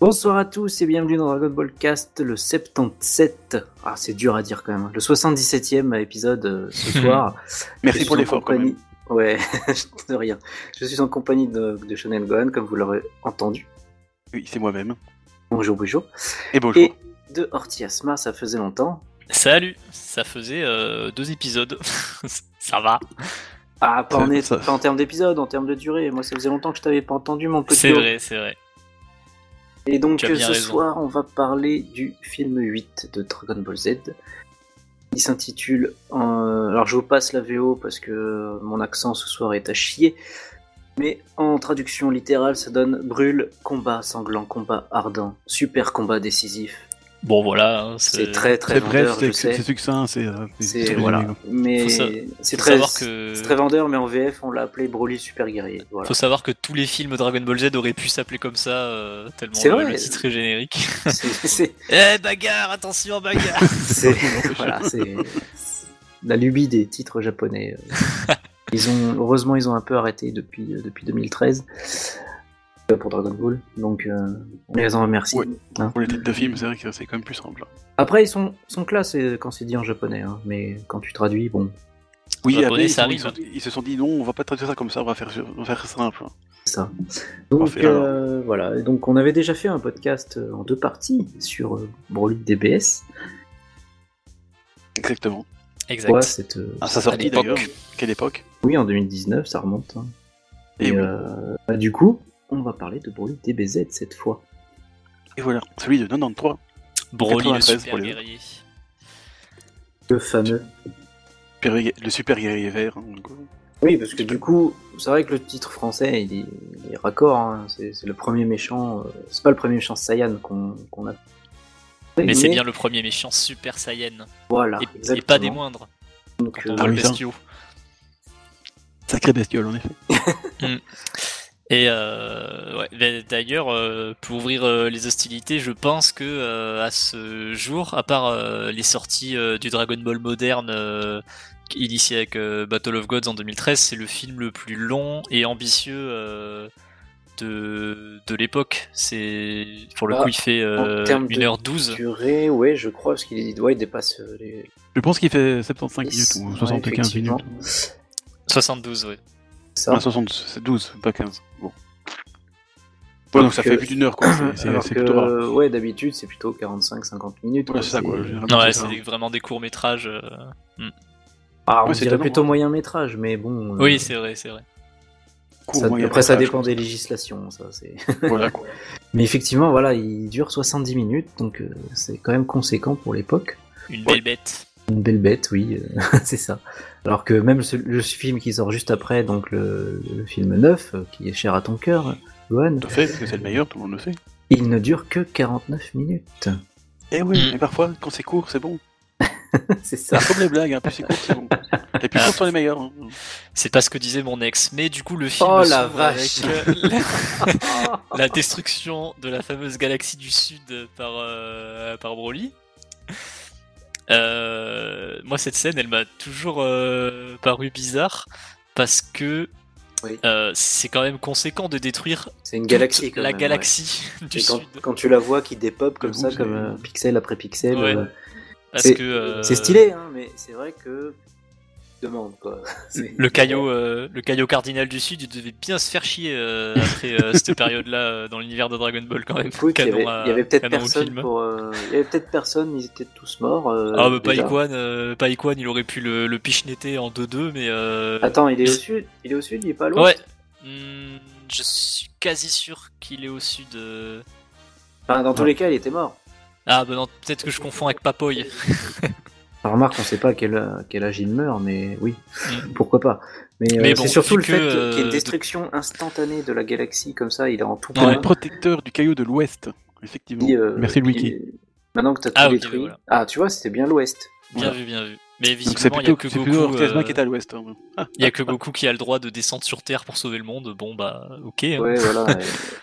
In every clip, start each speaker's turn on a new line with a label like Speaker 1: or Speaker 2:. Speaker 1: Bonsoir à tous et bienvenue dans Dragon Ball Cast, le 77. Ah, c'est dur à dire quand même. Le 77e épisode euh, ce soir.
Speaker 2: Hmm. Merci
Speaker 1: Je suis
Speaker 2: pour
Speaker 1: en
Speaker 2: l'effort, quand
Speaker 1: compagnie- Ouais, de rien. Je suis en compagnie de, de Shonen Gohan, comme vous l'aurez entendu.
Speaker 2: Oui, c'est moi-même.
Speaker 1: Bonjour, bonjour.
Speaker 2: Et bonjour.
Speaker 1: Et de Hortiasma, ça faisait longtemps.
Speaker 3: Salut, ça faisait euh, deux épisodes. ça va.
Speaker 1: Ah, pas en,
Speaker 2: Ça-
Speaker 1: est-
Speaker 2: ça-
Speaker 1: pas en termes d'épisode, en termes de durée. Moi, ça faisait longtemps que je t'avais pas entendu, mon petit.
Speaker 3: C'est
Speaker 1: Hortiasma.
Speaker 3: vrai, c'est vrai.
Speaker 1: Et donc
Speaker 3: Tu as
Speaker 1: euh,
Speaker 3: bien
Speaker 1: ce
Speaker 3: raison.
Speaker 1: soir, on va parler du film 8 de Dragon Ball Z. Il s'intitule. euh, alors je vous passe la VO parce que mon accent ce soir est à chier. Mais en traduction littérale, ça donne brûle, combat sanglant, combat ardent, super combat décisif.
Speaker 3: Bon voilà, hein,
Speaker 1: C'est très très
Speaker 2: C'est bref,
Speaker 1: vendeur, je
Speaker 2: c'est
Speaker 1: sais.
Speaker 2: c'est succinct, c'est. euh,
Speaker 1: C'est
Speaker 2: résumé,
Speaker 1: voilà,
Speaker 2: quoi.
Speaker 1: mais
Speaker 3: Faut sa-
Speaker 1: c'est
Speaker 3: faut
Speaker 1: très,
Speaker 3: savoir que-
Speaker 1: c'est très vendeur, mais en VF on l'a appelé Broly super guerrier. Voilà.
Speaker 3: Faut savoir que tous les films Dragon Ball Z auraient pu s'appeler comme ça, euh, tellement
Speaker 1: C'est
Speaker 3: le,
Speaker 1: vrai.
Speaker 3: le titre est générique.
Speaker 1: C'est- c'est-
Speaker 3: Eh bagarre, attention bagarre
Speaker 1: C'est voilà, c'est c'est la lubie des titres japonais. euh. Ils ont heureusement ils ont un peu arrêté depuis euh, depuis 2013 euh, pour Dragon Ball, donc euh, on les en remercie.
Speaker 2: Ouais.
Speaker 1: hein.
Speaker 2: Pour les titres de films, c'est vrai que c'est quand même plus simple.
Speaker 1: Après ils sont sont classe euh, quand c'est dit en japonais, hein, mais quand tu traduis bon
Speaker 2: Oui,
Speaker 3: japonais,
Speaker 2: après, ils,
Speaker 3: ça
Speaker 2: sont- ils
Speaker 3: arrive, hein.
Speaker 2: sont- ils se sont dit non, on va pas traduire ça comme ça, on va faire, on va faire simple.
Speaker 1: c'est ça.
Speaker 2: Parfait,
Speaker 1: Donc
Speaker 2: alors.
Speaker 1: euh, voilà, Et donc on avait déjà fait un podcast euh, en deux parties sur euh, Broly DBS.
Speaker 2: Exactement.
Speaker 3: Exact.
Speaker 1: Quoi cette euh,
Speaker 2: À sa
Speaker 3: À
Speaker 2: sortie
Speaker 3: l'époque.
Speaker 2: d'ailleurs. Quelle époque
Speaker 1: oui en 2019 ça remonte. hein.
Speaker 2: Et,
Speaker 1: Et,
Speaker 2: oui.
Speaker 1: euh, bah, du coup on va parler de Broly DBZ cette fois.
Speaker 2: Et voilà, celui de 93.
Speaker 3: Broly le
Speaker 2: 93
Speaker 3: super
Speaker 2: pour les-
Speaker 3: guerrier.
Speaker 1: Le fameux.
Speaker 2: Super- Le super guerrier vert. hein, donc, euh,
Speaker 1: Oui, parce que du coup, c'est vrai que le titre français, il est, il est raccord. hein. C'est c'est le premier méchant. euh, C'est pas le premier méchant Saiyan qu'on qu'on a.
Speaker 3: Mais, c'est bien le premier méchant Super Saiyan.
Speaker 1: Voilà,
Speaker 3: Et- et,
Speaker 1: Ah, exactement.
Speaker 3: pas des moindres,
Speaker 1: Donc,
Speaker 3: quand on
Speaker 1: euh,
Speaker 3: voit le
Speaker 2: oui, ça.
Speaker 3: bestiau.
Speaker 2: Sacré bestiole en effet.
Speaker 3: Et euh, ouais, mais d'ailleurs, euh, pour ouvrir euh, les hostilités, je pense que euh, à ce jour, à part euh, les sorties euh, du Dragon Ball moderne euh, initié avec euh, Battle of Gods en 2013, c'est le film le plus long et ambitieux euh, de, de l'époque. C'est pour le
Speaker 1: Ah,
Speaker 3: coup, il fait euh,
Speaker 1: termes de
Speaker 3: 1h12.
Speaker 1: durée, ouais, je crois, parce qu'il est- ouais, il dépasse euh, les.
Speaker 2: Je pense qu'il fait 75
Speaker 1: les-
Speaker 2: minutes ou
Speaker 1: ouais,
Speaker 2: 75
Speaker 1: effectivement.
Speaker 2: minutes.
Speaker 1: C'est
Speaker 3: 72, ouais.
Speaker 1: ça.
Speaker 2: Ah, 72, c'est 12, pas 15. Bon. Ouais, donc ça
Speaker 1: que-
Speaker 2: fait plus d'une heure quoi. C'est- C'est
Speaker 1: Alors
Speaker 2: c'est
Speaker 1: que,
Speaker 2: plutôt rare.
Speaker 1: euh, ouais, d'habitude, c'est plutôt 45-50 minutes.
Speaker 2: Ouais, c'est ça
Speaker 1: euh,
Speaker 2: quoi. généralement,
Speaker 3: Ouais,
Speaker 2: ça.
Speaker 1: hein.
Speaker 3: c'est des- vraiment des courts métrages. euh.
Speaker 1: Ah, on
Speaker 2: Ouais, c'est
Speaker 1: dirait
Speaker 2: étonnant,
Speaker 1: plutôt
Speaker 2: hein.
Speaker 1: moyen métrage, mais bon. euh,
Speaker 3: Oui, c'est vrai, c'est vrai.
Speaker 2: Court, hein,
Speaker 1: ça-
Speaker 2: moyen,
Speaker 1: après, ça
Speaker 2: métrage,
Speaker 1: dépend des législations, ça. C'est.
Speaker 2: Voilà quoi.
Speaker 1: Mais effectivement, voilà, il dure 70 minutes, donc euh, c'est quand même conséquent pour l'époque.
Speaker 3: Une
Speaker 2: Ouais.
Speaker 3: belle bête.
Speaker 1: Une belle bête, oui, euh, c'est ça. Alors que même ce- le film qui sort juste après, donc le, le film 9, euh, qui est cher à ton cœur, Johan,
Speaker 2: Tout à fait, parce que c'est le meilleur, tout le monde le sait.
Speaker 1: il ne dure que 49 minutes.
Speaker 2: Eh oui,
Speaker 3: Mm.
Speaker 2: mais parfois, quand c'est court, c'est bon.
Speaker 1: c'est ça.
Speaker 2: C'est comme les blagues, hein, plus c'est court, c'est bon. Les plus courtes sont les meilleures. hein.
Speaker 3: C'est pas ce que disait mon ex, mais du coup le film
Speaker 1: Oh, la
Speaker 3: s'ouvre
Speaker 1: vache.
Speaker 3: avec, euh, la, la destruction de la fameuse galaxie du Sud euh, par, euh, par Broly. Euh, moi cette scène elle m'a toujours euh, paru bizarre parce que
Speaker 1: Oui.
Speaker 3: euh, c'est quand même conséquent de détruire
Speaker 1: C'est une
Speaker 3: toute
Speaker 1: galaxie, quand
Speaker 3: la
Speaker 1: même,
Speaker 3: galaxie
Speaker 1: ouais.
Speaker 3: du
Speaker 1: Et quand,
Speaker 3: Sud. Bah,
Speaker 1: quand tu la vois qui dépop comme
Speaker 2: J'avoue,
Speaker 1: ça,
Speaker 2: c'est-
Speaker 1: comme euh, pixel après pixel,
Speaker 3: Ouais.
Speaker 1: euh,
Speaker 3: Parce
Speaker 1: c'est
Speaker 3: que euh,
Speaker 1: c'est stylé, hein, mais c'est vrai que demande quoi. C'est-
Speaker 3: Le caillot, euh, le caillot cardinal du Sud, il devait bien se faire chier euh, après euh, cette période-là euh, dans l'univers de Dragon Ball quand même.
Speaker 1: Écoute, il y avait,
Speaker 3: Canon à-
Speaker 1: il y avait peut-être
Speaker 3: canon au
Speaker 1: personne
Speaker 3: film.
Speaker 1: pour. euh, il y avait peut-être personne, ils étaient tous morts. euh,
Speaker 3: Ah bah pas
Speaker 1: déjà.
Speaker 3: Ikwan, euh, pas Ikwan, il aurait pu le, le pichenetter en 2-2, mais... Euh...
Speaker 2: Ah.
Speaker 1: Attends, il est au sud, il est au sud, il est pas loin.
Speaker 3: Ouais. Hmm, je suis quasi sûr qu'il est au sud... euh.
Speaker 1: Enfin, dans tous les cas, il était mort.
Speaker 3: Ah bah non, peut-être que je confonds avec Papoy.
Speaker 1: Alors, remarque, on sait pas à quel, à quel âge il meurt, mais oui,
Speaker 3: Mm.
Speaker 1: pourquoi pas. Mais, euh,
Speaker 3: Mais bon,
Speaker 1: c'est surtout
Speaker 3: vu
Speaker 1: le
Speaker 3: que,
Speaker 1: fait qu'il y ait
Speaker 3: euh,
Speaker 1: une destruction instantanée de la galaxie comme ça, il est en tout
Speaker 2: Pour
Speaker 3: Ouais.
Speaker 2: les protecteurs du caillou de l'Ouest, effectivement.
Speaker 1: Puis, euh,
Speaker 2: Merci le
Speaker 1: puis,
Speaker 2: wiki.
Speaker 1: Maintenant que t'as tout
Speaker 3: Ah, ok,
Speaker 1: détruit.
Speaker 3: voilà.
Speaker 1: Ah, tu vois, c'était bien l'ouest.
Speaker 3: Bien
Speaker 2: Voilà.
Speaker 3: vu, bien vu. Mais
Speaker 2: Donc c'est
Speaker 3: visiblement, il y a
Speaker 2: plutôt,
Speaker 3: que
Speaker 2: c'est plutôt
Speaker 3: Goku...
Speaker 2: Ortesma
Speaker 3: euh,
Speaker 2: qui est à l'Ouest. hein. Ah,
Speaker 3: Il y a que Goku qui a le droit de descendre sur Terre pour sauver le monde. Bon bah, ok. hein.
Speaker 1: Ouais, voilà. euh,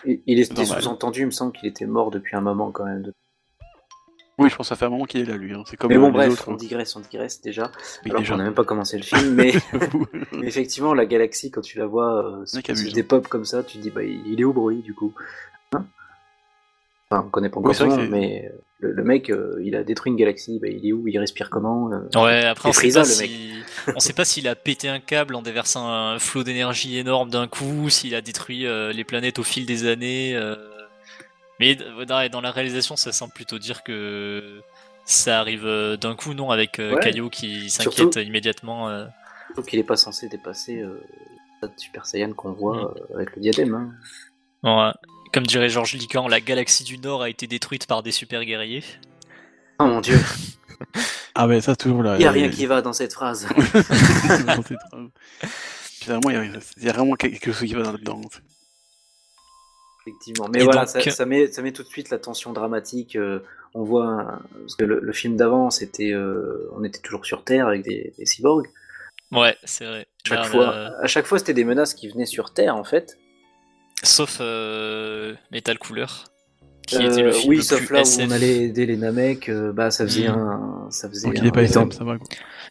Speaker 1: il, il était
Speaker 2: Normal.
Speaker 1: sous-entendu, il me semble qu'il était mort depuis un moment quand même.
Speaker 2: Oui, je pense que ça fait un moment qu'il est là, lui. hein. C'est comme
Speaker 1: Mais
Speaker 2: euh,
Speaker 1: bon,
Speaker 2: les
Speaker 1: bref,
Speaker 2: autres.
Speaker 1: on
Speaker 2: hein.
Speaker 1: digresse, on digresse déjà.
Speaker 2: Oui,
Speaker 1: Alors
Speaker 2: déjà.
Speaker 1: qu'on n'a même pas commencé le film, mais.
Speaker 2: J'avoue.
Speaker 1: Mais effectivement, la galaxie, quand tu la vois, euh,
Speaker 2: Mec abuse.
Speaker 1: des pop comme ça, tu te dis, bah, il est où Broly, du coup Hein Enfin, on connaît pas
Speaker 2: Oui,
Speaker 1: encore
Speaker 2: c'est
Speaker 1: son
Speaker 2: vrai
Speaker 1: nom,
Speaker 2: que
Speaker 1: mais le, le mec, euh, il a détruit une galaxie, bah, il est où Il respire comment euh,
Speaker 3: Ouais, après,
Speaker 1: Et
Speaker 3: on sait,
Speaker 1: Frieza,
Speaker 3: pas
Speaker 1: le
Speaker 3: si... on sait pas s'il a pété un câble en déversant un flot d'énergie énorme d'un coup, s'il a détruit euh, les planètes au fil des années. euh. Mais euh, dans dans la réalisation, ça semble plutôt dire que ça arrive euh, d'un coup, non Avec euh,
Speaker 1: Ouais.
Speaker 3: Caillou qui s'inquiète
Speaker 1: Surtout-
Speaker 3: immédiatement. euh.
Speaker 1: Sauf qu'il est pas censé dépasser euh, le stade Super Saiyan qu'on
Speaker 2: Mm.
Speaker 1: voit euh, avec le diadème. hein.
Speaker 3: Ouais. Comme dirait Georges Lican, la galaxie du Nord a été détruite par des super guerriers.
Speaker 1: Oh mon dieu,
Speaker 2: Ah, mais ça, toujours là.
Speaker 1: il y a rien qui va dans cette phrase.
Speaker 2: Finalement, il y a- il y a vraiment quelque chose qui va là-dedans. hein.
Speaker 1: Effectivement. Mais
Speaker 3: Et
Speaker 1: voilà,
Speaker 3: donc-
Speaker 1: ça, ça met, ça met tout de suite la tension dramatique. euh, on voit, un- parce que le, le film d'avant, c'était, euh, on était toujours sur Terre avec des, des cyborgs.
Speaker 3: Ouais, c'est vrai. euh,
Speaker 1: Chaque
Speaker 3: Là,
Speaker 1: fois,
Speaker 3: là,
Speaker 1: à chaque fois, c'était des menaces qui venaient sur Terre, en fait.
Speaker 3: Sauf euh, Metal Couleur, qui était le
Speaker 1: Euh,
Speaker 3: film
Speaker 1: oui,
Speaker 3: le
Speaker 1: sauf
Speaker 3: plus
Speaker 1: là
Speaker 3: SF.
Speaker 1: où on allait aider les Namek, euh, bah ça faisait
Speaker 3: Mhm.
Speaker 1: un, ça faisait
Speaker 2: Donc,
Speaker 1: un
Speaker 2: il n'est pas
Speaker 1: exemple.
Speaker 2: énorme, ça va. quoi.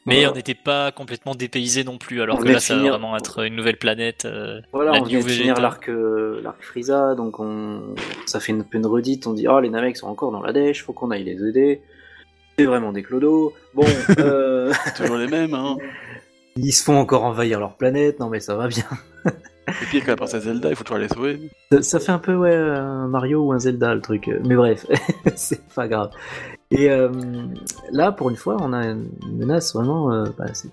Speaker 3: Mais
Speaker 1: Voilà.
Speaker 3: on n'était pas complètement dépaysé non plus,
Speaker 1: On
Speaker 3: alors que
Speaker 1: venait
Speaker 3: là,
Speaker 1: de
Speaker 3: ça
Speaker 1: finir-
Speaker 3: va vraiment être une nouvelle planète. euh.
Speaker 1: Voilà,
Speaker 3: La
Speaker 1: on vient de
Speaker 3: New
Speaker 1: finir
Speaker 3: Vegeta.
Speaker 1: l'arc, euh, l'arc Frieza, donc on, ça fait une, une redite. On dit ah les Namek sont encore dans la dèche, faut qu'on aille les aider. C'est vraiment des clodos. Bon, euh,
Speaker 2: toujours les mêmes, hein.
Speaker 1: ils se font encore envahir leur planète. Non mais ça va bien.
Speaker 2: Et pire que la princesse Zelda, il faut toujours les sauver.
Speaker 1: Ça, ça fait un peu ouais, un Mario ou un Zelda le truc, mais bref, c'est pas grave. Et euh, là, pour une fois, on a une menace vraiment, euh, bah, c'est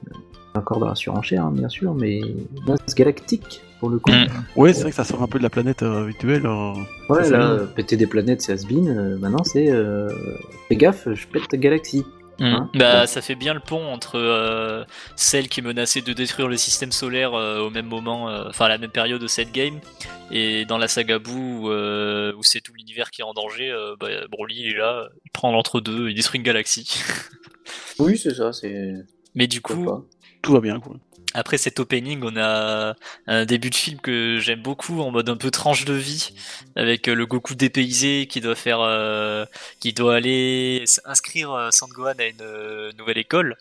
Speaker 1: encore dans la surenchère hein, bien sûr, mais une menace galactique pour le coup.
Speaker 3: Mm.
Speaker 2: Ouais, c'est vrai que ça sort un peu de la planète euh, habituelle. euh.
Speaker 1: ouais,
Speaker 2: c'est
Speaker 1: là,
Speaker 2: bien.
Speaker 1: euh, péter des planètes, c'est Asbin. maintenant, c'est euh, fais gaffe, je pète ta galaxie. Hein
Speaker 3: bah,
Speaker 1: Ouais.
Speaker 3: ça fait bien le pont entre euh, celle qui menaçait de détruire le système solaire euh, au même moment, euh, enfin à la même période de cette game, et dans la saga Boo où, euh, où c'est tout l'univers qui est en danger, euh, bah, Broly il est là, il prend l'entre-deux, il détruit une galaxie.
Speaker 1: Oui, c'est ça, c'est.
Speaker 3: Mais du coup,
Speaker 2: Tout va bien, quoi.
Speaker 3: Après cet opening, on a un début de film que j'aime beaucoup, en mode un peu tranche de vie, avec euh, le Goku dépaysé qui doit faire, euh, qui doit aller s- inscrire euh, Sangohan à une euh, nouvelle école.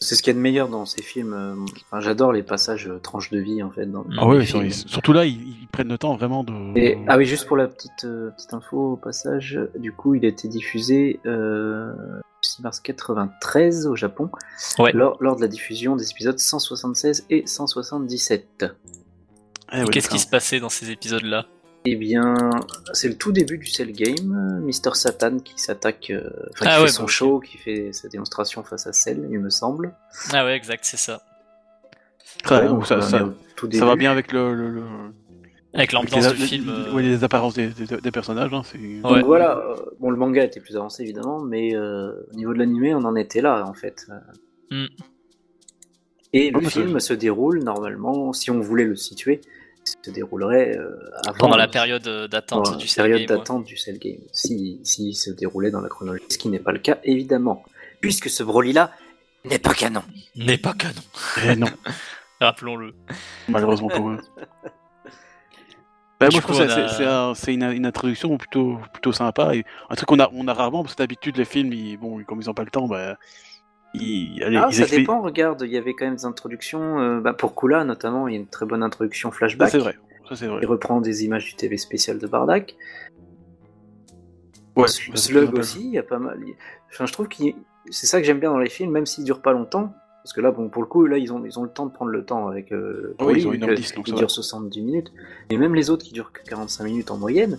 Speaker 1: C'est ce qu'il y a de meilleur dans ces films. euh, enfin, J'adore les passages euh, tranches de vie en fait. Dans,
Speaker 3: Ah
Speaker 2: Ah
Speaker 1: dans les
Speaker 2: ouais,
Speaker 1: films.
Speaker 2: ils- surtout là, ils, ils prennent le temps vraiment de.
Speaker 1: Et- ah oui, juste pour la petite, euh, petite info au passage, du coup, il a été diffusé euh, 6 mars 93 au Japon,
Speaker 3: Ouais.
Speaker 1: lors, lors de la diffusion des épisodes 176 et 177.
Speaker 2: Eh ouais,
Speaker 3: Et Qu'est-ce qui
Speaker 2: d'accord.
Speaker 3: se passait dans ces épisodes-là
Speaker 1: Eh bien, c'est le tout début du Cell Game, euh, Mister Satan qui s'attaque, euh, enfin, qui
Speaker 3: Ah
Speaker 1: fait
Speaker 3: ouais,
Speaker 1: son
Speaker 3: bah, ok.
Speaker 1: show, qui fait sa démonstration face à Cell, il me semble.
Speaker 3: Ah ouais, exact, c'est ça.
Speaker 2: Ça,
Speaker 1: Ouais, donc,
Speaker 2: ça-
Speaker 1: on est
Speaker 2: ça-
Speaker 1: au tout
Speaker 2: ça
Speaker 1: début.
Speaker 2: va bien avec le. le- le-
Speaker 3: Avec l'ambiance
Speaker 2: avec
Speaker 3: du
Speaker 2: les-
Speaker 3: film.
Speaker 2: les-
Speaker 3: euh,
Speaker 2: ouais, les apparences des, des- des personnages. Hein, c'est-
Speaker 1: Donc
Speaker 3: Ouais.
Speaker 1: voilà, euh, bon, le manga était plus avancé évidemment, mais euh, au niveau de l'animé, on en était là en fait.
Speaker 3: Mm.
Speaker 1: Et le
Speaker 2: Oh, mais ça-
Speaker 1: film se déroule normalement, si on voulait le situer, il se déroulerait euh, avant
Speaker 3: Pendant la période euh,
Speaker 1: pendant
Speaker 3: d'attente
Speaker 1: la
Speaker 3: du Cell
Speaker 1: période
Speaker 3: Game, ouais.
Speaker 1: d'attente du Cell Game, si, si il se déroulait dans la chronologie, ce qui n'est pas le cas évidemment, puisque ce Broly-là n'est pas canon.
Speaker 3: N'est pas canon,
Speaker 2: Eh non,
Speaker 3: rappelons-le.
Speaker 2: malheureusement pour eux. Bah,
Speaker 3: Du
Speaker 2: moi, je
Speaker 3: coup,
Speaker 2: trouve que
Speaker 3: on
Speaker 2: c'est-
Speaker 3: a-
Speaker 2: c'est un- c'est une, une introduction plutôt, plutôt sympa. et un truc qu'on a, on a rarement, parce que d'habitude, les films, ils, bon, comme ils n'ont pas le temps, bah, ils, allez,
Speaker 1: Ah,
Speaker 2: ils
Speaker 1: ça
Speaker 2: expliquent-
Speaker 1: dépend, regarde, il y avait quand même des introductions, euh, bah, pour Kula notamment, il y a une très bonne introduction
Speaker 2: Ça,
Speaker 1: flashback.
Speaker 2: c'est vrai. Ça, c'est vrai.
Speaker 1: Il reprend des images du TV spécial de Bardak. Sl-
Speaker 2: Ouais, ça, c'est
Speaker 1: Slug
Speaker 2: sympa.
Speaker 1: aussi, il y a pas mal. Enfin, je trouve que c'est ça que j'aime bien dans les films, même s'ils durent pas longtemps. Parce que là, bon, pour le coup, là, ils ont, ils ont le temps de prendre le temps avec. Euh,
Speaker 2: Ah oui, ils ont
Speaker 1: Broly,
Speaker 2: une heure
Speaker 1: que-
Speaker 2: dix, donc
Speaker 1: qui
Speaker 2: ça va.
Speaker 1: dure 70 minutes. Et même les autres qui durent que 45 minutes en moyenne,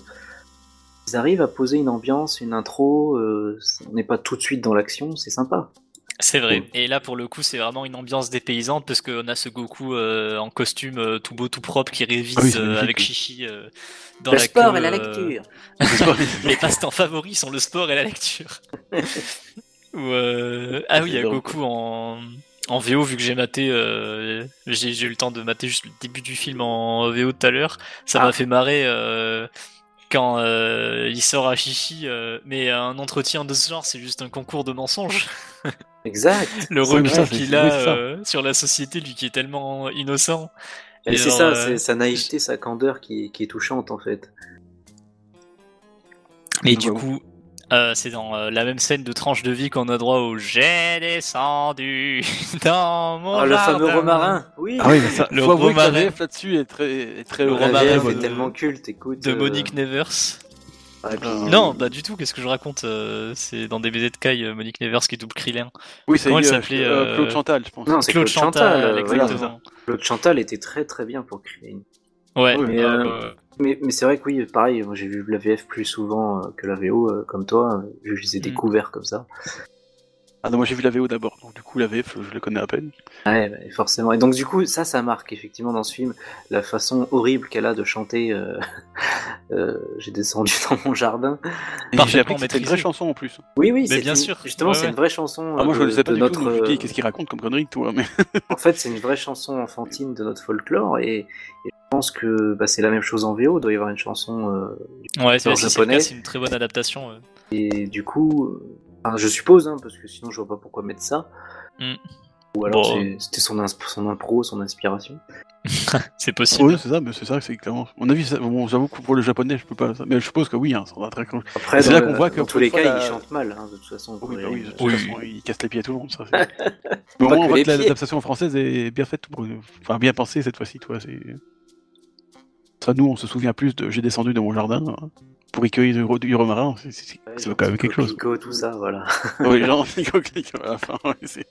Speaker 1: ils arrivent à poser une ambiance, une intro. euh, c'est- on n'est pas tout de suite dans l'action, c'est sympa.
Speaker 3: C'est
Speaker 2: Mm.
Speaker 3: vrai. Et là, pour le coup, c'est vraiment une ambiance dépaysante parce qu'on a ce Goku euh, en costume euh, tout beau, tout propre qui révise
Speaker 2: Ah oui, c'est
Speaker 3: euh,
Speaker 2: magnifique,
Speaker 3: avec
Speaker 2: oui.
Speaker 3: Chichi euh, dans
Speaker 1: le
Speaker 3: la
Speaker 1: sport
Speaker 3: queue,
Speaker 1: et la
Speaker 3: euh,
Speaker 1: lecture.
Speaker 3: mes passe-temps favoris sont le sport et la lecture. Ou, euh, Ah oui, il y a
Speaker 2: C'est drôle,
Speaker 3: Goku en... en VO, vu que j'ai maté, euh, j'ai j'ai eu le temps de mater juste le début du film en VO tout à l'heure. Ça
Speaker 1: Ah.
Speaker 3: m'a fait marrer euh, quand euh, il sort à Chichi, euh, mais un entretien de ce genre, c'est juste un concours de mensonges.
Speaker 1: Exact.
Speaker 3: Le
Speaker 2: Oui, mais ça,
Speaker 3: regret
Speaker 2: c'est-
Speaker 3: qu'il
Speaker 2: oui,
Speaker 3: a
Speaker 2: c'est ça.
Speaker 3: euh, sur la société, lui qui est tellement innocent.
Speaker 1: Et
Speaker 3: Et
Speaker 1: c'est
Speaker 3: alors,
Speaker 1: ça,
Speaker 3: euh,
Speaker 1: c'est sa naïveté, sa candeur qui, qui est touchante en fait.
Speaker 3: Mais du
Speaker 2: Ouais.
Speaker 3: coup, bah euh, c'est dans euh, la même scène de tranche de vie qu'on a droit au j'ai descendu dans mon.
Speaker 1: Ah, le fameux
Speaker 3: jardin.
Speaker 1: romarin. Oui.
Speaker 2: Ah oui, mais ça,
Speaker 3: Le
Speaker 2: faut avouer que la
Speaker 3: romarin.
Speaker 2: VF là-dessus est très, est très
Speaker 3: Le
Speaker 1: Le
Speaker 2: très
Speaker 3: romarin euh,
Speaker 1: romarin
Speaker 2: bonne.
Speaker 1: est tellement culte, écoute.
Speaker 3: de
Speaker 1: euh,
Speaker 3: Monique Nevers.
Speaker 1: Ah, et puis-
Speaker 2: Euh,
Speaker 3: Non, pas du tout, qu'est-ce que je raconte euh, C'est dans des BZ de Kai, euh, Monique Nevers qui double Krillin.
Speaker 2: Oui, c'est
Speaker 3: Comment elle
Speaker 2: euh,
Speaker 3: s'appelait,
Speaker 2: euh, Claude
Speaker 3: euh,
Speaker 2: Chantal, je pense.
Speaker 1: Non, Ah, c'est Claude, Chantal. euh, voilà.
Speaker 3: exactement.
Speaker 1: Claude Chantal était très très bien pour créer une
Speaker 3: Ouais, bah,
Speaker 2: Oui,
Speaker 1: mais, euh, Mais, mais c'est vrai que oui, pareil, moi j'ai vu la VF plus souvent euh, que la VO, euh, comme toi, euh, je les ai
Speaker 3: Mm.
Speaker 1: découverts comme ça.
Speaker 2: Ah non, moi j'ai vu la VO d'abord, donc du coup la VF, je la connais à peine.
Speaker 1: Ouais, bah, forcément. Et donc du coup, ça, ça marque effectivement dans ce film, la façon horrible qu'elle a de chanter euh, euh, J'ai descendu dans mon jardin ».
Speaker 2: Et
Speaker 3: Parfaitement
Speaker 2: j'ai appris que c'était une
Speaker 3: maîtrisé.
Speaker 2: vraie chanson en plus.
Speaker 1: Oui, oui,
Speaker 3: Mais
Speaker 1: c'est une-
Speaker 3: bien sûr.
Speaker 1: Justement,
Speaker 3: Ouais,
Speaker 1: c'est
Speaker 3: ouais.
Speaker 1: une vraie chanson.
Speaker 2: Ah, moi
Speaker 1: Ah, euh,
Speaker 2: je ne
Speaker 1: de-
Speaker 2: sais pas
Speaker 1: de
Speaker 2: du
Speaker 1: notre,
Speaker 2: tout, donc je me
Speaker 1: euh,
Speaker 2: dis qu'est-ce qu'il raconte comme connerie, toi. Mais...
Speaker 1: En fait, c'est une vraie chanson enfantine de notre folklore et, et je pense que bah, c'est la même chose en VO. Il doit y avoir une chanson euh,
Speaker 3: bah, ouais, c'est
Speaker 1: en
Speaker 3: si c'est le
Speaker 1: japonais.
Speaker 3: cas, c'est une très bonne adaptation. ouais.
Speaker 1: Et du coup, euh, enfin, je suppose, hein, parce que sinon je vois pas pourquoi mettre ça.
Speaker 3: Mm.
Speaker 1: Ou alors
Speaker 3: Bon.
Speaker 1: c'est- c'était son, ins- son impro, son inspiration.
Speaker 3: C'est possible.
Speaker 2: oui, c'est ça, mais c'est ça, c'est clairement. À mon avis, ça- bon, j'avoue que pour le japonais, je peux pas. Mais je suppose que oui, hein, ça va très con.
Speaker 1: Après,
Speaker 2: C'est
Speaker 1: dans
Speaker 2: là
Speaker 1: le-
Speaker 2: qu'on voit que
Speaker 1: dans tous les
Speaker 2: fois,
Speaker 1: cas,
Speaker 2: la-
Speaker 1: il chante mal, hein, de toute façon.
Speaker 2: Oui, bah
Speaker 1: Corée.
Speaker 2: oui, de toute
Speaker 3: Oui.
Speaker 2: façon, il casse les pieds à tout le monde, ça. c'est- Mais au moins,
Speaker 1: que
Speaker 2: on voit
Speaker 1: les
Speaker 2: que la-
Speaker 1: pieds.
Speaker 2: l'adaptation française est bien faite, pour- enfin bien pensée cette fois-ci, toi. c'est- Ça, nous, on se souvient plus de J'ai descendu dans mon jardin hein, pour y cueillir du, ro- du romarin, c'est- c'est
Speaker 1: Ouais,
Speaker 2: c'est quand même quelque chose.
Speaker 1: Pico, tout ça, voilà.
Speaker 2: oui, genre, clic, clic, à la fin, ouais, c'est-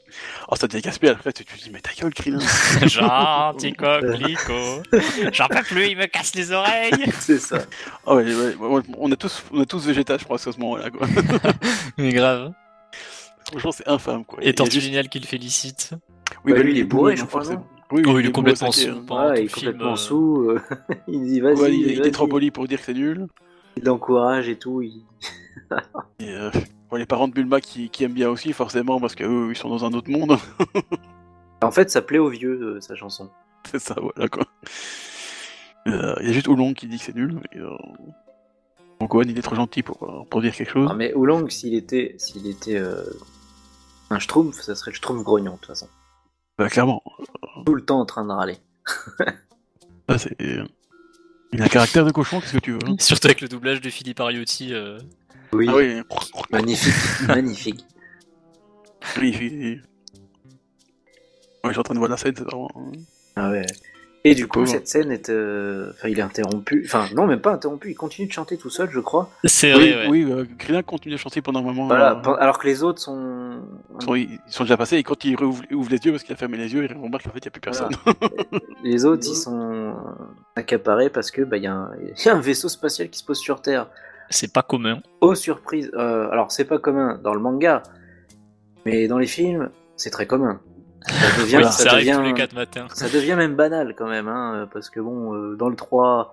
Speaker 2: Oh, ça devient casse-pied après, tu tu te dis, mais ta gueule, Krillin
Speaker 3: Gentil coquelicot. J'en peux plus, il me casse les oreilles.
Speaker 1: c'est ça.
Speaker 2: Ah ouais, ouais, ouais, ouais, on, a tous, on a tous végétal, je crois, à ce moment-là, quoi.
Speaker 3: Mais grave.
Speaker 2: Franchement, c'est infâme, quoi.
Speaker 3: Et Tortue
Speaker 2: juste-
Speaker 3: Génial qui le félicite.
Speaker 1: Bah, lui, il est bourré, je
Speaker 2: non,
Speaker 1: crois,
Speaker 2: forcément.
Speaker 1: non
Speaker 2: Oui,
Speaker 3: Oh,
Speaker 2: oui,
Speaker 3: il est
Speaker 2: bourré,
Speaker 3: complètement
Speaker 2: ça,
Speaker 3: sous.
Speaker 1: Voilà,
Speaker 3: Pendant
Speaker 1: il
Speaker 3: tout le
Speaker 1: est
Speaker 3: film,
Speaker 1: complètement
Speaker 3: euh,
Speaker 1: sous. euh, il dit vas-y.
Speaker 2: Ouais, il, est- il
Speaker 1: vas-y.
Speaker 2: est trop poli pour dire que c'est nul.
Speaker 1: Il l'encourage et tout. il-
Speaker 2: Et, euh, bon, les parents de Bulma qui, qui aiment bien aussi, forcément, parce qu'eux, ils sont dans un autre monde.
Speaker 1: En fait, ça plaît aux vieux, euh, sa chanson.
Speaker 2: c'est ça, voilà, quoi. Euh, Il y a juste Oulong qui dit que c'est nul. mais, euh, Donc, Owen, il est trop gentil pour, euh, pour dire quelque chose.
Speaker 1: Ah, mais Oolong, s'il était, s'il était euh, un schtroumpf, ça serait le schtroumpf grognon, de toute façon.
Speaker 2: Bah, clairement.
Speaker 1: Tout le temps en train de râler.
Speaker 2: Ça, c'est... euh, Il a un caractère de cochon, qu'est-ce que tu veux hein
Speaker 3: Surtout avec le doublage de Philippe Ariotti. euh,
Speaker 1: Oui.
Speaker 2: Ah oui.
Speaker 1: Magnifique, magnifique.
Speaker 2: Oui, oui, oui. Ouais, je suis en train de voir la scène, c'est vraiment. hein.
Speaker 1: Ah ouais. Et du coup,
Speaker 2: Pauvre.
Speaker 1: cette scène est. euh, Enfin, il est interrompu. Enfin, non, même pas interrompu. Il continue de chanter tout seul, je crois.
Speaker 3: C'est
Speaker 2: Oui,
Speaker 3: vrai, ouais.
Speaker 2: oui euh, Krillin continue de chanter pendant un moment.
Speaker 1: Voilà.
Speaker 2: euh,
Speaker 1: pen- Alors que les autres sont.
Speaker 2: ils, sont, ils sont déjà passés, et quand il rouvre- ouvre les yeux, parce qu'il a fermé les yeux, il remarque qu'en fait, il n'y a plus personne.
Speaker 1: Les autres, ils sont accaparés parce que bah, il y, a un- il y a un vaisseau spatial qui se pose sur Terre.
Speaker 3: C'est pas commun.
Speaker 1: Oh, surprise. Euh, alors, c'est pas commun dans le manga, mais dans les films, c'est très commun. Ça devient,
Speaker 3: Oui,
Speaker 1: ça
Speaker 3: ça arrive
Speaker 1: devient-
Speaker 3: tous les 4 matins.
Speaker 1: Ça devient même banal quand même, hein, parce que bon, euh, dans le 3,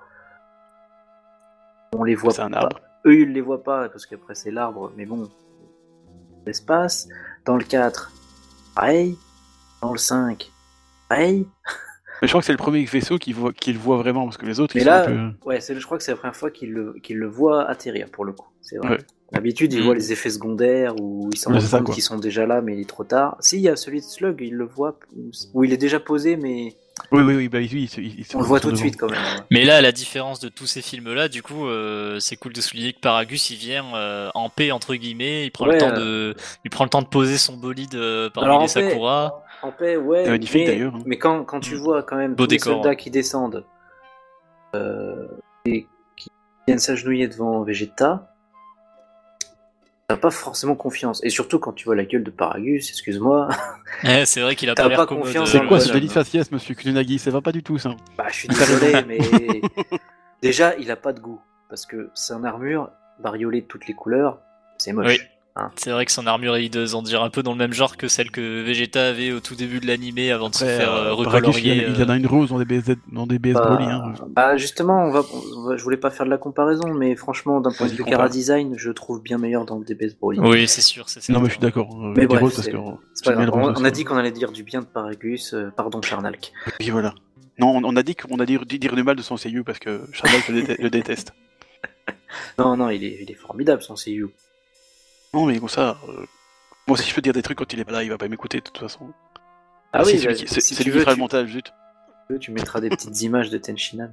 Speaker 1: on les voit
Speaker 2: C'est un
Speaker 1: pas.
Speaker 2: arbre.
Speaker 1: Eux, ils les voient pas, parce qu'après c'est l'arbre, mais bon, l'espace. Dans le 4, pareil. Dans le 5, pareil.
Speaker 2: Mais je crois que c'est le premier vaisseau qu'il voit, qu'il voit vraiment, parce que les autres,
Speaker 1: Mais
Speaker 2: ils
Speaker 1: là,
Speaker 2: sont un peu...
Speaker 1: Ouais, c'est- je crois que c'est la première fois qu'ils le, qu'ils le voient atterrir, pour le coup. C'est vrai.
Speaker 2: Ouais. Mm.
Speaker 1: D'habitude, ils
Speaker 3: Mhm.
Speaker 1: voient les effets secondaires, ou ils s'en
Speaker 2: Ouais,
Speaker 1: rendent
Speaker 2: c'est ça,
Speaker 1: compte
Speaker 2: quoi.
Speaker 1: qu'ils sont déjà là, mais il est trop tard. Si, il y a celui de Slug, il le voit, où il est déjà posé, mais
Speaker 2: Oui, oui, oui, bah, lui, il, se- il se-
Speaker 1: on le voit
Speaker 2: ils sont
Speaker 1: tout de
Speaker 2: devant.
Speaker 1: suite quand même. ouais.
Speaker 3: Mais là, à la différence de tous ces films-là, du coup, euh, c'est cool de souligner que Paragus, il vient euh, en paix entre guillemets. Il prend
Speaker 1: Ouais, euh.
Speaker 3: le temps de, il prend le temps de poser son bolide euh, parmi
Speaker 1: Alors, en
Speaker 3: les
Speaker 1: paix,
Speaker 3: sakura.
Speaker 1: En paix, ouais.
Speaker 2: C'est magnifique,
Speaker 1: mais,
Speaker 2: d'ailleurs, hein.
Speaker 1: mais quand, quand tu
Speaker 3: Mm.
Speaker 1: vois quand même
Speaker 3: Beau
Speaker 1: tous les
Speaker 3: décor,
Speaker 1: soldats
Speaker 3: hein.
Speaker 1: qui descendent euh, et qui viennent s'agenouiller devant Vegeta, t'as pas forcément confiance. Et surtout quand tu vois la gueule de Paragus, excuse-moi,
Speaker 3: Eh, c'est vrai qu'il a
Speaker 1: T'as
Speaker 3: pas l'air
Speaker 1: pas
Speaker 3: commode.
Speaker 1: confiance
Speaker 2: C'est
Speaker 1: dans
Speaker 3: euh,
Speaker 1: le
Speaker 2: quoi ce
Speaker 1: bonhomme.
Speaker 2: valide faciès, monsieur Kutunagi Ça va pas du tout, ça.
Speaker 1: bah je suis désolé, mais déjà il a pas de goût parce que c'est un armure bariolée de toutes les couleurs, c'est moche.
Speaker 3: Oui. C'est vrai que son armure est hideuse, on dirait un peu dans le même genre que celle que Vegeta avait au tout début de l'animé avant de se
Speaker 2: Après,
Speaker 3: faire euh,
Speaker 2: euh, Paragus, il, y
Speaker 3: recolorier.
Speaker 2: en a- il y en
Speaker 3: euh.
Speaker 2: a une rose dans des BS, dans des BS
Speaker 1: Bah,
Speaker 2: Broly. Hein.
Speaker 1: bah, justement, on va, on va- je voulais pas faire de la comparaison, mais franchement, d'un point de
Speaker 2: Vas-y,
Speaker 1: vue
Speaker 2: compare.
Speaker 1: cara design, je trouve bien meilleur dans le DBS Broly.
Speaker 3: Oui, c'est sûr, c'est
Speaker 2: Non,
Speaker 3: certain.
Speaker 2: mais je suis d'accord. euh,
Speaker 1: Mais
Speaker 2: des
Speaker 1: bref,
Speaker 2: roses, parce
Speaker 1: c'est-
Speaker 2: que
Speaker 1: C'est pas
Speaker 2: j'aime bien
Speaker 1: grave,
Speaker 2: le rose
Speaker 1: on, on a
Speaker 2: aussi.
Speaker 1: dit qu'on allait dire du bien de Paragus, euh, pardon Charnalk.
Speaker 2: Oui, voilà. Non, on on a dit qu'on a dit dit dire du mal de son seiyuu parce que Charlotte le, déte- le déteste.
Speaker 1: Non, non, il est, il est formidable son CU.
Speaker 2: Non, mais comme ça, euh, moi si je peux dire des trucs quand il est pas là, il va pas m'écouter de toute façon.
Speaker 1: Ah
Speaker 2: si,
Speaker 1: oui,
Speaker 2: c'est
Speaker 1: bah,
Speaker 2: lui qui c'est-
Speaker 1: si
Speaker 2: c'est
Speaker 1: tu
Speaker 2: lui qui
Speaker 1: veux,
Speaker 2: fera le
Speaker 1: tu-
Speaker 2: montage, zut.
Speaker 1: tu, tu mettras des petites images de Tenshinhan.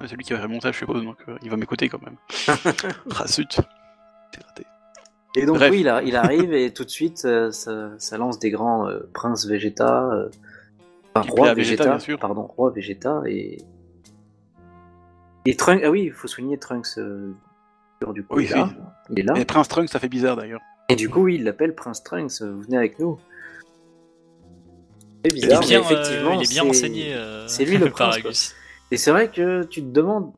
Speaker 2: Ouais, C'est lui qui va faire le montage, je suppose, donc euh, il va m'écouter quand même. ah zut, c'est raté.
Speaker 1: Et donc
Speaker 2: Bref.
Speaker 1: oui, il, a- il arrive et tout de suite, euh, ça, ça lance des grands euh, princes Vegeta, euh, enfin,
Speaker 2: Qui plaît
Speaker 1: roi
Speaker 2: à Vegeta,
Speaker 1: Vegeta,
Speaker 2: bien sûr.
Speaker 1: pardon, roi Vegeta et et Trunks. Ah oui, il faut souligner Trunks euh, Du coup,
Speaker 2: Oui,
Speaker 1: il, est là.
Speaker 2: oui.
Speaker 1: Il est là.
Speaker 2: Mais Prince Trunk, ça fait bizarre d'ailleurs.
Speaker 1: Et du coup, oui, il l'appelle Prince Trunks, euh, vous venez avec nous. C'est
Speaker 3: Il
Speaker 1: bizarre,
Speaker 3: est bien,
Speaker 1: mais
Speaker 3: euh,
Speaker 1: effectivement.
Speaker 3: il est bien
Speaker 1: c'est-
Speaker 3: renseigné. euh,
Speaker 1: c'est lui le
Speaker 3: par
Speaker 1: prince, quoi.
Speaker 3: Agus.
Speaker 1: Et c'est vrai que tu te demandes,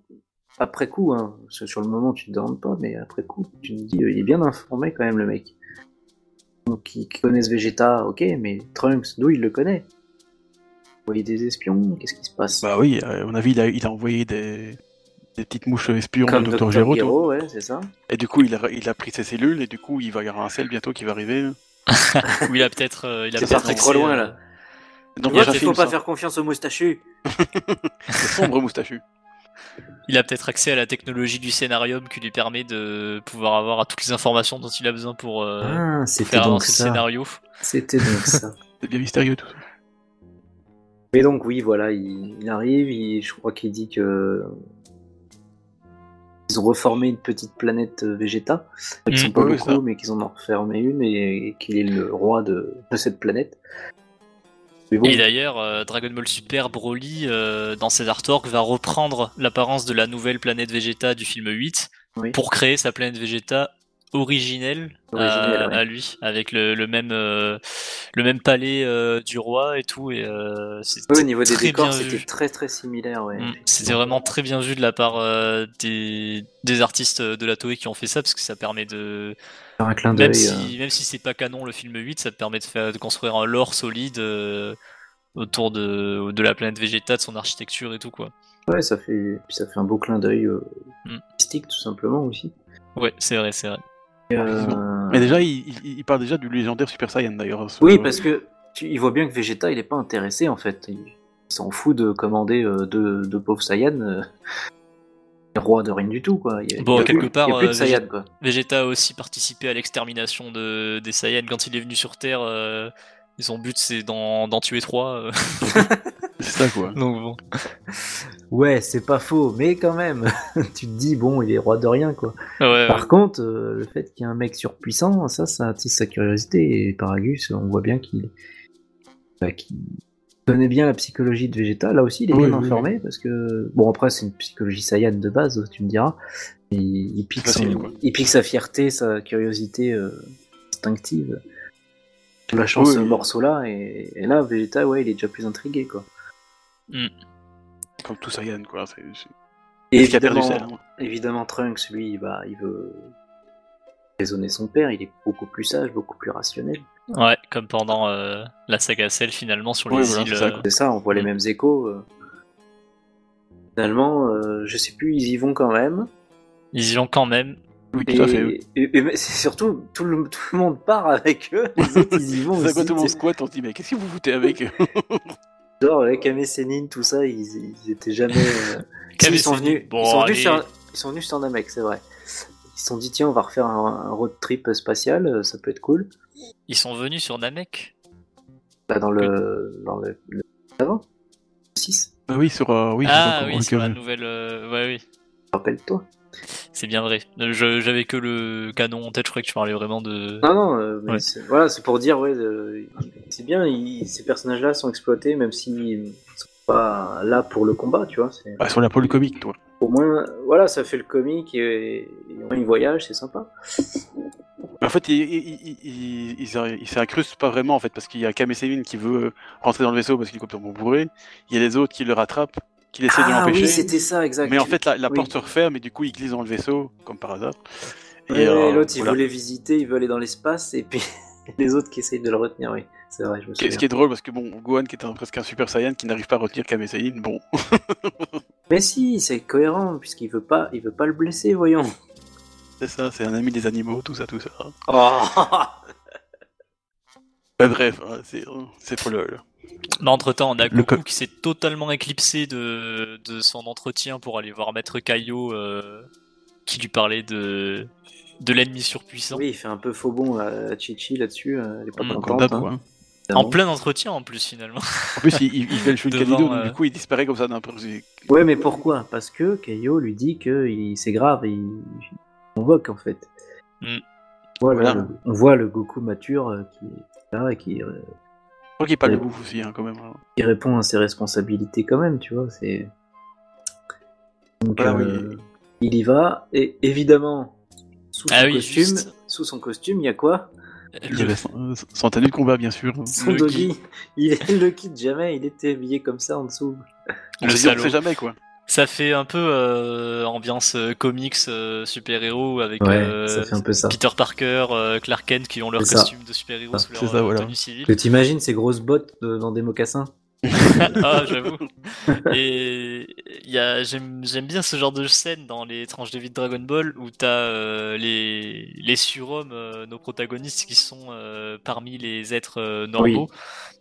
Speaker 1: après coup, hein, parce que sur le moment tu te demandes pas, mais après coup, tu te dis, euh, il est bien informé quand même le mec. Donc ils connaissent Vegeta, ok, mais Trunks, d'où il le connaît Vous voyez des espions, qu'est-ce qui se passe
Speaker 2: Bah oui, euh, à mon avis, il a, il a envoyé des, des petites mouches espions
Speaker 1: Comme
Speaker 2: de
Speaker 1: Dr.
Speaker 2: Dr. Gero. toi.
Speaker 1: Gero, ouais, c'est ça.
Speaker 2: Et du coup, il a, il a pris ses cellules et du coup, il va y avoir un sel bientôt qui va arriver.
Speaker 3: Ou il a peut-être. euh, il a
Speaker 1: C'est
Speaker 3: peut-être
Speaker 1: parti
Speaker 3: accès,
Speaker 1: trop loin,
Speaker 3: euh,
Speaker 1: là.
Speaker 2: Non,
Speaker 1: Ouais,
Speaker 2: déjà
Speaker 1: il faut
Speaker 2: film,
Speaker 1: pas
Speaker 2: ça.
Speaker 1: faire confiance aux moustachus.
Speaker 2: C'est sombre moustachu.
Speaker 3: Il a peut-être accès à la technologie du scénarium qui lui permet de pouvoir avoir à toutes les informations dont il a besoin pour euh,
Speaker 1: ah, c'était
Speaker 3: faire
Speaker 1: donc
Speaker 3: avancer le
Speaker 1: ça.
Speaker 3: scénario.
Speaker 1: C'était donc ça.
Speaker 2: C'est bien mystérieux tout ça.
Speaker 1: Mais donc oui, voilà, il, il arrive, il- je crois qu'il dit que ils ont reformé une petite planète euh, Vegeta, ils sont
Speaker 3: Mm.
Speaker 1: pas
Speaker 2: Oui, ça.
Speaker 1: beaucoup, mais qu'ils en ont refermé une et, et qu'il est le roi de, de cette planète. Mais bon,
Speaker 3: Et d'ailleurs, euh, Dragon Ball Super Broly, euh, dans ses artworks, va reprendre l'apparence de la nouvelle planète Vegeta du film 8
Speaker 1: Oui.
Speaker 3: pour créer sa planète Vegeta originelle,
Speaker 1: Originelle,
Speaker 3: à,
Speaker 1: ouais.
Speaker 3: à lui, avec le, le même, euh, le même palais euh, du roi et tout. Et, euh, c'est-
Speaker 1: oui, au niveau des
Speaker 3: très
Speaker 1: décors,
Speaker 3: bien
Speaker 1: c'était
Speaker 3: vu.
Speaker 1: très très similaire. Ouais.
Speaker 3: Mm, C'était vraiment très bien vu de la part euh, des, des artistes de la Toei qui ont fait ça, parce que ça permet de.
Speaker 1: Faire un clin
Speaker 3: Même
Speaker 1: d'œil. euh.
Speaker 3: si, même si c'est pas canon le film 8, ça permet de, faire, de construire un lore solide euh, autour de, de la planète Vegeta, de son architecture et tout, quoi.
Speaker 1: Ouais, ça fait puis ça fait un beau clin d'œil euh,
Speaker 3: Mm.
Speaker 1: artistique tout simplement aussi.
Speaker 3: Ouais, c'est vrai, c'est vrai.
Speaker 1: Et,
Speaker 2: Effectivement.
Speaker 1: euh,
Speaker 2: Mais déjà, il, il- il parle déjà du légendaire Super Saiyan d'ailleurs. euh, ce-
Speaker 3: Hein.
Speaker 1: Oui, parce que tu- il voit bien que Vegeta, il est pas intéressé en fait. Il, il s'en fout de commander euh, deux, deux pauvres Saiyans. euh, il est roi de rien du tout, quoi. Il y a-
Speaker 3: Bon,
Speaker 1: il y a
Speaker 3: quelque
Speaker 1: plus-
Speaker 3: part,
Speaker 1: il y a plus de
Speaker 3: euh,
Speaker 1: Saiyans, quoi.
Speaker 3: Vegeta a aussi participé à l'extermination de, des Saiyans quand il est venu sur Terre. euh, son but c'est d'en d'en tuer trois. euh,
Speaker 2: C'est ça quoi.
Speaker 3: Donc bon.
Speaker 1: Ouais, c'est pas faux, mais quand même, tu te dis bon, il est roi de rien, quoi.
Speaker 3: Ouais, ouais.
Speaker 1: Par contre, euh, le fait qu'il y ait un mec surpuissant, ça, ça attise sa curiosité. Et Paragus, on voit bien qu'il bah, qu'il connaît bien la psychologie de Vegeta. Là aussi, il est
Speaker 2: Oui,
Speaker 1: bien
Speaker 2: oui,
Speaker 1: informé parce que, bon, après, c'est une psychologie Saiyan de base, tu me diras. Et Il, il pique,
Speaker 2: C'est facile,
Speaker 1: son-
Speaker 2: quoi.
Speaker 1: il pique sa fierté, sa curiosité euh, instinctive. On la chance
Speaker 2: Oui,
Speaker 1: ce
Speaker 2: oui.
Speaker 1: morceau-là, et, et là, Vegeta, ouais, il est déjà plus intrigué, quoi.
Speaker 2: Comme tout Saiyan quoi. C'est c'est-
Speaker 1: Et
Speaker 2: c'est ce qui a perdu
Speaker 1: évidemment-
Speaker 2: sel. hein.
Speaker 1: Évidemment, Trunks, lui, bah, il veut raisonner son père, il est beaucoup plus sage, beaucoup plus rationnel.
Speaker 3: Ouais, comme pendant euh, la saga Cell finalement sur les
Speaker 2: Ouais, voilà,
Speaker 3: îles.
Speaker 2: c'est ça,
Speaker 3: euh,
Speaker 2: quoi.
Speaker 1: C'est ça, on
Speaker 2: Mm.
Speaker 1: voit les mêmes échos. euh. Finalement, euh, je sais plus, ils y vont quand même.
Speaker 3: ils y ont quand même.
Speaker 2: Oui,
Speaker 1: Et,
Speaker 2: tout à fait. oui.
Speaker 1: et- et- mais c'est surtout, tout le, tout le monde part avec eux, les autres, ils y vont
Speaker 2: C'est ça,
Speaker 1: aussi.
Speaker 2: quand tout le monde
Speaker 1: tu sais.
Speaker 2: squat, on se dit, mais qu'est-ce que vous foutez avec
Speaker 1: Genre, avec Kame Sennin, tout ça, ils, ils étaient jamais... euh, Si,
Speaker 3: Kame
Speaker 1: ils, sont
Speaker 3: Sennin.
Speaker 1: venus,
Speaker 3: Bon,
Speaker 1: ils, sont venus
Speaker 3: allez.
Speaker 1: sur, ils sont venus sur Namek, c'est vrai. Ils se sont dit, tiens, on va refaire un, un road trip spatial, euh, ça peut être cool.
Speaker 3: Ils sont venus sur Namek.
Speaker 1: Bah, dans le... Dans le, le- avant 6,
Speaker 2: Ah Oui, sur. euh, oui,
Speaker 3: ah
Speaker 2: sur-
Speaker 3: oui,
Speaker 2: donc,
Speaker 3: sur
Speaker 2: euh,
Speaker 3: la nouvelle. euh, Ouais, oui.
Speaker 1: rappelle-toi.
Speaker 3: C'est bien vrai. Je- J'avais que le canon en tête, je croyais que tu parlais vraiment de.
Speaker 1: Non, non, euh, mais
Speaker 3: Ouais.
Speaker 1: c'est- voilà, c'est pour dire, ouais, euh, c'est bien, ils- ces personnages-là sont exploités, même s'ils sont pas là pour le combat, tu vois. c'est-
Speaker 2: bah, sur la pôle comique, toi.
Speaker 1: Au moins, voilà, ça fait le comique et, et au moins ils voyagent, c'est sympa.
Speaker 2: En fait, il, il, il, il, il s'in- il s'incruste pas vraiment, en fait, parce qu'il y a Kame Sévin qui veut euh, rentrer dans le vaisseau parce qu'il est complètement bourré. Il y a les autres qui le rattrapent, qui essaient de
Speaker 1: ah oui,
Speaker 2: l'empêcher.
Speaker 1: c'était ça, exact.
Speaker 2: mais en fait, la, la
Speaker 1: oui.
Speaker 2: porte se referme et du coup, il glisse dans le vaisseau, comme par hasard.
Speaker 1: Ouais, ouais,
Speaker 2: euh,
Speaker 1: l'autre, il
Speaker 2: voilà.
Speaker 1: voulait visiter, il veut aller dans l'espace, et puis les autres qui essayent de le retenir, oui. C'est vrai, je me
Speaker 2: Ce qui est- ce
Speaker 1: souviens.
Speaker 2: qui est drôle, parce que bon, Gohan, qui est un- presque un super saiyan, qui n'arrive pas à retenir Kame Sévin, bon.
Speaker 1: Mais si, c'est cohérent, puisqu'il veut pas, il veut pas le blesser, voyons.
Speaker 2: C'est ça, c'est un ami des animaux, tout ça, tout ça.
Speaker 1: Oh
Speaker 2: Bah, bref, hein, c'est c'est pour le. le-
Speaker 3: Mais entre temps, on a
Speaker 2: Le
Speaker 3: Goku
Speaker 2: co-
Speaker 3: qui s'est totalement éclipsé de, de son entretien pour aller voir Maître Kaio euh, qui lui parlait de, de l'ennemi surpuissant.
Speaker 1: oui, il fait un peu faux bon à Chichi là-dessus, euh, elle est pas
Speaker 3: Mm,
Speaker 2: comme
Speaker 1: contente.
Speaker 2: d'hab,
Speaker 1: hein,
Speaker 2: quoi, hein.
Speaker 3: En
Speaker 1: évidemment.
Speaker 3: plein entretien en plus finalement.
Speaker 2: En plus, il, il, il fait le Shunkanido,
Speaker 3: Devant,
Speaker 2: donc
Speaker 3: euh,
Speaker 2: du coup, il disparaît comme ça d'un peu. c'est-
Speaker 1: Ouais, mais pourquoi Parce que Kaio lui dit que il- c'est grave, il il convoque en fait.
Speaker 3: Mm.
Speaker 1: Voilà,
Speaker 2: Mmh. Voilà.
Speaker 1: le- on voit le Goku mature euh, qui est là et qui, euh,
Speaker 2: Je crois qu'il parle de bouffe aussi, hein, quand même. hein.
Speaker 1: qui répond à ses responsabilités quand même, tu vois. C'est. Donc,
Speaker 2: Voilà,
Speaker 1: euh,
Speaker 2: oui.
Speaker 1: Il y va, et évidemment, sous son
Speaker 3: Ah oui,
Speaker 1: costume,
Speaker 3: juste.
Speaker 1: sous son costume, il y a quoi
Speaker 2: Il avait son, son tenue de combat, bien sûr.
Speaker 1: Son
Speaker 3: Le
Speaker 1: doggy. Il est le quitte jamais, il était habillé comme ça en dessous.
Speaker 2: On
Speaker 3: Le
Speaker 2: sait- on
Speaker 3: salaud.
Speaker 2: sait jamais, quoi.
Speaker 3: Ça fait un peu euh, ambiance euh, comics, euh, super-héros avec euh,
Speaker 1: peu ça.
Speaker 3: Peter Parker, euh, Clark Kent qui ont leur
Speaker 1: C'est ça.
Speaker 3: costume de super-héros
Speaker 1: Ah,
Speaker 3: sous leur
Speaker 2: c'est ça,
Speaker 3: euh,
Speaker 2: voilà.
Speaker 3: tenue civile.
Speaker 1: Que t'imagines ces grosses bottes euh, dans des mocassins
Speaker 3: ah, j'avoue. Et il y a, j'aime, j'aime bien ce genre de scène dans les tranches de vie de Dragon Ball où t'as euh, les, les surhommes, euh, nos protagonistes qui sont euh, parmi les êtres euh, normaux.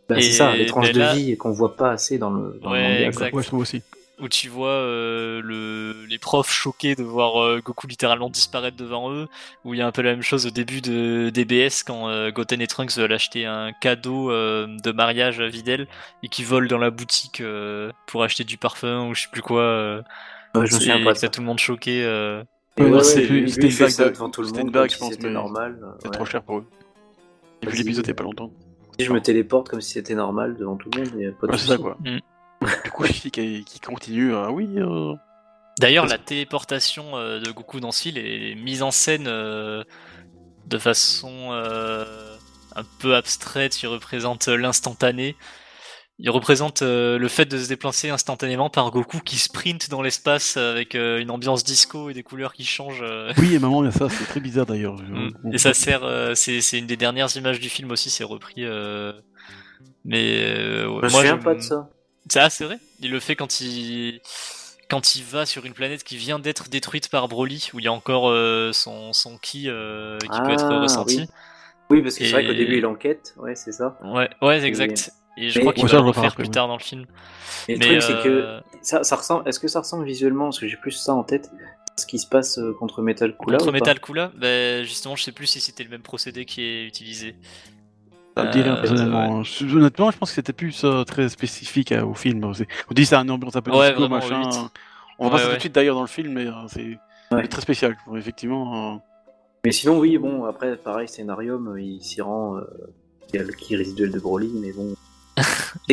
Speaker 1: Bah, C'est
Speaker 3: Et-
Speaker 1: ça, les tranches
Speaker 3: mais
Speaker 1: de
Speaker 3: là-
Speaker 1: vie qu'on voit pas assez dans le, dans le
Speaker 3: Ouais,
Speaker 1: manga,
Speaker 3: exact.
Speaker 2: Ouais, je trouve aussi.
Speaker 3: où tu vois euh, le, les profs choqués de voir euh, Goku littéralement disparaître devant eux, où il y a un peu la même chose au début de DBS quand euh, Goten et Trunks veulent acheter un cadeau euh, de mariage à Videl et qui volent dans la boutique euh, pour acheter du parfum ou je sais plus quoi. euh,
Speaker 1: quoi. Ouais, je me
Speaker 3: et
Speaker 1: souviens pas de
Speaker 3: que t'as
Speaker 1: ça.
Speaker 3: tout le monde choqué. euh.
Speaker 1: Et
Speaker 2: Ouais,
Speaker 1: ouais,
Speaker 2: c'est
Speaker 1: ouais,
Speaker 2: plus-
Speaker 1: lui,
Speaker 2: c'était
Speaker 1: il
Speaker 2: une
Speaker 1: fait
Speaker 2: blague,
Speaker 1: ça
Speaker 2: de-
Speaker 1: devant tout le
Speaker 2: c'était une
Speaker 1: monde,
Speaker 2: blague,
Speaker 1: comme
Speaker 2: je
Speaker 1: si
Speaker 2: pense,
Speaker 1: c'était
Speaker 2: mais
Speaker 1: normal.
Speaker 2: C'est
Speaker 1: ouais.
Speaker 2: trop cher pour eux. Et puis
Speaker 1: Vas-y.
Speaker 2: l'épisode il y a pas longtemps.
Speaker 1: Si je me téléporte comme si c'était normal devant tout le monde, il y a pas de
Speaker 2: Ouais, c'est ça,
Speaker 1: souci.
Speaker 2: quoi.
Speaker 3: Mm.
Speaker 2: Du coup, je dis qu'il qu'il continue. Ah oui, euh,
Speaker 3: D'ailleurs, la téléportation euh, de Goku dans ce film est mise en scène euh, de façon euh, un peu abstraite. Il représente euh, l'instantané. Il représente euh, le fait de se déplacer instantanément par Goku qui sprint dans l'espace avec euh, une ambiance disco et des couleurs qui changent. euh.
Speaker 2: Oui, et maman, il y a ça, c'est très bizarre d'ailleurs.
Speaker 3: Mm.
Speaker 1: Mm.
Speaker 3: Et ça sert. euh, c'est c'est une des dernières images du film aussi. C'est repris. euh, Mais
Speaker 1: Je
Speaker 3: euh, ouais,
Speaker 1: me
Speaker 3: moi,
Speaker 1: souviens
Speaker 3: je-
Speaker 1: pas de ça.
Speaker 3: Ça, c'est vrai. Il le fait quand il quand il va sur une planète qui vient d'être détruite par Broly, où il y a encore euh, son son ki euh, qui peut être
Speaker 1: Ah,
Speaker 3: ressenti.
Speaker 1: Oui, parce que c'est vrai qu'au
Speaker 3: Et-
Speaker 1: début, il enquête, ouais, c'est ça.
Speaker 3: Ouais, ouais, exact. Et je
Speaker 1: Mais-
Speaker 3: crois qu'il
Speaker 2: Ouais,
Speaker 3: va
Speaker 2: ça,
Speaker 3: le
Speaker 2: je le ferai
Speaker 3: refaire
Speaker 2: après,
Speaker 3: plus
Speaker 2: oui.
Speaker 3: tard dans le film.
Speaker 1: Mais le
Speaker 3: Mais,
Speaker 1: truc, c'est que
Speaker 3: euh,
Speaker 1: ça, ça ressemble. Est-ce que ça ressemble visuellement Parce que j'ai plus ça en tête. Ce qui se passe euh, contre Metal Cooler. ou
Speaker 3: contre
Speaker 1: pas
Speaker 3: Metal Kula, ben, justement, je sais plus si c'était le même procédé qui est utilisé.
Speaker 2: Ça me dit rien,
Speaker 3: Euh,
Speaker 2: personnellement. hein. Je- honnêtement, je pense que c'était plus euh, très spécifique euh, au film. C'est- On dit c'est un ambiance un peu
Speaker 3: Ouais,
Speaker 2: disco,
Speaker 3: vraiment,
Speaker 2: machin.
Speaker 3: au huit.
Speaker 2: On va
Speaker 3: Ouais,
Speaker 2: passer tout
Speaker 3: ouais.
Speaker 2: de suite d'ailleurs dans le film, mais euh, c'est
Speaker 1: Ouais.
Speaker 2: c'est très spécial. quoi. Effectivement, euh,
Speaker 1: Mais sinon, oui, bon, après, pareil, scénarium, euh, il s'y rend. euh, Il y a le qui résiduel de Broly, mais bon.
Speaker 3: Il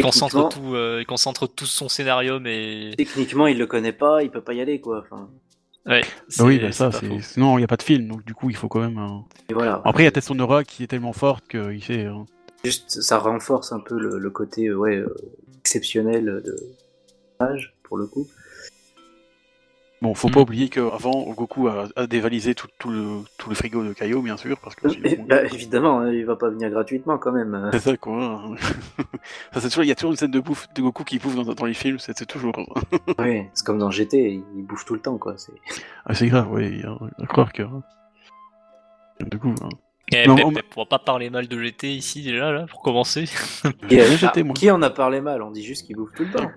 Speaker 1: Techniquement-
Speaker 3: concentre tout, euh, il concentre tout son scénarium et
Speaker 1: Techniquement, il le connaît pas, il peut pas y aller, quoi. Enfin,
Speaker 3: ouais.
Speaker 2: bah oui,
Speaker 3: c'est-
Speaker 2: bah
Speaker 3: c'est
Speaker 2: ça,
Speaker 3: pas
Speaker 2: c'est-
Speaker 3: faux.
Speaker 2: sinon il n'y a pas de film, donc du coup il faut quand même. euh,
Speaker 1: et voilà.
Speaker 2: Après, il y a peut-être son aura qui est tellement forte qu'il fait. euh,
Speaker 1: Juste, ça renforce un peu le, le côté euh, ouais, euh, exceptionnel de l'âge, pour le coup.
Speaker 2: Bon, faut
Speaker 3: Mm.
Speaker 2: pas oublier qu'avant, Goku a, a dévalisé tout, tout le, tout le frigo de Kaio, bien sûr, parce que
Speaker 1: Et,
Speaker 2: sinon-
Speaker 1: bah, évidemment, hein, il va pas venir gratuitement quand même. euh.
Speaker 2: c'est ça quoi. ça, c'est toujours, il y a toujours une scène de bouffe de Goku qui bouffe dans, dans les films, c'est c'est toujours. hein.
Speaker 1: Oui, c'est comme dans GT, il bouffe tout le temps, quoi. c'est-
Speaker 2: Ah, c'est grave, oui, à, à croire que. hein. Du coup, hein.
Speaker 3: Eh,
Speaker 2: Non,
Speaker 3: Pep,
Speaker 2: on-
Speaker 3: Pep, on va pas parler mal de GT ici déjà là pour commencer.
Speaker 1: Qui,
Speaker 2: J'ai jeté,
Speaker 1: ah,
Speaker 2: moi.
Speaker 1: qui en a parlé mal On dit juste qu'il bouffe tout le temps.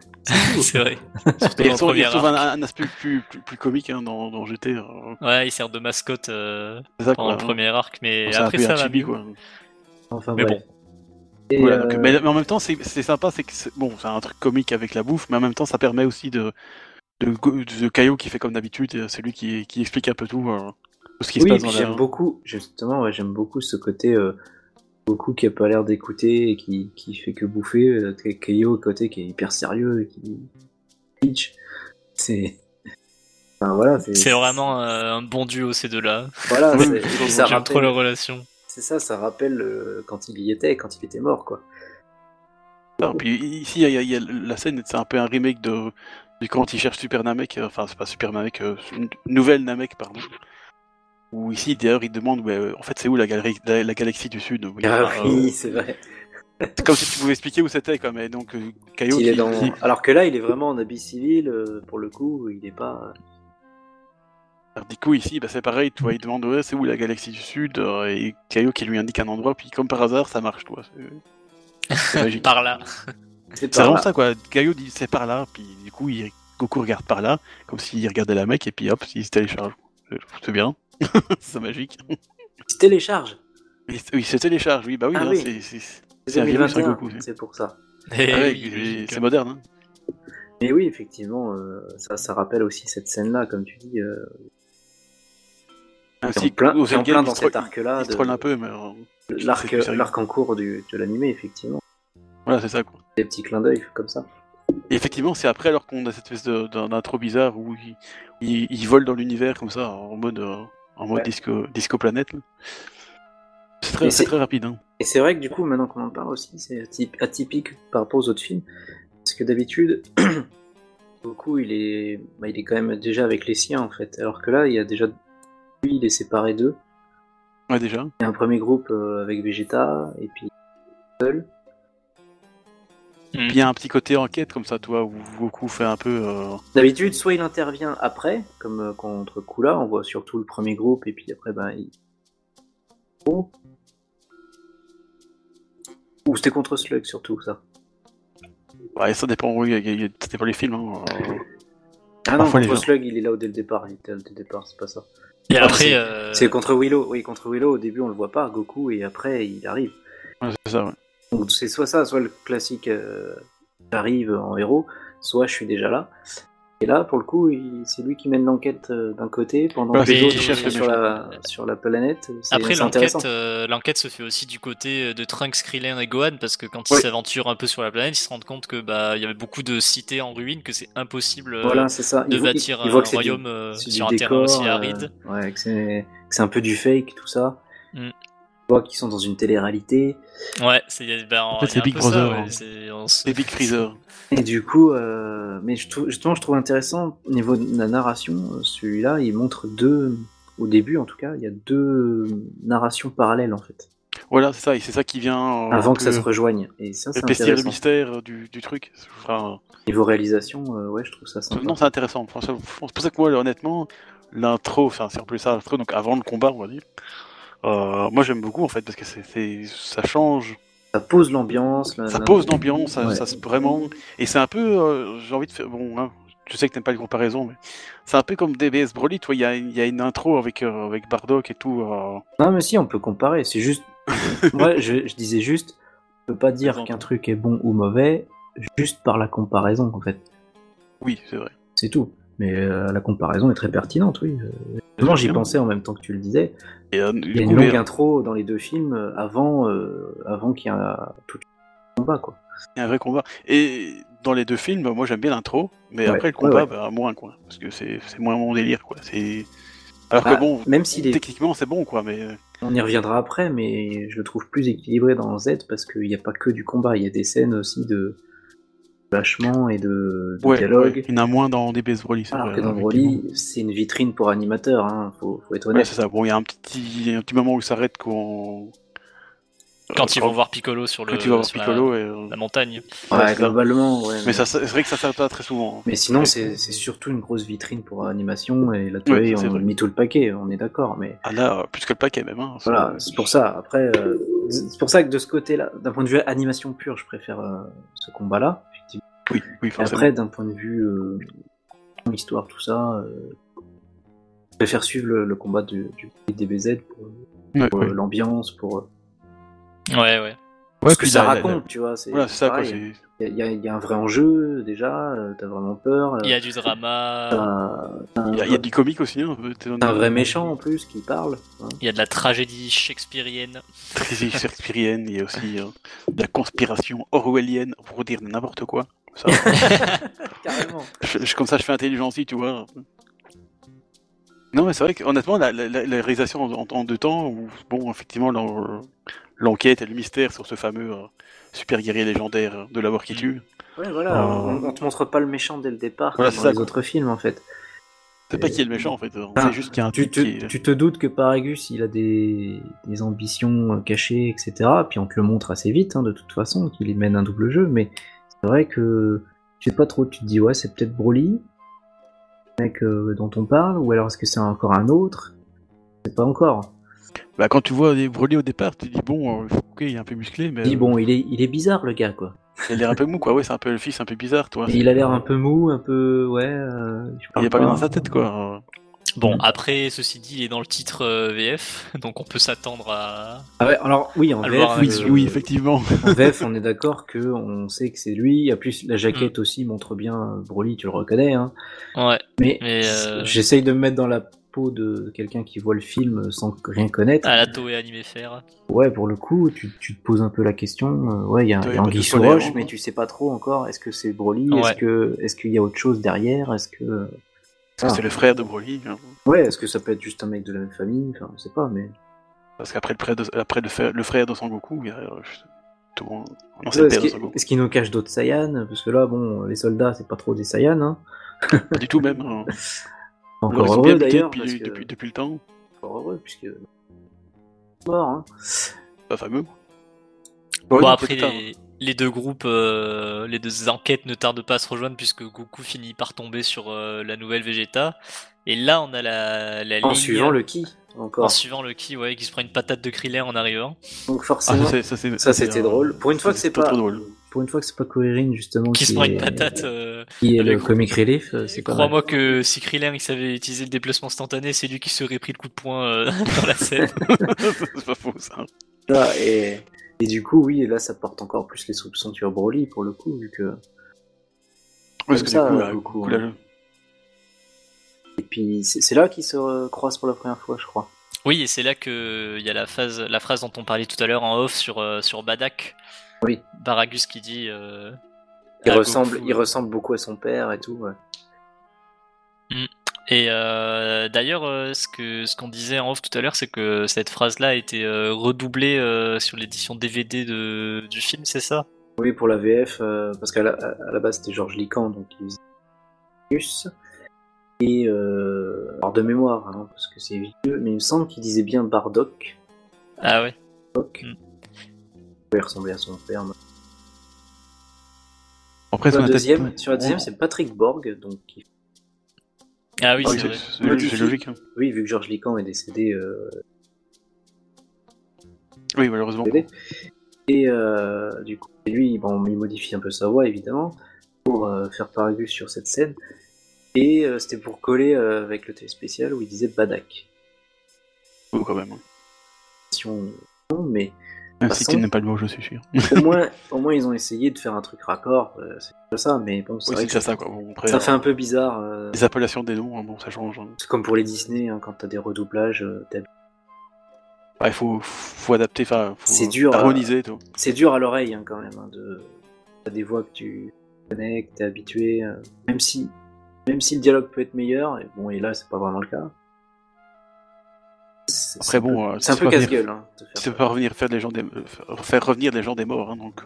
Speaker 3: c'est vrai.
Speaker 2: Et
Speaker 3: Surtout dans le
Speaker 2: il retrouve, il
Speaker 3: premier
Speaker 2: retrouve
Speaker 3: arc.
Speaker 2: un, un aspect plus, plus, plus comique hein, dans, dans GT. euh,
Speaker 3: Ouais, il sert de mascotte euh,
Speaker 2: C'est ça,
Speaker 3: pendant
Speaker 2: quoi. hein.
Speaker 3: le premier arc, mais
Speaker 2: C'est un
Speaker 3: après
Speaker 2: peu
Speaker 3: ça
Speaker 2: un
Speaker 3: va.
Speaker 2: chibi,
Speaker 3: mieux.
Speaker 2: quoi.
Speaker 1: Enfin,
Speaker 3: Mais
Speaker 1: bref. Et,
Speaker 2: Voilà,
Speaker 1: euh,
Speaker 2: donc, mais, mais en même temps, c'est c'est sympa, c'est que c'est- bon, c'est un truc comique avec la bouffe, mais en même temps, ça permet aussi de de, Go- de Caillou qui fait comme d'habitude, et c'est lui qui, qui explique un peu tout, euh, tout ce qui se
Speaker 1: oui,
Speaker 2: passe
Speaker 1: puis
Speaker 2: dans la.
Speaker 1: j'aime beaucoup, justement, ouais, j'aime beaucoup ce côté euh, beaucoup qui a pas l'air d'écouter et qui, qui fait que bouffer. Euh, Ke- Keio, côté qui est hyper sérieux et qui pitch. C'est. Enfin, voilà, c'est.
Speaker 3: C'est vraiment euh, un bon duo ces deux-là.
Speaker 1: Voilà,
Speaker 2: Oui,
Speaker 1: c'est-
Speaker 2: oui,
Speaker 1: et puis
Speaker 2: j'aime
Speaker 1: ça
Speaker 3: J'aime trop
Speaker 1: rappelle-
Speaker 3: leur relation.
Speaker 1: c'est ça, ça rappelle euh, quand il y était, quand il était mort, quoi.
Speaker 2: Ah, puis ici, il y a- il y, a la scène, c'est un peu un remake de du quand il cherche Super Namek, euh, enfin c'est pas Super Namek, euh, une nouvelle Namek pardon. Où ici, d'ailleurs, il demande, mais, euh, en fait, c'est où la galerie, la, la galaxie du Sud Oui,
Speaker 1: Ah
Speaker 2: enfin,
Speaker 1: oui,
Speaker 2: euh,
Speaker 1: c'est vrai.
Speaker 2: c'est comme si tu pouvais expliquer où c'était, quoi. Mais donc, euh, Caillou,
Speaker 1: Il est
Speaker 2: qui-
Speaker 1: dans...
Speaker 2: qui-
Speaker 1: Alors que là, il est vraiment en habit civil, euh, pour le coup, il n'est pas.
Speaker 2: Alors, du coup, ici, bah, c'est pareil,
Speaker 1: Mm.
Speaker 2: tu vois, il demande ouais, c'est où la galaxie du Sud, euh, et Caillou qui lui indique un endroit, puis comme par hasard, ça marche, toi. C'est magique.
Speaker 3: Par là.
Speaker 1: C'est
Speaker 2: C'est
Speaker 1: par
Speaker 2: vraiment
Speaker 1: là.
Speaker 2: ça, quoi. Caillou dit c'est par là, puis du coup, il... Goku regarde par là, comme s'il regardait la mec, et puis hop, il se télécharge. Euh, C'est bien. c'est magique.
Speaker 1: Il se télécharge.
Speaker 2: Il se- Oui, il se télécharge, oui, bah oui,
Speaker 1: Ah
Speaker 2: hein,
Speaker 1: oui.
Speaker 2: c'est- c'est.
Speaker 1: C'est
Speaker 2: C'est un virus, un
Speaker 1: 2021,
Speaker 2: Goku, c'est-
Speaker 1: c'est pour ça.
Speaker 3: Et
Speaker 1: Eh
Speaker 2: Ah ouais,
Speaker 3: oui,
Speaker 2: il-
Speaker 3: oui,
Speaker 2: c'est moderne, hein.
Speaker 1: Mais oui, effectivement, euh, ça, ça rappelle aussi cette scène-là, comme tu dis. euh, hein. c'est en
Speaker 2: Ainsi,
Speaker 1: plein,
Speaker 2: Ah, au
Speaker 1: c'est en
Speaker 2: Sergame,
Speaker 1: plein
Speaker 2: il
Speaker 1: dans
Speaker 2: se
Speaker 1: cet
Speaker 2: troll-
Speaker 1: arc-là,
Speaker 2: Il se troll un
Speaker 1: de-
Speaker 2: peu, mais. euh, c'est
Speaker 1: l'arc
Speaker 2: plus sérieux.
Speaker 1: l'arc en cours du- de l'animé, effectivement.
Speaker 2: Voilà, c'est ça, quoi.
Speaker 1: Des petits clins d'œil comme ça.
Speaker 2: Et effectivement, c'est après, alors qu'on a cette espèce de- d'un- d'intro bizarre où, il- ils, ils volent dans l'univers comme ça, en mode, euh, en mode
Speaker 1: Ouais.
Speaker 2: disco, disco planète. là. C'est très,
Speaker 1: Et
Speaker 2: c'est
Speaker 1: c'est-
Speaker 2: très rapide. Hein.
Speaker 1: Et c'est vrai que du coup, maintenant qu'on en parle aussi, c'est atyp- atypique par rapport aux autres films. Parce que d'habitude, beaucoup, il est, bah, il est quand même déjà avec les siens, en fait. Alors que là, il y a déjà. Lui, il est séparé d'eux.
Speaker 2: Ouais, déjà.
Speaker 1: Il y a un premier groupe euh, avec Vegeta, et puis. Seul.
Speaker 2: Puis il y a un petit côté enquête comme ça, toi, où Goku fait un peu. euh,
Speaker 1: D'habitude, soit il intervient après, comme euh, contre Kula, on voit surtout le premier groupe, et puis après, ben. Il... Oh. Ou c'était contre Slug, surtout, ça.
Speaker 2: Ouais, ça dépend, oui, il y a- il y a- ça dépend les films. hein, euh.
Speaker 1: Ah non,
Speaker 2: Parfois, les
Speaker 1: contre
Speaker 2: gens-
Speaker 1: Slug, il est là dès le départ. Il était là dès le départ, c'est pas ça.
Speaker 3: Et
Speaker 1: Ah,
Speaker 3: après,
Speaker 1: c'est-
Speaker 3: euh,
Speaker 1: C'est contre Willow, oui, contre Willow, au début on le voit pas, Goku, et après il arrive.
Speaker 2: Ouais, c'est ça, ouais.
Speaker 1: Donc c'est soit ça, soit le classique euh, j'arrive en héros, soit je suis déjà là. Et là, pour le coup, il- c'est lui qui mène l'enquête euh, d'un côté, pendant
Speaker 2: Voilà,
Speaker 1: que les
Speaker 3: c'est lui
Speaker 1: autres
Speaker 3: qui
Speaker 1: sont
Speaker 3: cherche
Speaker 1: sur
Speaker 2: le
Speaker 1: la, sur la planète. C'est
Speaker 3: après
Speaker 1: c'est intéressant.
Speaker 3: l'enquête, euh, l'enquête se fait aussi du côté euh, de Trunks, Krillin et Gohan parce que quand
Speaker 1: Oui.
Speaker 3: ils s'aventurent un peu sur la planète, ils se rendent compte que bah il y avait beaucoup de cités en ruine, que c'est impossible euh,
Speaker 1: Voilà, c'est ça.
Speaker 3: de
Speaker 1: voit-
Speaker 3: bâtir
Speaker 1: il voit
Speaker 3: un
Speaker 1: que c'est du-
Speaker 3: royaume euh,
Speaker 1: c'est du
Speaker 3: sur un terrain
Speaker 1: décor,
Speaker 3: aussi
Speaker 1: euh,
Speaker 3: aride.
Speaker 1: ouais, que c'est que c'est un peu du fake, tout ça.
Speaker 3: Mm.
Speaker 1: On voit qu'ils sont dans une télé-réalité.
Speaker 3: Ouais, c'est il y a- ben,
Speaker 2: En fait,
Speaker 3: il y a
Speaker 2: c'est
Speaker 3: un
Speaker 2: Big
Speaker 3: peu ça,
Speaker 2: Brother,
Speaker 3: ouais,
Speaker 2: hein.
Speaker 3: c'est- on se-
Speaker 2: C'est Big Freezer.
Speaker 1: Et du coup, euh, mais je trouve, justement, je trouve intéressant au niveau de la narration, euh, celui-là, il montre deux, au début en tout cas, il y a deux narrations parallèles en fait,
Speaker 2: Voilà, c'est ça, et c'est ça qui vient. euh,
Speaker 1: avant
Speaker 2: un
Speaker 1: que ça
Speaker 2: peu
Speaker 1: se rejoigne. Et ça, c'est
Speaker 2: épaissir le
Speaker 1: intéressant.
Speaker 2: mystère euh, du, du truc. euh, Enfin,
Speaker 1: Niveau réalisation, euh, ouais, je trouve ça sympa.
Speaker 2: Non, c'est intéressant. Enfin, ça- c'est pour ça que moi, honnêtement, l'intro, enfin, c'est un peu ça, l'intro, donc avant le combat, on va dire. euh, moi, j'aime beaucoup en fait parce que c'est, c'est- ça change,
Speaker 1: Ça pose l'ambiance. la-
Speaker 2: ça
Speaker 1: la-
Speaker 2: pose l'ambiance, ça,
Speaker 1: Euh, Ouais.
Speaker 2: ça se- vraiment. Et c'est un peu, euh, j'ai envie de faire, bon, hein, je sais que t'aimes pas les comparaisons, mais c'est un peu comme DBS Broly, tu vois, il y a, il y a une intro avec euh, avec Bardock et tout. euh,
Speaker 1: Non, mais si, on peut comparer. C'est juste, moi, je, je disais juste, on peut pas dire
Speaker 2: Présente.
Speaker 1: qu'un truc est bon ou mauvais juste par la comparaison en fait.
Speaker 2: Oui, c'est vrai.
Speaker 1: C'est tout. Mais euh, la comparaison est très pertinente, oui. Vraiment, j'y pensais en même temps que tu le disais.
Speaker 2: Et, euh,
Speaker 1: Il y
Speaker 2: du
Speaker 1: a
Speaker 2: coup,
Speaker 1: une longue
Speaker 2: mais-
Speaker 1: intro dans les deux films euh, avant, euh, avant qu'il y ait un- tout le combat. Quoi.
Speaker 2: Il y a un vrai combat. Et dans les deux films, moi j'aime bien l'intro, mais
Speaker 1: Ouais,
Speaker 2: après le
Speaker 1: ouais,
Speaker 2: combat,
Speaker 1: ouais.
Speaker 2: bah, moins quoi. Parce que c'est c'est moins mon délire quoi. C'est alors
Speaker 1: Ah,
Speaker 2: que bon,
Speaker 1: Même s'il est...
Speaker 2: techniquement c'est bon quoi, mais euh,
Speaker 1: On y reviendra après, mais je le trouve plus équilibré dans Z parce qu'il n'y a pas que du combat, il y a des scènes aussi de lâchement et de, de
Speaker 2: ouais,
Speaker 1: dialogue.
Speaker 2: ouais, il y en a moins dans DBS Broly. c'est
Speaker 1: Alors
Speaker 2: vrai,
Speaker 1: que dans
Speaker 2: euh, effectivement.
Speaker 1: Broly, c'est une vitrine pour animateurs, hein, faut, faut être
Speaker 2: Ouais,
Speaker 1: honnête.
Speaker 2: c'est ça. Bon, il y a un petit un petit moment où ça s'arrête quand
Speaker 3: Quand
Speaker 2: euh,
Speaker 3: ils vont voir Piccolo sur
Speaker 2: quand
Speaker 3: le
Speaker 2: tu vas voir
Speaker 3: sur la-
Speaker 2: Piccolo. et, euh,
Speaker 3: la montagne.
Speaker 1: Ouais,
Speaker 2: c'est ça.
Speaker 1: globalement, ouais,
Speaker 2: Mais ça, ça- c'est vrai que ça s'arrête pas très souvent. hein.
Speaker 1: Mais sinon, c'est c'est surtout une grosse vitrine pour animation et là, tu
Speaker 2: Ouais,
Speaker 1: vois,
Speaker 2: ça, c'est
Speaker 1: on a
Speaker 2: vrai.
Speaker 1: mis tout le paquet, on est d'accord, mais.
Speaker 2: Ah là, euh, plus que le paquet même. Hein,
Speaker 1: Voilà, c'est pour ça. Après, euh, c'est pour ça que de ce côté-là, d'un point de vue animation pure, je préfère euh, ce combat-là. effectivement.
Speaker 2: Oui, oui,
Speaker 1: Et
Speaker 2: forcément.
Speaker 1: Après, d'un point de vue euh, histoire, tout ça, euh, je préfère suivre le, le combat du, du DBZ pour,
Speaker 2: Ouais,
Speaker 1: pour,
Speaker 2: ouais.
Speaker 1: euh, l'ambiance, pour euh,
Speaker 3: Ouais, ouais.
Speaker 1: ce que
Speaker 2: puis
Speaker 1: ça
Speaker 2: la- la-
Speaker 1: raconte, tu vois. C'est
Speaker 2: Voilà, c'est ça quoi.
Speaker 1: pareil.
Speaker 2: c'est-
Speaker 1: Il y, a- il y a un vrai enjeu déjà. euh, T'as vraiment peur. euh,
Speaker 3: Il y a du drama,
Speaker 1: T'as
Speaker 2: Il y a- il y a du comique aussi. hein, un peu, t'es dans-
Speaker 1: t'as un vrai méchant en plus qui parle. hein.
Speaker 3: il y a de la tragédie shakespearienne.
Speaker 2: très shakespearienne, il y a aussi euh, de la conspiration orwellienne pour dire n'importe quoi. Ça,
Speaker 1: Carrément.
Speaker 2: je- je- comme ça, je fais intelligence, tu vois. Non, mais c'est vrai que honnêtement, la, la- la- la réalisation en, en- en deux temps, où, bon, effectivement, l'en- l'enquête et le mystère sur ce fameux euh, super guerrier légendaire euh, de la mort qui tue,
Speaker 1: Ouais, voilà.
Speaker 2: Oh.
Speaker 1: On, on te montre pas le méchant dès le départ
Speaker 2: Voilà,
Speaker 1: comme
Speaker 2: c'est
Speaker 1: dans
Speaker 2: ça,
Speaker 1: les
Speaker 2: quoi.
Speaker 1: autres films en fait.
Speaker 2: c'est pas qui est le méchant en fait, on
Speaker 1: Ah,
Speaker 2: sait juste qu'il y a un
Speaker 1: Tu
Speaker 2: type qui
Speaker 1: te,
Speaker 2: est- euh,
Speaker 1: tu te doutes que Paragus, il a des, des ambitions euh, cachées, etc. Puis on te le montre assez vite, hein, de toute façon, qu'il y mène un double jeu. Mais c'est vrai que tu sais pas trop, tu te dis, ouais, c'est peut-être Broly, le mec euh, dont on parle, ou alors est-ce que c'est encore un autre C'est pas encore.
Speaker 2: Bah, quand tu vois des Broly au départ, tu dis bon, euh, ok, il est un peu musclé, mais
Speaker 1: Dis,
Speaker 2: euh,
Speaker 1: bon, il est, il est bizarre le gars, quoi.
Speaker 2: il a l'air un peu mou quoi, ouais, c'est un peu le fils un peu bizarre, toi.
Speaker 1: Il a l'air un peu mou, un peu. Ouais. euh, je
Speaker 2: Il
Speaker 1: parle
Speaker 2: est pas bien dans sa tête quoi.
Speaker 3: Bon,
Speaker 1: Mm.
Speaker 3: après, ceci dit, il est dans le titre euh, VF, donc on peut s'attendre à.
Speaker 1: Ah ouais, alors, oui, en
Speaker 3: À le
Speaker 1: VF,
Speaker 3: voir,
Speaker 2: Oui,
Speaker 1: euh,
Speaker 2: oui, effectivement.
Speaker 1: En VF, on est d'accord que on sait que c'est lui. En plus, la jaquette
Speaker 2: Mm.
Speaker 1: aussi montre bien euh, Broly, tu le reconnais. Hein.
Speaker 3: Ouais.
Speaker 1: Mais,
Speaker 3: Mais, euh,
Speaker 1: j'essaye de me mettre dans la peau de quelqu'un qui voit le film sans rien connaître.
Speaker 2: Ah,
Speaker 3: À la Toei Anime Faire.
Speaker 1: Ouais, pour le coup, tu, tu te poses un peu la question. euh, ouais, il y a,
Speaker 2: Toi,
Speaker 1: il y
Speaker 2: y a
Speaker 1: a
Speaker 2: pas
Speaker 1: Anguille
Speaker 2: de
Speaker 1: sous
Speaker 2: spoiler,
Speaker 1: roche,
Speaker 2: hein.
Speaker 1: mais tu sais pas trop encore. Est-ce que c'est Broly
Speaker 3: Ouais.
Speaker 1: Est-ce que est-ce qu'il y a autre chose derrière Est-ce que
Speaker 2: Parce que
Speaker 1: Ah.
Speaker 2: c'est le frère de Broly. hein.
Speaker 1: Ouais, est-ce que ça peut être juste un mec de la même famille Enfin, je sais pas, mais.
Speaker 2: Parce qu'après le frère de, après le frère, le frère de Sangoku, il y a, euh, je- tout le monde. Non, c'est
Speaker 1: Ouais,
Speaker 2: le
Speaker 1: est-ce
Speaker 2: père de
Speaker 1: qu'il
Speaker 2: Sangoku.
Speaker 1: est-ce qu'il nous cache d'autres Saiyans Parce que là, bon, les soldats, c'est pas trop des Saiyans, hein.
Speaker 2: Pas du tout, même. hein. On
Speaker 1: Encore
Speaker 2: les a
Speaker 1: heureux
Speaker 2: bien butés
Speaker 1: d'ailleurs, parce
Speaker 2: depuis,
Speaker 1: que...
Speaker 2: depuis, depuis le temps.
Speaker 1: Encore heureux, puisque. Mort, hein.
Speaker 2: Pas fameux.
Speaker 3: Bon,
Speaker 2: Ouais, non,
Speaker 3: après,
Speaker 2: plus tard.
Speaker 3: les, les deux groupes, euh, les deux enquêtes ne tardent pas à se rejoindre puisque Goku finit par tomber sur euh, la nouvelle Vegeta. Et là, on a la, la
Speaker 1: En
Speaker 3: ligne-
Speaker 1: suivant le qui,
Speaker 3: en
Speaker 1: encore.
Speaker 3: suivant le qui, ouais, qui se prend une patate de Krillin en arrivant.
Speaker 1: Donc
Speaker 2: Ah,
Speaker 1: forcément,
Speaker 2: ça, c'est- ça, c'est-
Speaker 1: ça
Speaker 2: c'est,
Speaker 1: c'était
Speaker 2: euh,
Speaker 1: drôle. Pour une fois que c'est pas.
Speaker 2: trop drôle.
Speaker 1: Pour une fois que c'est pas Kuririn justement
Speaker 3: Qui
Speaker 1: qui,
Speaker 3: se prend
Speaker 1: est...
Speaker 3: une patate. euh,
Speaker 1: qui est le
Speaker 3: avec-
Speaker 1: comic relief, euh, c'est pas mal.
Speaker 3: Crois-moi que si Krillin il savait utiliser le déplacement instantané, c'est lui qui serait pris le coup de poing euh, dans la scène.
Speaker 2: c'est pas faux, ça. Ah,
Speaker 1: Là, et... et du coup, oui, là ça porte encore plus les soupçons sur Broly pour le coup, vu que.
Speaker 2: Parce que
Speaker 1: ça,
Speaker 2: du coup, là,
Speaker 1: Goku,
Speaker 2: Goku, là,
Speaker 1: hein. Et puis c'est c'est là qu'ils se euh, croisent pour la première fois, je crois.
Speaker 3: oui, et c'est là que euh, il y a la phase, la phrase dont on parlait tout à l'heure en off sur euh, sur Badak.
Speaker 1: Oui.
Speaker 3: Baragus qui dit. euh,
Speaker 1: Il
Speaker 3: à
Speaker 1: ressemble,
Speaker 3: Goku,
Speaker 1: il
Speaker 3: euh,
Speaker 1: ressemble beaucoup à son père et tout. ouais.
Speaker 3: Et euh, d'ailleurs, euh, ce que ce qu'on disait en off tout à l'heure, c'est que cette phrase-là a été euh, redoublée euh, sur l'édition DVD de, du film, c'est ça
Speaker 1: Oui, pour la VF, euh, parce qu'à la, à la base c'était Georges Lican, donc il faisait plus. Et euh, alors de mémoire, hein, parce que c'est vieux, mais il me semble qu'il disait bien Bardock.
Speaker 3: Ah ouais.
Speaker 1: Bardock.
Speaker 3: Mm.
Speaker 1: Il ressemblait à son père. mais-
Speaker 2: Après,
Speaker 1: Sur
Speaker 2: on
Speaker 1: la
Speaker 2: a peut-être-
Speaker 1: deuxième, sur la deuxième, c'est Patrick Borg, donc qui-
Speaker 3: Ah oui,
Speaker 2: Ah,
Speaker 3: c'est
Speaker 2: c'est-
Speaker 3: vrai.
Speaker 2: c'est- c'est- C'est logique. hein.
Speaker 1: oui, vu que Georges Lican est décédé, euh,
Speaker 2: Oui, malheureusement.
Speaker 1: DVD. Et euh, du coup, lui, bon, il modifie un peu sa voix, évidemment, pour euh, faire Paragus sur cette scène. Et euh, c'était pour coller euh, avec le téléspécial où il disait Badak.
Speaker 2: Oh, quand même. hein.
Speaker 1: Si on- non, Mais
Speaker 2: Même
Speaker 1: Bah,
Speaker 2: si
Speaker 1: sans-
Speaker 2: tu n'aimes pas le mot, je suis sûr.
Speaker 1: au moins, au moins, ils ont essayé de faire un truc raccord. euh, c'est pas ça, mais bon, c'est
Speaker 2: Oui,
Speaker 1: vrai
Speaker 2: c'est
Speaker 1: que
Speaker 2: ça, ça, quoi. Bon, après,
Speaker 1: ça
Speaker 2: euh,
Speaker 1: fait un peu bizarre. euh,
Speaker 2: Les appellations des noms, hein, bon, ça change. hein.
Speaker 1: c'est comme pour les Disney, hein, quand t'as des redoublages, euh, t'as-
Speaker 2: Ouais, il faut, faut adapter, enfin, faut
Speaker 1: C'est dur, hein.
Speaker 2: harmoniser et tout.
Speaker 1: c'est dur à l'oreille hein, quand même. hein, de... T'as des voix que tu connais, que t'es habitué, euh, même si, même si le dialogue peut être meilleur. Et bon, et là, c'est pas vraiment le cas. C'est
Speaker 2: Après,
Speaker 1: c'est un
Speaker 2: bon,
Speaker 1: peu-
Speaker 2: euh,
Speaker 1: c'est un
Speaker 2: tu
Speaker 1: peu
Speaker 2: sais pas
Speaker 1: casse-gueule. hein, de faire
Speaker 2: Tu peux
Speaker 1: ça.
Speaker 2: pas revenir faire, des gens des- euh, faire- faire revenir les gens des morts, hein, donc.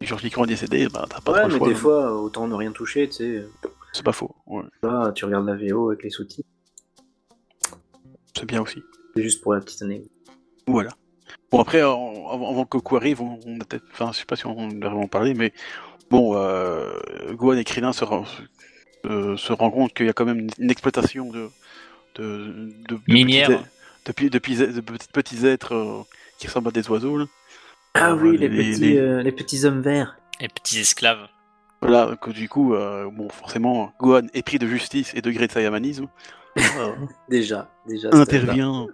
Speaker 2: Si Georges Lican est décédé, bah, t'as pas
Speaker 1: Ouais,
Speaker 2: trop
Speaker 1: mais
Speaker 2: le choix.
Speaker 1: des
Speaker 2: hein.
Speaker 1: fois, autant ne rien toucher, tu sais. euh,
Speaker 2: C'est pas faux, ouais.
Speaker 1: Là, tu regardes la VO avec les sous-titres,
Speaker 2: c'est bien aussi.
Speaker 1: c'est juste pour la petite anecdote.
Speaker 2: Voilà. Bon, après, en- avant, avant que Goku arrive, on, on a peut-être. Enfin, je sais pas si on a vraiment parlé, mais bon, euh, Gohan et Krillin se, ren- euh, se rendent compte qu'il y a quand même une, une exploitation de. de, de- de
Speaker 3: Minière.
Speaker 2: petits ê- De, pi- de, petits ê- de petits, petits êtres euh, qui ressemblent à des oiseaux, là.
Speaker 1: Ah oui, les,
Speaker 2: les-
Speaker 1: petits,
Speaker 2: les-
Speaker 1: euh, les petits hommes verts.
Speaker 3: Et petits esclaves.
Speaker 2: Voilà, que du coup, euh, bon, forcément, Gohan, épris de justice et degré de sayamanisme, euh,
Speaker 1: Déjà, déjà. c'est
Speaker 2: intervient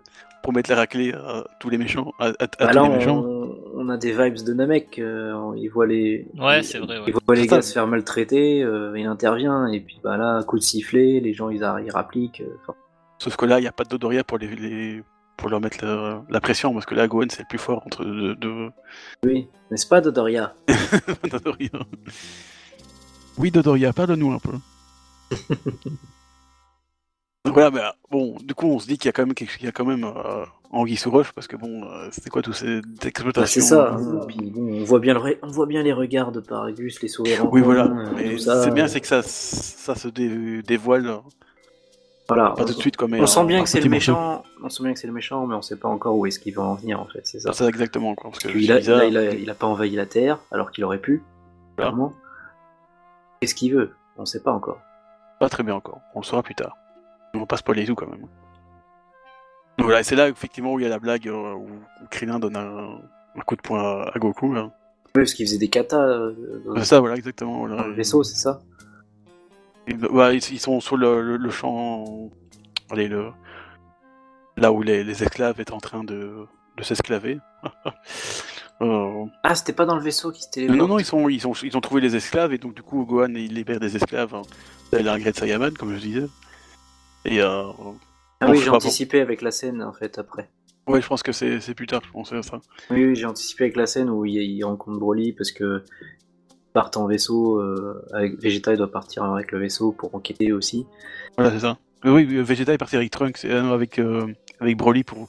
Speaker 2: pour mettre la raclée à tous les méchants. À, à- à
Speaker 1: Bah
Speaker 2: tous
Speaker 1: là,
Speaker 2: les méchants.
Speaker 1: on, on a des vibes de Namek. euh, on- il voit les,
Speaker 3: Ouais,
Speaker 1: il-
Speaker 3: c'est vrai, ouais.
Speaker 1: il voit les
Speaker 2: C'est ça.
Speaker 1: gars se faire maltraiter. euh, il intervient et puis bah là, coup de sifflet, les gens ils, arri- ils rappliquent. euh, enfin,
Speaker 2: Sauf que là, il n'y a pas de Dodoria pour, les, les- pour leur mettre la, la pression, parce que là, Gohan, c'est le plus fort entre deux deux-
Speaker 1: oui, n'est-ce pas Dodoria
Speaker 2: Dodoria. Oui, Dodoria, parle-nous un peu. Donc voilà, bah, bon, du coup, on se dit qu'il y a quand même, quelque- qu'il y a quand même euh, Anguille sous roche, parce que bon, euh, c'était quoi toutes ces
Speaker 1: Bah,
Speaker 2: exploitations
Speaker 1: C'est ça.
Speaker 2: euh,
Speaker 1: hein, puis bon, on voit bien le, re- on voit bien les regards de Paragus, les sourires. en
Speaker 2: Oui,
Speaker 1: coin,
Speaker 2: voilà.
Speaker 1: euh,
Speaker 2: Mais
Speaker 1: tout ça,
Speaker 2: c'est bien,
Speaker 1: euh,
Speaker 2: c'est que ça, ça se dé- dévoile hein.
Speaker 1: Voilà.
Speaker 2: pas
Speaker 1: on,
Speaker 2: tout de suite, quoi, mais
Speaker 1: on
Speaker 2: en-
Speaker 1: sent bien
Speaker 2: en
Speaker 1: que c'est
Speaker 2: petits
Speaker 1: le
Speaker 2: morceaux.
Speaker 1: méchant. On sent bien que c'est le méchant, mais on sait pas encore où est-ce qu'il va en venir en fait. C'est ça.
Speaker 2: C'est ça exactement, quoi. Parce que
Speaker 1: Puis il, a,
Speaker 2: c'est bizarre.
Speaker 1: là, il, a, il a pas envahi la Terre alors qu'il aurait pu.
Speaker 2: Voilà.
Speaker 1: Clairement. Qu'est-ce qu'il veut On sait pas encore.
Speaker 2: Pas très bien encore. On le saura plus tard. On va pas spoiler tout quand même. Donc Voilà, et c'est là effectivement où il y a la blague euh, où où Krillin donne un, un coup de poing à, à Goku. là.
Speaker 1: Oui, parce qu'il faisait des katas euh, dans
Speaker 2: C'est ça, voilà, exactement.
Speaker 1: dans
Speaker 2: voilà.
Speaker 1: le vaisseau, c'est ça
Speaker 2: Ils, ouais, ils- ils sont sur le, le- le champ. Allez, le, là où les, les esclaves étaient en train de, de s'esclaver. Euh,
Speaker 1: Ah, c'était pas dans le vaisseau qui se téléporte
Speaker 2: Non, non, non, ils, sont, ils, ont, ils ont trouvé les esclaves, et donc du coup, Gohan, il libère des esclaves. hein. C'est la regrette Saiyaman, comme je disais. Et euh,
Speaker 1: Ah oui,
Speaker 2: Bon, je sais
Speaker 1: j'ai
Speaker 2: pas
Speaker 1: anticipé avec la scène, en fait, après.
Speaker 2: ouais, je pense que c'est c'est plus tard, je pense à ça.
Speaker 1: Oui, oui, j'ai anticipé avec la scène où il, il rencontre Broly parce que partent en vaisseau. euh, avec Vegeta, il doit partir avec le vaisseau pour enquêter aussi.
Speaker 2: Voilà, c'est ça. Mais oui, euh, Vegeta est parti avec Trunks, et, euh, non, avec, euh, avec Broly pour,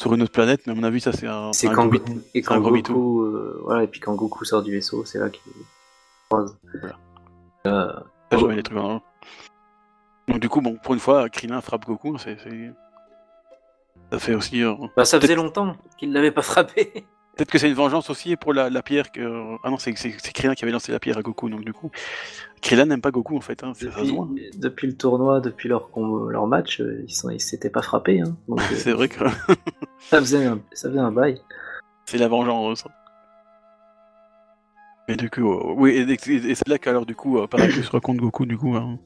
Speaker 2: sur une autre planète, mais à mon avis, ça c'est un.
Speaker 1: C'est
Speaker 2: un
Speaker 1: quand,
Speaker 2: gros
Speaker 1: Go-
Speaker 2: bit-
Speaker 1: et
Speaker 2: c'est
Speaker 1: quand
Speaker 2: un gros
Speaker 1: Goku, euh, voilà, et puis quand Goku sort du vaisseau, c'est là qu'il croise.
Speaker 2: Voilà.
Speaker 1: Euh,
Speaker 2: Ça, je mets les trucs en ordre. Donc, du coup, bon, pour une fois, Krillin frappe Goku, c'est. c'est- Ça fait aussi. euh,
Speaker 1: bah, ça faisait longtemps qu'il l'avait pas frappé.
Speaker 2: Peut-être que c'est une vengeance aussi pour la, la pierre que. Ah non, c'est c'est- c'est Krillin qui avait lancé la pierre à Goku, donc du coup. Krillin n'aime pas Goku en fait, hein, ça, ça se
Speaker 1: Depuis,
Speaker 2: voit.
Speaker 1: depuis le tournoi, depuis leur, com- leur match, euh, ils sont- ils s'étaient pas frappés. hein. Donc, euh,
Speaker 2: C'est vrai que
Speaker 1: ça, faisait un, ça faisait un bail.
Speaker 2: c'est la vengeance. hein. Mais du coup, euh, oui, et, et- et c'est là qu'alors du coup, euh, pareil, je se raconte Goku du coup. hein.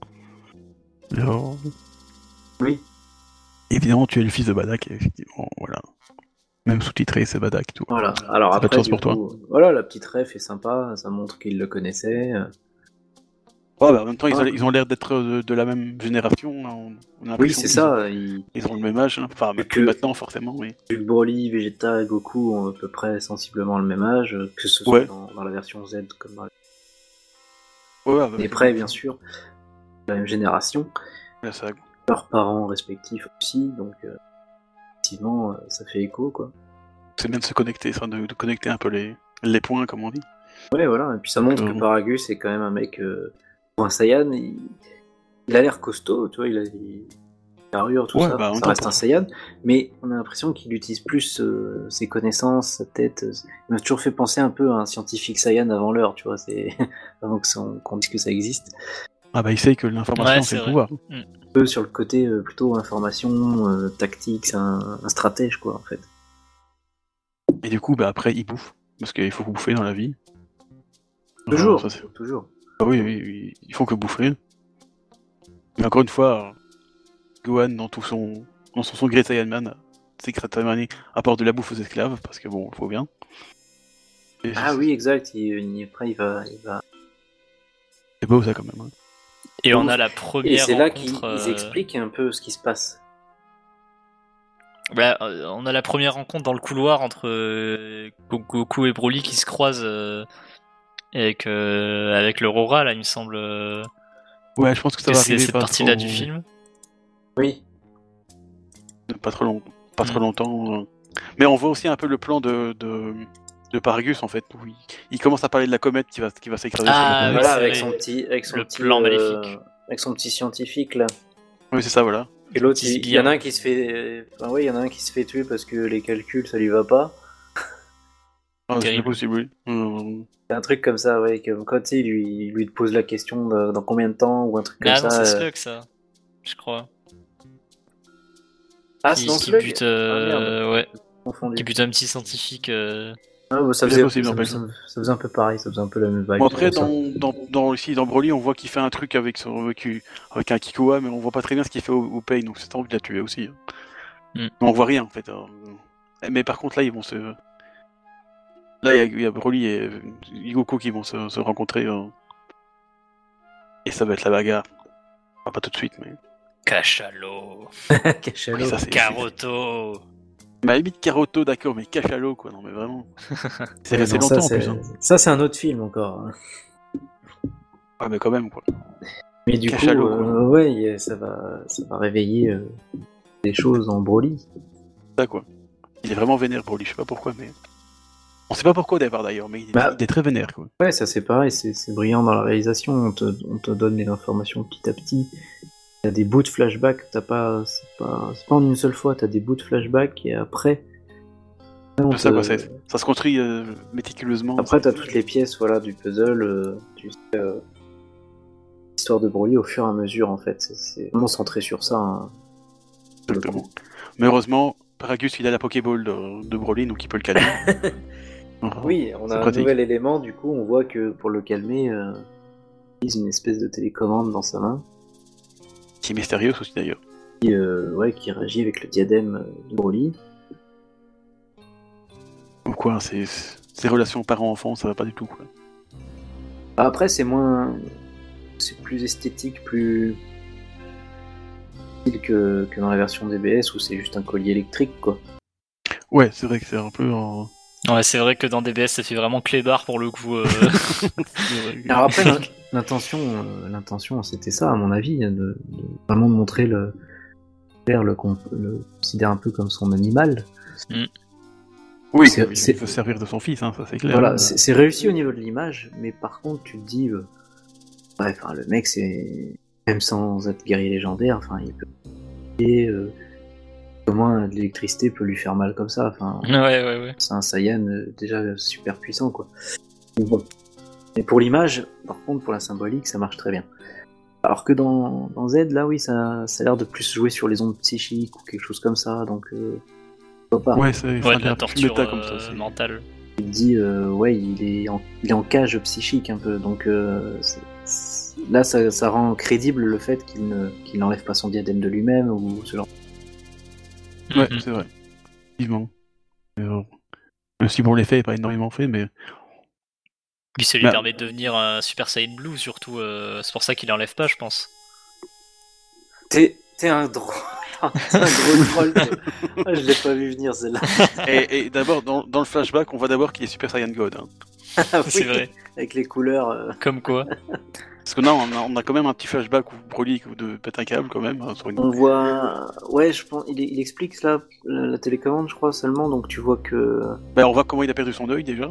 Speaker 2: Alors,
Speaker 1: Oui.
Speaker 2: évidemment, tu es le fils de Badak, et effectivement, voilà. Même sous-titré, c'est Badak, tout.
Speaker 1: Voilà. Alors
Speaker 2: C'est pas de
Speaker 1: après,
Speaker 2: chance
Speaker 1: du
Speaker 2: pour toi.
Speaker 1: coup, voilà, la petite ref est sympa. Ça montre qu'il le connaissait. euh.
Speaker 2: Ouais, bah, en même temps, ils ont-
Speaker 1: Ah.
Speaker 2: ils ont l'air d'être euh, de, de la même génération. hein, on- on a
Speaker 1: Oui,
Speaker 2: l'impression
Speaker 1: c'est
Speaker 2: qu'ils
Speaker 1: ça. il-
Speaker 2: ont- Ils ont le même âge, hein. enfin,
Speaker 1: Que-
Speaker 2: maintenant, forcément, oui.
Speaker 1: Vu que Broly, Vegeta, Goku ont à peu près sensiblement le même âge, euh, que ce soit
Speaker 2: Ouais.
Speaker 1: dans, dans la version Z comme dans
Speaker 2: Ouais, ouais, bah,
Speaker 1: les prêts, bien sûr, la même génération,
Speaker 2: là, ça-
Speaker 1: leurs parents respectifs aussi, donc euh, effectivement, euh, ça fait écho, quoi.
Speaker 2: C'est bien de se connecter, ça, de, de connecter un peu les, les points, comme on dit.
Speaker 1: Ouais, voilà, et puis ça montre
Speaker 2: Clairement.
Speaker 1: que Paragus est quand même un mec, euh, pour un Saiyan, il, il a l'air costaud, tu vois, il a il- la carrure, tout
Speaker 2: Ouais,
Speaker 1: ça,
Speaker 2: bah, en même
Speaker 1: ça
Speaker 2: temps,
Speaker 1: reste
Speaker 2: pour-
Speaker 1: un Saiyan, mais on a l'impression qu'il utilise plus euh, ses connaissances, sa tête, euh, il m'a toujours fait penser un peu à un scientifique Saiyan avant l'heure, tu vois, c'est avant que son- qu'on dise que ça existe.
Speaker 2: Ah bah, il sait que l'information,
Speaker 3: Ouais,
Speaker 2: c'est
Speaker 3: c'est
Speaker 2: le
Speaker 3: vrai.
Speaker 2: pouvoir.
Speaker 1: peu sur le côté euh, plutôt information, euh, tactique, c'est un, un stratège quoi en fait.
Speaker 2: Et du coup, bah, après, il bouffe. Parce qu'il faut bouffer dans la vie.
Speaker 1: Toujours,
Speaker 2: Ah, ça, c'est-
Speaker 1: toujours.
Speaker 2: ah oui, oui, oui, il faut que bouffer. Mais encore une fois, Gohan, dans tout son, dans son, son Great Saiyan Man, Secret Saiyan Man, apporte de la bouffe aux esclaves, parce que bon, faut bien. Et
Speaker 1: Ah
Speaker 2: c'est-
Speaker 1: oui, exact. Il, il- après, il va, il va.
Speaker 2: C'est beau ça quand même. hein.
Speaker 3: Et on a la première
Speaker 1: Et c'est là qu'ils
Speaker 3: rencontre.
Speaker 1: ils
Speaker 3: euh,
Speaker 1: expliquent un peu ce qui se passe.
Speaker 3: bah, euh, on a la première rencontre dans le couloir entre euh, Go- Goku et Broly qui se croisent euh, avec, euh, avec le Rora, là, il me semble. euh,
Speaker 2: Ouais, je pense que ça
Speaker 3: que
Speaker 2: va
Speaker 3: c'est
Speaker 2: arriver
Speaker 3: cette
Speaker 2: pas trop...
Speaker 3: partie-là du film.
Speaker 1: Oui.
Speaker 2: pas trop long, pas trop
Speaker 3: Mm.
Speaker 2: longtemps. euh. Mais on voit aussi un peu le plan de de, de Paragus en fait. Où il, il commence à parler de la comète qui va qui va s'écraser. sur la
Speaker 3: Ah,
Speaker 2: planète.
Speaker 3: oui,
Speaker 1: voilà,
Speaker 3: c'est
Speaker 1: avec
Speaker 3: vrai.
Speaker 1: son petit, avec son
Speaker 3: Le
Speaker 1: petit,
Speaker 3: plan
Speaker 1: euh,
Speaker 3: maléfique.
Speaker 1: avec son petit scientifique là.
Speaker 2: Oui, c'est ça, voilà.
Speaker 1: Et l'autre,
Speaker 3: Petit
Speaker 1: il, il y en
Speaker 3: sbire.
Speaker 1: a un qui se fait. Enfin, oui, il y en a un qui se fait tuer parce que les calculs, ça lui va pas.
Speaker 2: Ah, c'est
Speaker 3: Terrible.
Speaker 2: possible. oui. Mm.
Speaker 1: C'est un truc comme ça, ouais. Comme quand tu sais, il lui, il lui pose la question de- dans combien de temps ou un truc
Speaker 3: Mais
Speaker 1: comme
Speaker 3: ah non,
Speaker 1: ça.
Speaker 3: c'est
Speaker 1: euh.
Speaker 3: Slug, ça. Je crois.
Speaker 1: Ah,
Speaker 3: qui,
Speaker 1: c'est dans
Speaker 3: qui
Speaker 1: Slug
Speaker 3: bute, euh, ouais,
Speaker 1: Confondu.
Speaker 3: qui bute un petit scientifique. euh,
Speaker 1: Ah, bah, ça,
Speaker 2: C'est
Speaker 1: faisait,
Speaker 2: possible,
Speaker 1: ça,
Speaker 2: en
Speaker 1: me-
Speaker 2: fait.
Speaker 1: ça me- ça faisait un peu pareil, ça faisait un peu la même vibe.
Speaker 2: Bon, après,
Speaker 1: c'est pour ça.
Speaker 2: dans, dans, dans- ici, dans Broly, on voit qu'il fait un truc avec son avec, avec un Kikoa, mais on voit pas très bien ce qu'il fait au, au Pain, donc c'est envie de la tuer aussi. hein.
Speaker 1: Hmm.
Speaker 3: Mm.
Speaker 2: Mais on voit rien en fait. hein. Mais par contre, là, ils vont se. Là, il y a- il y, a Broly et et Goku qui vont se, se rencontrer. hein. Et ça va être la bagarre. Enfin, pas tout de suite, mais.
Speaker 3: Cachalot,
Speaker 1: Cachalot.
Speaker 2: Oui, ça, c'est-
Speaker 3: Caroto.
Speaker 2: c'est- Bah, limite Caroto, d'accord, mais Cachalot, quoi, non, mais vraiment. C'est
Speaker 1: Ouais,
Speaker 2: resté
Speaker 1: non, ça,
Speaker 2: longtemps en
Speaker 1: c'est-
Speaker 2: plus. Hein.
Speaker 1: Ça, c'est un autre film encore. hein.
Speaker 2: Ouais, Ah, mais quand même, quoi.
Speaker 1: Mais du
Speaker 2: Cachalot,
Speaker 1: coup,
Speaker 2: quoi.
Speaker 1: euh, ouais, y a- ça va, ça va réveiller euh, des choses en Broly.
Speaker 2: Ça, quoi. Il est vraiment vénère, Broly, je sais pas pourquoi, mais. On sait pas pourquoi au départ d'ailleurs, mais il est,
Speaker 1: Bah.
Speaker 2: il est très vénère, quoi.
Speaker 1: Ouais, ça, c'est pareil, c'est c'est brillant dans la réalisation. On te, on te donne les informations petit à petit. T'as des bouts de flashback, t'as pas, c'est pas, c'est pas en une seule fois. T'as des bouts de flashback et après. on
Speaker 2: C'est ça,
Speaker 1: te-
Speaker 2: quoi, c'est- ça se construit euh, méticuleusement.
Speaker 1: Après, t'as toutes les pièces voilà, du puzzle, euh, tu sais, euh, l'histoire de Broly au fur et à mesure, en fait. C'est- C'est vraiment centré sur ça. hein.
Speaker 2: Exactement. Mais heureusement, Paragus, il a la Pokéball de, de Broly, donc il peut le calmer. Voilà.
Speaker 1: Oui, on
Speaker 2: Ah, C'est
Speaker 1: a un
Speaker 2: pratique.
Speaker 1: nouvel élément, du coup, on voit que pour le calmer, euh, il utilise une espèce de télécommande dans sa main,
Speaker 2: Qui est mystérieux aussi d'ailleurs.
Speaker 1: qui, euh, ouais, qui réagit avec le diadème euh, de Broly.
Speaker 2: Donc, quoi, c'est. Ces relations parents-enfants, ça va pas du tout, quoi.
Speaker 1: Bah, Après, c'est moins. C'est plus esthétique, plus. Que, que dans la version DBS où c'est juste un collier électrique, quoi.
Speaker 2: Ouais, c'est vrai que c'est un peu. euh,
Speaker 3: Ouais, c'est vrai que dans DBS, ça fait vraiment clébard pour le coup. euh.
Speaker 1: Alors après, l'in- l'intention, euh, l'intention, c'était ça, à mon avis, de, de vraiment de montrer le faire le, qu'on le considère un peu comme son animal.
Speaker 2: Oui,
Speaker 1: C'est-
Speaker 2: il
Speaker 1: c'est-
Speaker 2: faut se servir de son fils, hein, ça c'est clair.
Speaker 1: Voilà, c'est c'est réussi au niveau de l'image, mais par contre, tu te dis, euh, ouais, enfin, le mec, c'est même sans être guerrier légendaire, enfin, il peut et euh, comment de l'électricité peut lui faire mal comme ça, enfin,
Speaker 3: ouais, ouais, ouais.
Speaker 1: c'est un Saiyan euh, déjà super puissant, quoi. Mais bon. Mais pour l'image, par contre, pour la symbolique, ça marche très bien. Alors que dans, dans Z, là, oui, ça, ça a l'air de plus jouer sur les ondes psychiques ou quelque chose comme ça, donc. Euh, pourquoi pas.
Speaker 2: Ouais, c'est
Speaker 3: Ouais,
Speaker 2: enfin,
Speaker 3: de
Speaker 2: il y a
Speaker 3: la
Speaker 2: un petit
Speaker 3: torture
Speaker 2: méta comme ça,
Speaker 3: euh,
Speaker 2: c'est-
Speaker 3: mentale.
Speaker 1: Il dit, euh, ouais, il est, en, il est en cage psychique un peu, donc euh, c'est- c'est- là, ça, ça rend crédible le fait qu'il ne- qu'il n'enlève pas son diadème de lui-même ou ce genre.
Speaker 2: Ouais,
Speaker 3: Mhm.
Speaker 2: c'est vrai. Effectivement. Euh, Même si bon, l'effet n'est pas énormément fait, mais
Speaker 3: Puis ça lui
Speaker 2: Bah.
Speaker 3: permet de devenir un Super Saiyan Blue surtout. euh, c'est pour ça qu'il enlève pas, je pense.
Speaker 1: T'es t'es un drôle. T'es un drôle troll. mais- Ah, Je l'ai pas vu venir celle-là.
Speaker 2: Et, et d'abord, dans, dans le flashback, on voit d'abord qu'il est Super Saiyan God. hein.
Speaker 1: Ah
Speaker 3: C'est
Speaker 1: oui,
Speaker 3: vrai.
Speaker 1: Avec les couleurs. euh,
Speaker 3: Comme quoi.
Speaker 2: Parce que là, on a, on a quand même un petit flashback où Broly ou de pète un câble quand même. hein, sur une-
Speaker 1: On voit,
Speaker 2: euh,
Speaker 1: un- ouais, je pense, il, il explique là la, la télécommande, je crois seulement, donc tu vois que,
Speaker 2: Ben, on voit comment il a perdu son œil déjà.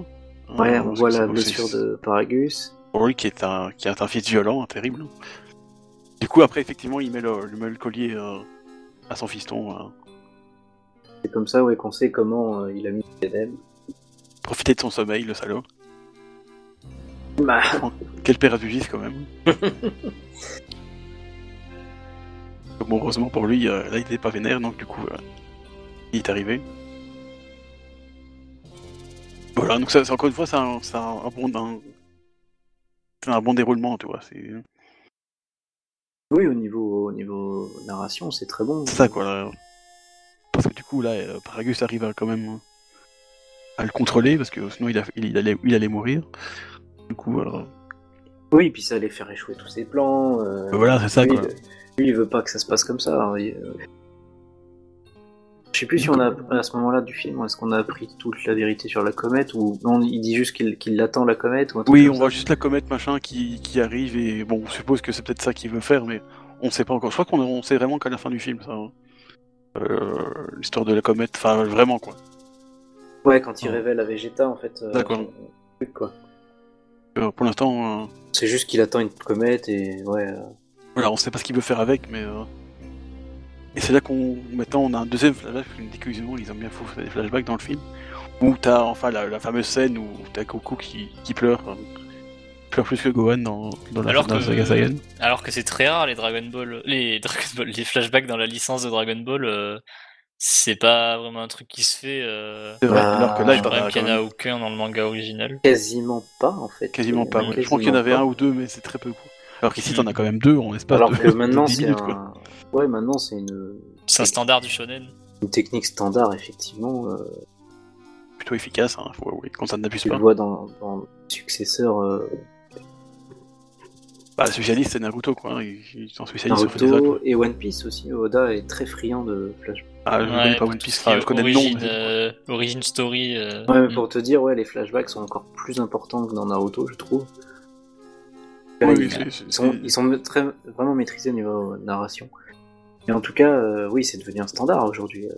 Speaker 1: ouais,
Speaker 2: Euh,
Speaker 1: on
Speaker 2: parce
Speaker 1: voit
Speaker 2: que
Speaker 1: la
Speaker 2: c'est- c'est-
Speaker 1: blessure de Paragus.
Speaker 2: Broly qui est un, qui est un fils violent, hein, terrible. Du coup, après, effectivement, il met le, il met le collier euh, à son fiston. euh,
Speaker 1: C'est comme ça, ouais, qu'on sait comment euh, il a mis le diadème.
Speaker 2: profiter de son sommeil, le salaud.
Speaker 1: Bah,
Speaker 2: Quel père abusif quand même. bon, heureusement pour lui, euh, là il n'était pas vénère, donc du coup, euh, il est arrivé. Voilà, donc ça, c'est- encore une fois, c'est un, c'est un- un bon, un, c'est un bon déroulement, tu vois. C'est
Speaker 1: oui, au niveau, au niveau narration, c'est très bon.
Speaker 2: c'est ça quoi. là. Parce que du coup, là, euh, Paragus arrive à, quand même euh, à le contrôler, parce que sinon il, a- il- il allait, il allait mourir. Du coup, euh,
Speaker 1: Oui, puis ça allait faire échouer tous ses plans. euh,
Speaker 2: voilà, c'est ça
Speaker 1: lui,
Speaker 2: quoi.
Speaker 1: lui, il veut pas que ça se passe comme ça. hein, il- euh. Je sais plus si on a à ce moment-là du film, est-ce qu'on a appris toute la vérité sur la comète ou non Il dit juste qu'il qu'il attend la comète ou un truc
Speaker 2: Oui,
Speaker 1: comme
Speaker 2: on
Speaker 1: ça.
Speaker 2: voit juste la comète machin qui, qui arrive et bon, on suppose que c'est peut-être ça qu'il veut faire, mais on sait pas encore. Je crois qu'on on sait vraiment qu'à la fin du film, ça. hein. Euh, L'histoire de la comète, enfin vraiment quoi.
Speaker 1: Ouais, quand il
Speaker 2: Oh.
Speaker 1: révèle à Vegeta, en fait. euh,
Speaker 2: D'accord.
Speaker 1: euh, truc, quoi.
Speaker 2: Euh, pour l'instant, euh,
Speaker 1: C'est juste qu'il attend une comète et ouais. euh,
Speaker 2: voilà, on sait pas ce qu'il veut faire avec, mais. euh, Et c'est là qu'on. Maintenant, on a un deuxième flashback, parce que déclusivement, ils aiment bien fou faire des flashbacks dans le film, où t'as enfin la, la fameuse scène où t'as Goku qui, qui pleure. euh, qui pleure plus que Gohan dans, dans la,
Speaker 3: Alors
Speaker 2: dans la
Speaker 3: que-
Speaker 2: saga Saiyan.
Speaker 3: Alors que c'est très rare les Dragon Ball, les Dragon Ball, les flashbacks dans la licence de Dragon Ball. euh, c'est pas vraiment un truc qui se fait. Euh...
Speaker 2: C'est vrai,
Speaker 1: Bah,
Speaker 2: alors que là, il
Speaker 1: je
Speaker 3: je
Speaker 1: crois
Speaker 2: parle
Speaker 3: qu'il n'y en a aucun dans le manga original.
Speaker 1: Quasiment pas en fait.
Speaker 2: Quasiment
Speaker 1: Il y en
Speaker 2: pas.
Speaker 1: a
Speaker 2: ouais. Je crois qu'il y en
Speaker 1: quasiment
Speaker 2: avait
Speaker 1: pas. Mhm.
Speaker 2: un ou deux, mais c'est très peu. Quoi. Alors qu'ici,
Speaker 3: Mm.
Speaker 2: t'en as quand même deux en espace
Speaker 1: Alors
Speaker 2: de,
Speaker 1: que maintenant
Speaker 2: de 10
Speaker 1: c'est
Speaker 2: minutes.
Speaker 1: un-
Speaker 2: Quoi.
Speaker 1: ouais maintenant c'est une...
Speaker 3: C'est un standard du shonen.
Speaker 1: une technique standard effectivement. euh,
Speaker 2: Plutôt efficace, hein, faut avouer, quand ça n'abuse
Speaker 1: tu le
Speaker 2: pas.
Speaker 1: vois dans, dans le successeur euh,
Speaker 2: Bah, le spécialiste, c'est Naruto, quoi. hein, Ils ils sont spécialistes sur des
Speaker 1: Naruto et One Piece aussi. Oda est très friand de Flash.
Speaker 2: Ah, je connais pas One
Speaker 3: tout ce
Speaker 2: Piece.
Speaker 3: qui
Speaker 2: Enfin,
Speaker 3: est
Speaker 2: je connais le nom.
Speaker 3: origin,
Speaker 2: mais-
Speaker 3: euh, origin story.
Speaker 1: Ouais,
Speaker 3: euh,
Speaker 2: Mm.
Speaker 1: mais
Speaker 3: hmm.
Speaker 1: pour te dire ouais les flashbacks sont encore plus importants que dans Naruto je trouve.
Speaker 2: Oui,
Speaker 1: Ils-
Speaker 2: oui, c'est- c'est-
Speaker 1: Ils sont, ils sont très, vraiment maîtrisés au niveau narration. Et en tout cas, euh, oui, c'est devenu un standard aujourd'hui. Euh,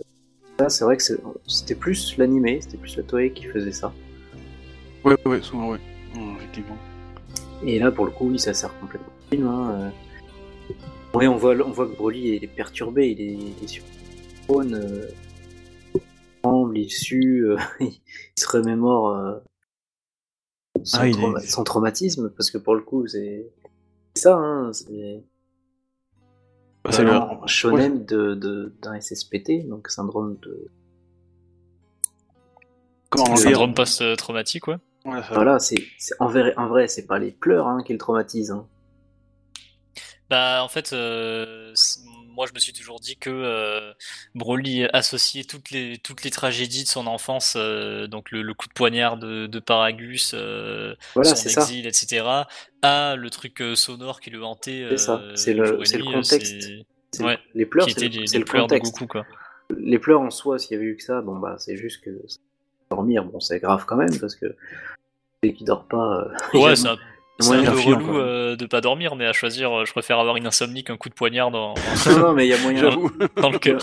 Speaker 1: Ça, c'est vrai que c'est- c'était plus l'animé, c'était plus la Toei qui faisait ça.
Speaker 2: Ouais, ouais, souvent, ouais. Ouais, effectivement.
Speaker 1: Et là, pour le coup, oui, ça sert complètement au film. hein, euh. Ouais, on voit, on voit que Broly il est perturbé, il est, il est sur le trône, euh, il tremble, il sue, euh, il se remémore euh, son,
Speaker 2: Ah, il
Speaker 1: trauma-
Speaker 2: est-
Speaker 1: son traumatisme, parce que pour le coup, c'est c'est ça, hein, c'est...
Speaker 2: Bah,
Speaker 1: C'est
Speaker 2: c'est le.
Speaker 1: un shonen de- de- d'un SSPT, donc syndrome de.
Speaker 2: Comment on
Speaker 1: le
Speaker 2: dit
Speaker 3: syndrome post-traumatique, ouais.
Speaker 2: Voilà, ça-
Speaker 1: Voilà, c'est c'est- en vrai, en vrai c'est pas les pleurs hein, qui le traumatisent. hein.
Speaker 3: Bah, en fait, euh, c- moi, je me suis toujours dit que euh, Broly associait toutes les, toutes les tragédies de son enfance, euh, donc le, le coup de poignard de, de Paragus, euh,
Speaker 1: Voilà,
Speaker 3: son
Speaker 1: c'est ça.
Speaker 3: exil, etc., à le truc euh, sonore qui le hantait.
Speaker 1: C'est ça,
Speaker 3: euh,
Speaker 1: c'est le-
Speaker 3: jour et
Speaker 1: c'est le
Speaker 3: nuit, euh,
Speaker 1: contexte.
Speaker 3: c'est-
Speaker 1: C'est-
Speaker 3: ouais,
Speaker 1: les pleurs,
Speaker 3: qui
Speaker 1: c'est
Speaker 3: étaient
Speaker 1: le,
Speaker 3: les,
Speaker 1: c'est
Speaker 3: les
Speaker 1: le
Speaker 3: pleurs de
Speaker 1: contexte.
Speaker 3: Goku, quoi.
Speaker 1: Les pleurs en soi, s'il y avait eu que ça, bon bah c'est juste que dormir, bon, c'est grave quand même, parce que dès qu'il dort pas. euh, il y a
Speaker 3: Ouais, ça. C'est
Speaker 1: moyen
Speaker 3: un
Speaker 1: de
Speaker 3: peu
Speaker 2: faire filer,
Speaker 3: relou
Speaker 2: quoi.
Speaker 3: euh, de pas dormir, mais à choisir, euh, je préfère avoir une insomnie qu'un coup de poignard dans,
Speaker 1: Non, non, mais il y a moyen,
Speaker 2: J'avoue.
Speaker 3: dans le cœur.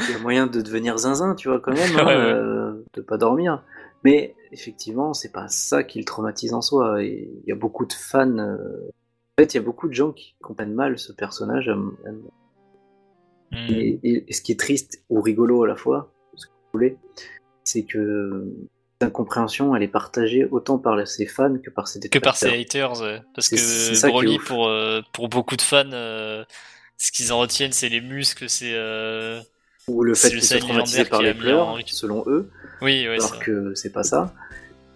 Speaker 1: il y a moyen de devenir zinzin, tu vois, quand même, hein,
Speaker 3: Ouais, ouais.
Speaker 1: euh, de pas dormir. Mais effectivement, c'est pas ça qui le traumatise en soi. Et Il y a beaucoup de fans. euh, En fait, il y a beaucoup de gens qui comprennent mal ce personnage. à mon- à mon-
Speaker 3: Hmm.
Speaker 1: Et, et- et ce qui est triste ou rigolo à la fois, ce que vous voulez, c'est que cette incompréhension, elle est partagée autant par ses fans que par ses
Speaker 3: que par
Speaker 1: détracteurs.
Speaker 3: ses haters. ouais. Parce
Speaker 1: C'est- c'est
Speaker 3: que
Speaker 1: ça qui est
Speaker 3: Broly,
Speaker 1: ouf.
Speaker 3: pour, euh, pour beaucoup de fans, euh, ce qu'ils en retiennent, c'est les muscles, c'est. euh,
Speaker 1: Ou le
Speaker 3: C'est
Speaker 1: fait
Speaker 3: le
Speaker 1: qu'ils soient
Speaker 3: seul
Speaker 1: traumatisés
Speaker 3: légendaire
Speaker 1: par
Speaker 3: qui
Speaker 1: les
Speaker 3: aime bien
Speaker 1: pleurs,
Speaker 3: Henri.
Speaker 1: selon eux.
Speaker 3: Oui, ouais,
Speaker 1: alors
Speaker 3: ça.
Speaker 1: que c'est pas ça.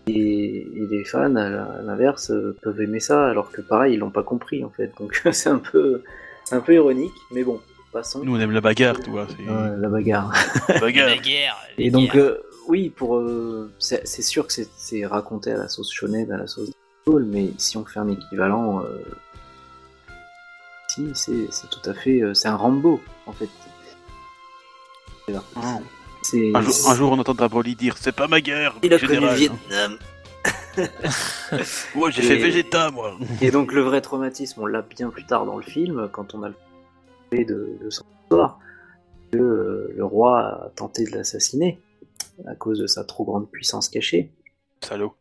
Speaker 1: Et, et les fans, à la- à l'inverse, euh, peuvent aimer ça, alors que pareil, ils l'ont pas compris en fait. Donc c'est un peu, c'est un peu ironique, mais bon, passons.
Speaker 2: Nous, on aime la bagarre, tu vois. C'est...
Speaker 1: Ouais, la bagarre.
Speaker 2: La
Speaker 3: La
Speaker 2: bagarre.
Speaker 3: guerre
Speaker 1: Et donc euh, oui, pour euh, c'est c'est sûr que c'est- c'est raconté à la sauce shonen, à la sauce Dragon Ball, mais si on fait un équivalent, euh, si c'est c'est tout à fait, euh, c'est un Rambo en fait.
Speaker 2: Ah.
Speaker 1: C'est
Speaker 2: Un, jour, hein. un jour, on entendra Broly dire C'est pas ma guerre.
Speaker 1: il a connu le
Speaker 2: général.
Speaker 1: Vietnam.
Speaker 2: Moi, j'ai
Speaker 1: Et-
Speaker 2: fait Vegeta, moi.
Speaker 1: Et donc le vrai traumatisme, on l'a bien plus tard dans le film, quand on a le fait de, de son histoire, que euh, le roi a tenté de l'assassiner à cause de sa trop grande puissance cachée.
Speaker 2: Salaud.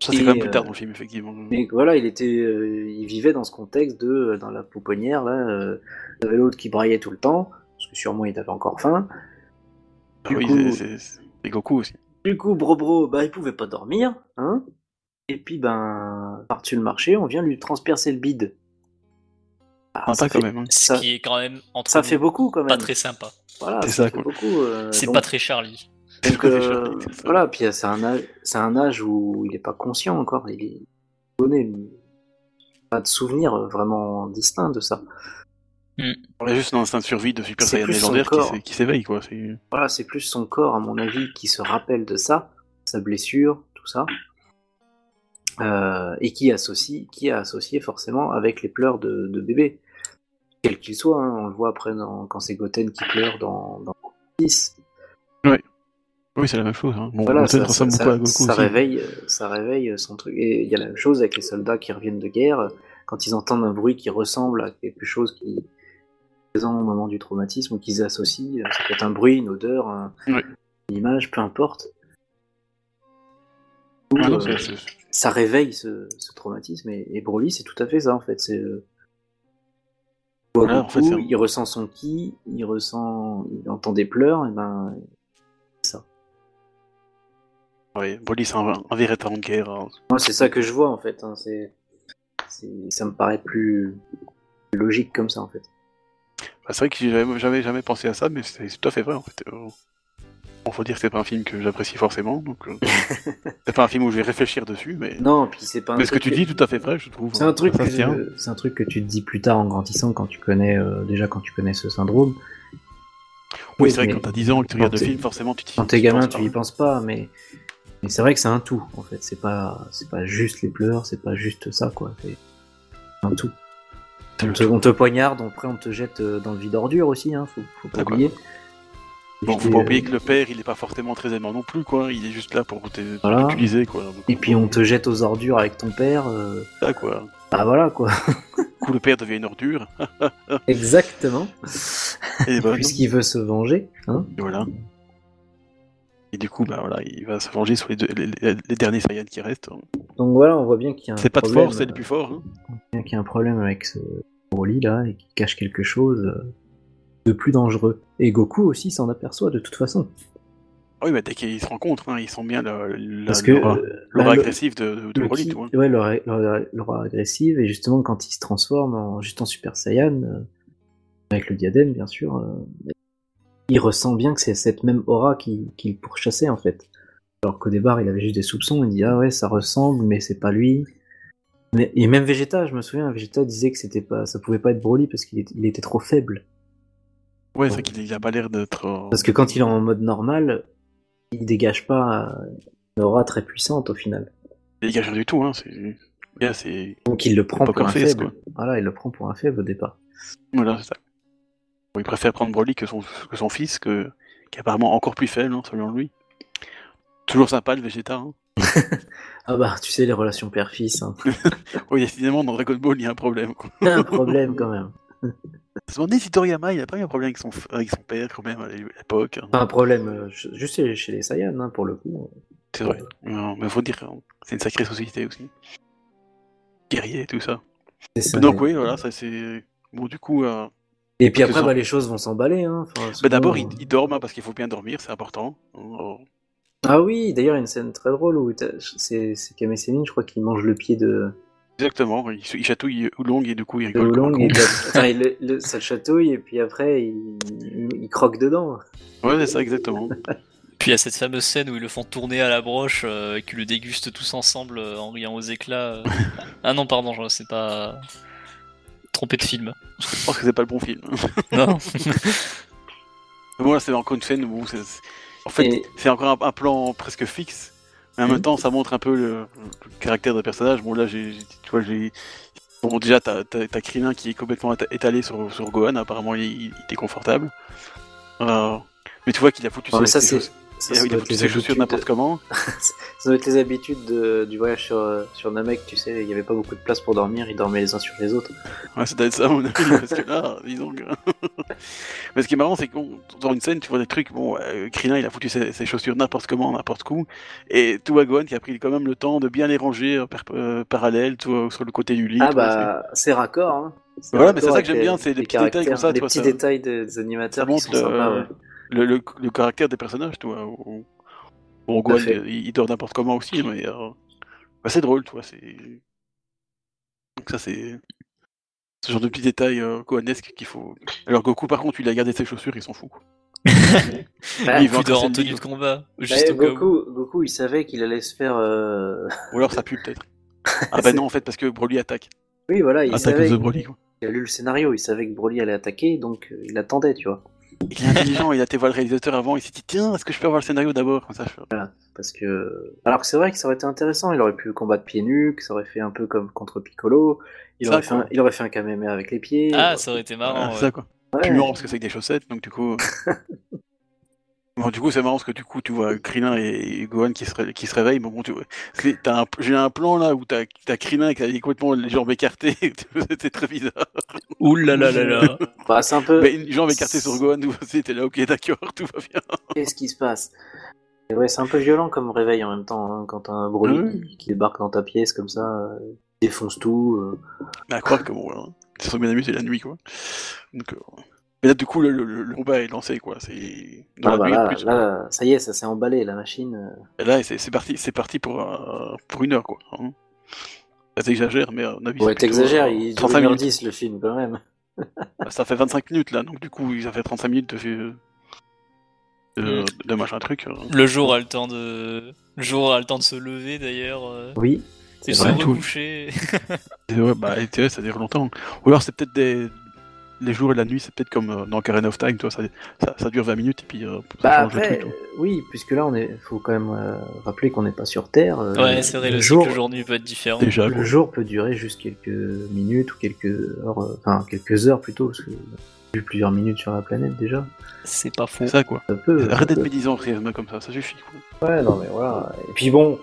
Speaker 2: Ça, c'est
Speaker 1: Et,
Speaker 2: quand même plus
Speaker 1: euh,
Speaker 2: tard dans le film, effectivement.
Speaker 1: Mais voilà, il était, euh, il vivait dans ce contexte de, euh, dans la pouponnière là, euh, il y avait l'autre qui braillait tout le temps, parce que sûrement il avait encore faim.
Speaker 2: Ah
Speaker 1: du
Speaker 2: oui,
Speaker 1: coup-
Speaker 2: c'est, c'est- c'est Goku aussi.
Speaker 1: Du coup, Brobro, bah, il pouvait pas dormir, hein. Et puis, ben, par-dessus le marché, on vient lui transpercer le bide. Ah,
Speaker 2: Sympa
Speaker 1: ça
Speaker 2: quand
Speaker 1: fait,
Speaker 2: même. hein.
Speaker 3: Ce
Speaker 1: ça-
Speaker 3: qui est quand même entre
Speaker 1: ça
Speaker 3: nous,
Speaker 1: fait beaucoup quand même.
Speaker 3: pas très sympa.
Speaker 1: Voilà,
Speaker 2: C'est
Speaker 1: ça,
Speaker 2: ça,
Speaker 1: fait
Speaker 2: quoi.
Speaker 1: beaucoup. euh,
Speaker 3: C'est
Speaker 1: donc-
Speaker 3: pas très Charlie.
Speaker 1: donc,
Speaker 2: C'est
Speaker 1: euh,
Speaker 2: Charlie, c'est ça.
Speaker 1: voilà, puis euh, c'est un âge, c'est un âge où il n'est pas conscient encore, il est donné, mais pas de souvenirs euh, vraiment distincts de ça.
Speaker 2: On a juste un instinct de survie de Super
Speaker 1: C'est
Speaker 2: Saiyan
Speaker 1: plus son
Speaker 2: légendaire qui,
Speaker 1: corps.
Speaker 2: s'é- qui s'éveille, quoi. C'est...
Speaker 1: Voilà, c'est plus son corps, à mon avis, qui se rappelle de ça, sa blessure, tout ça, euh, et qui associe, qui a associé forcément avec les pleurs de, de bébé, quel qu'il soit. hein, on le voit après dans- quand c'est Goten qui pleure dans, dans 10.
Speaker 2: Oui, c'est la même chose. Hein. Bon,
Speaker 1: Voilà,
Speaker 2: Goten
Speaker 1: ça,
Speaker 2: ressemble
Speaker 1: ça-
Speaker 2: beaucoup à
Speaker 1: ça-
Speaker 2: Goku
Speaker 1: ça
Speaker 2: aussi.
Speaker 1: réveille, euh, ça réveille euh, son truc. Et il y a la même chose avec les soldats qui reviennent de guerre. euh, Quand ils entendent un bruit qui ressemble à quelque chose qui est présent au moment du traumatisme ou qu'ils associent, euh, ça peut être un bruit, une odeur, un-
Speaker 2: Oui.
Speaker 1: une image, peu importe.
Speaker 2: Ah non,
Speaker 1: Euh,
Speaker 2: c'est- c'est-
Speaker 1: ça réveille ce, ce traumatisme et, et Broly, c'est tout à fait ça en fait. C'est euh, il voit
Speaker 2: Voilà, Ah, en
Speaker 1: Goku,
Speaker 2: fait, c'est un-
Speaker 1: il ressent son ki, il ressent, il entend des pleurs, et ben
Speaker 2: Ouais, Broly, c'est un, un véritable guerre. hein.
Speaker 1: Moi, c'est ça que je vois en fait. hein, C'est, c'est- ça me paraît plus plus logique comme ça en fait.
Speaker 2: Bah, c'est vrai que j'avais jamais, jamais pensé à ça, mais c'est c'est tout à fait vrai en fait. Euh, Bon, faut dire que c'est pas un film que j'apprécie forcément, donc euh, c'est pas un film où je vais réfléchir dessus, mais,
Speaker 1: Non, puis c'est pas. un
Speaker 2: mais ce que
Speaker 1: truc
Speaker 2: tu dis est tout à fait vrai, je trouve. hein.
Speaker 1: C'est un truc
Speaker 2: Ça
Speaker 1: que
Speaker 2: tient.
Speaker 1: c'est un truc que tu te dis plus tard en grandissant quand tu connais euh, déjà quand tu connais ce syndrome.
Speaker 2: Oui, c'est vrai que
Speaker 1: mais
Speaker 2: quand t'as 10 ans et que tu regardes le
Speaker 1: t'es-
Speaker 2: film, forcément tu t'y
Speaker 1: Quand t'es gamin,
Speaker 2: penses
Speaker 1: tu
Speaker 2: pas.
Speaker 1: y penses pas, mais, mais c'est vrai que c'est un tout en fait. C'est pas c'est pas juste les pleurs, c'est pas juste ça quoi. C'est un tout.
Speaker 2: C'est
Speaker 1: On
Speaker 2: le
Speaker 1: te,
Speaker 2: tout.
Speaker 1: on te poignarde, après on te jette euh, dans le vide ordure aussi. Hein, faut, faut pas
Speaker 2: D'accord.
Speaker 1: oublier.
Speaker 2: Bon, faut
Speaker 1: Et,
Speaker 2: pas
Speaker 1: euh,
Speaker 2: oublier que le père, il est pas forcément très aimant non plus, quoi. Il est juste là pour t'é- pour
Speaker 1: Voilà.
Speaker 2: t'utiliser, quoi. Donc,
Speaker 1: Et puis on te jette aux ordures avec ton père. euh,
Speaker 2: ça, quoi.
Speaker 1: Bah voilà quoi.
Speaker 2: Du coup, le père devient une ordure.
Speaker 1: Exactement.
Speaker 2: Et bah, non.
Speaker 1: Puisqu'il veut se venger. Hein
Speaker 2: Et voilà. Et du coup, bah voilà, il va se venger sur les, deux- les- les- les derniers Saiyans qui restent. hein.
Speaker 1: Donc voilà, on voit bien qu'il y a un
Speaker 2: C'est pas de
Speaker 1: problème, euh,
Speaker 2: force, c'est les plus forts. hein.
Speaker 1: bien qu'il y a un problème avec ce Broly là et qu'il cache quelque chose euh, de plus dangereux. Et Goku aussi s'en aperçoit de toute façon.
Speaker 2: Ah Oui, mais dès qu'ils se rencontrent, hein, ils sont bien le, le-
Speaker 1: Parce que
Speaker 2: l'aura-
Speaker 1: euh,
Speaker 2: l'aura
Speaker 1: là, le-
Speaker 2: agressive de, de, de
Speaker 1: le
Speaker 2: Broly,
Speaker 1: ki-
Speaker 2: tu vois.
Speaker 1: ouais, l'aura- l'aura l'aura agressive et justement quand il se transforme en juste en Super Saiyan euh, avec le diadème bien sûr, euh, il ressent bien que c'est cette même aura qui, qui le pourchassait en fait. Alors qu'au départ il avait juste des soupçons, il dit ah ouais ça ressemble mais c'est pas lui. Mais- et même Vegeta, je me souviens, Vegeta disait que c'était pas, ça pouvait pas être Broly parce qu'il est- il était trop faible.
Speaker 2: Ouais, c'est vrai qu'il il a pas l'air d'être. euh,
Speaker 1: Parce que quand il est en mode normal, il dégage pas euh, une aura très puissante au final.
Speaker 2: dégagé du tout, hein. C'est. le gars, c'est.
Speaker 1: Donc il le prend
Speaker 2: poker
Speaker 1: pour un
Speaker 2: face,
Speaker 1: faible. Voilà, il le prend pour un faible au départ.
Speaker 2: Voilà, c'est ça. Bon, il préfère prendre Broly que son, que son fils, que... qui est apparemment encore plus faible, hein, selon lui. Toujours sympa le Vegeta. Hein.
Speaker 1: Ah bah, tu sais, les relations père-fils, hein.
Speaker 2: Oui, finalement, dans Dragon Ball, il y a un problème. Quoi.
Speaker 1: C'est un problème quand même.
Speaker 2: Se demander si Toriyama, il a pas eu un problème avec son, f- avec son père, quand même, à l'époque. hein.
Speaker 1: Pas un problème euh, ch- juste chez chez les Saiyans, hein, pour le coup.
Speaker 2: C'est vrai. Non, mais faut dire, hein, c'est une sacrée société aussi. Guerrier, tout ça.
Speaker 1: C'est ça.
Speaker 2: Donc, oui, voilà, ça c'est. Bon, du coup, euh,
Speaker 1: Et puis après,
Speaker 2: Parce que
Speaker 1: bah, les choses vont s'emballer. Hein. Enfin,
Speaker 2: bah,
Speaker 1: souvent,
Speaker 2: d'abord,
Speaker 1: euh,
Speaker 2: ils ils dorment hein, parce qu'il faut bien dormir, c'est important. Oh.
Speaker 1: Ah oui, d'ailleurs, il y a une scène très drôle où t'as- c'est c'est Kame Sennin, je crois, qui mange le pied de,
Speaker 2: Exactement, il, se- il chatouille Oolong et du coup, il
Speaker 1: de
Speaker 2: rigole. comme un
Speaker 1: Oolong.
Speaker 2: con.
Speaker 1: Et enfin, il le- le- ça le chatouille, et puis après, il, il- il croque dedans.
Speaker 2: Ouais, c'est ça, exactement.
Speaker 3: Puis il y a cette fameuse scène où ils le font tourner à la broche euh, et qu'ils le dégustent tous ensemble euh, en riant aux éclats. euh. ah non, pardon, je sais pas. Trompé de film.
Speaker 2: Je pense que c'est pas le bon film.
Speaker 3: Non.
Speaker 2: Mais Bon, là, c'est encore une scène où. c'est- c'est- En fait,
Speaker 1: Et-
Speaker 2: c'est encore un, un plan presque fixe. Mais en
Speaker 1: Mhm.
Speaker 2: même temps, ça montre un peu le, le caractère d'un personnage. Bon, là, j'ai. j'ai- Tu vois, j'ai. Bon, déjà, t'as t'as- t'as Krillin qui est complètement éta- étalé sur, sur Gohan. Apparemment, il, il était confortable. Euh, Mais tu vois qu'il a foutu
Speaker 1: Non, mais ça,
Speaker 2: ses,
Speaker 1: c'est-
Speaker 2: chauss-
Speaker 1: Ça,
Speaker 2: Eh il a
Speaker 1: ça, doit être
Speaker 2: foutu
Speaker 1: les
Speaker 2: ses chaussures
Speaker 1: habitudes-
Speaker 2: n'importe comment.
Speaker 1: ça doit être les habitudes de- du voyage sur, euh, sur Namek, tu sais, il n'y avait pas beaucoup de place pour dormir, ils dormaient les uns sur les autres.
Speaker 2: Ouais, ça doit être ça, à mon avis, parce que là, dis donc. Mais ce qui est marrant, c'est que bon, dans une scène, tu vois des trucs. Bon, euh, Krillin, il a foutu ses, ses chaussures n'importe comment, n'importe où. Et tout Gohan qui a pris quand même le temps de bien les ranger euh, per- euh, parallèles, tu vois, sur le côté du lit.
Speaker 1: Ah
Speaker 2: tu vois, c'est-
Speaker 1: bah, c'est raccord. Hein.
Speaker 2: Voilà, mais c'est
Speaker 1: raccord
Speaker 2: ça que j'aime
Speaker 1: avec
Speaker 2: bien,
Speaker 1: les-
Speaker 2: c'est des
Speaker 1: les
Speaker 2: petits détails
Speaker 1: caractères,
Speaker 2: comme ça, tu
Speaker 1: Les
Speaker 2: vois,
Speaker 1: petits
Speaker 2: ça-
Speaker 1: détails des, des
Speaker 2: ça
Speaker 1: animateurs qui
Speaker 2: montre
Speaker 1: sont
Speaker 2: le,
Speaker 1: sympas, ouais.
Speaker 2: le- le- le caractère des personnages, tu vois. où- où- Bon,
Speaker 1: Tout à
Speaker 2: Gohan,
Speaker 1: fait.
Speaker 2: il, il dort n'importe comment aussi, mais euh, bah, c'est drôle, tu vois. C'est... Donc ça, c'est ce genre de petits détails euh, gohanesques qu'il faut... Alors Goku, par contre, il a gardé ses chaussures, il s'en fout. quoi.
Speaker 1: Bah,
Speaker 2: il
Speaker 3: Plus
Speaker 2: encore
Speaker 3: dehors en
Speaker 2: ses
Speaker 3: tenue de
Speaker 2: livres.
Speaker 3: combat.
Speaker 1: Bah,
Speaker 3: Juste au cas où.
Speaker 1: Goku, Goku, il savait qu'il allait se faire. euh,
Speaker 2: Ou alors ça pue, peut-être. Ah bah non, en fait, parce que Broly attaque.
Speaker 1: Oui, voilà, il
Speaker 2: attaque
Speaker 1: savait.
Speaker 2: de Ah, Broly, quoi.
Speaker 1: Il a lu le scénario, il savait que Broly allait attaquer, donc euh, il attendait, tu vois.
Speaker 2: Il est intelligent, il a été voir le réalisateur avant, il s'est dit, tiens, est-ce que je peux avoir le scénario d'abord Comme ça, je-
Speaker 1: Parce que. Alors que c'est vrai que ça aurait été intéressant, il aurait pu combattre pieds nus, que ça aurait fait un peu comme contre Piccolo, il,
Speaker 2: Ça,
Speaker 1: aurait fait,
Speaker 2: quoi.
Speaker 1: un... il aurait fait un Kamehameha avec les pieds.
Speaker 3: Ah, ça aurait été
Speaker 2: Ah,
Speaker 3: marrant.
Speaker 2: c'est
Speaker 3: ouais.
Speaker 2: ça, quoi.
Speaker 1: Ouais.
Speaker 2: puant parce que c'est avec des chaussettes, donc du coup. euh. bon, du coup, c'est marrant parce que du coup, tu vois Krillin et Gohan qui se, ré- qui se réveillent. mais bon, tu vois, c'est- t'as un- j'ai un plan là où t'as as Krillin qui a complètement les jambes écartées. c'était très bizarre.
Speaker 3: Ouh là là là là.
Speaker 1: Bah, c'est un peu.
Speaker 2: Mais une jambe écartée sur Gohan, où c'était là, ok, d'accord, tout va bien.
Speaker 1: Qu'est-ce qui se passe Et ouais, c'est un peu violent comme réveil en même temps, hein, quand t'as un Broly
Speaker 2: Ah
Speaker 1: qui débarque dans ta pièce comme ça, euh, il défonce tout. euh.
Speaker 2: Mais à croire que bon, hein. voilà, ils se sont bien amusés la nuit, quoi. Donc, euh, Mais là, du coup, le, le- le- le combat est lancé, quoi. C'est dans
Speaker 1: Ah,
Speaker 2: la
Speaker 1: bah,
Speaker 2: nuit, en
Speaker 1: là,
Speaker 2: plus.
Speaker 1: là, ça y est, ça s'est emballé, la machine. euh.
Speaker 2: Et là, c'est c'est parti, c'est parti pour, euh, pour une heure, quoi. hein. Bah, T'exagères, mais à mon avis.
Speaker 1: Ouais,
Speaker 2: c'est plutôt,
Speaker 1: t'exagères,
Speaker 2: euh,
Speaker 1: il
Speaker 2: 35 minutes.
Speaker 1: 10 le film quand même.
Speaker 2: Bah, Ça fait 25 minutes là, donc du coup, ça fait 35 minutes de, de, de machin truc. euh.
Speaker 3: Le jour a le temps de. Le jour a le temps de se lever d'ailleurs. euh,
Speaker 1: Oui,
Speaker 3: Et
Speaker 1: c'est
Speaker 3: se
Speaker 1: vrai.
Speaker 2: tout.
Speaker 3: recoucher.
Speaker 2: Et ouais, bah, LTS, ça dure longtemps. Ou alors, c'est peut-être des. Les jours et la nuit, c'est peut-être comme euh, dans Karen of Time, tu vois, ça, ça, ça dure 20 minutes et puis euh, ça
Speaker 1: Bah
Speaker 2: change de
Speaker 1: après,
Speaker 2: truc.
Speaker 1: euh, oui, puisque là, on est, faut quand même euh, rappeler qu'on n'est pas sur Terre. euh,
Speaker 3: Ouais, c'est vrai, le
Speaker 1: jour,
Speaker 3: cycle jour-nuit peut être différent.
Speaker 2: Déjà,
Speaker 1: le
Speaker 2: quoi.
Speaker 1: jour peut durer juste quelques minutes ou quelques heures, euh, enfin quelques heures plutôt, parce que vu plusieurs minutes sur la planète déjà,
Speaker 3: C'est pas faux.
Speaker 2: C'est ça, quoi.
Speaker 1: ça peut.
Speaker 2: Arrête
Speaker 1: ça
Speaker 2: d'être
Speaker 1: peut.
Speaker 2: médisant, Rihanna, comme ça, ça suffit, quoi.
Speaker 1: Ouais, non mais voilà. Et puis bon,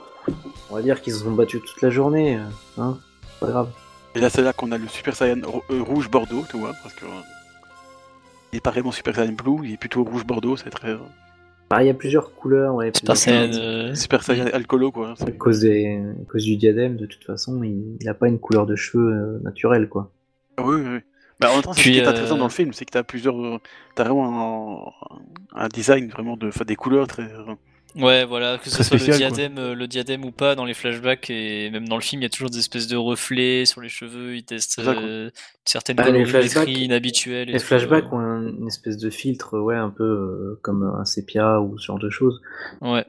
Speaker 1: on va dire qu'ils se sont battus toute la journée, euh, hein. c'est Pas grave.
Speaker 2: Et là, c'est là qu'on a le Super Saiyan ro- euh, rouge Bordeaux, tu vois, parce que. euh, il est pas vraiment Super Saiyan Blue, il est plutôt rouge Bordeaux, c'est très. euh,
Speaker 1: Ah, il y a plusieurs couleurs, ouais.
Speaker 3: C'est pas
Speaker 1: plusieurs
Speaker 3: ça.
Speaker 1: couleurs.
Speaker 3: euh,
Speaker 2: Super Saiyan Alcolo, quoi.
Speaker 1: À cause, des... à cause du diadème, de toute façon, il n'a pas une couleur de cheveux euh, naturelle, quoi.
Speaker 2: Ah Oui, oui, oui. Bah, en même temps, c'est ce
Speaker 3: Puis,
Speaker 2: qui est
Speaker 3: euh,
Speaker 2: intéressant dans le film, c'est que t'as plusieurs. euh, T'as vraiment un, un design, vraiment, de, enfin, des couleurs très. euh,
Speaker 3: Ouais, voilà, que ce
Speaker 2: Très
Speaker 3: soit le
Speaker 2: spécial, quoi.
Speaker 3: diadème, euh, le diadème ou pas, dans les flashbacks et même dans le film, il y a toujours des espèces de reflets sur les cheveux. Ils testent
Speaker 2: C'est ça, quoi.
Speaker 3: euh, certaines
Speaker 1: Ah, les
Speaker 3: colorimétries
Speaker 1: flashbacks-
Speaker 3: inhabituelles. et
Speaker 1: Les
Speaker 3: tout, euh,
Speaker 1: flashbacks ont un- une espèce de filtre, ouais, un peu euh, comme un sépia ou ce genre de choses.
Speaker 3: euh, Ouais.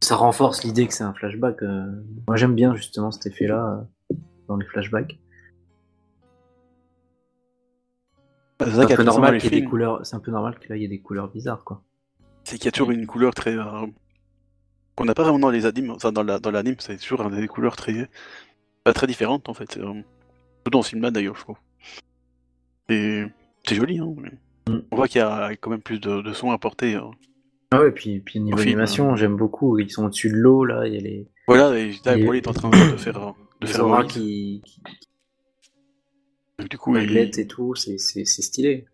Speaker 1: Ça renforce l'idée que c'est un flashback. euh. Moi, j'aime bien justement cet effet-là euh, dans les flashbacks.
Speaker 2: C'est
Speaker 1: C'est
Speaker 2: ça qui
Speaker 1: un peu
Speaker 2: est intéressant dans
Speaker 1: normal
Speaker 2: les
Speaker 1: qu'il y ait des
Speaker 2: films,
Speaker 1: couleurs. C'est un peu normal que là, il y ait des couleurs bizarres, quoi.
Speaker 2: C'est qu'il y a toujours
Speaker 1: Mm.
Speaker 2: une couleur très. euh, qu'on n'a pas vraiment dans les animes, enfin, dans la- dans l'anime, c'est toujours euh, des couleurs très. bah, très différentes, en fait. c'est, euh, Surtout dans ce film-là, d'ailleurs, je trouve. C'est. C'est joli, hein. mais-
Speaker 1: Mm.
Speaker 2: hein. On voit qu'il y a quand même plus de, de sons apportés.
Speaker 1: Ah ouais, puis, puis niveau
Speaker 2: Au film, hein.
Speaker 1: animation, j'aime beaucoup. Ils sont au-dessus de l'eau, là. Il y a les,
Speaker 2: Voilà, et là,
Speaker 1: Et-
Speaker 2: Broly est en train de faire. De
Speaker 1: les
Speaker 2: faire
Speaker 1: auras
Speaker 2: Broly.
Speaker 1: qui, qui
Speaker 2: Donc, Du coup, il-
Speaker 1: maglettes et tout. C'est c'est- c'est stylé.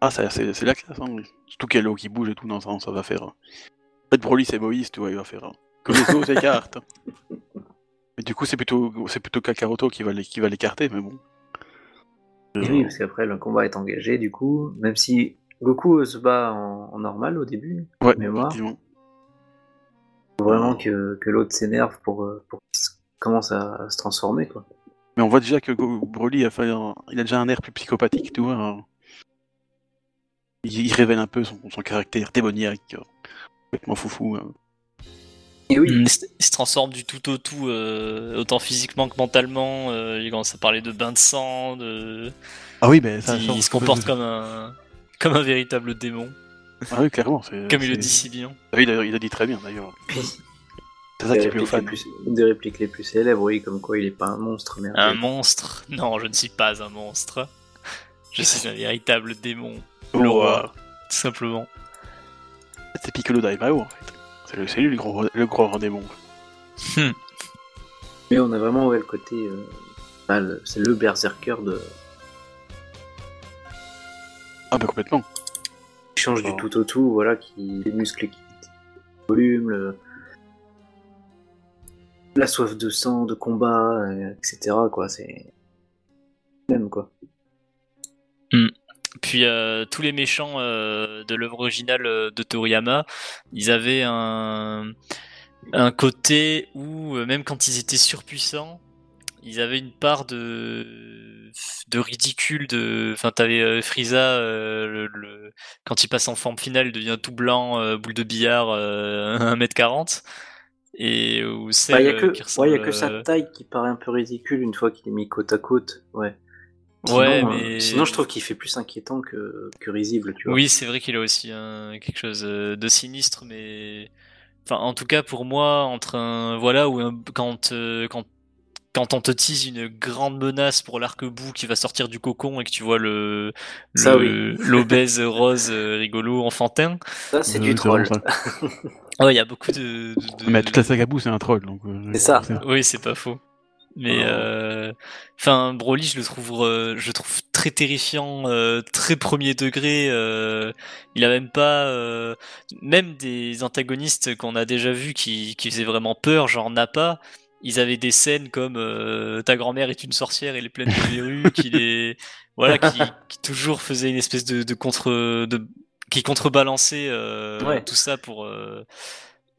Speaker 2: Ah, ça- c'est c'est la classe, hein. Surtout qu'il y a l'eau qui bouge et tout, non, ça, ça va faire. hein. En fait, Broly, c'est Moïse, tu vois, il va faire. hein. Que les eaux s'écartent. Mais du coup, c'est plutôt, c'est plutôt Kakaroto qui va l'é- qui va l'écarter, mais bon. Euh,
Speaker 1: Et oui, parce qu'après, le combat est engagé, du coup. Même si Goku euh, se bat en, en normal au début,
Speaker 2: Ouais,
Speaker 1: mais moi-
Speaker 2: effectivement.
Speaker 1: faut vraiment que, que l'autre s'énerve pour, euh, pour qu'il se- commence à, à se transformer, quoi.
Speaker 2: Mais on voit déjà que Go- Broly a, fait un- il a déjà un air plus psychopathique, tu vois. hein. Il, il révèle un peu son, son caractère démoniaque, euh, complètement foufou. hein.
Speaker 1: Et oui,
Speaker 3: Il se il se transforme du tout au tout, euh, autant physiquement que mentalement. euh, il commence à parler de bain de sang. De...
Speaker 2: Ah oui, mais ça.
Speaker 3: il, il se comporte comme un, comme un véritable démon,
Speaker 2: Ah oui, clairement. c'est-
Speaker 3: comme il le
Speaker 2: c'est-
Speaker 3: dit si bien.
Speaker 2: Ah oui, il a, il a dit très bien d'ailleurs. C'est ça
Speaker 1: Des
Speaker 2: qui
Speaker 3: Euh,
Speaker 2: est
Speaker 1: répliques
Speaker 2: plus
Speaker 1: les
Speaker 2: fan.
Speaker 1: plus- une des répliques les plus célèbres, oui, comme quoi il est pas un monstre, merde.
Speaker 2: Euh.
Speaker 3: Un monstre Non, je ne suis pas un monstre. Je suis un véritable démon,
Speaker 2: Oh,
Speaker 3: Le
Speaker 2: euh,
Speaker 3: roi. tout simplement.
Speaker 2: C'est Piccolo Daimao en fait. C'est le- c'est lui le gros, le gros grand démon.
Speaker 1: Mais on a vraiment ouais, le côté. euh, bah, le- c'est le berserker de.
Speaker 2: Ah bah complètement.
Speaker 1: qui change du
Speaker 2: Oh.
Speaker 1: tout au tout, voilà, qui. les muscles qui. le volume, le- la soif de sang, de combat, euh, etc. quoi, c'est. même quoi.
Speaker 3: Puis euh, tous les méchants euh, de l'œuvre originale euh, de Toriyama, ils avaient un, un côté où, euh, même quand ils étaient surpuissants, ils avaient une part de, de ridicule. De... Enfin, t'avais euh, Frieza, euh, le, le- quand il passe en forme finale, il devient tout blanc, euh, boule de billard, euh, 1m40. Et où c'est. euh,
Speaker 1: Il n'y a, que- ouais, Bah, y a que sa taille qui paraît un peu ridicule une fois qu'il est mis côte à côte, ouais.
Speaker 3: Ouais,
Speaker 1: sinon, euh,
Speaker 3: mais.
Speaker 1: sinon, je trouve qu'il fait plus inquiétant que, que risible, tu vois.
Speaker 3: Oui, c'est vrai qu'il a aussi un- quelque chose euh, de sinistre, mais enfin, en tout cas pour moi, entre un voilà ou un- quand euh, quand quand on te tease une grande menace pour l'arc-bout qui va sortir du cocon et que tu vois le
Speaker 1: Ça,
Speaker 3: le- l'obèse rose euh, rigolo enfantin,
Speaker 1: Ça, c'est
Speaker 2: Euh,
Speaker 1: du troll.
Speaker 2: vraiment ça.
Speaker 3: ouais, il y a beaucoup de, de- de-
Speaker 2: Mais toute la saga Boo, c'est un troll. donc, euh,
Speaker 1: C'est ça. Ah
Speaker 3: Oui, c'est pas faux. Mais
Speaker 1: Oh.
Speaker 3: euh, enfin, Broly, je le trouve, euh, je le trouve très terrifiant, euh, très premier degré. euh, il a même pas, euh, même des antagonistes qu'on a déjà vus qui, qui faisaient vraiment peur, genre Nappa. Ils avaient des scènes comme euh, ta grand-mère est une sorcière, elle est pleine de verrues, qui les, voilà, qui, qui toujours faisait une espèce de, de contre, de, qui contrebalançait euh,
Speaker 1: Ouais.
Speaker 3: tout ça pour. euh,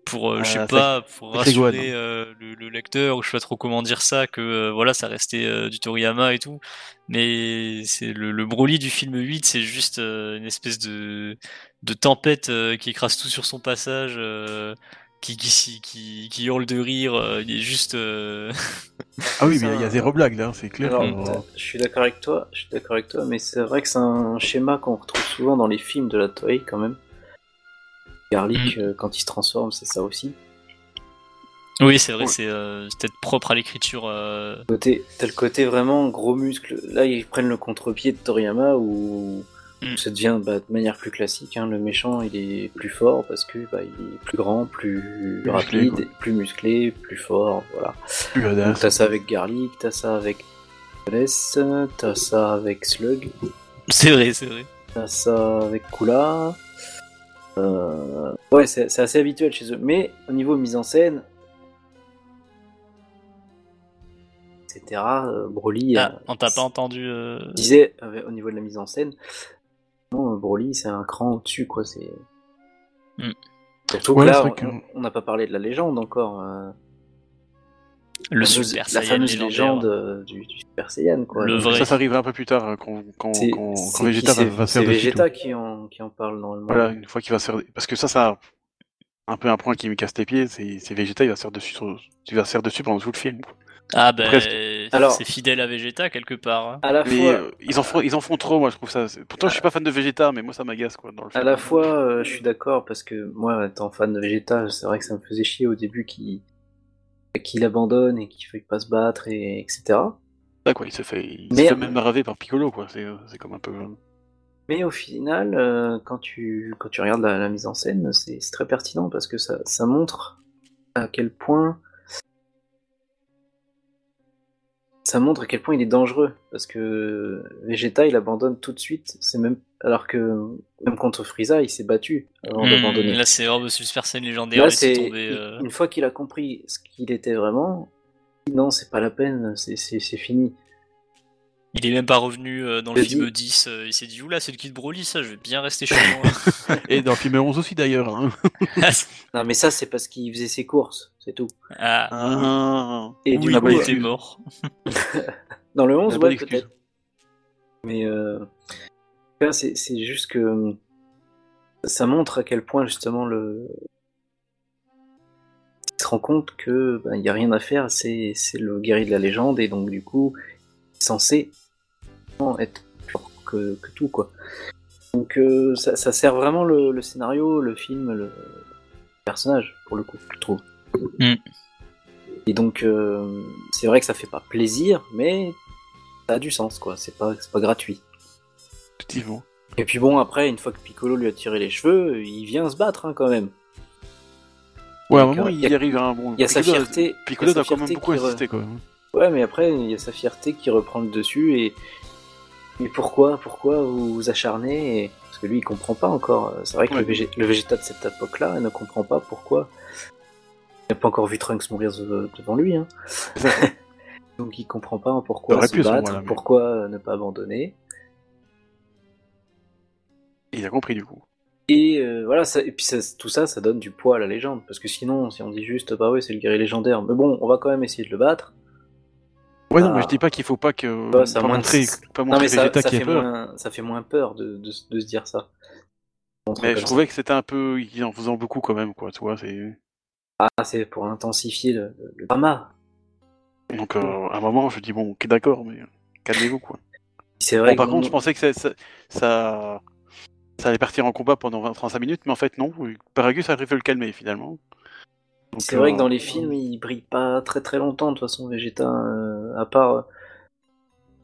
Speaker 3: pour euh, je
Speaker 2: Ah,
Speaker 3: sais
Speaker 2: ça-
Speaker 3: pas pour
Speaker 2: ça dégoûte,
Speaker 3: rassurer euh, le, le lecteur ou je sais pas trop comment dire ça que euh, voilà ça restait euh, du Toriyama et tout mais c'est le, le Broly du film 8 c'est juste euh, une espèce de de tempête euh, qui écrase tout sur son passage euh, qui, qui s'y- qui qui hurle de rire euh, il est juste euh,
Speaker 2: Ah oui, mais il y a- il y a zéro blague là, c'est clair.
Speaker 1: Alors,
Speaker 2: euh,
Speaker 1: t'as- je suis d'accord avec toi, je suis d'accord avec toi, mais c'est vrai que c'est un schéma qu'on retrouve souvent dans les films de la Toei quand même. Garlic, euh, quand il se transforme, c'est ça aussi.
Speaker 3: oui c'est vrai
Speaker 2: Ouais.
Speaker 3: c'est euh, c'est peut-être propre à l'écriture euh,
Speaker 1: Côté, t'as le côté vraiment gros muscle. Là, ils prennent le contre-pied de Toriyama où
Speaker 3: Mm.
Speaker 1: ça devient bah, de manière plus classique. hein, Le méchant, il est plus fort parce que bah, il est plus grand, plus,
Speaker 2: Plus musclé,
Speaker 1: rapide, plus musclé, plus fort. Voilà.
Speaker 2: plus
Speaker 1: Donc
Speaker 2: badass.
Speaker 1: t'as ça avec Garlic, t'as ça avec Bless, t'as ça avec Slug.
Speaker 3: c'est vrai c'est vrai
Speaker 1: T'as ça avec Kula. Euh, Ouais, c'est c'est assez habituel chez eux. Mais au niveau mise en scène, etc., euh, Broly
Speaker 3: Ah,
Speaker 1: euh,
Speaker 3: on t'a pas entendu euh,
Speaker 1: disait euh, au niveau de la mise en scène, non, euh, Broly c'est un cran au-dessus, quoi. C'est.
Speaker 3: Hmm.
Speaker 1: Surtout
Speaker 2: Ouais,
Speaker 1: que
Speaker 2: c'est
Speaker 1: là,
Speaker 2: vrai
Speaker 1: on-
Speaker 2: que-
Speaker 1: on n'a pas parlé de la légende encore. euh,
Speaker 3: le
Speaker 1: la fameuse-
Speaker 3: super
Speaker 1: la
Speaker 3: Saiyan
Speaker 1: fameuse
Speaker 3: légendaire.
Speaker 1: légende euh, du, du Super Saiyan, quoi.
Speaker 3: Le
Speaker 1: Donc,
Speaker 3: vrai.
Speaker 2: Ça, ça arrivera un peu plus tard euh, quand, quand,
Speaker 1: C'est
Speaker 2: quand- quand
Speaker 1: c'est qui-
Speaker 2: Vegeta va,
Speaker 1: c'est-
Speaker 2: va se
Speaker 1: c'est
Speaker 2: faire dessus.
Speaker 1: Vegeta qui en, qui en parle normalement.
Speaker 2: Voilà, une fois qu'il va se faire. Parce que ça, ça. Un peu un point qui me casse les pieds, c'est c'est Vegeta, il va se faire dessus, sur- il va se faire dessus pendant tout le film. quoi.
Speaker 3: ah ben
Speaker 2: Presque.
Speaker 1: Alors-
Speaker 3: c'est fidèle à Vegeta quelque part hein.
Speaker 1: À la
Speaker 2: Mais
Speaker 1: fois,
Speaker 2: euh, ils, en font, ils en font trop, moi, je trouve ça. c'est- Pourtant, je suis pas fan de Vegeta, mais moi, ça m'agace, quoi. Dans le
Speaker 1: À
Speaker 2: film.
Speaker 1: la fois, euh, je suis d'accord parce que moi, étant fan de Vegeta, c'est vrai que ça me faisait chier au début qu'il qu'il abandonne et qu'il fallait pas se battre et etc.
Speaker 2: Ça, quoi, il se fait, il se
Speaker 1: Merde.
Speaker 2: fait même raver par Piccolo, quoi. C'est c'est comme un peu.
Speaker 1: Mais au final, euh, quand, tu, quand tu regardes la, la mise en scène, c'est c'est très pertinent parce que ça, ça montre à quel point. Ça montre à quel point il est dangereux. Parce que Vegeta, il abandonne tout de suite. C'est même Alors que, même contre Frieza, il s'est battu avant d'abandonner.
Speaker 3: Hmm, là, c'est oh, Monsieur Super Saiyan légendaire.
Speaker 1: Là,
Speaker 3: laissez
Speaker 1: c'est
Speaker 3: tomber,
Speaker 1: il-
Speaker 3: euh.
Speaker 1: une fois qu'il a compris ce qu'il était vraiment, il dit, non, c'est pas la peine, c'est- c'est c'est fini.
Speaker 3: Il est même pas revenu euh, dans le
Speaker 1: Je
Speaker 3: film
Speaker 1: dis-
Speaker 3: 10. euh, il s'est dit Oula, c'est le kid Broly, ça, je vais bien rester chez moi.
Speaker 2: Et dans le film 11 aussi d'ailleurs. hein.
Speaker 1: Non, mais ça, c'est parce qu'il faisait ses courses, c'est tout.
Speaker 3: ah,
Speaker 2: Ah.
Speaker 1: Et
Speaker 3: oui,
Speaker 1: du
Speaker 2: la
Speaker 1: coup,
Speaker 2: bonne
Speaker 3: il
Speaker 1: euh,
Speaker 3: était
Speaker 2: excuse.
Speaker 3: mort.
Speaker 1: dans le 11,
Speaker 2: La bonne
Speaker 1: ouais,
Speaker 2: excuse.
Speaker 1: peut-être. Mais euh, là, c'est c'est juste que ça montre à quel point, justement, le. Il se rend compte que ben, il n'y a rien à faire, c'est c'est le guerrier de la légende, et donc, du coup, il est censé être plus fort que, que tout, quoi. Donc, euh, ça, ça sert vraiment le, le scénario, le film, le personnage, pour le coup, je trouve.
Speaker 3: Mm.
Speaker 1: Et donc, euh, c'est vrai que ça fait pas plaisir, mais ça a du sens, quoi. C'est pas, c'est pas gratuit.
Speaker 2: Effectivement.
Speaker 1: Et puis bon, après, une fois que Piccolo lui a tiré les cheveux, il vient se battre, hein, quand même.
Speaker 2: Ouais, à un
Speaker 1: Donc,
Speaker 2: moment,
Speaker 1: euh,
Speaker 2: il
Speaker 1: y a-
Speaker 2: arrive à un bon.
Speaker 1: Il y a sa
Speaker 2: Piccolo-
Speaker 1: fierté. il y
Speaker 2: Piccolo
Speaker 1: a
Speaker 2: doit
Speaker 1: sa
Speaker 2: quand même
Speaker 1: fierté euh,
Speaker 2: beaucoup
Speaker 1: qui re-
Speaker 2: insister, quoi.
Speaker 1: Ouais, mais après, il y a sa fierté qui reprend le dessus et. Mais pourquoi, pourquoi vous vous acharnez et- Parce que lui, il comprend pas encore. C'est vrai que
Speaker 2: Ouais.
Speaker 1: le, Vég- le Vegeta de cette époque-là ne comprend pas pourquoi. Il n'a pas encore vu Trunks mourir de- devant lui. Hein.
Speaker 2: C'est ça.
Speaker 1: Donc il comprend pas
Speaker 2: Ça
Speaker 1: pourquoi
Speaker 2: aurait
Speaker 1: se
Speaker 2: pu, ça,
Speaker 1: battre,
Speaker 2: voilà, mais-
Speaker 1: pourquoi euh, ne pas abandonner.
Speaker 2: Et Il a compris du coup.
Speaker 1: Et euh, voilà, ça, et puis ça- tout ça, ça donne du poids à la légende. Parce que sinon, si on dit juste, bah ouais, c'est le guerrier légendaire, mais bon, on va quand même essayer de le battre.
Speaker 2: Ouais,
Speaker 1: Ah.
Speaker 2: non, mais je dis pas qu'il faut pas que.
Speaker 1: Bah, ça
Speaker 2: pas,
Speaker 1: moins-
Speaker 2: montrer, pas
Speaker 1: Non,
Speaker 2: montrer
Speaker 1: mais ça,
Speaker 2: Vegeta
Speaker 1: ça
Speaker 2: qui
Speaker 1: fait
Speaker 2: a peur.
Speaker 1: moins, ça fait moins peur de, de, de se dire ça. On se
Speaker 2: Mais
Speaker 1: comme
Speaker 2: je
Speaker 1: ça.
Speaker 2: trouvais que c'était un peu. Il en faisant beaucoup quand même, quoi. Tu vois, c'est.
Speaker 1: Ah, c'est pour intensifier le, le drama.
Speaker 2: Donc, euh, à un moment, je dis, bon, ok, d'accord, mais calmez-vous, quoi.
Speaker 1: C'est
Speaker 2: Bon,
Speaker 1: vrai
Speaker 2: par
Speaker 1: que-
Speaker 2: contre, je pensais que ça, ça, ça, ça allait partir en combat pendant 20, 35 minutes, mais en fait, non. Paragus arrive à le calmer, finalement. Donc,
Speaker 1: C'est vrai
Speaker 2: euh,
Speaker 1: que dans les films, il brille pas très très longtemps, de toute façon, Vegeta, euh, à part. euh,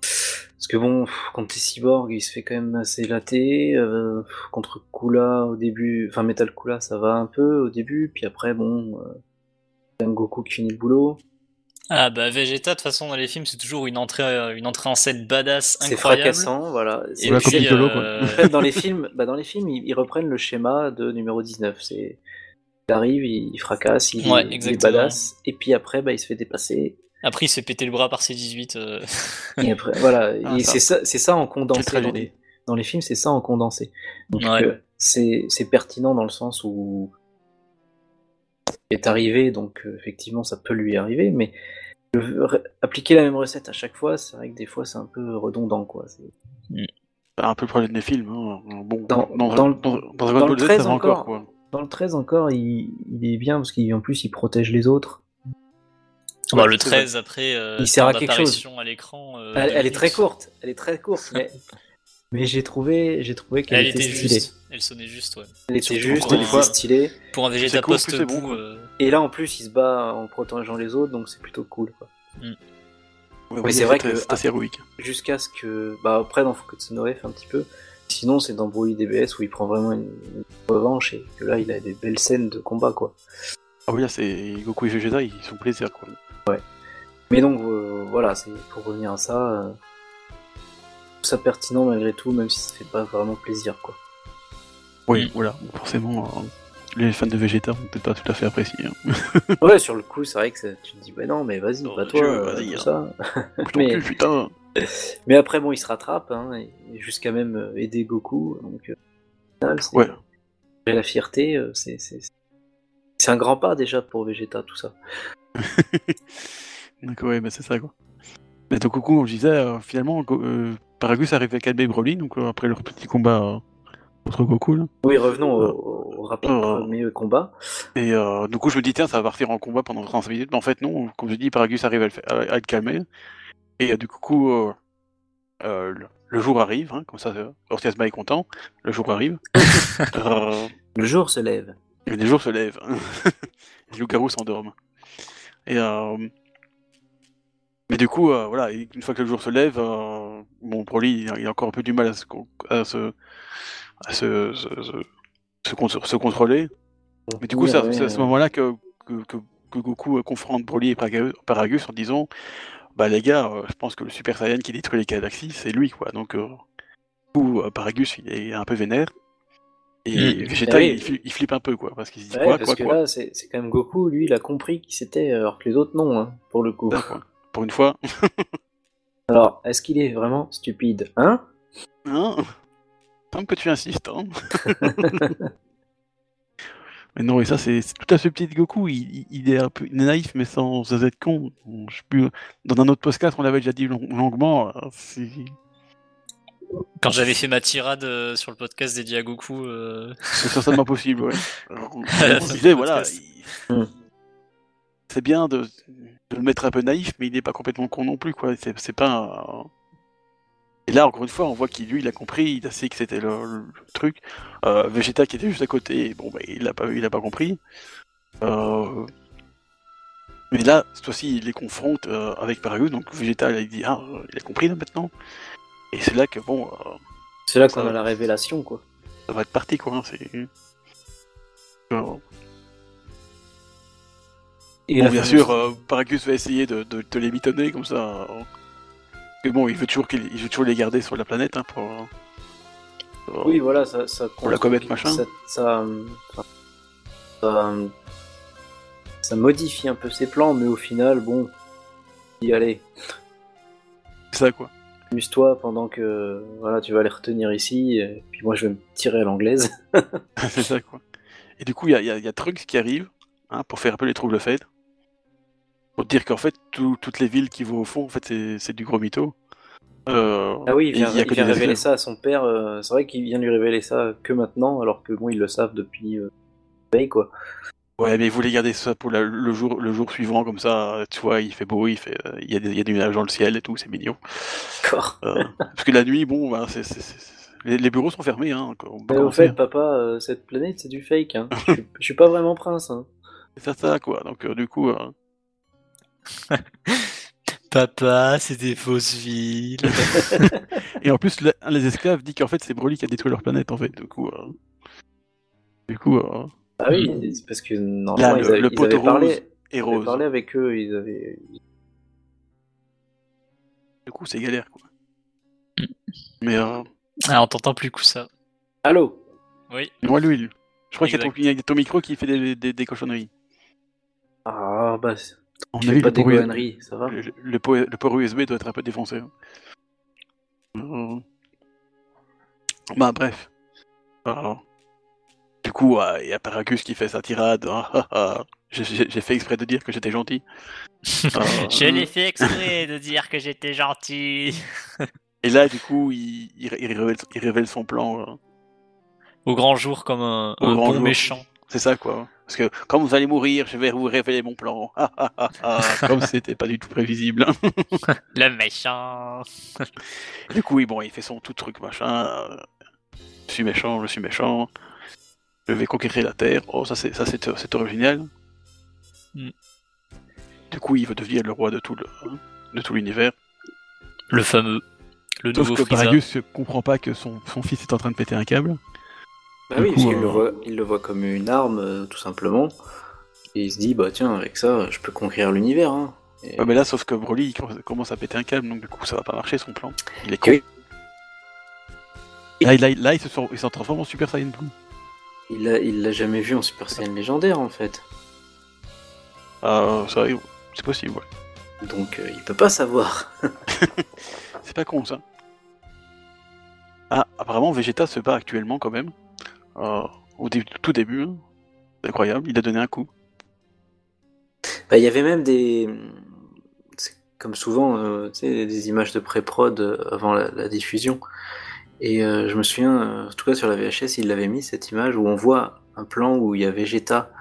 Speaker 1: Parce que bon, pff, contre les cyborgs, il se fait quand même assez laté. euh, pff, contre Kula au début, enfin Metal Kula, ça va un peu au début, puis après, bon, euh, même Goku qui finit le boulot.
Speaker 3: Ah bah Vegeta de toute façon dans les films c'est toujours une entrée euh, une entrée en scène badass
Speaker 1: C'est
Speaker 3: incroyable.
Speaker 1: fracassant, voilà.
Speaker 3: Et
Speaker 1: C'est-
Speaker 2: Voilà,
Speaker 3: puis,
Speaker 2: comme Piccolo, quoi.
Speaker 3: euh,
Speaker 1: En fait, dans les films, bah, dans les films ils, ils reprennent le schéma de numéro 19. C'est, il arrive, il, il fracasse, il,
Speaker 3: Ouais,
Speaker 1: il est
Speaker 3: exactement.
Speaker 1: badass, et puis après, bah, il se fait dépasser.
Speaker 3: après il se fait péter le bras par ses 18 euh,
Speaker 1: Et après, voilà,
Speaker 2: Ah,
Speaker 1: et
Speaker 2: ça.
Speaker 1: c'est ça, c'est ça en
Speaker 2: Quelle
Speaker 1: condensé. Dans
Speaker 2: tragédie.
Speaker 1: les, dans les films, c'est ça en condensé. Donc,
Speaker 3: Ouais.
Speaker 1: euh, c'est, c'est pertinent dans le sens où il est arrivé, donc euh, effectivement, ça peut lui arriver, mais le- re- appliquer la même recette à chaque fois, c'est vrai que des fois, c'est un peu redondant, quoi. C'est-
Speaker 2: bah, un peu le problème des films. hein. Bon,
Speaker 1: Dans-
Speaker 2: dans,
Speaker 1: dans le-
Speaker 2: Dragon
Speaker 1: dans
Speaker 2: Ball
Speaker 1: le
Speaker 2: Z, ça
Speaker 1: 13
Speaker 2: va encore,
Speaker 1: encore.
Speaker 2: quoi.
Speaker 1: Dans le 13 encore, il, il est bien parce qu'en plus, il protège les autres.
Speaker 3: bah,
Speaker 2: Ouais,
Speaker 3: le
Speaker 2: c'est vrai.
Speaker 3: 13 après euh,
Speaker 1: Il sert à
Speaker 3: temps
Speaker 1: quelque chose.
Speaker 3: d'apparition à l'écran euh,
Speaker 1: elle,
Speaker 3: de
Speaker 1: elle est très
Speaker 3: Trunks.
Speaker 1: courte, elle est très courte, mais, mais j'ai trouvé, j'ai trouvé qu'elle
Speaker 3: Elle
Speaker 1: était,
Speaker 3: était
Speaker 1: stylée.
Speaker 3: juste, elle sonnait juste ouais.
Speaker 1: Elle était
Speaker 3: Surtout
Speaker 1: juste,
Speaker 3: encore
Speaker 1: elle
Speaker 3: une
Speaker 1: était
Speaker 3: fois.
Speaker 1: stylée.
Speaker 3: Pour un Vegeta euh,
Speaker 2: C'est court,
Speaker 3: post
Speaker 2: plus c'est bon, quoi.
Speaker 1: Et là, en plus, il se bat en protégeant les autres, donc c'est plutôt cool. quoi.
Speaker 2: Ouais,
Speaker 1: c'est vrai
Speaker 2: très-
Speaker 1: que-
Speaker 2: c'est assez héroïque.
Speaker 1: Jusqu'à ce que, bah après, dans Fukutsuno F un petit peu. Sinon, c'est dans Broly DBS où il prend vraiment une, une revanche et que là, il a des belles scènes de combat, quoi.
Speaker 2: Ah oui, là, c'est Goku et Vegeta, ils sont plaisir, quoi.
Speaker 1: Mais donc, euh, voilà, c'est pour revenir à ça. euh, je trouve ça pertinent malgré tout, même si ça fait pas vraiment plaisir, quoi.
Speaker 2: Oui,
Speaker 3: Mm.
Speaker 2: voilà, forcément. euh, Les fans de Vegeta vont peut-être pas tout à fait apprécier. hein.
Speaker 1: Ouais, sur le coup, c'est vrai que ça- tu te dis, bah non, mais vas-y,
Speaker 2: Bon,
Speaker 1: bats-toi,
Speaker 2: Dieu,
Speaker 1: euh,
Speaker 2: vas-y,
Speaker 1: tout
Speaker 2: hein.
Speaker 1: ça.
Speaker 2: Plutôt
Speaker 1: Mais-
Speaker 2: cul, putain.
Speaker 1: Mais après, bon, il se rattrape, hein, et- et jusqu'à même euh, aider Goku. Donc, euh, au final, c'est-
Speaker 2: Ouais.
Speaker 1: et la fierté, euh, c'est c'est- c'est- c'est un grand pas déjà pour Vegeta, tout ça.
Speaker 2: Donc ouais, bah, c'est ça quoi. Mais donc Goku, on le disait, euh, finalement, Go- euh, Paragus arrive à calmer Broly, donc euh, après leur petit combat euh, contre Goku. Là.
Speaker 1: Oui, revenons au, au- au rapide
Speaker 2: Euh.
Speaker 1: premier combat.
Speaker 2: Et euh, du coup, je me dis, tiens, ça va partir en combat pendant 35 minutes, mais en fait, non, comme je dis, Paragus arrive à le, fa- à- à le calmer. Et euh, du coup, euh, euh, le, le jour arrive, hein, comme ça, euh, Ortiasma est content, le jour arrive. Euh,
Speaker 1: Le jour se lève.
Speaker 2: Et les jours se lèvent. les loups-garous s'endorment. Et euh... Mais Et du coup, euh, voilà, une fois que le jour se lève, euh, bon, Broly, il a- il a encore un peu du mal à se, con- à se, à se, se- se- se con- se contrôler. Mais du coup,
Speaker 1: Oui,
Speaker 2: c'est à-
Speaker 1: ouais,
Speaker 2: c'est à ce
Speaker 1: ouais.
Speaker 2: moment-là que, que, que- que Goku euh, confronte Broly et Paragu- Paragus en disant Bah, les gars, euh, je pense que le Super Saiyan qui détruit les galaxies, c'est lui, quoi. Donc, euh, du coup, euh, Paragus, il est un peu vénère. Et
Speaker 3: Mm.
Speaker 2: Vegeta,
Speaker 1: Ah oui.
Speaker 2: il, fli- il flippe un peu, quoi. Parce qu'il se dit
Speaker 1: Ouais,
Speaker 2: Quoi,
Speaker 1: parce
Speaker 2: quoi,
Speaker 1: que
Speaker 2: quoi,
Speaker 1: là, c'est c'est quand même Goku, lui, il a compris qui c'était, alors que les autres non, hein, pour le coup.
Speaker 2: quoi. Pour une fois.
Speaker 1: Alors, est-ce qu'il est vraiment stupide Hein
Speaker 2: Hein Tant que tu insistes, hein Mais non, et ça, c'est c'est tout à fait petit de Goku. Il, il- il est un peu il est naïf, mais sans, sans être con. On- je sais plus, dans un autre podcast, on l'avait déjà dit long- longuement. hein, c'est-
Speaker 3: Quand j'avais fait ma tirade euh, sur le podcast dédié à Goku, euh,
Speaker 2: C'est certainement possible, ouais. Alors, on-
Speaker 3: À la
Speaker 2: on
Speaker 3: fin
Speaker 2: disait,
Speaker 3: du
Speaker 2: voilà.
Speaker 3: podcast.
Speaker 2: il-
Speaker 1: Hmm.
Speaker 2: C'est bien de, de le mettre un peu naïf, mais il n'est pas complètement con non plus, quoi. C'est c'est pas. un- Et là, encore une fois, on voit qu'il, lui, il a compris, il a su que c'était le, le truc. Euh, Vegeta qui était juste à côté, bon, bah, il a pas, il a pas compris. Euh, Mais là, cette fois-ci, il les confronte euh, avec Paragus, donc Vegeta, là, il dit, ah, euh, il a compris là maintenant. Et c'est là que, bon, euh,
Speaker 1: C'est là
Speaker 2: Ça
Speaker 1: qu'on
Speaker 2: va.
Speaker 1: a la révélation, quoi.
Speaker 2: ça va être parti quoi. hein, c'est... euh, Genre,
Speaker 1: Et
Speaker 2: bon,
Speaker 1: la
Speaker 2: bien
Speaker 1: fameuse-
Speaker 2: sûr, euh, Paragus va essayer de, de, de les mitonner comme ça. hein. Mais bon, il veut toujours qu'il il veut toujours les garder sur la planète hein, pour. euh, pour-
Speaker 1: Oui, voilà, ça. ça
Speaker 2: la comète, machin.
Speaker 1: Ça, ça, ça- ça modifie un peu ses plans, mais au final, bon, y aller.
Speaker 2: c'est ça quoi.
Speaker 1: Amuse-toi pendant que voilà, tu vas les retenir ici, et puis moi je vais me tirer à l'anglaise.
Speaker 2: c'est ça quoi. Et du coup, il y a, il y a- il y a Trunks qui arrive hein, pour faire un peu les troubles faits. Pour te dire qu'en fait, tout- toutes les villes qui vont au fond, en fait, c'est, c'est du gros mytho. Euh,
Speaker 1: Ah oui, il
Speaker 2: et
Speaker 1: vient,
Speaker 2: y a
Speaker 1: il
Speaker 2: que
Speaker 1: vient
Speaker 2: des
Speaker 1: révéler ça
Speaker 2: esclaves.
Speaker 1: à son père. euh, c'est vrai qu'il vient lui révéler ça que maintenant, alors que bon, ils le savent depuis euh, la veille, quoi.
Speaker 2: Ouais, mais il voulait garder ça pour la- le, jour, le jour suivant, comme ça, tu vois, il fait beau, il, fait, euh, il, y a des, il y a des nuages dans le ciel et tout, c'est mignon.
Speaker 1: D'accord.
Speaker 2: Euh, parce que la nuit, bon, bah, c'est, c'est- c'est- c'est- Les, les bureaux sont fermés, hein. quoi, on
Speaker 1: Mais
Speaker 2: peut
Speaker 1: au
Speaker 2: commencer.
Speaker 1: fait, papa, euh, cette planète, c'est du fake. Hein. je, suis- je suis pas vraiment prince. Hein.
Speaker 2: C'est ça, ça, quoi. Donc, euh, du coup, euh,
Speaker 3: Papa, c'est des fausses villes.
Speaker 2: et en plus, le- un des esclaves dit qu'en fait, c'est Broly qui a détruit leur planète, en fait. Du coup, euh, du coup, euh,
Speaker 1: Ah oui, c'est parce que
Speaker 2: Là,
Speaker 1: normalement,
Speaker 2: le-
Speaker 1: ils avaient,
Speaker 2: le
Speaker 1: ils
Speaker 2: poteau
Speaker 1: avaient parlé,
Speaker 2: rose. et
Speaker 1: ils avaient
Speaker 2: Rose.
Speaker 1: parlé avec eux, ils avaient.
Speaker 2: Du coup, c'est galère, quoi.
Speaker 3: Mm.
Speaker 2: Mais euh,
Speaker 3: Ah, on t'entend plus coup ça.
Speaker 1: Allô
Speaker 3: Oui.
Speaker 2: moi, lui, je crois qu'il y, a
Speaker 3: Exact.
Speaker 2: ton- il y a ton micro qui fait des, des, des cochonneries.
Speaker 1: Ah bah, c'est
Speaker 2: On
Speaker 1: tu fais pas des gohanneries, ça
Speaker 3: Ah.
Speaker 1: va
Speaker 2: Le, le po- le port USB doit être un peu défoncé. hein. Euh, Bah bref. Alors, Du coup, euh, il y a Paracus qui fait sa tirade. Ah, ah, ah. J'ai- J'ai j'ai fait exprès de dire que j'étais gentil. Euh,
Speaker 3: Je l'ai fait exprès de dire que j'étais gentil.
Speaker 2: et là, du coup, il, il- il révèle, il révèle son plan. euh.
Speaker 3: Au grand jour comme un,
Speaker 2: Au
Speaker 3: un
Speaker 2: grand
Speaker 3: bon
Speaker 2: jour.
Speaker 3: méchant.
Speaker 2: C'est ça, quoi. Parce que quand vous allez mourir, je vais vous révéler mon plan. Ah, ah, ah, ah. Comme c'était pas du tout prévisible. hein.
Speaker 3: Le méchant.
Speaker 2: Du coup, oui, bon, il fait son tout truc machin. euh, je suis méchant, je suis méchant. Je vais conquérir la Terre. Oh, ça c'est ça c'est c'est original.
Speaker 3: Mm.
Speaker 2: Du coup, il veut devenir le roi de tout le de tout l'univers.
Speaker 3: Le fameux. Le
Speaker 2: Sauf
Speaker 3: nouveau hein.
Speaker 2: que
Speaker 3: Frieza.
Speaker 2: Paragus ne comprend pas que son, son fils est en train de péter un câble.
Speaker 1: Bah
Speaker 2: Du
Speaker 1: oui,
Speaker 2: coup,
Speaker 1: parce qu'il
Speaker 2: euh,
Speaker 1: le, voit- il le voit comme une arme, euh, tout simplement. Et il se dit, bah tiens, avec ça, je peux conquérir l'univers. Hein. Et-
Speaker 3: Eh.
Speaker 2: Ouais, mais là, sauf que Broly il com- commence à péter un câble, donc du coup, ça va pas marcher son plan. Il est con.
Speaker 1: Oui.
Speaker 2: Là, il- là, il- là, il se sort- il s'en transforme en Super Saiyan Blue.
Speaker 1: Il l'a il l'a jamais vu en Super Saiyan légendaire, en fait.
Speaker 2: Ah, c'est vrai, c'est possible. ouais.
Speaker 1: Donc euh, il peut pas savoir.
Speaker 2: C'est pas con ça. Ah, apparemment Vegeta se bat actuellement quand même. Euh, au dé- tout début, hein. c'est incroyable, il a donné un coup.
Speaker 1: Bah, il y avait même des. c'est Comme souvent, euh, tu sais, des images de pré-prod euh, avant la, la diffusion. Et euh, je me souviens, euh, en tout cas sur la VHS, il l'avait mis cette image où on voit un plan où il y a Vegeta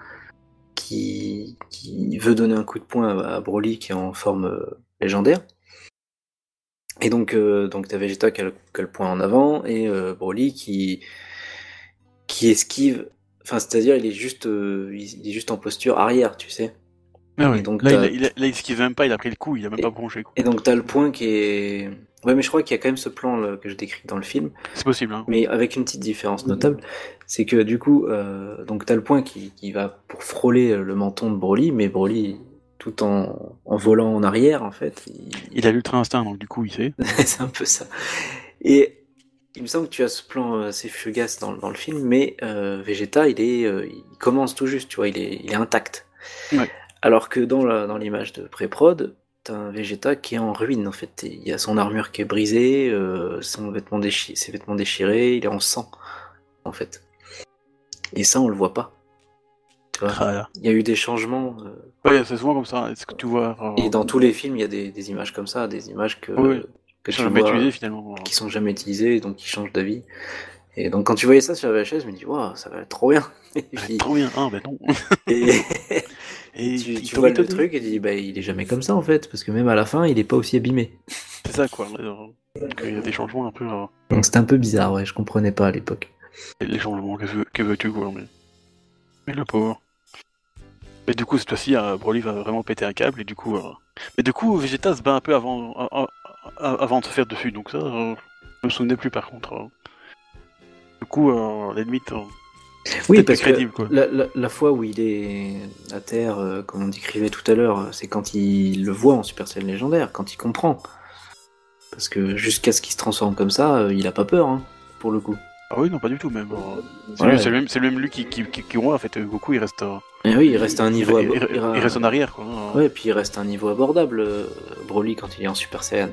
Speaker 1: qui, qui veut donner un coup de poing à, à Broly qui est en forme euh, légendaire. Et donc, euh, donc t'as Vegeta qui a, le, qui a le poing en avant et euh, Broly qui, qui esquive. Enfin, c'est-à-dire, il est juste, euh, il il est juste en posture arrière, tu sais.
Speaker 2: Ah ouais.
Speaker 1: Et donc,
Speaker 2: là, il,
Speaker 1: t'as-
Speaker 2: a- il a- là, il esquive même pas, il a pris le coup, il a même pas bronché. quoi.
Speaker 1: Et donc t'as le point qui est... Ouais mais je crois qu'il y a quand même ce plan là, que je décris dans le film,
Speaker 2: C'est possible, hein.
Speaker 1: mais avec une petite différence notable, c'est que du coup, euh, donc t'as le point qui, qui va pour frôler le menton de Broly, mais Broly, tout en, en volant en arrière en fait, il-
Speaker 2: Il a l'ultra instinct, donc du coup, il sait.
Speaker 1: c'est un peu ça. Et il me semble que tu as ce plan euh, assez fugace dans, dans le film, mais euh, Vegeta, il, est, euh, il commence tout juste, tu vois, il est, il est intact.
Speaker 2: Ouais.
Speaker 1: Alors que dans la- dans l'image de pré-prod, t'as un Vegeta qui est en ruine, en fait. Il y a son armure qui est brisée, euh, son vêtement déchi- ses vêtements déchirés, il est en sang, en fait. Et ça, on le voit pas. Tu vois,
Speaker 2: Ah, là.
Speaker 1: il y a eu des changements. euh,
Speaker 2: Ouais, c'est souvent comme ça. Est-ce que tu vois euh,
Speaker 1: et dans tous les films, il y a des, des images comme ça, des images que,
Speaker 2: Oui.
Speaker 1: que
Speaker 2: sur
Speaker 1: tu
Speaker 2: le bête
Speaker 1: vois
Speaker 2: usé, finalement euh,
Speaker 1: qui sont jamais utilisés, donc qui changent d'avis. Et donc quand tu voyais ça sur la VHS, je me dis waouh, ça va être trop bien. Et
Speaker 2: Ouais,
Speaker 1: puis,
Speaker 2: Trop bien, ah ben non.
Speaker 1: et-
Speaker 2: Et
Speaker 1: tu,
Speaker 2: il
Speaker 1: tu
Speaker 2: tombe
Speaker 1: vois le
Speaker 2: étonné.
Speaker 1: truc et tu dis bah il est jamais comme ça en fait, parce que même à la fin, il est pas aussi abîmé.
Speaker 2: C'est ça quoi. euh, donc, il y a des changements un peu. euh,
Speaker 1: Donc c'était un peu bizarre, ouais, je comprenais pas à l'époque.
Speaker 2: les changements que, veux- que veux-tu quoi. Mais... mais le pauvre. Mais du coup cette fois-ci, euh, Broly va vraiment péter un câble et du coup. euh, Mais du coup Vegeta se bat un peu avant, a- a- avant de se faire dessus. Donc ça, euh, je me souvenais plus par contre. euh. Du coup, euh, l'ennemi t'en-
Speaker 1: Oui, parce
Speaker 2: t'es plus
Speaker 1: que
Speaker 2: crédible quoi.
Speaker 1: la, la- la fois où il est à terre, euh, comme on décrivait tout à l'heure, euh, c'est quand il le voit en Super Saiyan légendaire, quand il comprend. Parce que jusqu'à ce qu'il se transforme comme ça, euh, il a pas peur, hein, pour le coup.
Speaker 2: Ah oui, non, pas du tout même. euh, C'est
Speaker 1: Ouais.
Speaker 2: le- c'est le même, c'est le même lui qui, qui, qui, qui voit en fait. euh, Goku il reste. euh,
Speaker 1: Et oui, il reste à un niveau.
Speaker 2: il,
Speaker 1: abo-
Speaker 2: il- il reste en arrière quoi. hein.
Speaker 1: Ouais, et puis il reste à un niveau abordable, euh, Broly, quand il est en Super Saiyan.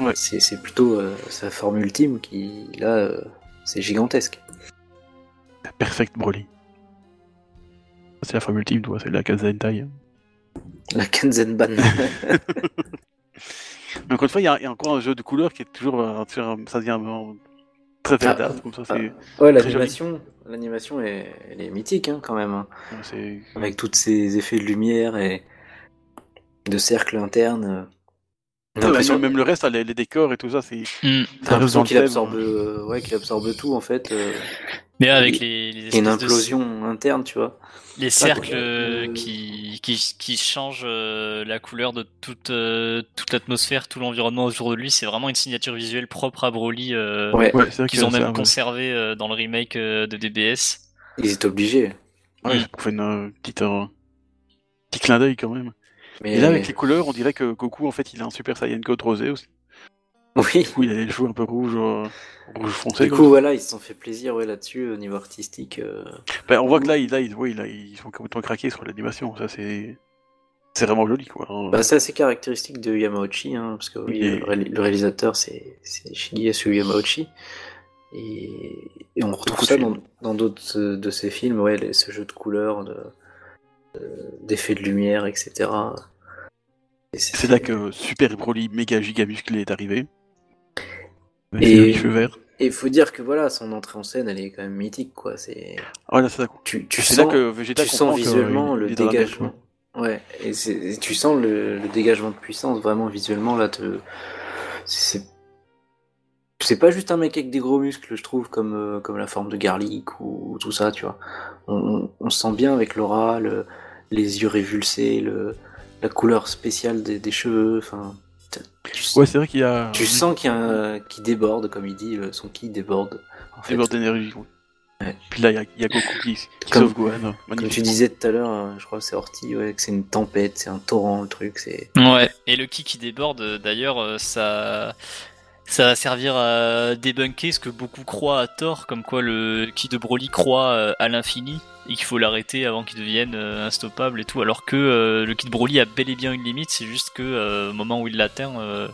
Speaker 2: Ouais.
Speaker 1: C'est c'est plutôt euh, sa forme ultime qui, là, euh, c'est gigantesque.
Speaker 2: Perfect Broly. C'est la forme ultime, toi, c'est la Kazentai. hein.
Speaker 1: La Kanzenban.
Speaker 2: Mais encore une fois, il y, a- il y a encore un jeu de couleurs qui est toujours. euh, sur un- ça devient vraiment très
Speaker 1: Ah.
Speaker 2: verdâtre, comme ça, c'est.
Speaker 1: ouais,
Speaker 2: Très
Speaker 1: l'animation, l'animation est, elle est mythique, hein, quand même. hein.
Speaker 2: euh, c'est-
Speaker 1: Avec tous ces effets de lumière et de cercle interne. euh,
Speaker 2: Ouais,
Speaker 1: l'impression-
Speaker 2: même, même le reste, hein, les, les décors et tout ça, c'est.
Speaker 3: Hmm.
Speaker 1: t'as l'impression
Speaker 2: dans
Speaker 1: qu'il
Speaker 2: le thème,
Speaker 1: absorbe,
Speaker 2: hein.
Speaker 1: euh, ouais, qu'il absorbe tout, en fait. euh,
Speaker 3: Mais avec les, les
Speaker 1: Il y a une
Speaker 3: espèces de-
Speaker 1: implosion interne, tu vois.
Speaker 2: Ah,
Speaker 3: les cercles euh, qui, qui, qui changent euh, la couleur de toute, euh, toute l'atmosphère, tout l'environnement autour de lui, c'est vraiment une signature visuelle propre à Broly euh,
Speaker 1: Ouais,
Speaker 2: Ouais, c'est vrai
Speaker 3: qu'ils ont
Speaker 2: que ça,
Speaker 3: même
Speaker 2: ouais.
Speaker 3: conservé euh, dans le remake euh, de DBS.
Speaker 1: ils étaient obligés.
Speaker 2: Ouais, c'est pour faire une euh, petite. euh, petit clin d'œil quand même.
Speaker 1: Mais
Speaker 2: Et là, avec les couleurs, on dirait que Goku, en fait, il a un Super Saiyan Code rosé aussi.
Speaker 1: oui.
Speaker 2: Du coup, il a les cheveux un peu rouge, euh, rouge foncé.
Speaker 1: Du
Speaker 2: quoi.
Speaker 1: coup, voilà, ils se sont fait plaisir ouais, là-dessus, au niveau artistique. euh,
Speaker 2: Ben, on voit que là, il, là, il- ouais, il a- ils sont complètement craqués sur l'animation. Ça, c'est. C'est vraiment joli, quoi. hein.
Speaker 1: Bah, c'est assez caractéristique de Yamauchi, hein, parce que oui,
Speaker 2: Il est-
Speaker 1: le, ré- le réalisateur, c'est c'est Shigeyasu Yamauchi. Et, et on retrouve
Speaker 2: coup,
Speaker 1: ça
Speaker 2: c'est-
Speaker 1: dans dans d'autres euh, de ses films, ouais, les- ce jeu de couleurs, de- euh, d'effets de, lumière, etc. Et
Speaker 2: C'est là que Super Broly méga giga musclé est arrivé. Avec
Speaker 1: Et-
Speaker 2: ses jolis cheveux verts.
Speaker 1: Et il faut dire que voilà, son entrée en scène, elle est quand même mythique, quoi. C'est
Speaker 2: Ah, là, c'est ça.
Speaker 1: tu, tu
Speaker 2: C'est
Speaker 1: sens
Speaker 2: là que Vegeta
Speaker 1: tu
Speaker 2: comprend
Speaker 1: sens
Speaker 2: que,
Speaker 1: visuellement
Speaker 2: euh, il- il
Speaker 1: le
Speaker 2: est dans la merde,
Speaker 1: dégagement. Ouais, et, c'est- et tu sens le, le dégagement de puissance vraiment visuellement là. Te... C'est c'est pas juste un mec avec des gros muscles, je trouve, comme euh, comme la forme de Garlic ou, ou tout ça, tu vois. On, on, on sent bien avec l'aura, le- les yeux révulsés, le, la couleur spéciale des, des cheveux. Enfin, t'as- tu,
Speaker 2: quoi. Ouais, c'est vrai qu'il y a.
Speaker 1: tu sens qu'il y a un- qu'il déborde, comme il dit, le- son qui déborde. en fait.
Speaker 2: des bords d'énergie. ouais.
Speaker 1: Ouais.
Speaker 2: Puis là, il y a, il y a Goku qui, qui
Speaker 1: Comme-
Speaker 2: sauve Gohan.
Speaker 1: Comme
Speaker 2: Magnifique.
Speaker 1: tu disais tout à l'heure, euh, je crois que c'est Horty, ouais, que c'est une tempête, c'est un torrent le truc, c'est.
Speaker 3: Ouais. Et le ki qui déborde, euh, d'ailleurs, euh, ça, ça va servir à débunker ce que beaucoup croient à tort, comme quoi le ki de Broly croit euh, à l'infini et qu'il faut l'arrêter avant qu'il devienne euh, instoppable et tout, alors que euh, le ki de Broly a bel et bien une limite, c'est juste que euh, au moment où il l'atteint, euh,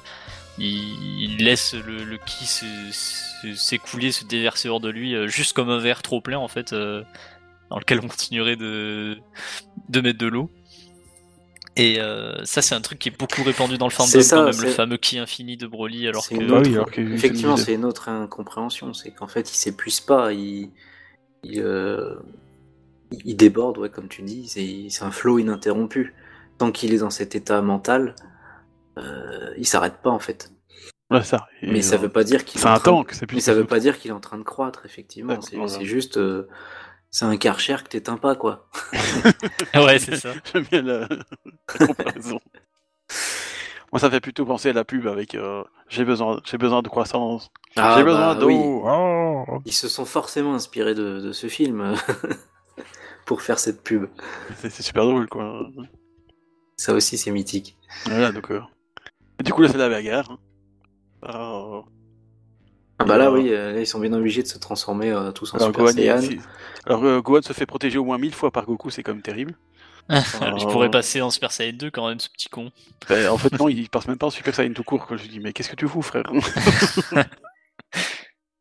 Speaker 3: il, il laisse le, le ki se- se- s'écouler, se, déverser hors de lui, euh, juste comme un verre trop plein en fait, euh, dans lequel on continuerait de, de mettre de l'eau. Et euh, ça, c'est un truc qui est beaucoup répandu dans le fandom,
Speaker 1: C'est ça,
Speaker 3: quand même, le
Speaker 1: c'est-
Speaker 3: fameux ki infini de Broly, alors
Speaker 1: C'est
Speaker 3: que...
Speaker 1: une
Speaker 2: Ah
Speaker 1: autre-
Speaker 2: oui, alors que-
Speaker 1: Effectivement, c'est une autre incompréhension, c'est qu'en fait, il s'épuise pas, il. Il, euh, il- il déborde, ouais, comme tu dis, c'est c'est un flow ininterrompu. Tant qu'il est dans cet état mental, euh, il s'arrête pas en fait.
Speaker 2: Voilà, ça. Et,
Speaker 1: Mais ça
Speaker 2: euh,
Speaker 1: veut pas dire qu'il.
Speaker 2: C'est
Speaker 1: est en
Speaker 2: un
Speaker 1: train-
Speaker 2: tank, c'est plus.
Speaker 1: Mais ça veut pas dire qu'il est en train de croître, effectivement.
Speaker 2: D'accord,
Speaker 1: C'est
Speaker 2: voilà.
Speaker 1: c'est juste. euh, C'est un Karcher que t'éteins pas, quoi.
Speaker 3: ouais, c'est ça.
Speaker 2: J'aime bien la, la comparaison. Moi, ça fait plutôt penser à la pub avec euh, j'ai besoin, j'ai besoin de croissance,
Speaker 1: Ah,
Speaker 2: j'ai besoin
Speaker 1: bah
Speaker 2: d'eau.
Speaker 1: oui.
Speaker 4: Oh.
Speaker 1: Ils se sont forcément inspirés de, de ce film euh, pour faire cette pub.
Speaker 2: Ah, C'est c'est super drôle, quoi.
Speaker 1: Ça aussi, c'est mythique.
Speaker 2: Voilà, donc. euh, et Du coup, là, c'est la bagarre. hein. Ah,
Speaker 1: Ah bah là,
Speaker 2: Alors-
Speaker 1: oui, euh, là, ils sont bien obligés de se transformer euh, tous en
Speaker 2: alors,
Speaker 1: Super
Speaker 2: Gohan, il-
Speaker 1: Saiyan.
Speaker 2: si- alors, euh, Gohan se fait protéger au moins mille fois par Goku, c'est quand même terrible.
Speaker 3: Je
Speaker 2: oh.
Speaker 3: pourrais Ah, passer en Super Saiyan 2 quand même, ce petit con.
Speaker 2: Ben, en fait, non, il passe même pas en Super Saiyan tout court. Quoi. Je lui dis, mais qu'est-ce que tu fous, frère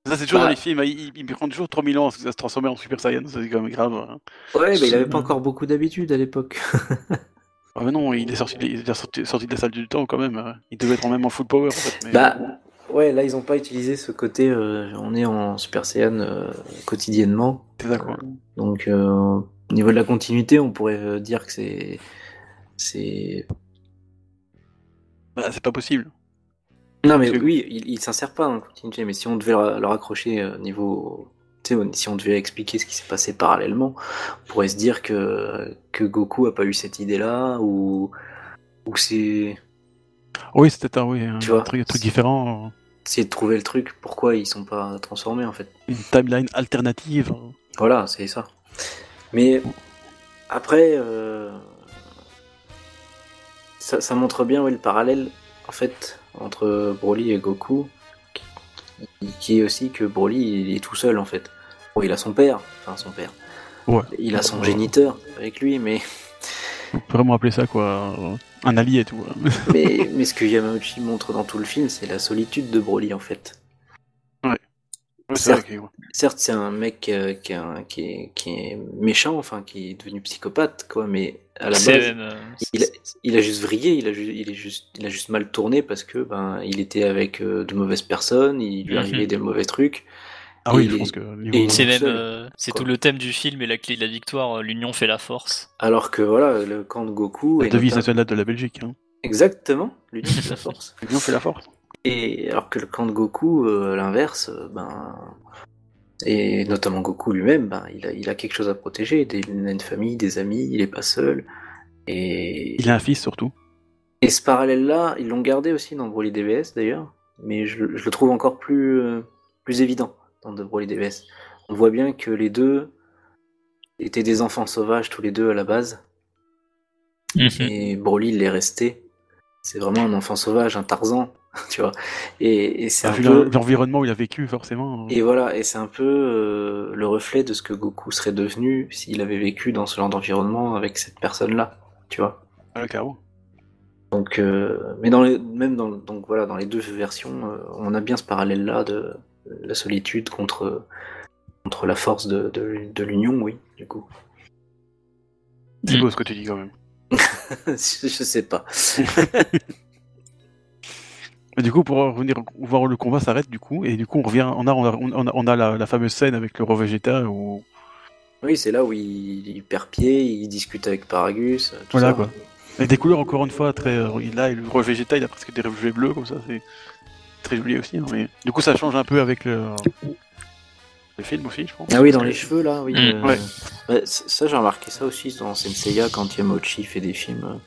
Speaker 2: Ça, c'est toujours
Speaker 1: Bah.
Speaker 2: dans les films. hein, Il, il prend toujours 3000 ans à se à se transformer en Super Saiyan. ça, C'est quand même grave. hein.
Speaker 1: Ouais, bah, il avait pas
Speaker 4: Absolument.
Speaker 1: encore beaucoup d'habitude à l'époque.
Speaker 2: Ah, mais non, il est, sorti, de- il est sorti, sorti de la salle du temps quand même. hein. Il devait être en même en full power. En fait, mais-
Speaker 1: Bah, ouais, là, ils ont pas utilisé ce côté euh, on est en Super Saiyan euh, quotidiennement.
Speaker 2: T'es d'accord.
Speaker 1: Donc, euh, au niveau de la continuité, on pourrait euh, dire que c'est. C'est.
Speaker 2: Bah, c'est pas possible.
Speaker 1: Non, mais
Speaker 2: Parce que-
Speaker 1: oui, ils il s'insèrent pas dans la continuité, mais si on devait leur, leur accrocher euh, niveau. Tu sais, si on devait expliquer ce qui s'est passé parallèlement, on pourrait se dire que, que Goku a pas eu cette idée-là, ou. Ou que c'est.
Speaker 2: Oui, c'était un, oui, un
Speaker 1: Tu vois.
Speaker 2: truc, un truc différent. euh,
Speaker 1: C'est de trouver le truc, pourquoi ils sont pas transformés en fait.
Speaker 2: Une timeline alternative. hein.
Speaker 1: Voilà, c'est ça. Mais après, euh, ça, ça montre bien ouais, le parallèle en fait entre Broly et Goku, qui, qui est aussi que Broly il est tout seul en fait. Bon, il a son père, enfin son père.
Speaker 2: Ouais.
Speaker 1: Il a son géniteur avec lui, mais
Speaker 2: On peut vraiment appeler ça quoi euh, un allié et tout. hein.
Speaker 1: mais, mais ce que Yamauchi montre dans tout le film, c'est la solitude de Broly en fait.
Speaker 2: C'est vrai que, ouais.
Speaker 1: Certes, c'est un mec euh, qui, est un- qui est, qui est méchant, enfin qui est devenu psychopathe, quoi, mais à la
Speaker 3: C'est
Speaker 1: base,
Speaker 3: même, euh,
Speaker 1: il a, il a juste vrillé, il a, ju- il, est juste, il a juste mal tourné parce que ben il était avec euh, de mauvaises personnes, il lui
Speaker 3: Mhm.
Speaker 1: arrivait des mauvais trucs.
Speaker 2: Ah oui,
Speaker 1: Et-
Speaker 2: je pense que
Speaker 1: et
Speaker 2: niveau-
Speaker 1: il
Speaker 3: C'est même,
Speaker 1: seul,
Speaker 3: euh, c'est
Speaker 1: quoi.
Speaker 3: tout le thème du film et la clé de la victoire. euh, L'union fait la force.
Speaker 1: Alors que voilà, le camp de Goku.
Speaker 2: euh, la
Speaker 1: est
Speaker 2: devise
Speaker 1: notam-
Speaker 2: nationale de la Belgique. Hein.
Speaker 1: Exactement, l'union de la force.
Speaker 2: L'union fait la force.
Speaker 1: Et alors que le camp de Goku, euh, à l'inverse, euh, ben et notamment Goku lui-même, ben il a, il a quelque chose à protéger. des- il a une famille, des amis, il est pas seul. Et
Speaker 2: Il a un fils surtout.
Speaker 1: Et ce parallèle-là, ils l'ont gardé aussi dans Broly DBS d'ailleurs, mais je, je le trouve encore plus, euh, plus évident dans de Broly DBS. On voit bien que les deux étaient des enfants sauvages tous les deux à la base,
Speaker 3: Hmm.
Speaker 1: et Broly l'est resté. C'est vraiment un enfant sauvage, un Tarzan, tu vois. Et, et c'est
Speaker 2: Ah,
Speaker 1: un
Speaker 2: vu
Speaker 1: peu-
Speaker 2: l'en- l'environnement où il a vécu forcément. euh,
Speaker 1: et voilà, et c'est un peu euh, le reflet de ce que Goku serait devenu s'il avait vécu dans ce genre d'environnement avec cette personne-là, tu vois.
Speaker 2: Ah, carrément.
Speaker 1: Donc, euh, mais dans les, même dans, donc voilà, dans les deux versions, euh, on a bien ce parallèle-là de euh, la solitude contre, contre la force de, de, de l'union, oui, du coup.
Speaker 2: C'est
Speaker 3: Mm.
Speaker 2: beau ce que tu dis quand même.
Speaker 1: je, je sais pas.
Speaker 2: Mais du coup, pour revenir voir où le combat s'arrête du coup, et du coup on revient, on a, on a, on a, on a la, la fameuse scène avec le roi Vegeta où
Speaker 1: Oui, c'est là où il, il perd pied, il discute avec Paragus, euh, tout
Speaker 2: Voilà,
Speaker 1: ça.
Speaker 2: quoi. et des couleurs encore une fois très, euh, il a le roi Vegeta, il a presque des reflets bleus comme ça, c'est très joli aussi. hein, mais du coup ça change un peu avec le, le film aussi, je pense.
Speaker 1: Ah oui, dans les
Speaker 2: Parce que-
Speaker 1: cheveux, là, oui.
Speaker 3: Mm,
Speaker 1: euh,
Speaker 2: ouais.
Speaker 1: bah, c- ça, j'ai remarqué ça aussi dans Senseiya, quand Yamauchi fait des films, euh,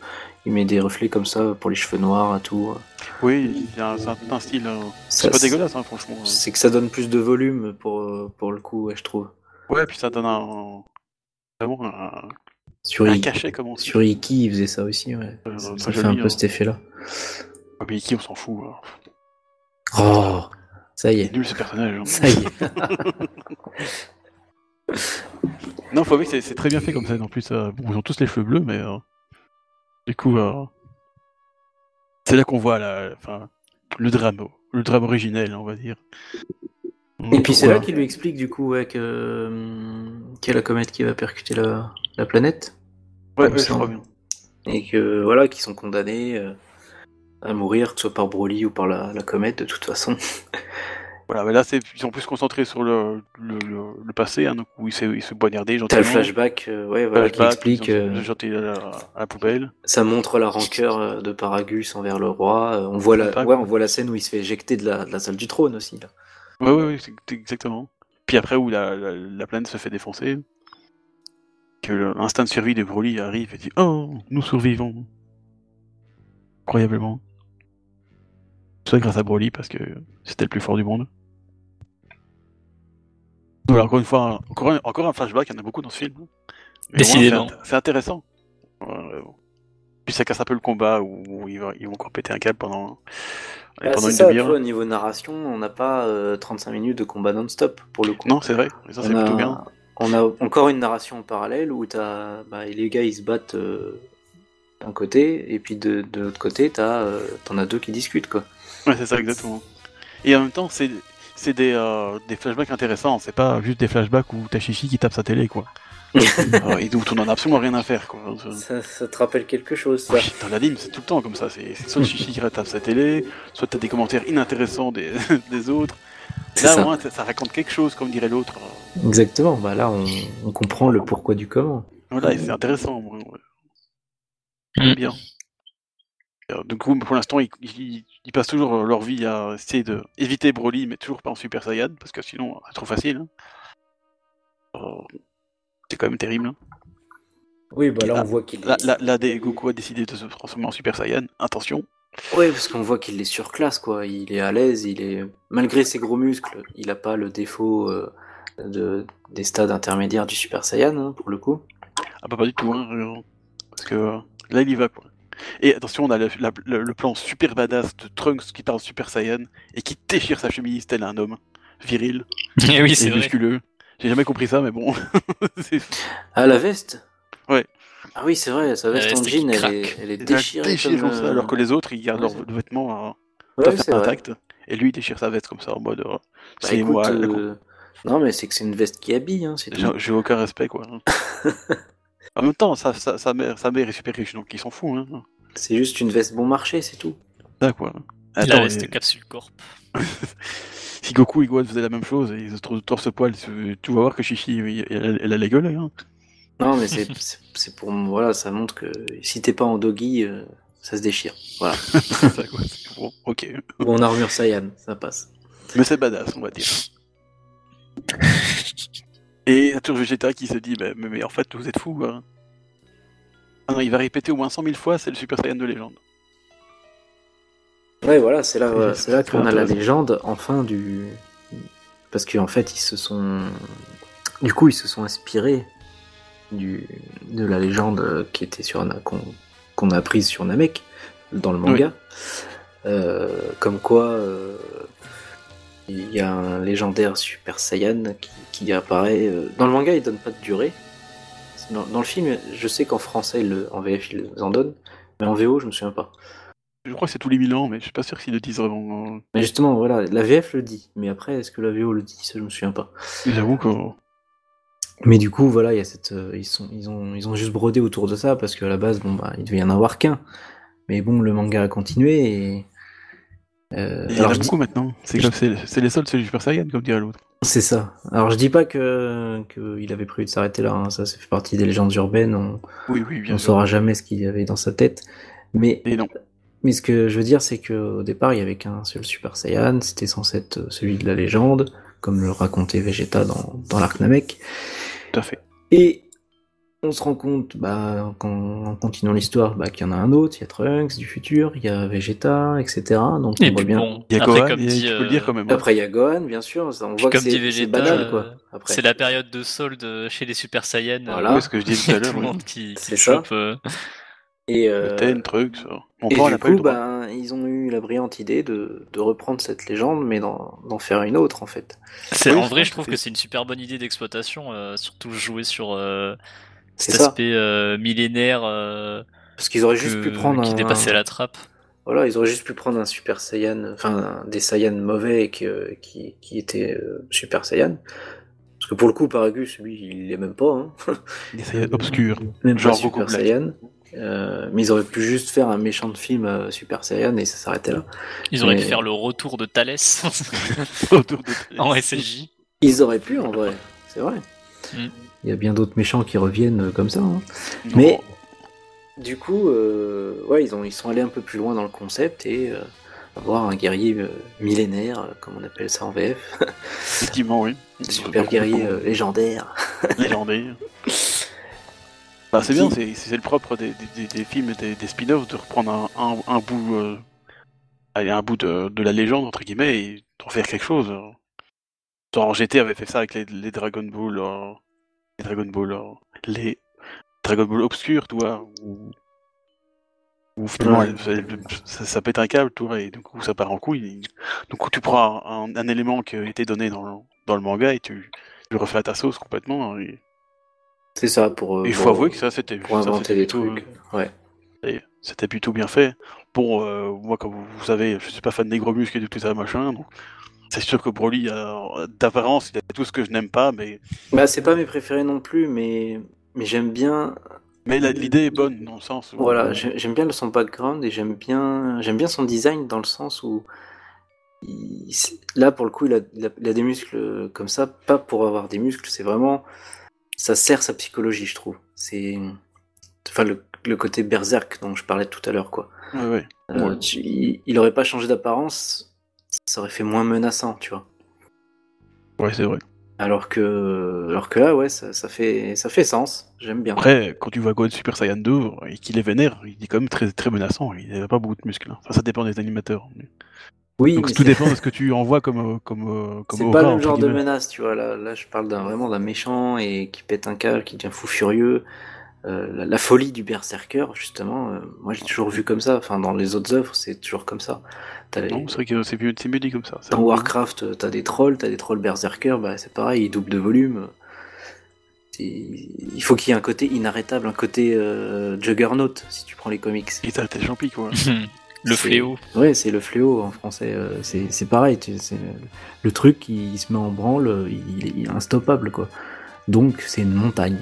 Speaker 1: il met des reflets comme ça pour les cheveux noirs et tout.
Speaker 2: Oui, il y a un, c'est un- un style. euh,
Speaker 1: Ça,
Speaker 2: C'est pas dégueulasse, hein, franchement.
Speaker 1: C'est que ça donne plus de volume pour, euh, pour le coup, ouais, je trouve.
Speaker 2: Ouais, puis ça donne un. Vraiment un,
Speaker 1: Sur
Speaker 2: un
Speaker 1: Ikki-
Speaker 2: cachet, comme on dit.
Speaker 1: Sur Iki, il faisait ça aussi, ouais.
Speaker 2: Euh,
Speaker 1: ça
Speaker 2: très
Speaker 1: ça fait
Speaker 2: joli,
Speaker 1: un
Speaker 2: hein.
Speaker 1: peu cet effet-là.
Speaker 2: Ah, mais qui, on s'en fout. hein.
Speaker 1: Oh, ça y
Speaker 2: C'est
Speaker 1: est,
Speaker 2: nul ce personnage. hein.
Speaker 1: ça y est.
Speaker 2: Non, faut avouer que c'est- c'est très bien fait comme ça. En plus, euh, bon, ils ont tous les cheveux bleus, mais. euh, du coup, euh, c'est là qu'on voit la, enfin, le drame. Le drame originel, on va dire.
Speaker 1: Et puis c'est là
Speaker 2: Voilà.
Speaker 1: qu'il lui explique du coup ouais, que euh, qu'il y a la comète qui va percuter la, la planète
Speaker 2: Ouais,
Speaker 1: il me
Speaker 2: ouais, je crois
Speaker 1: semble.
Speaker 2: bien.
Speaker 1: et que voilà qu'ils sont condamnés euh, à mourir, que ce soit par Broly ou par la, la comète de toute façon.
Speaker 2: Voilà, mais là, c'est- ils sont plus concentrés sur le, le, le- le passé, hein, donc où ils se, ils se poignardaient
Speaker 1: T'as le
Speaker 2: gentiment.
Speaker 1: flashback, euh, ouais, voilà, qui
Speaker 2: Flashback,
Speaker 1: explique,
Speaker 2: ils
Speaker 1: euh,
Speaker 2: sont jetés à la- à la poubelle.
Speaker 1: ça montre la rancœur euh, de Paragus envers le roi. euh, On voit la,
Speaker 2: Flashback.
Speaker 1: ouais, on voit la scène où il se fait éjecter de la, de la salle du trône aussi. Là.
Speaker 2: Ouais, ouais, ouais, c'est- exactement. Puis après, où la, la, la planète se fait défoncer. que l'instinct de survie de Broly arrive et dit Oh, nous survivons Incroyablement. Tout ça grâce à Broly parce que c'était le plus fort du monde. Voilà, encore une fois, encore un, encore un flashback, il y en a beaucoup dans ce film. Mais au moins,
Speaker 3: Décidément.
Speaker 2: c'est int- C'est intéressant. Ouais, bon. Puis ça casse un peu le combat où ils vont, ils vont encore péter un câble pendant,
Speaker 1: Bah,
Speaker 2: pendant
Speaker 1: c'est
Speaker 2: une
Speaker 1: ça, tu
Speaker 2: demi-heure.
Speaker 1: vois, au niveau narration, on n'a pas euh, 35 minutes de combat non-stop pour le coup.
Speaker 2: Non, c'est vrai, et ça c'est
Speaker 1: on,
Speaker 2: plutôt
Speaker 1: a,
Speaker 2: bien.
Speaker 1: on a encore une narration en parallèle où t'as, bah, les gars ils se battent euh, d'un côté, et puis de, de l'autre côté, t'as, euh, t'en as deux qui discutent quoi.
Speaker 2: Ouais, c'est ça, exactement. Et en même temps, c'est c'est des, euh, des flashbacks intéressants, c'est pas juste des flashbacks où t'as Chichi qui tape sa télé, quoi. Euh, et où t'en as absolument rien à faire, quoi. C'est-
Speaker 1: Ça, ça te rappelle quelque chose ça.
Speaker 2: Oui, dans l'anime, c'est tout le temps comme ça. C'est c'est soit Chichi qui tape sa télé, soit t'as des commentaires inintéressants des, des autres.
Speaker 1: C'est
Speaker 2: Là,
Speaker 1: ça.
Speaker 2: au moins, ça, ça raconte quelque chose, comme dirait l'autre. euh,
Speaker 1: Exactement, bah là on, on comprend le pourquoi du comment.
Speaker 2: Voilà, et c'est intéressant. moi, ouais. J'aime bien. Euh, Du coup, pour l'instant, ils, ils- ils passent toujours euh, leur vie à essayer de éviter Broly, mais toujours pas en Super Saiyan, parce que sinon, c'est trop facile. hein. Euh, c'est quand même terrible. hein.
Speaker 4: Oui, bah là,
Speaker 2: Là-
Speaker 4: on voit qu'il
Speaker 2: Ah, Là, là, là, des- Goku a décidé de se transformer en Super Saiyan. Attention.
Speaker 1: Ouais, parce qu'on voit qu'il est surclasse quoi, il est à l'aise, il est malgré ses gros muscles, il a pas le défaut euh, de, des stades intermédiaires du Super Saiyan hein, pour le coup.
Speaker 2: Ah, bah, pas du tout. hein, euh, parce que euh, là, il y va, quoi. Et attention, on a la- la- le, le plan super badass de Trunks qui parle Super Saiyan et qui déchire sa chemise tel un homme viril
Speaker 3: Eh oui,
Speaker 2: et
Speaker 3: c'est vrai.
Speaker 2: musculeux. J'ai jamais compris ça, mais bon. c'est
Speaker 1: Ah, la veste
Speaker 2: Ouais.
Speaker 1: Ah oui, c'est vrai, sa
Speaker 3: La
Speaker 1: veste en
Speaker 3: veste qui
Speaker 1: jean, elle
Speaker 3: craque.
Speaker 1: est, elle est
Speaker 2: Il a
Speaker 1: déchirée.
Speaker 2: déchiré
Speaker 1: comme,
Speaker 2: comme ça,
Speaker 1: euh,
Speaker 2: alors que les autres, ils gardent
Speaker 1: ouais,
Speaker 2: leurs vêtements euh, tout
Speaker 1: Ouais,
Speaker 2: à
Speaker 1: c'est
Speaker 2: fait
Speaker 1: vrai.
Speaker 2: intacts. Et lui, il déchire sa veste comme ça, en mode. euh,
Speaker 1: Bah,
Speaker 2: c'est
Speaker 1: écoute,
Speaker 2: moi. la con-
Speaker 1: euh, Non, mais c'est que c'est une veste qui habille, hein, c'est tout.
Speaker 2: J'ai- J'ai aucun respect, quoi. hein. en même temps, sa, sa, sa mère, sa mère est super riche, donc il s'en fout. Hein.
Speaker 1: C'est juste une veste bon marché, c'est tout.
Speaker 2: Ça, quoi.
Speaker 3: La
Speaker 2: Attends,
Speaker 3: veste
Speaker 2: mais-
Speaker 3: capsule corps.
Speaker 2: si Goku et Gohan faisaient la même chose, et ils se tor- torse-poil, tu tu vas voir que Chichi, il- elle, elle a la gueule. Hein.
Speaker 1: Non, mais c'est c'est- c'est pour. Voilà, ça montre que si t'es pas en doggy, euh, ça se déchire. Voilà.
Speaker 2: C'est ça, quoi. C'est Bon, ok.
Speaker 1: Ou en armure Saiyan, ça passe.
Speaker 2: Mais c'est badass, on va dire. Et Tour Vegeta qui se dit bah, mais, mais en fait, vous êtes fous. hein. Ah non, il va répéter au moins 100 000 fois c'est le Super Saiyan de légende.
Speaker 1: Ouais, voilà, c'est là, voilà,
Speaker 2: C'est-
Speaker 1: c'est là
Speaker 2: c'est
Speaker 1: qu'on a la
Speaker 2: intéressant.
Speaker 1: légende, enfin, du. Parce qu'en fait, ils se sont. Du coup, ils se sont inspirés du... de la légende euh, qui était sur Na- qu'on qu'on a prise sur Namek, dans le manga. Euh, comme quoi, euh, il y a un légendaire Super Saiyan qui, qui apparaît. euh, Dans le manga, il donne pas de durée. Dans, dans le film, je sais qu'en français, le... en VF, ils en donnent, mais en VO, je me souviens pas.
Speaker 2: Je crois que c'est tous les 1000 ans, mais je suis pas sûr qu'ils le disent vraiment.
Speaker 1: Mais justement, voilà, la VF le dit, mais après, est-ce que la VO le dit Ça, je me souviens pas.
Speaker 2: Mais J'avoue que.
Speaker 1: Mais du coup, voilà, il y a cette, euh, ils, sont, ils, ont, ils ont juste brodé autour de ça, parce qu'à la base, bon, bah, il devait y en avoir qu'un. Mais bon, le manga a continué et. euh,
Speaker 2: Il y en
Speaker 1: alors,
Speaker 2: a
Speaker 1: je dis-
Speaker 2: beaucoup maintenant. C'est comme- C'est c'est les seuls, c'est le Super Saiyan, comme dirait l'autre.
Speaker 1: c'est ça. Alors, je dis pas que qu'il avait prévu de s'arrêter là, hein, ça, ça fait partie des légendes urbaines, on,
Speaker 2: Oui, oui, bien
Speaker 1: on
Speaker 2: sûr.
Speaker 1: saura jamais ce qu'il y avait dans sa tête. Mais
Speaker 2: Et non.
Speaker 1: Mais ce que je veux dire, c'est que au départ, il y avait qu'un seul Super Saiyan, c'était censé être euh, celui de la légende, comme le racontait Vegeta dans, dans l'arc Namek.
Speaker 2: Tout à fait.
Speaker 1: Et on se rend compte, bah, en, en continuant l'histoire, bah, qu'il y en a un autre, il y a Trunks du futur, il y a Vegeta, etc. Donc on
Speaker 3: Et
Speaker 1: voit
Speaker 3: puis
Speaker 1: bien.
Speaker 3: bon,
Speaker 2: Il y a
Speaker 3: après,
Speaker 2: Gohan,
Speaker 3: comme
Speaker 2: et
Speaker 3: dit,
Speaker 2: tu peux
Speaker 3: euh,
Speaker 2: le dire quand même. hein.
Speaker 1: Après, il y a Gohan, bien sûr, ça, on
Speaker 3: Puis
Speaker 1: voit que
Speaker 3: comme dit
Speaker 1: c'est c'est
Speaker 3: Vegeta,
Speaker 1: banal, quoi.
Speaker 3: euh,
Speaker 1: Après.
Speaker 3: c'est la période de solde euh, chez les Super Saiyans. euh,
Speaker 1: Voilà.
Speaker 2: Oui, ce que je disais tout à l'heure.
Speaker 3: tout le
Speaker 2: oui.
Speaker 3: monde qui,
Speaker 1: C'est
Speaker 3: qui
Speaker 1: ça.
Speaker 3: chope. euh,
Speaker 1: Et, euh,
Speaker 2: Le Ten, truc, ça. Mon
Speaker 1: et
Speaker 2: père,
Speaker 1: du
Speaker 2: n'a pas eu
Speaker 1: coup,
Speaker 2: le droit.
Speaker 1: ben, ils ont eu la brillante idée de, de reprendre cette légende, mais d'en d'en faire une autre, en fait.
Speaker 3: C'est-
Speaker 2: Oui,
Speaker 3: en
Speaker 2: je
Speaker 3: vrai,
Speaker 2: pense
Speaker 3: je trouve
Speaker 2: que
Speaker 3: que c'est une super bonne idée d'exploitation, euh, surtout jouer sur euh,
Speaker 1: C'est
Speaker 3: cet
Speaker 1: ça.
Speaker 3: aspect euh, millénaire euh,
Speaker 1: Parce qu'ils auraient juste
Speaker 3: que-
Speaker 1: pu prendre
Speaker 3: qui
Speaker 1: un-
Speaker 3: dépassait la trappe.
Speaker 1: Voilà, ils auraient juste pu prendre un Super Saiyan, enfin un- des Saiyans mauvais et qui, euh, qui, qui étaient euh, Super Saiyan. Parce que pour le coup, Paragus, lui, il l'est même pas, hein.
Speaker 2: Des Saiyans obscurs.
Speaker 1: même
Speaker 2: Genre
Speaker 1: pas Super
Speaker 2: Goku Black.
Speaker 1: Saiyan. Euh, mais ils auraient pu juste faire un méchant de film euh, Super Saiyan et ça s'arrêtait là.
Speaker 3: Ils auraient
Speaker 1: Mais-
Speaker 3: pu faire le retour de Thalès
Speaker 2: Autour de
Speaker 3: en SSJ.
Speaker 1: Ils auraient pu en vrai, c'est vrai.
Speaker 3: Mm.
Speaker 1: Il y a bien d'autres méchants qui reviennent euh, comme ça. hein. Mais-
Speaker 2: Non.
Speaker 1: Du coup, euh, ouais, ils, ont, ils sont allés un peu plus loin dans le concept et euh, avoir un guerrier euh, millénaire, euh, comme on appelle ça en VF,
Speaker 2: Effectivement, oui.
Speaker 1: euh, super guerrier euh, légendaire.
Speaker 2: Légendaire. Bah, c'est bien, c'est c'est le propre des, des- des- des films et des, des spin-offs de reprendre un, un- un bout, euh, allez, un bout de, de la légende, entre guillemets, et d'en faire quelque chose. Genre, GT avait fait ça avec les, les Dragon Ball, euh, les Dragon Ball, euh, les Dragon Ball obscurs, tu vois, où, où finalement,
Speaker 4: Ouais.
Speaker 2: ça- ça, ça pète un câble, tu vois, et du coup, ça part en couille. Du coup, tu prends un, un élément qui a été donné dans le, dans le manga et tu, tu le refais à ta sauce complètement. hein, Et
Speaker 1: C'est ça pour. euh,
Speaker 2: il faut
Speaker 1: pour-
Speaker 2: avouer que ça, c'était
Speaker 1: Pour
Speaker 2: ça,
Speaker 1: inventer
Speaker 2: c'était
Speaker 1: des
Speaker 2: plutôt-
Speaker 1: trucs. Ouais.
Speaker 2: et C'était plutôt bien fait. Bon, euh, moi, comme vous, vous savez, je suis pas fan des gros muscles et de tout ça, machin. donc c'est sûr que Broly, euh, d'apparence, il a tout ce que je n'aime pas, mais,
Speaker 1: Bah, c'est pas mes préférés non plus, mais, mais j'aime bien.
Speaker 2: mais la- l'idée est bonne dans le sens où. euh,
Speaker 1: Voilà, j'ai- j'aime bien son background et j'aime bien, j'aime bien son design dans le sens où. il- c'est- Là, pour le coup, il a, il a- il a des muscles comme ça, pas pour avoir des muscles, c'est vraiment. Ça sert sa psychologie, je trouve. C'est. Enfin, le, le côté berserk dont je parlais tout à l'heure, quoi.
Speaker 2: Ouais, ouais.
Speaker 1: Euh, tu- il, il aurait pas changé d'apparence, ça aurait fait moins menaçant, tu vois.
Speaker 2: Ouais, c'est vrai.
Speaker 1: Alors que, alors que là, ouais, ça, ça fait, ça fait sens. J'aime bien.
Speaker 2: Après, quand tu vois Gohan Super Saiyan 2 et qu'il est vénère, il est quand même très, très menaçant. Il n'a pas beaucoup de muscles. hein. Enfin, ça dépend des animateurs.
Speaker 1: oui,
Speaker 2: Donc,
Speaker 1: mais
Speaker 2: tout
Speaker 1: c'est-
Speaker 2: dépend de ce que tu envoies comme, euh, comme, euh, comme
Speaker 1: c'est
Speaker 2: aura,
Speaker 1: pas le
Speaker 2: entre
Speaker 1: genre de
Speaker 2: guillemets.
Speaker 1: menace, tu vois. Là, là je parle d'un, vraiment d'un méchant et qui pète un câble, qui devient fou furieux. Euh, la, la folie du berserker, justement. euh, moi, j'ai toujours vu comme ça. Enfin, dans les autres œuvres, c'est toujours comme ça. T'as les-
Speaker 2: Non, c'est vrai que c'est mieux, c'est mieux dit comme ça. C'est
Speaker 1: dans
Speaker 2: vrai.
Speaker 1: Warcraft, euh, t'as des trolls, t'as des trolls berserker. Bah, c'est pareil, ils doublent de volume. C'est- Il faut qu'il y ait un côté inarrêtable, un côté euh, juggernaut, si tu prends les comics.
Speaker 2: Et t'as t'as le champi, quoi.
Speaker 3: Le
Speaker 1: C'est-
Speaker 3: fléau.
Speaker 1: Ouais, c'est le fléau en français. euh, c'est c'est pareil. tu- C'est le truc, il, il se met en branle, euh, il, il est instoppable quoi. Donc c'est une montagne,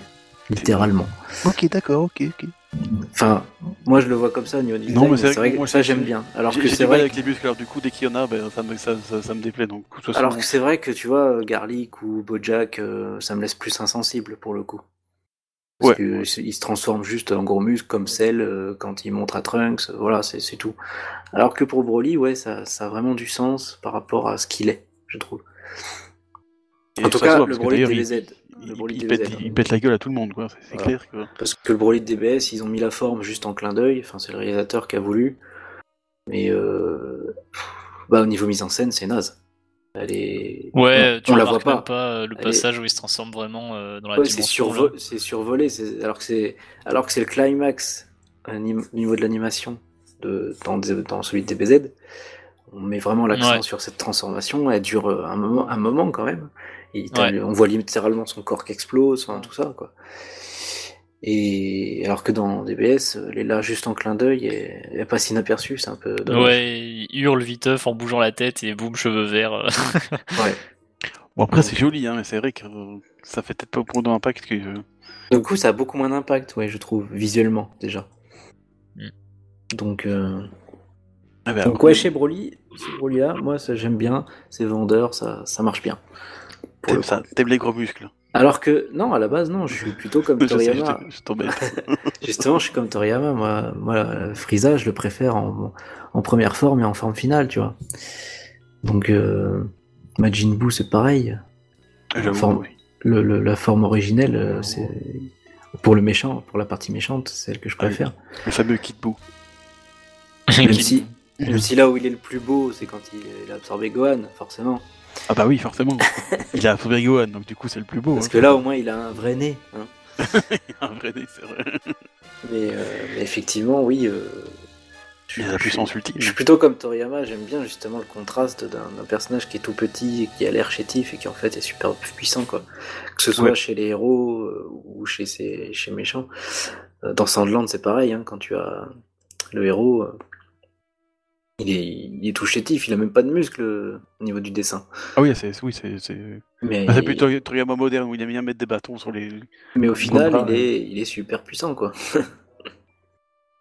Speaker 1: littéralement.
Speaker 4: Ok, d'accord, ok, ok.
Speaker 1: Enfin, moi je le vois comme ça au niveau du
Speaker 2: Non,
Speaker 1: design,
Speaker 2: mais c'est vrai que
Speaker 1: que
Speaker 2: moi,
Speaker 1: ça
Speaker 2: je-
Speaker 1: j'aime bien. Alors
Speaker 2: J'ai
Speaker 1: que
Speaker 2: j'ai
Speaker 1: c'est
Speaker 2: du mal
Speaker 1: vrai.
Speaker 2: avec
Speaker 1: que-
Speaker 2: les muscles, alors du coup, dès qu'il y en a, ben, ça, me, ça, ça, ça me déplaît. Donc, de toute façon,
Speaker 1: Alors que c'est vrai que tu vois, euh, Garlic ou Bojack, euh, ça me laisse plus insensible pour le coup. Parce
Speaker 2: Ouais.
Speaker 1: que c'est- il se transforme juste en gros muscle comme Cell euh, quand il montre à Trunks, euh, voilà, c'est c'est tout. Alors que pour Broly, ouais, ça, ça a vraiment du sens par rapport à ce qu'il est, je trouve.
Speaker 2: Et
Speaker 1: En tout
Speaker 2: ça se
Speaker 1: cas,
Speaker 2: voit,
Speaker 1: le
Speaker 2: parce que
Speaker 1: Broly
Speaker 2: d'ailleurs, il-
Speaker 1: DBZ.
Speaker 2: il,
Speaker 1: Le Broly
Speaker 2: il
Speaker 1: DBZ,
Speaker 2: pète,
Speaker 1: hein.
Speaker 2: il pète la gueule à tout le monde, quoi. C'est c'est
Speaker 1: Voilà.
Speaker 2: clair. Quoi.
Speaker 1: Parce que le Broly de DBS, ils ont mis la forme juste en clin d'œil. Enfin, c'est le réalisateur qui a voulu. Mais euh, bah, au niveau mise en scène, c'est naze. Elle est.
Speaker 3: Ouais,
Speaker 1: on-
Speaker 3: tu
Speaker 1: on la voit
Speaker 3: remarques
Speaker 1: pas.
Speaker 3: même pas euh, le
Speaker 1: Elle est-
Speaker 3: passage où il se transforme vraiment euh, dans la
Speaker 1: Ouais, c'est
Speaker 3: dimension. là.
Speaker 1: survo- c'est survolé. c'est- Alors que c'est alors que c'est le climax au nim- niveau de l'animation de dans, des- dans celui de DBZ. On met vraiment l'accent
Speaker 3: Ouais.
Speaker 1: sur cette transformation. Elle dure euh, un moment, un moment quand même. Il-
Speaker 3: Ouais.
Speaker 1: On voit littéralement son corps qui explose, enfin, tout ça quoi. Et alors que dans DBS, elle est là juste en clin d'œil et elle passe inaperçue, c'est un peu dommage.
Speaker 3: Ouais, il hurle viteuf en bougeant la tête et boum, cheveux verts. euh,
Speaker 1: Ouais.
Speaker 2: Bon, après, c'est joli, hein, mais c'est vrai que euh, ça fait peut-être pas pour d'impact que. euh,
Speaker 1: Donc, du coup, ça a beaucoup moins d'impact, ouais, je trouve, visuellement déjà.
Speaker 3: Mm.
Speaker 1: Donc, euh,
Speaker 2: ah, ben,
Speaker 1: Donc ouais, chez Broly, ce Broly-là, moi ça j'aime bien, c'est vendeur, ça, ça marche bien. pour
Speaker 2: T'aimes
Speaker 1: le
Speaker 2: ça, t'aimes les gros muscles.
Speaker 1: Alors que non, à la base non, je suis plutôt comme
Speaker 2: Je sais, je
Speaker 1: Toriyama.
Speaker 2: t'ai- je t'embête.
Speaker 1: Justement, je suis comme Toriyama, moi, moi euh, Frieza, je le préfère en, en première forme et en forme finale, tu vois. Donc euh, Majin Buu c'est pareil,
Speaker 2: J'avoue,
Speaker 1: Enfin,
Speaker 2: oui.
Speaker 1: Le- le- la forme originelle euh, c'est pour le méchant, pour la partie méchante, c'est celle que je
Speaker 2: Ah oui.
Speaker 1: préfère.
Speaker 2: Le fameux Kid Buu.
Speaker 1: Même
Speaker 3: Qui-
Speaker 1: si, même si là où il est le plus beau, c'est quand il, il a absorbé Gohan, forcément.
Speaker 2: Ah, bah oui, forcément. Il a absorbé Gohan, donc du coup, c'est le plus beau.
Speaker 1: Parce
Speaker 2: hein.
Speaker 1: que là au moins il a un vrai nez. hein.
Speaker 2: Un vrai nez, c'est vrai.
Speaker 1: Mais, euh, mais effectivement, oui. euh, je,
Speaker 2: Il a la
Speaker 1: je-
Speaker 2: puissance ultime.
Speaker 1: je suis plutôt comme Toriyama, j'aime bien justement le contraste d'un d'un personnage qui est tout petit et qui a l'air chétif et qui en fait est super puissant, quoi. Que ce soit
Speaker 2: Ouais.
Speaker 1: chez les héros euh, ou chez ces chez méchants. Euh, Dans Sandland, c'est pareil, hein, quand tu as le héros, euh, il est, il est tout chétif, il a même pas de muscles euh, au niveau du dessin.
Speaker 2: Ah, oui, c'est. Oui, c'est- c'est
Speaker 1: Mais,
Speaker 2: Ah, c'est plutôt un Toriyama moderne où il aime bien mettre des bâtons sur les.
Speaker 1: mais au
Speaker 2: je
Speaker 1: final,
Speaker 2: comprends,
Speaker 1: il est, il est super puissant, quoi.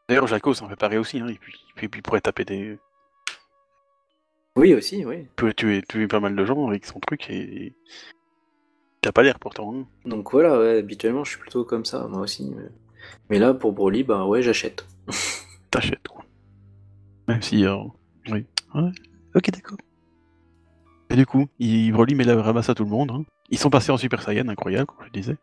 Speaker 2: D'ailleurs, Jaco s'en fait pareil aussi, hein. Et puis, puis, puis il pourrait taper des.
Speaker 1: Oui, aussi, oui.
Speaker 2: il pourrait tuer, tuer pas mal de gens avec son truc et. T'as pas l'air pourtant, hein.
Speaker 1: Donc voilà, ouais, habituellement je suis plutôt comme ça, moi aussi. Mais, mais là, pour Broly, bah ouais, j'achète.
Speaker 2: T'achètes, quoi. Même si. euh, Oui. Ouais. Ok, d'accord. Et du coup, il- Broly met la ramasse à tout le monde. hein. Ils sont passés en Super Saiyan, incroyable, comme je disais.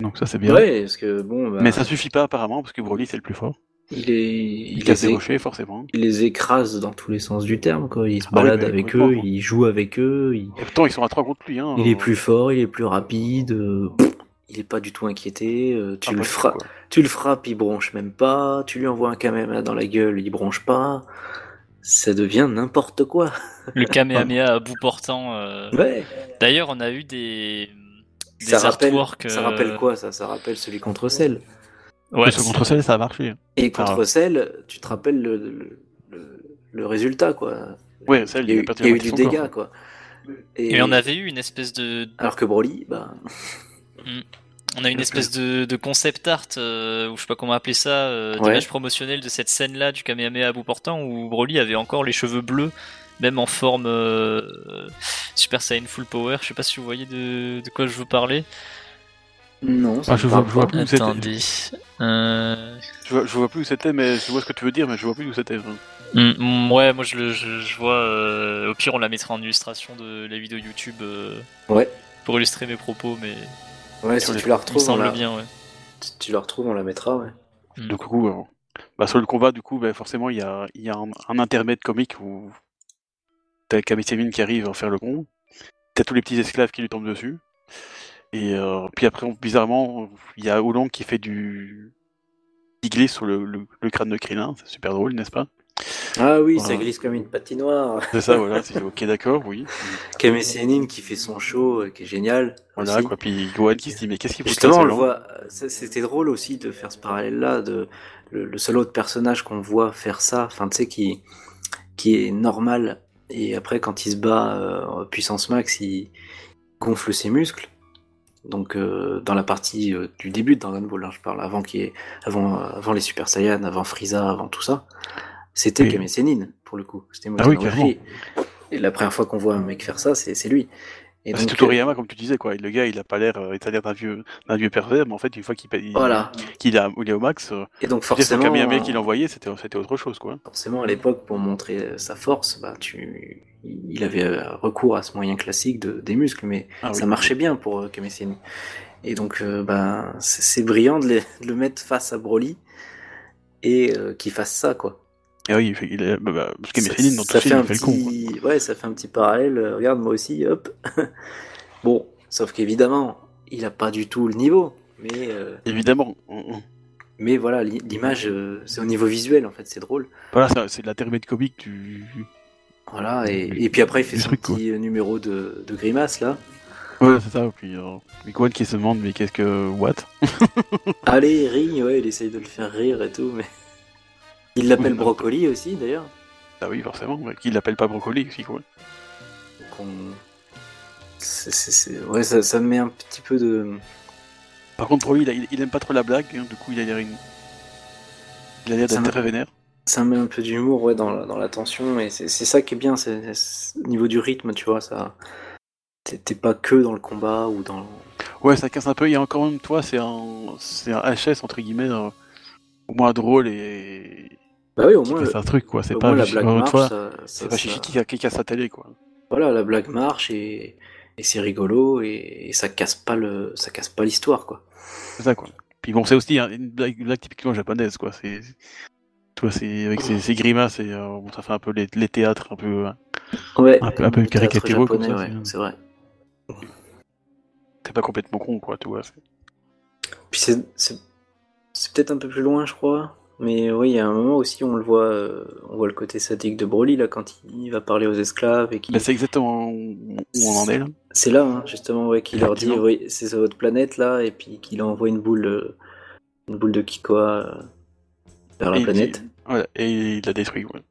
Speaker 2: Donc ça c'est bien.
Speaker 1: Ouais, parce que bon, bah,
Speaker 2: Mais ça suffit pas apparemment parce que Broly c'est le plus fort.
Speaker 1: il, les,
Speaker 2: Il,
Speaker 1: il,
Speaker 2: casse
Speaker 1: les
Speaker 2: des
Speaker 1: é-
Speaker 2: rochers forcément.
Speaker 1: il les écrase dans tous les sens du terme, quoi. Il se
Speaker 2: Ah ouais,
Speaker 1: balade
Speaker 2: mais
Speaker 1: avec
Speaker 2: complètement,
Speaker 1: eux,
Speaker 2: quoi.
Speaker 1: il joue avec eux, il,
Speaker 2: Et pourtant ils sont à 3 contre lui. Hein,
Speaker 1: il est
Speaker 2: Euh,
Speaker 1: plus fort, il est plus rapide, euh, pff, il est pas du tout inquiété, euh, tu,
Speaker 2: pas
Speaker 1: le
Speaker 2: fou,
Speaker 1: frappes,
Speaker 2: quoi.
Speaker 1: tu le frappes, il bronche même pas, tu lui envoies un kamehameha dans la gueule, il bronche pas. Ça devient n'importe quoi.
Speaker 3: Le Kamehameha à bout portant. euh.
Speaker 1: Ouais.
Speaker 3: D'ailleurs, on a eu des, des
Speaker 1: Ça rappelle,
Speaker 3: artworks.
Speaker 1: ça
Speaker 3: euh,
Speaker 1: rappelle quoi ça Ça rappelle celui contre Cell.
Speaker 3: ouais,
Speaker 2: Mais ce contre celle ça a marché.
Speaker 1: Et contre
Speaker 2: Ah.
Speaker 1: Cell, tu te rappelles le, le- le- le résultat quoi.
Speaker 2: Ouais,
Speaker 1: Il
Speaker 2: celle
Speaker 1: y a eu, il y a eu du dégât quoi.
Speaker 3: Et on avait eu une espèce de,
Speaker 1: Alors que Broly, bah,
Speaker 3: on a une espèce de, de concept art euh, ou je sais pas comment appeler ça, euh,
Speaker 1: Ouais.
Speaker 3: d'image promotionnelle de cette scène-là du Kamehameha à bout portant où Broly avait encore les cheveux bleus, même en forme euh, euh, Super Saiyan Full Power. Je sais pas si vous voyez de, de quoi je veux parler.
Speaker 1: non, ça
Speaker 2: Ah,
Speaker 1: me
Speaker 2: je vois-
Speaker 1: parle
Speaker 2: je vois
Speaker 1: pas.
Speaker 2: plus. Vous êtes-
Speaker 3: Attendez. Euh,
Speaker 2: Je vois, je vois plus où c'était, mais je vois ce que tu veux dire, mais je vois plus où c'était. hein.
Speaker 3: Mm, mm, ouais, moi je, le, je, je vois. euh, au pire, on la mettra en illustration de la vidéo YouTube euh,
Speaker 1: Ouais,
Speaker 3: pour illustrer mes propos, mais
Speaker 1: ouais,
Speaker 2: Sur
Speaker 1: si
Speaker 2: les-
Speaker 1: tu la
Speaker 3: il me
Speaker 1: retrouves, on
Speaker 3: semble
Speaker 1: la,
Speaker 3: bien, ouais.
Speaker 1: si tu la retrouves, on la mettra. Ouais.
Speaker 2: Du coup, euh, bah, sur le combat, du coup, bah, forcément, il y a, il y a un, un intermède comique où t'as Kamisemine qui arrive à faire le con, t'as tous les petits esclaves qui lui tombent dessus, et euh, puis après, on- bizarrement, il y a Oolong qui fait du. qui glisse sur le, le- le crâne de Krillin, c'est super drôle, n'est-ce pas
Speaker 1: Ah oui, ça
Speaker 2: Voilà.
Speaker 1: glisse comme une patinoire.
Speaker 2: C'est ça, voilà, c'est ok, d'accord, oui.
Speaker 1: Kamessénine qui fait son show, euh, qui est génial.
Speaker 2: Voilà,
Speaker 1: aussi.
Speaker 2: quoi. Puis Gohan qui se dit, mais qu'est-ce qu'il faut
Speaker 1: Justement, on le
Speaker 2: Oolong
Speaker 1: voit. ça, C'était drôle aussi de faire ce parallèle-là, de le, le seul autre personnage qu'on voit faire ça, enfin, tu sais, qui, qui est normal. Et après, quand il se bat euh, en puissance max, il gonfle ses muscles. Donc, euh, dans la partie euh, du début de Dragon Ball, hein, je parle avant, qu'il y ait- avant, euh, avant les Super Saiyan, avant Frieza, avant tout ça, c'était
Speaker 2: Oui.
Speaker 1: Kame Sennin, pour le coup. C'était
Speaker 2: Ah oui,
Speaker 1: Motorola.
Speaker 2: carrément.
Speaker 1: Et la première fois qu'on voit un mec faire ça, c'est c'est lui. Et
Speaker 2: Bah, C'est
Speaker 1: donc,
Speaker 2: tout Toriyama, comme tu disais, quoi. Et le gars, il a pas l'air, euh, il a l'air d'un vieux, d'un vieux pervers, mais en fait, une fois qu'il pa- il-
Speaker 1: Voilà.
Speaker 2: qu'il a, il est au max, euh,
Speaker 1: Et donc
Speaker 2: forcément,
Speaker 1: forcément,
Speaker 2: le Kamehameha
Speaker 1: euh,
Speaker 2: qu'il envoyait, c'était, c'était autre chose, quoi.
Speaker 1: forcément à l'époque, pour montrer euh, sa force, bah, tu... il avait euh, recours à ce moyen classique de... des muscles, mais
Speaker 2: Ah oui.
Speaker 1: ça marchait bien pour euh, Kamesséni. Et donc, euh, bah, c'est c'est brillant de, les- de le mettre face à Broly et euh, qu'il fasse ça, quoi.
Speaker 2: Et oui, il fait- il est- bah, bah, parce que
Speaker 1: Ça-
Speaker 2: Messine, dans
Speaker 1: ça
Speaker 2: tout
Speaker 1: fait
Speaker 2: film,
Speaker 1: un
Speaker 2: il fait le con. quoi.
Speaker 1: petit... Ouais, ça fait un petit parallèle. euh, Regarde, moi aussi, hop. bon, sauf qu'évidemment, il a pas du tout le niveau, mais. euh,
Speaker 2: Évidemment. on- on-
Speaker 1: Mais voilà, l'i- l'image, euh, c'est au niveau visuel en fait, c'est drôle.
Speaker 2: Voilà, ça, c'est de la de comique du.
Speaker 1: Voilà, et, et puis après il fait
Speaker 2: Des
Speaker 1: son
Speaker 2: trucs,
Speaker 1: petit euh, numéro de, de grimace là.
Speaker 2: Ouais, c'est ça. Et puis, euh, mais Gohan qui se demande, mais qu'est-ce que. What
Speaker 1: Allez, rigne, ouais, il essaye de le faire rire et tout, mais. Il l'appelle
Speaker 2: Oui, non.
Speaker 1: Brocoli aussi d'ailleurs.
Speaker 2: Ah oui, forcément. ouais, Qu'il l'appelle pas Brocoli aussi, quoi.
Speaker 1: Donc on- c'est- c'est- c'est- Ouais, ça, ça me met un petit peu de.
Speaker 2: Par contre, Broly, il, a- il- il aime pas trop la blague, hein, du coup, il a l'air. une- Il a l'air
Speaker 1: Ça
Speaker 2: d'être
Speaker 1: m'a-
Speaker 2: très vénère.
Speaker 1: Ça me met un peu d'humour ouais, dans, la, dans la tension, et c'est c'est ça qui est bien, c'est c'est- au niveau du rythme, tu vois, ça. T'es t'es pas que dans le combat ou dans.
Speaker 2: Ouais, ça casse un peu. Il y a encore même, toi, c'est un, c'est un HS, entre guillemets, euh, au moins drôle et.
Speaker 1: Bah oui, au
Speaker 2: qui
Speaker 1: moins,
Speaker 2: fasse un truc, quoi. C'est
Speaker 1: au
Speaker 2: pas
Speaker 1: moins, la
Speaker 2: juste-
Speaker 1: blague
Speaker 2: euh,
Speaker 1: marche, ça-
Speaker 2: toi,
Speaker 1: ça-
Speaker 2: C'est pas
Speaker 1: ça-
Speaker 2: Chichi qui, qui casse sa télé, quoi.
Speaker 1: voilà, la blague marche et, et c'est rigolo et, et ça casse pas le, ça casse pas l'histoire quoi.
Speaker 2: C'est ça, quoi. Puis bon, c'est aussi hein, une blague, une blague typiquement japonaise, quoi. C'est, toi, c'est avec ses, ses grimaces et euh, bon, ça fait un peu les, les théâtres, un peu. hein.
Speaker 1: Ouais.
Speaker 2: Un peu- un peu
Speaker 1: Le théâtre
Speaker 2: caricaturaux comme
Speaker 1: japonais,
Speaker 2: ça,
Speaker 1: ouais,
Speaker 2: c'est-
Speaker 1: c'est vrai.
Speaker 2: T'es pas complètement con, quoi, tu vois. c'est-
Speaker 1: Puis c'est, c'est, c'est peut-être un peu plus loin, je crois. Mais oui, il y a un moment aussi, on le voit, euh, on voit le côté sadique de Broly là quand il va parler aux esclaves et qu'il,
Speaker 2: Bah, c'est exactement où où on en est là.
Speaker 1: c'est là hein, justement ouais, qu'il leur dit,
Speaker 2: Effectivement.
Speaker 1: oui, c'est sur votre planète là et puis qu'il envoie une boule, euh, une boule de Kikoa euh, vers la
Speaker 2: Et il-
Speaker 1: planète.
Speaker 2: Voilà, et il l'a détruit, ouais.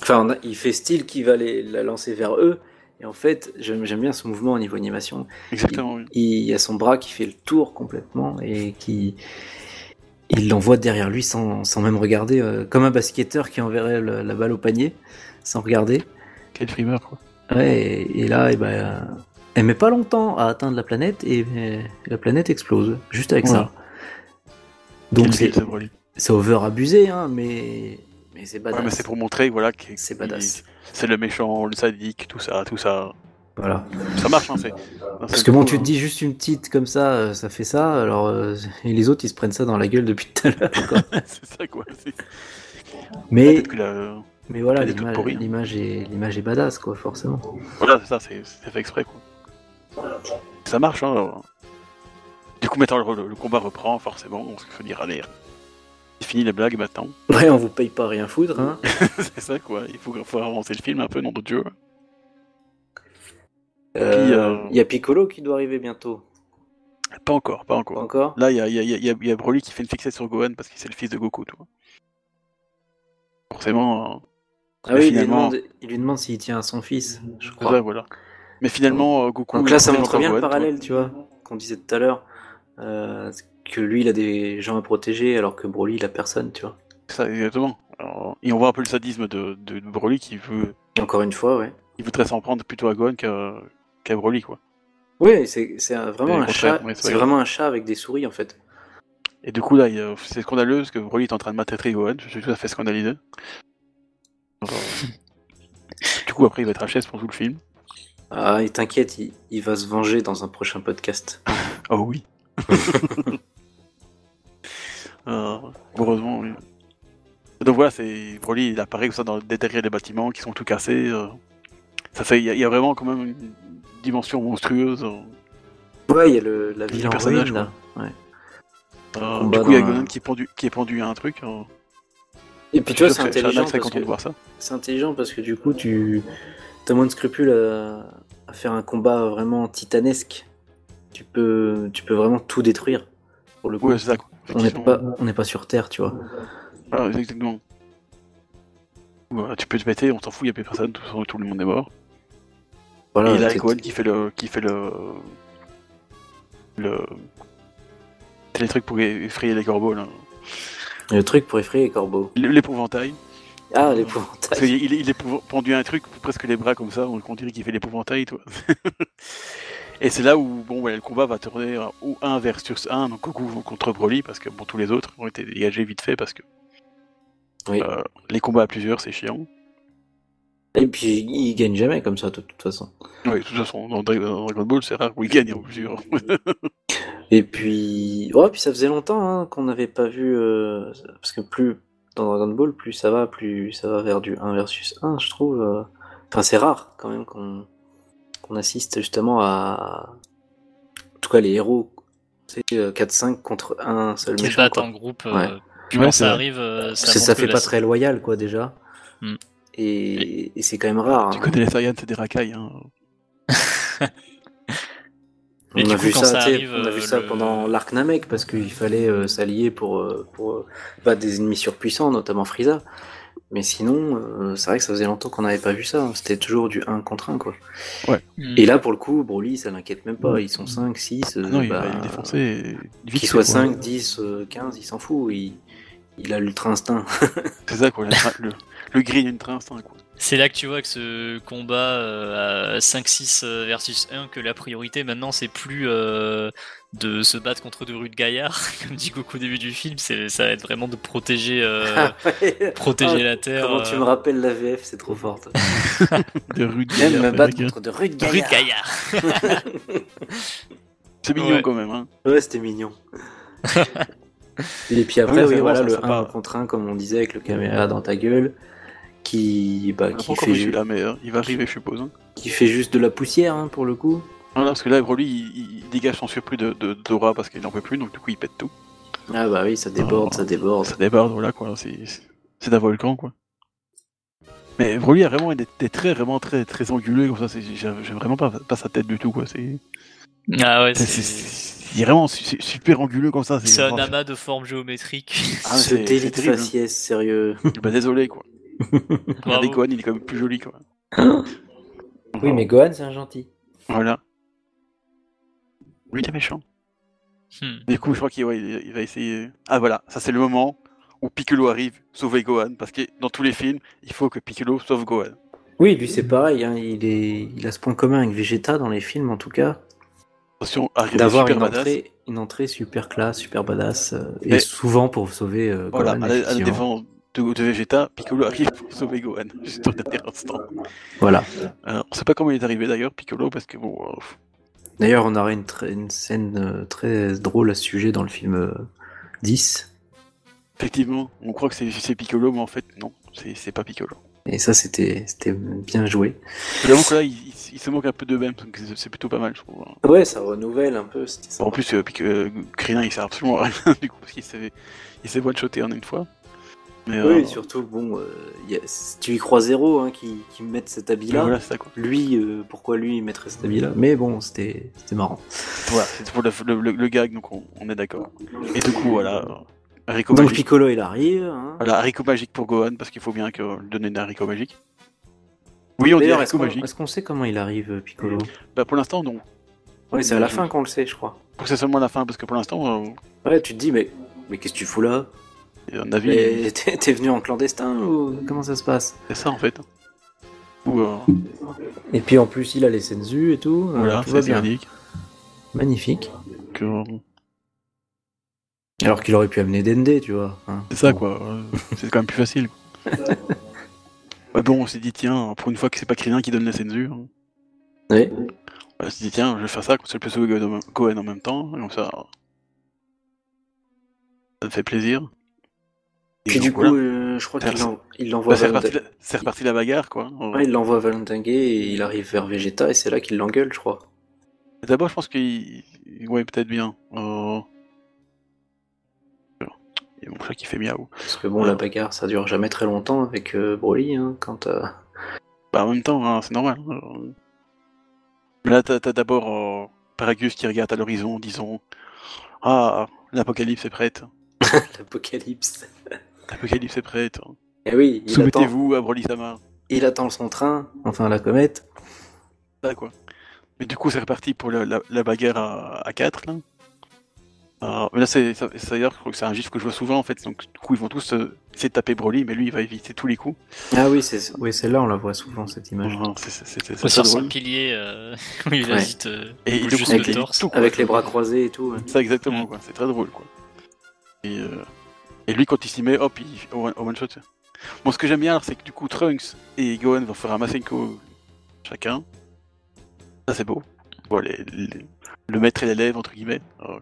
Speaker 1: Enfin, on a- il fait style qu'il va les, la lancer vers eux. Et en fait, j'aime j'aime bien ce mouvement au niveau animation.
Speaker 2: Exactement, oui.
Speaker 1: Il, il y a son bras qui fait le tour complètement et qui. Il l'envoie derrière lui sans, sans même regarder, euh, comme un basketteur qui enverrait le- la balle au panier, sans regarder.
Speaker 2: Quel frimeur, quoi.
Speaker 1: Ouais, et, et là, eh ben, euh, elle met pas longtemps à atteindre la planète et euh, la planète explose, juste avec
Speaker 2: Voilà.
Speaker 1: ça. Donc
Speaker 2: Quel
Speaker 1: c'est
Speaker 2: fil, ce Broly.
Speaker 1: c'est over-abusé, hein, mais, mais c'est
Speaker 2: Ouais,
Speaker 1: badass.
Speaker 2: mais c'est pour montrer, voilà, que
Speaker 1: C'est badass.
Speaker 2: il- c'est le méchant, le sadique, tout ça, tout ça.
Speaker 1: Voilà.
Speaker 2: Ça marche, hein, c'est.
Speaker 1: Bah,
Speaker 2: hein.
Speaker 1: Parce que bon, tu te dis juste une petite comme ça, euh, ça fait ça, alors euh, et les autres ils se prennent ça dans la gueule depuis tout à l'heure. quoi.
Speaker 2: c'est ça, quoi. c'est-
Speaker 1: Mais,
Speaker 2: Peut-être que la-
Speaker 1: mais voilà,
Speaker 2: elle est toute
Speaker 1: l'image
Speaker 2: pourrie, hein.
Speaker 1: l'image est, l'image est badass, quoi, forcément.
Speaker 2: Voilà, c'est ça, c'est c'est fait exprès, quoi. Ça marche, hein. alors. Du coup, maintenant, le, le combat reprend, forcément, on se dire, allez, c'est fini la blague maintenant.
Speaker 1: Ouais, on vous paye pas rien foutre, hein.
Speaker 2: c'est ça, quoi. Il faut, faut avancer le film un peu, nom de Dieu.
Speaker 1: Il
Speaker 2: euh,
Speaker 1: y a Piccolo qui doit arriver bientôt.
Speaker 2: Pas encore, pas
Speaker 1: Pas
Speaker 2: encore.
Speaker 1: encore
Speaker 2: Là, il y a, il y a- il y a- il y a- il y a Broly qui fait une fixette sur Gohan parce que c'est le fils de Goku, tu vois. Forcément, euh,
Speaker 1: Ah
Speaker 2: mais
Speaker 1: oui, il lui,
Speaker 2: finalement-
Speaker 1: demande, il lui demande s'il tient à son fils, je
Speaker 2: ouais,
Speaker 1: crois.
Speaker 2: voilà. Mais finalement, euh, Goku.
Speaker 1: Donc là, ça
Speaker 2: il protège
Speaker 1: montre bien
Speaker 2: encore
Speaker 1: le
Speaker 2: Gohan, tu vois.
Speaker 1: parallèle, tu vois, qu'on disait tout à l'heure. euh, que lui, il a des gens à protéger, alors que Broly, il a personne, tu vois.
Speaker 2: Ça, exactement. Alors, et on voit un peu le sadisme de, de, de Broly qui veut,
Speaker 1: Encore une fois, ouais.
Speaker 2: il voudrait s'en prendre plutôt à Gohan qu'à qu'à Broly, quoi.
Speaker 1: Oui, c'est c'est un-
Speaker 2: Mais
Speaker 1: vraiment
Speaker 2: au
Speaker 1: un
Speaker 2: contraire,
Speaker 1: chat.
Speaker 2: mais c'est
Speaker 1: C'est
Speaker 2: vrai.
Speaker 1: vraiment un chat avec des souris, en fait.
Speaker 2: Et du coup, là, il y a- c'est scandaleux parce que Broly est en train de matraquer Gohan. Je suis tout à fait scandalisé. Alors, euh, du coup, après, il va être HS pour tout le film.
Speaker 1: Ah, et t'inquiète, il, il va se venger dans un prochain podcast.
Speaker 2: Oh oui. Euh, heureusement, oui. Donc voilà, c'est Broly, il apparaît comme ça dans, derrière les bâtiments qui sont tout cassés. euh. Ça fait, il y, a- il y a vraiment quand même une dimension monstrueuse. euh.
Speaker 1: Ouais, il y a le, la
Speaker 2: Il y a
Speaker 1: ville
Speaker 2: des
Speaker 1: en
Speaker 2: personnages,
Speaker 1: ruine, là. Ouais.
Speaker 2: Euh,
Speaker 1: combat
Speaker 2: du coup, il y a
Speaker 1: dans un-
Speaker 2: Gohan qui est pendu, qui est pendu à un truc. euh.
Speaker 1: Et puis, tu vois,
Speaker 2: Je
Speaker 1: c'est
Speaker 2: suis sûr que
Speaker 1: intelligent.
Speaker 2: Sharnak serait
Speaker 1: parce
Speaker 2: content
Speaker 1: que-
Speaker 2: de voir ça.
Speaker 1: C'est intelligent parce que du coup, tu as moins de scrupules à, à faire un combat vraiment titanesque. Tu peux, tu peux vraiment tout détruire. Pour le coup,
Speaker 2: Ouais, c'est ça. quoi.
Speaker 1: on n'est
Speaker 2: Effectivement.
Speaker 1: pas, on n'est pas sur Terre, tu vois.
Speaker 2: Ah, exactement. Voilà, tu peux te péter, on s'en fout, il n'y a plus personne, tout, tout le monde est mort.
Speaker 1: Voilà.
Speaker 2: et là,
Speaker 1: Ah, t'es-
Speaker 2: Gohan qui fait le. qui fait le. le. C'est les trucs pour effrayer les corbeaux, là.
Speaker 1: Le truc pour effrayer les corbeaux.
Speaker 2: L- L'épouvantail.
Speaker 1: Ah,
Speaker 2: Parce
Speaker 1: l'épouvantail.
Speaker 2: qu'il il- il Mmh. est pouv- pendu à un truc, presque les bras comme ça, on on dirait qu'il fait l'épouvantail, toi. et c'est là où, bon, voilà, le combat va tourner euh, ou 1 versus 1, donc Goku contre Broly, parce que, bon, tous les autres ont été dégagés vite fait, parce que.
Speaker 1: Oui.
Speaker 2: euh, les combats à plusieurs, c'est chiant.
Speaker 1: Et puis, il gagne jamais comme ça, de toute façon.
Speaker 2: Oui, de toute façon, dans Dra- dans Dragon Ball, c'est rare où il gagne en plusieurs.
Speaker 1: Et puis, ouais, puis ça faisait longtemps hein, qu'on n'avait pas vu. euh, Parce que plus dans Dragon Ball, plus ça va, plus ça va vers du 1 versus 1, je trouve. euh. Enfin, c'est rare quand même qu'on qu'on assiste justement à. En tout cas, les héros, c'est 4-5 contre un seul
Speaker 3: Qui se
Speaker 1: méchant.
Speaker 3: battent
Speaker 1: quoi.
Speaker 3: en groupe. euh,
Speaker 1: Ouais.
Speaker 3: Quand
Speaker 4: Ouais, c'est
Speaker 3: ça
Speaker 4: vrai.
Speaker 3: arrive, euh,
Speaker 1: Parce
Speaker 3: ça,
Speaker 1: que
Speaker 3: montre
Speaker 1: ça
Speaker 3: que
Speaker 1: fait
Speaker 3: la-
Speaker 1: pas très loyal, quoi, déjà.
Speaker 3: Hmm.
Speaker 1: Et, et c'est quand même rare.
Speaker 2: du
Speaker 1: hein.
Speaker 2: côté des Saiyans, c'est des racailles. Hein.
Speaker 3: Mais
Speaker 1: on,
Speaker 3: du
Speaker 1: a
Speaker 3: coup,
Speaker 1: vu
Speaker 3: quand
Speaker 1: ça,
Speaker 3: ça
Speaker 1: tu sais,
Speaker 3: arrive,
Speaker 1: on a vu
Speaker 3: euh,
Speaker 1: ça
Speaker 3: le-
Speaker 1: pendant l'arc Namek parce qu'il fallait euh, s'allier pour, euh, pour euh, battre des ennemis surpuissants, notamment Frieza. Mais sinon, euh, c'est vrai que ça faisait longtemps qu'on n'avait pas vu ça. hein. C'était toujours du 1 contre 1. Quoi.
Speaker 3: Mm.
Speaker 1: Et là, pour le coup, Broly, ça l'inquiète même pas. Ils sont 5, 6.
Speaker 2: Ah Mm. non, il va le défoncer. et vite
Speaker 1: Euh, bah, Qu'ils
Speaker 2: fait,
Speaker 1: soient
Speaker 2: quoi.
Speaker 1: 5, 10, euh, 15, il s'en fout. Il, il a l'ultra instinct.
Speaker 2: C'est ça, quoi. la tra- le, le green une train, c'est un, quoi.
Speaker 3: C'est là que tu vois que ce combat euh, à 5-6 euh, versus 1, que la priorité maintenant c'est plus euh, de se battre contre deux rues de gaillards, comme dit Goku au début du film, c'est, ça va être vraiment de protéger, euh, protéger
Speaker 1: Ah,
Speaker 3: la Terre.
Speaker 1: Comment tu
Speaker 3: euh,
Speaker 1: me rappelles la VF, c'est trop forte.
Speaker 2: De rude
Speaker 1: J'aime me
Speaker 2: guerre,
Speaker 1: battre
Speaker 2: mec, hein.
Speaker 1: contre de rudes
Speaker 3: Rue de
Speaker 1: gaillards.
Speaker 3: gaillards
Speaker 2: C'est mignon,
Speaker 3: Ouais.
Speaker 2: quand même. Hein.
Speaker 1: Ouais, c'était mignon. Et puis
Speaker 2: Ah
Speaker 1: après,
Speaker 2: oui,
Speaker 1: oui,
Speaker 2: c'est
Speaker 1: voilà,
Speaker 2: bon, ça,
Speaker 1: le
Speaker 2: ça
Speaker 1: 1
Speaker 2: part.
Speaker 1: contre 1, comme on disait, avec le caméra dans ta gueule, qui, bah,
Speaker 2: On a
Speaker 1: qui,
Speaker 2: pas encore
Speaker 1: fait,
Speaker 2: vu
Speaker 1: ju-
Speaker 2: celui-là, mais euh, il va arriver, je suppose. Hein.
Speaker 1: qui fait juste de la poussière, hein, pour le coup.
Speaker 2: Voilà, parce que là, Broly, il, il- il dégage son surplus de, de, d'aura parce qu'il n'en peut plus, donc du coup, il pète tout.
Speaker 1: Ah bah oui, ça
Speaker 2: Oh.
Speaker 1: déborde, ça déborde.
Speaker 2: Ça déborde, voilà, quoi. C'est, c'est- c'est d'un volcan, quoi. Mais Broly a vraiment des, des traits vraiment très, très anguleux, comme ça. C'est, j'aime, j'aime vraiment pas, pas sa tête du tout, quoi. C'est.
Speaker 3: Ah ouais,
Speaker 2: C'est-
Speaker 3: c'est,
Speaker 2: c'est- c'est- il est vraiment su- su- super anguleux comme ça.
Speaker 3: c'est un
Speaker 2: vraiment-
Speaker 3: amas de formes géométriques.
Speaker 2: Ah,
Speaker 1: Ce
Speaker 2: c'est- c'est
Speaker 1: délit de
Speaker 2: terrible.
Speaker 1: faciès, sérieux.
Speaker 2: Bah, désolé quoi. Regardez
Speaker 3: Bravo.
Speaker 2: Gohan, il est quand même plus joli quoi.
Speaker 1: Oui, mais Gohan, c'est un gentil.
Speaker 2: Voilà. Lui, il est méchant.
Speaker 3: Hmm.
Speaker 2: Du coup, je crois qu'il ouais, il- il va essayer. Ah voilà, ça c'est le moment où Piccolo arrive, sauver Gohan. Parce que dans tous les films, il faut que Piccolo sauve Gohan.
Speaker 1: Oui, lui, c'est pareil, hein, il, est... il a ce point commun avec Vegeta dans les films, en tout cas,
Speaker 2: Attention, arrive
Speaker 1: d'avoir
Speaker 2: Ah, super
Speaker 1: une
Speaker 2: badass.
Speaker 1: entrée, une entrée super classe, super badass, euh, et
Speaker 2: Mais-
Speaker 1: souvent pour sauver euh,
Speaker 2: Voilà,
Speaker 1: Gohan,
Speaker 2: à la- à la,
Speaker 1: effectivement.
Speaker 2: défense de, de Vegeta, Piccolo arrive pour sauver Gohan, juste au dernier instant.
Speaker 1: Voilà.
Speaker 2: Euh, on sait pas comment il est arrivé d'ailleurs, Piccolo, parce que bon, euh,
Speaker 1: D'ailleurs, on aurait une, tr- une scène euh, très drôle à ce sujet dans le film euh, 10.
Speaker 2: effectivement, on croit que c'est- c'est Piccolo, mais en fait, non, c'est c'est pas Piccolo.
Speaker 1: Et ça, c'était c'était bien joué.
Speaker 2: J'avoue que là, ils il, se moquent un peu d'eux-mêmes, donc c'est c'est plutôt pas mal, je trouve. hein.
Speaker 1: Ouais, ça renouvelle un peu. C'était
Speaker 2: Bon, en plus, euh, Pic- euh, Krillin, il sert absolument à rien, du coup, parce qu'il s'est il s'est one-shoté en une fois. Mais, euh,
Speaker 1: Oui, surtout, bon, euh, y a- si tu y crois zéro hein, qui, qui met cet
Speaker 2: mais
Speaker 1: habit-là.
Speaker 2: voilà, c'est ça, quoi.
Speaker 1: Lui, euh, pourquoi lui il mettrait cet habit-là Mais bon, c'était c'était marrant.
Speaker 2: Voilà, c'est pour le, le- le- le gag, donc on, on est d'accord. Et du coup, voilà, euh, haricot
Speaker 1: Donc
Speaker 2: magique. Ah,
Speaker 1: Piccolo, il arrive. hein.
Speaker 2: Voilà, haricot magique pour Gohan, parce qu'il faut bien que lui donner des haricots magiques. Oui, on dit
Speaker 1: D'ailleurs,
Speaker 2: haricot
Speaker 1: est-ce qu'on
Speaker 2: magique.
Speaker 1: est-ce qu'on sait comment il arrive, euh, Piccolo
Speaker 2: Bah, pour l'instant, non.
Speaker 1: Oui, c'est à la fin qu'on le sait, je crois.
Speaker 2: Pour que c'est seulement à la fin, parce que pour l'instant, euh,
Speaker 1: Ouais, tu te dis, mais, mais qu'est-ce que tu fous là
Speaker 2: à mon avis,
Speaker 1: Mais T'es t'es venu en clandestin ou comment ça se passe
Speaker 2: c'est ça en fait. Ou, euh,
Speaker 1: Et puis en plus, il a les senzu et tout. euh,
Speaker 2: voilà,
Speaker 1: tout va
Speaker 2: c'est
Speaker 1: bien.
Speaker 2: indique
Speaker 1: Magnifique.
Speaker 2: que, euh,
Speaker 1: Alors qu'il aurait pu amener Dende, tu vois. hein.
Speaker 2: C'est ça quoi, euh, c'est quand même plus facile. quoi. Ouais, bon, on s'est dit, tiens, pour une fois que c'est pas Krillin qui donne la Senzu, hein, Bah,
Speaker 1: Ouais.
Speaker 2: on s'est dit, tiens, je vais faire ça, comme ça je peux sauver Gohan en même- Gohan en même temps, comme ça. euh, Ça me fait plaisir. Et
Speaker 1: Puis
Speaker 2: donc,
Speaker 1: du coup,
Speaker 2: voilà.
Speaker 1: euh, je crois
Speaker 2: Ça-
Speaker 1: qu'il l'en- il
Speaker 2: Bah,
Speaker 1: l'envoie
Speaker 2: c'est
Speaker 1: à
Speaker 2: reparti,
Speaker 1: Valenta-
Speaker 2: la- c'est reparti la bagarre quoi. Euh,
Speaker 1: Ouais, il l'envoie à Valentingue et il arrive vers Vegeta et c'est là qu'il l'engueule, je crois.
Speaker 2: D'abord, je pense qu'il. il- Ouais, peut-être bien. Euh... Il y a mon chat qui fait miaou.
Speaker 1: Parce que bon, la bagarre, ça dure jamais très longtemps avec euh, Broly, hein, quand euh,
Speaker 2: Bah, en même temps, hein, c'est normal. hein. Mais Là, t'as t'as d'abord euh, Paragus qui regarde à l'horizon, disons Ah, l'apocalypse est prête.
Speaker 1: l'apocalypse.
Speaker 2: L'apocalypse est prête. hein.
Speaker 1: Eh oui, il attend,
Speaker 2: Soumettez-vous à Broly-sama.
Speaker 1: il attend son train, enfin la comète.
Speaker 2: Ça, quoi. Mais du coup, c'est reparti pour la, la- la bagarre à, 4, là. Euh, mais là, c'est ça- c'est d'ailleurs, je crois que c'est un gif que je vois souvent, en fait. Donc, du coup, ils vont tous euh, essayer de taper Broly, mais lui, il va éviter tous les coups.
Speaker 1: Ah oui, c'est oui, celle-là, on la voit souvent, cette image.
Speaker 2: Euh, c'est- c'est- c'est- c'est
Speaker 3: Ouais, sur
Speaker 2: ça drôle.
Speaker 3: son pilier, euh, où il
Speaker 1: Ouais.
Speaker 3: agite euh,
Speaker 2: Et il
Speaker 3: juste
Speaker 2: coupe
Speaker 3: le
Speaker 1: les-
Speaker 3: torse.
Speaker 2: tout, quoi.
Speaker 1: Avec les bras croisés et tout. ouais.
Speaker 2: Ça exactement quoi, c'est très drôle quoi. Et, euh, et lui quand il s'y met, hop, il au one, shot. Bon ce que j'aime bien alors, c'est que du coup Trunks et Gohan vont faire un Masenko chacun. Ça c'est beau. Bon, les- les- le maître et l'élève entre guillemets. Alors,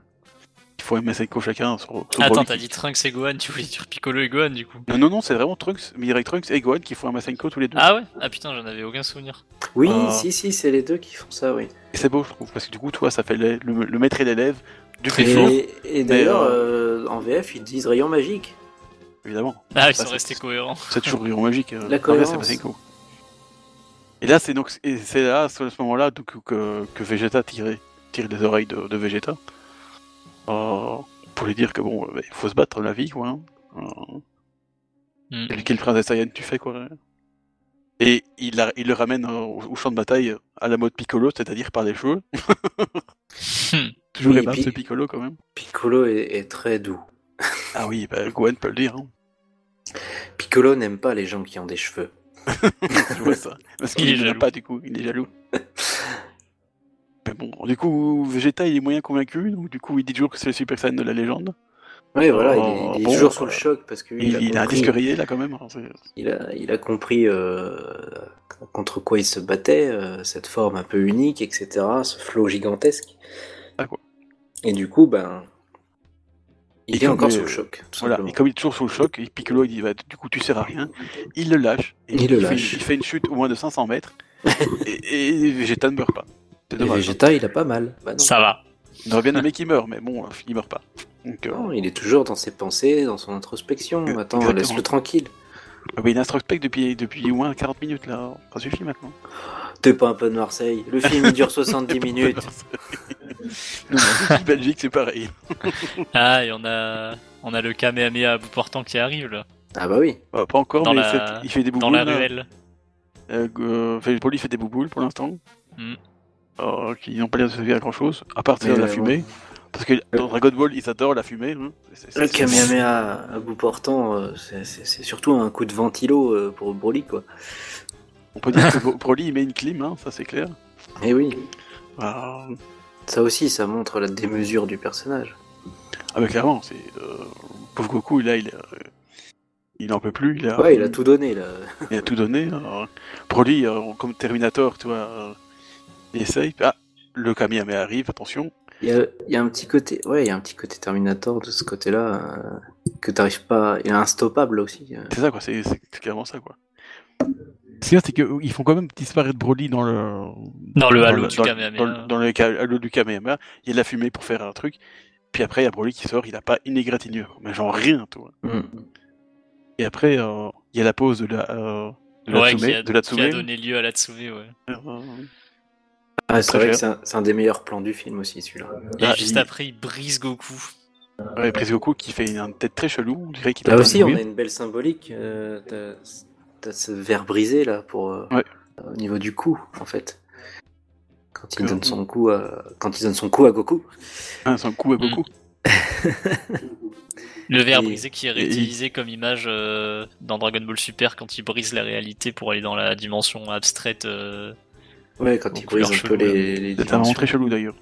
Speaker 2: il faut un Masenko chacun sur, sur
Speaker 3: Attends,
Speaker 2: Broly.
Speaker 3: t'as dit Trunks et Gohan, tu voulais dire Piccolo et Gohan du coup.
Speaker 2: Non non non c'est vraiment Trunks, mais il y a Trunks et Gohan qui font un Masenko tous les deux.
Speaker 3: Ah ouais Ah putain, j'en avais aucun souvenir.
Speaker 1: Oui,
Speaker 2: Ah.
Speaker 1: si, si, c'est les deux qui font ça, oui.
Speaker 2: Et c'est beau je trouve, parce que du coup toi ça fait le, le- le maître et l'élève du
Speaker 1: Et,
Speaker 2: pécho,
Speaker 1: et d'ailleurs,
Speaker 2: Mais,
Speaker 1: euh, en VF, ils disent rayon magique.
Speaker 2: évidemment.
Speaker 3: Ah, ils sont
Speaker 2: Ça, Bah, c'est-
Speaker 3: restés cohérents.
Speaker 2: C'est toujours Rire Magique. euh,
Speaker 1: La
Speaker 2: en vrai, c'est
Speaker 1: cohérence.
Speaker 2: Masenko. Et là, c'est donc et c'est là, c'est à ce moment-là, donc que, que Vegeta tire, tire des oreilles de, de Vegeta. Euh, pour lui dire que bon, euh, il faut se battre dans la vie, quoi. hein. Euh,
Speaker 3: Mm.
Speaker 2: quel, quel prince des Saiyans tu fais, quoi. hein. Et il, la- il le ramène euh, au, au champ de bataille à la mode Piccolo, c'est-à-dire par les cheveux. Toujours
Speaker 3: Hmm,
Speaker 1: Oui,
Speaker 2: aimable
Speaker 1: puis-
Speaker 2: ce Piccolo, quand même.
Speaker 1: Piccolo est, est très doux.
Speaker 2: Ah oui, bah, Gohan peut le dire. hein.
Speaker 1: Piccolo n'aime pas les gens qui ont des cheveux.
Speaker 2: Je vois ça. Parce
Speaker 3: Il est
Speaker 2: qu'il ne
Speaker 3: jaloux.
Speaker 2: pas du coup, il est jaloux. Mais bon, du coup, Vegeta il est moyen convaincu, donc du coup il dit toujours que c'est le Super Saiyan de la légende.
Speaker 1: Oui, voilà, il est-
Speaker 2: Oh,
Speaker 1: il est,
Speaker 2: bon,
Speaker 1: toujours sous le
Speaker 2: euh,
Speaker 1: choc parce que lui,
Speaker 2: il, il a un
Speaker 1: compris.
Speaker 2: disque rayé là quand même. hein, c'est-
Speaker 1: Il a, il a compris euh, contre quoi il se battait, euh, cette forme un peu unique, etc., ce flot gigantesque.
Speaker 2: Ah, quoi.
Speaker 1: Et du coup, ben, il
Speaker 2: Et
Speaker 1: est
Speaker 2: comme
Speaker 1: encore
Speaker 2: le-
Speaker 1: sous le choc, tout
Speaker 2: Voilà.
Speaker 1: simplement.
Speaker 2: Et comme il est toujours sous le choc, et Piccolo il dit bah, du coup tu sers à rien, il le lâche. Et
Speaker 1: Il le
Speaker 2: fait-
Speaker 1: lâche.
Speaker 2: il fait une chute au moins de 500 mètres. et, et Vegeta ne meurt pas. C'est
Speaker 1: Et
Speaker 2: dommage. hein.
Speaker 1: Vegeta, il a pas mal. Bah non.
Speaker 3: Ça va.
Speaker 2: Il aurait bien aimé qu'il meure, mais bon, euh, il meurt pas. Donc, euh,
Speaker 1: Non, il est toujours dans ses pensées, dans son introspection.
Speaker 2: Euh,
Speaker 1: Attends,
Speaker 2: exactement.
Speaker 1: laisse-le tranquille.
Speaker 2: ah, mais il introspecte depuis, depuis au moins 40 minutes là. Ça suffit maintenant.
Speaker 1: T'es pas un peu de Marseille. Le film, il dure 70 minutes.
Speaker 2: Non, mais en Belgique c'est pareil.
Speaker 3: Ah, et on a, on a le Kamehameha à bout portant qui arrive là,
Speaker 1: Ah bah oui.
Speaker 2: Bah, pas encore,
Speaker 3: Dans
Speaker 2: mais
Speaker 3: la-
Speaker 2: il, fait, il fait des bouboules.
Speaker 3: dans la
Speaker 2: là.
Speaker 3: ruelle.
Speaker 2: Euh, euh, enfin, Paul, il fait des bouboules pour l'instant.
Speaker 3: Mm.
Speaker 2: Euh, qui n'ont pas l'air de servir à grand chose, à part de
Speaker 1: Mais,
Speaker 2: la
Speaker 1: euh,
Speaker 2: fumée. Parce que dans Dragon Ball, ils adorent la fumée. hein. C'est- c'est-
Speaker 1: Le
Speaker 2: c'est-
Speaker 1: Kamehameha à bout portant, euh, c'est c'est- c'est surtout un coup de ventilo euh, pour Broly, quoi.
Speaker 2: On peut dire que Bro- Broly, il met une clim, hein, ça c'est clair.
Speaker 1: Eh oui.
Speaker 2: Ah,
Speaker 1: Ça aussi, ça montre la démesure du personnage.
Speaker 2: ah, mais clairement, c'est. euh, pauvre Goku, là, il est. euh, il en peut plus. Il a,
Speaker 1: Ouais, il a tout donné là.
Speaker 2: il a tout donné. Alors, pour lui, euh, comme Terminator, tu vois, euh, il essaye. Ah, le Kamiyame arrive, attention.
Speaker 1: Il y a, il y a un petit côté, ouais, il y a un petit côté Terminator de ce côté-là euh, que t'arrives pas. Il est instoppable aussi. euh.
Speaker 2: C'est ça, quoi, c'est c'est- c'est carrément ça, quoi.
Speaker 4: Ce qu'il y a, c'est qu'ils font quand même disparaître Broly dans le.
Speaker 3: Dans le halo
Speaker 2: dans,
Speaker 3: du
Speaker 2: dans-
Speaker 3: Kamehameha.
Speaker 2: Dans, le- dans le ca- halo du Kamehameha, il y a de la fumée pour faire un truc. Puis après, il y a Broly qui sort, il a pas une égratignure, mais genre rien, tu vois.
Speaker 1: Mm.
Speaker 2: Et après, euh, il y a la pause de la. euh, de la
Speaker 3: Ouais,
Speaker 2: Tsume-
Speaker 3: qui a,
Speaker 2: de la
Speaker 3: qui a
Speaker 2: Tsume.
Speaker 3: donné lieu à la Tsume, ouais.
Speaker 2: Euh,
Speaker 1: Ah, c'est
Speaker 2: Très
Speaker 1: vrai
Speaker 2: cher.
Speaker 1: que c'est un, c'est un des meilleurs plans du film aussi, celui-là.
Speaker 3: Et
Speaker 2: Ah,
Speaker 3: juste
Speaker 2: il-
Speaker 3: après, il brise Goku.
Speaker 2: ouais, Prince Goku qui fait une tête très chelou, on dirait qu'il est
Speaker 1: Là
Speaker 2: en train
Speaker 1: aussi,
Speaker 2: de
Speaker 1: on
Speaker 2: mourir.
Speaker 1: a une belle symbolique. euh, T'as t'as ce verre brisé là pour euh,
Speaker 2: Ouais.
Speaker 1: euh, au niveau du cou, en fait. Quand il
Speaker 2: Que-
Speaker 1: donne son coup à quand il donne son coup à Goku.
Speaker 2: Hein, c'est un coup à Goku.
Speaker 3: Mm. Le verre
Speaker 1: Et-
Speaker 3: brisé qui est
Speaker 2: et-
Speaker 3: réutilisé comme image euh, dans Dragon Ball Super quand il brise la réalité pour aller dans la dimension abstraite. euh.
Speaker 1: Ouais, quand
Speaker 3: Donc,
Speaker 1: il brise
Speaker 3: couleur
Speaker 1: un peu
Speaker 3: chelou,
Speaker 1: les, les
Speaker 2: C'est vraiment
Speaker 1: dimensions.
Speaker 2: très chelou d'ailleurs.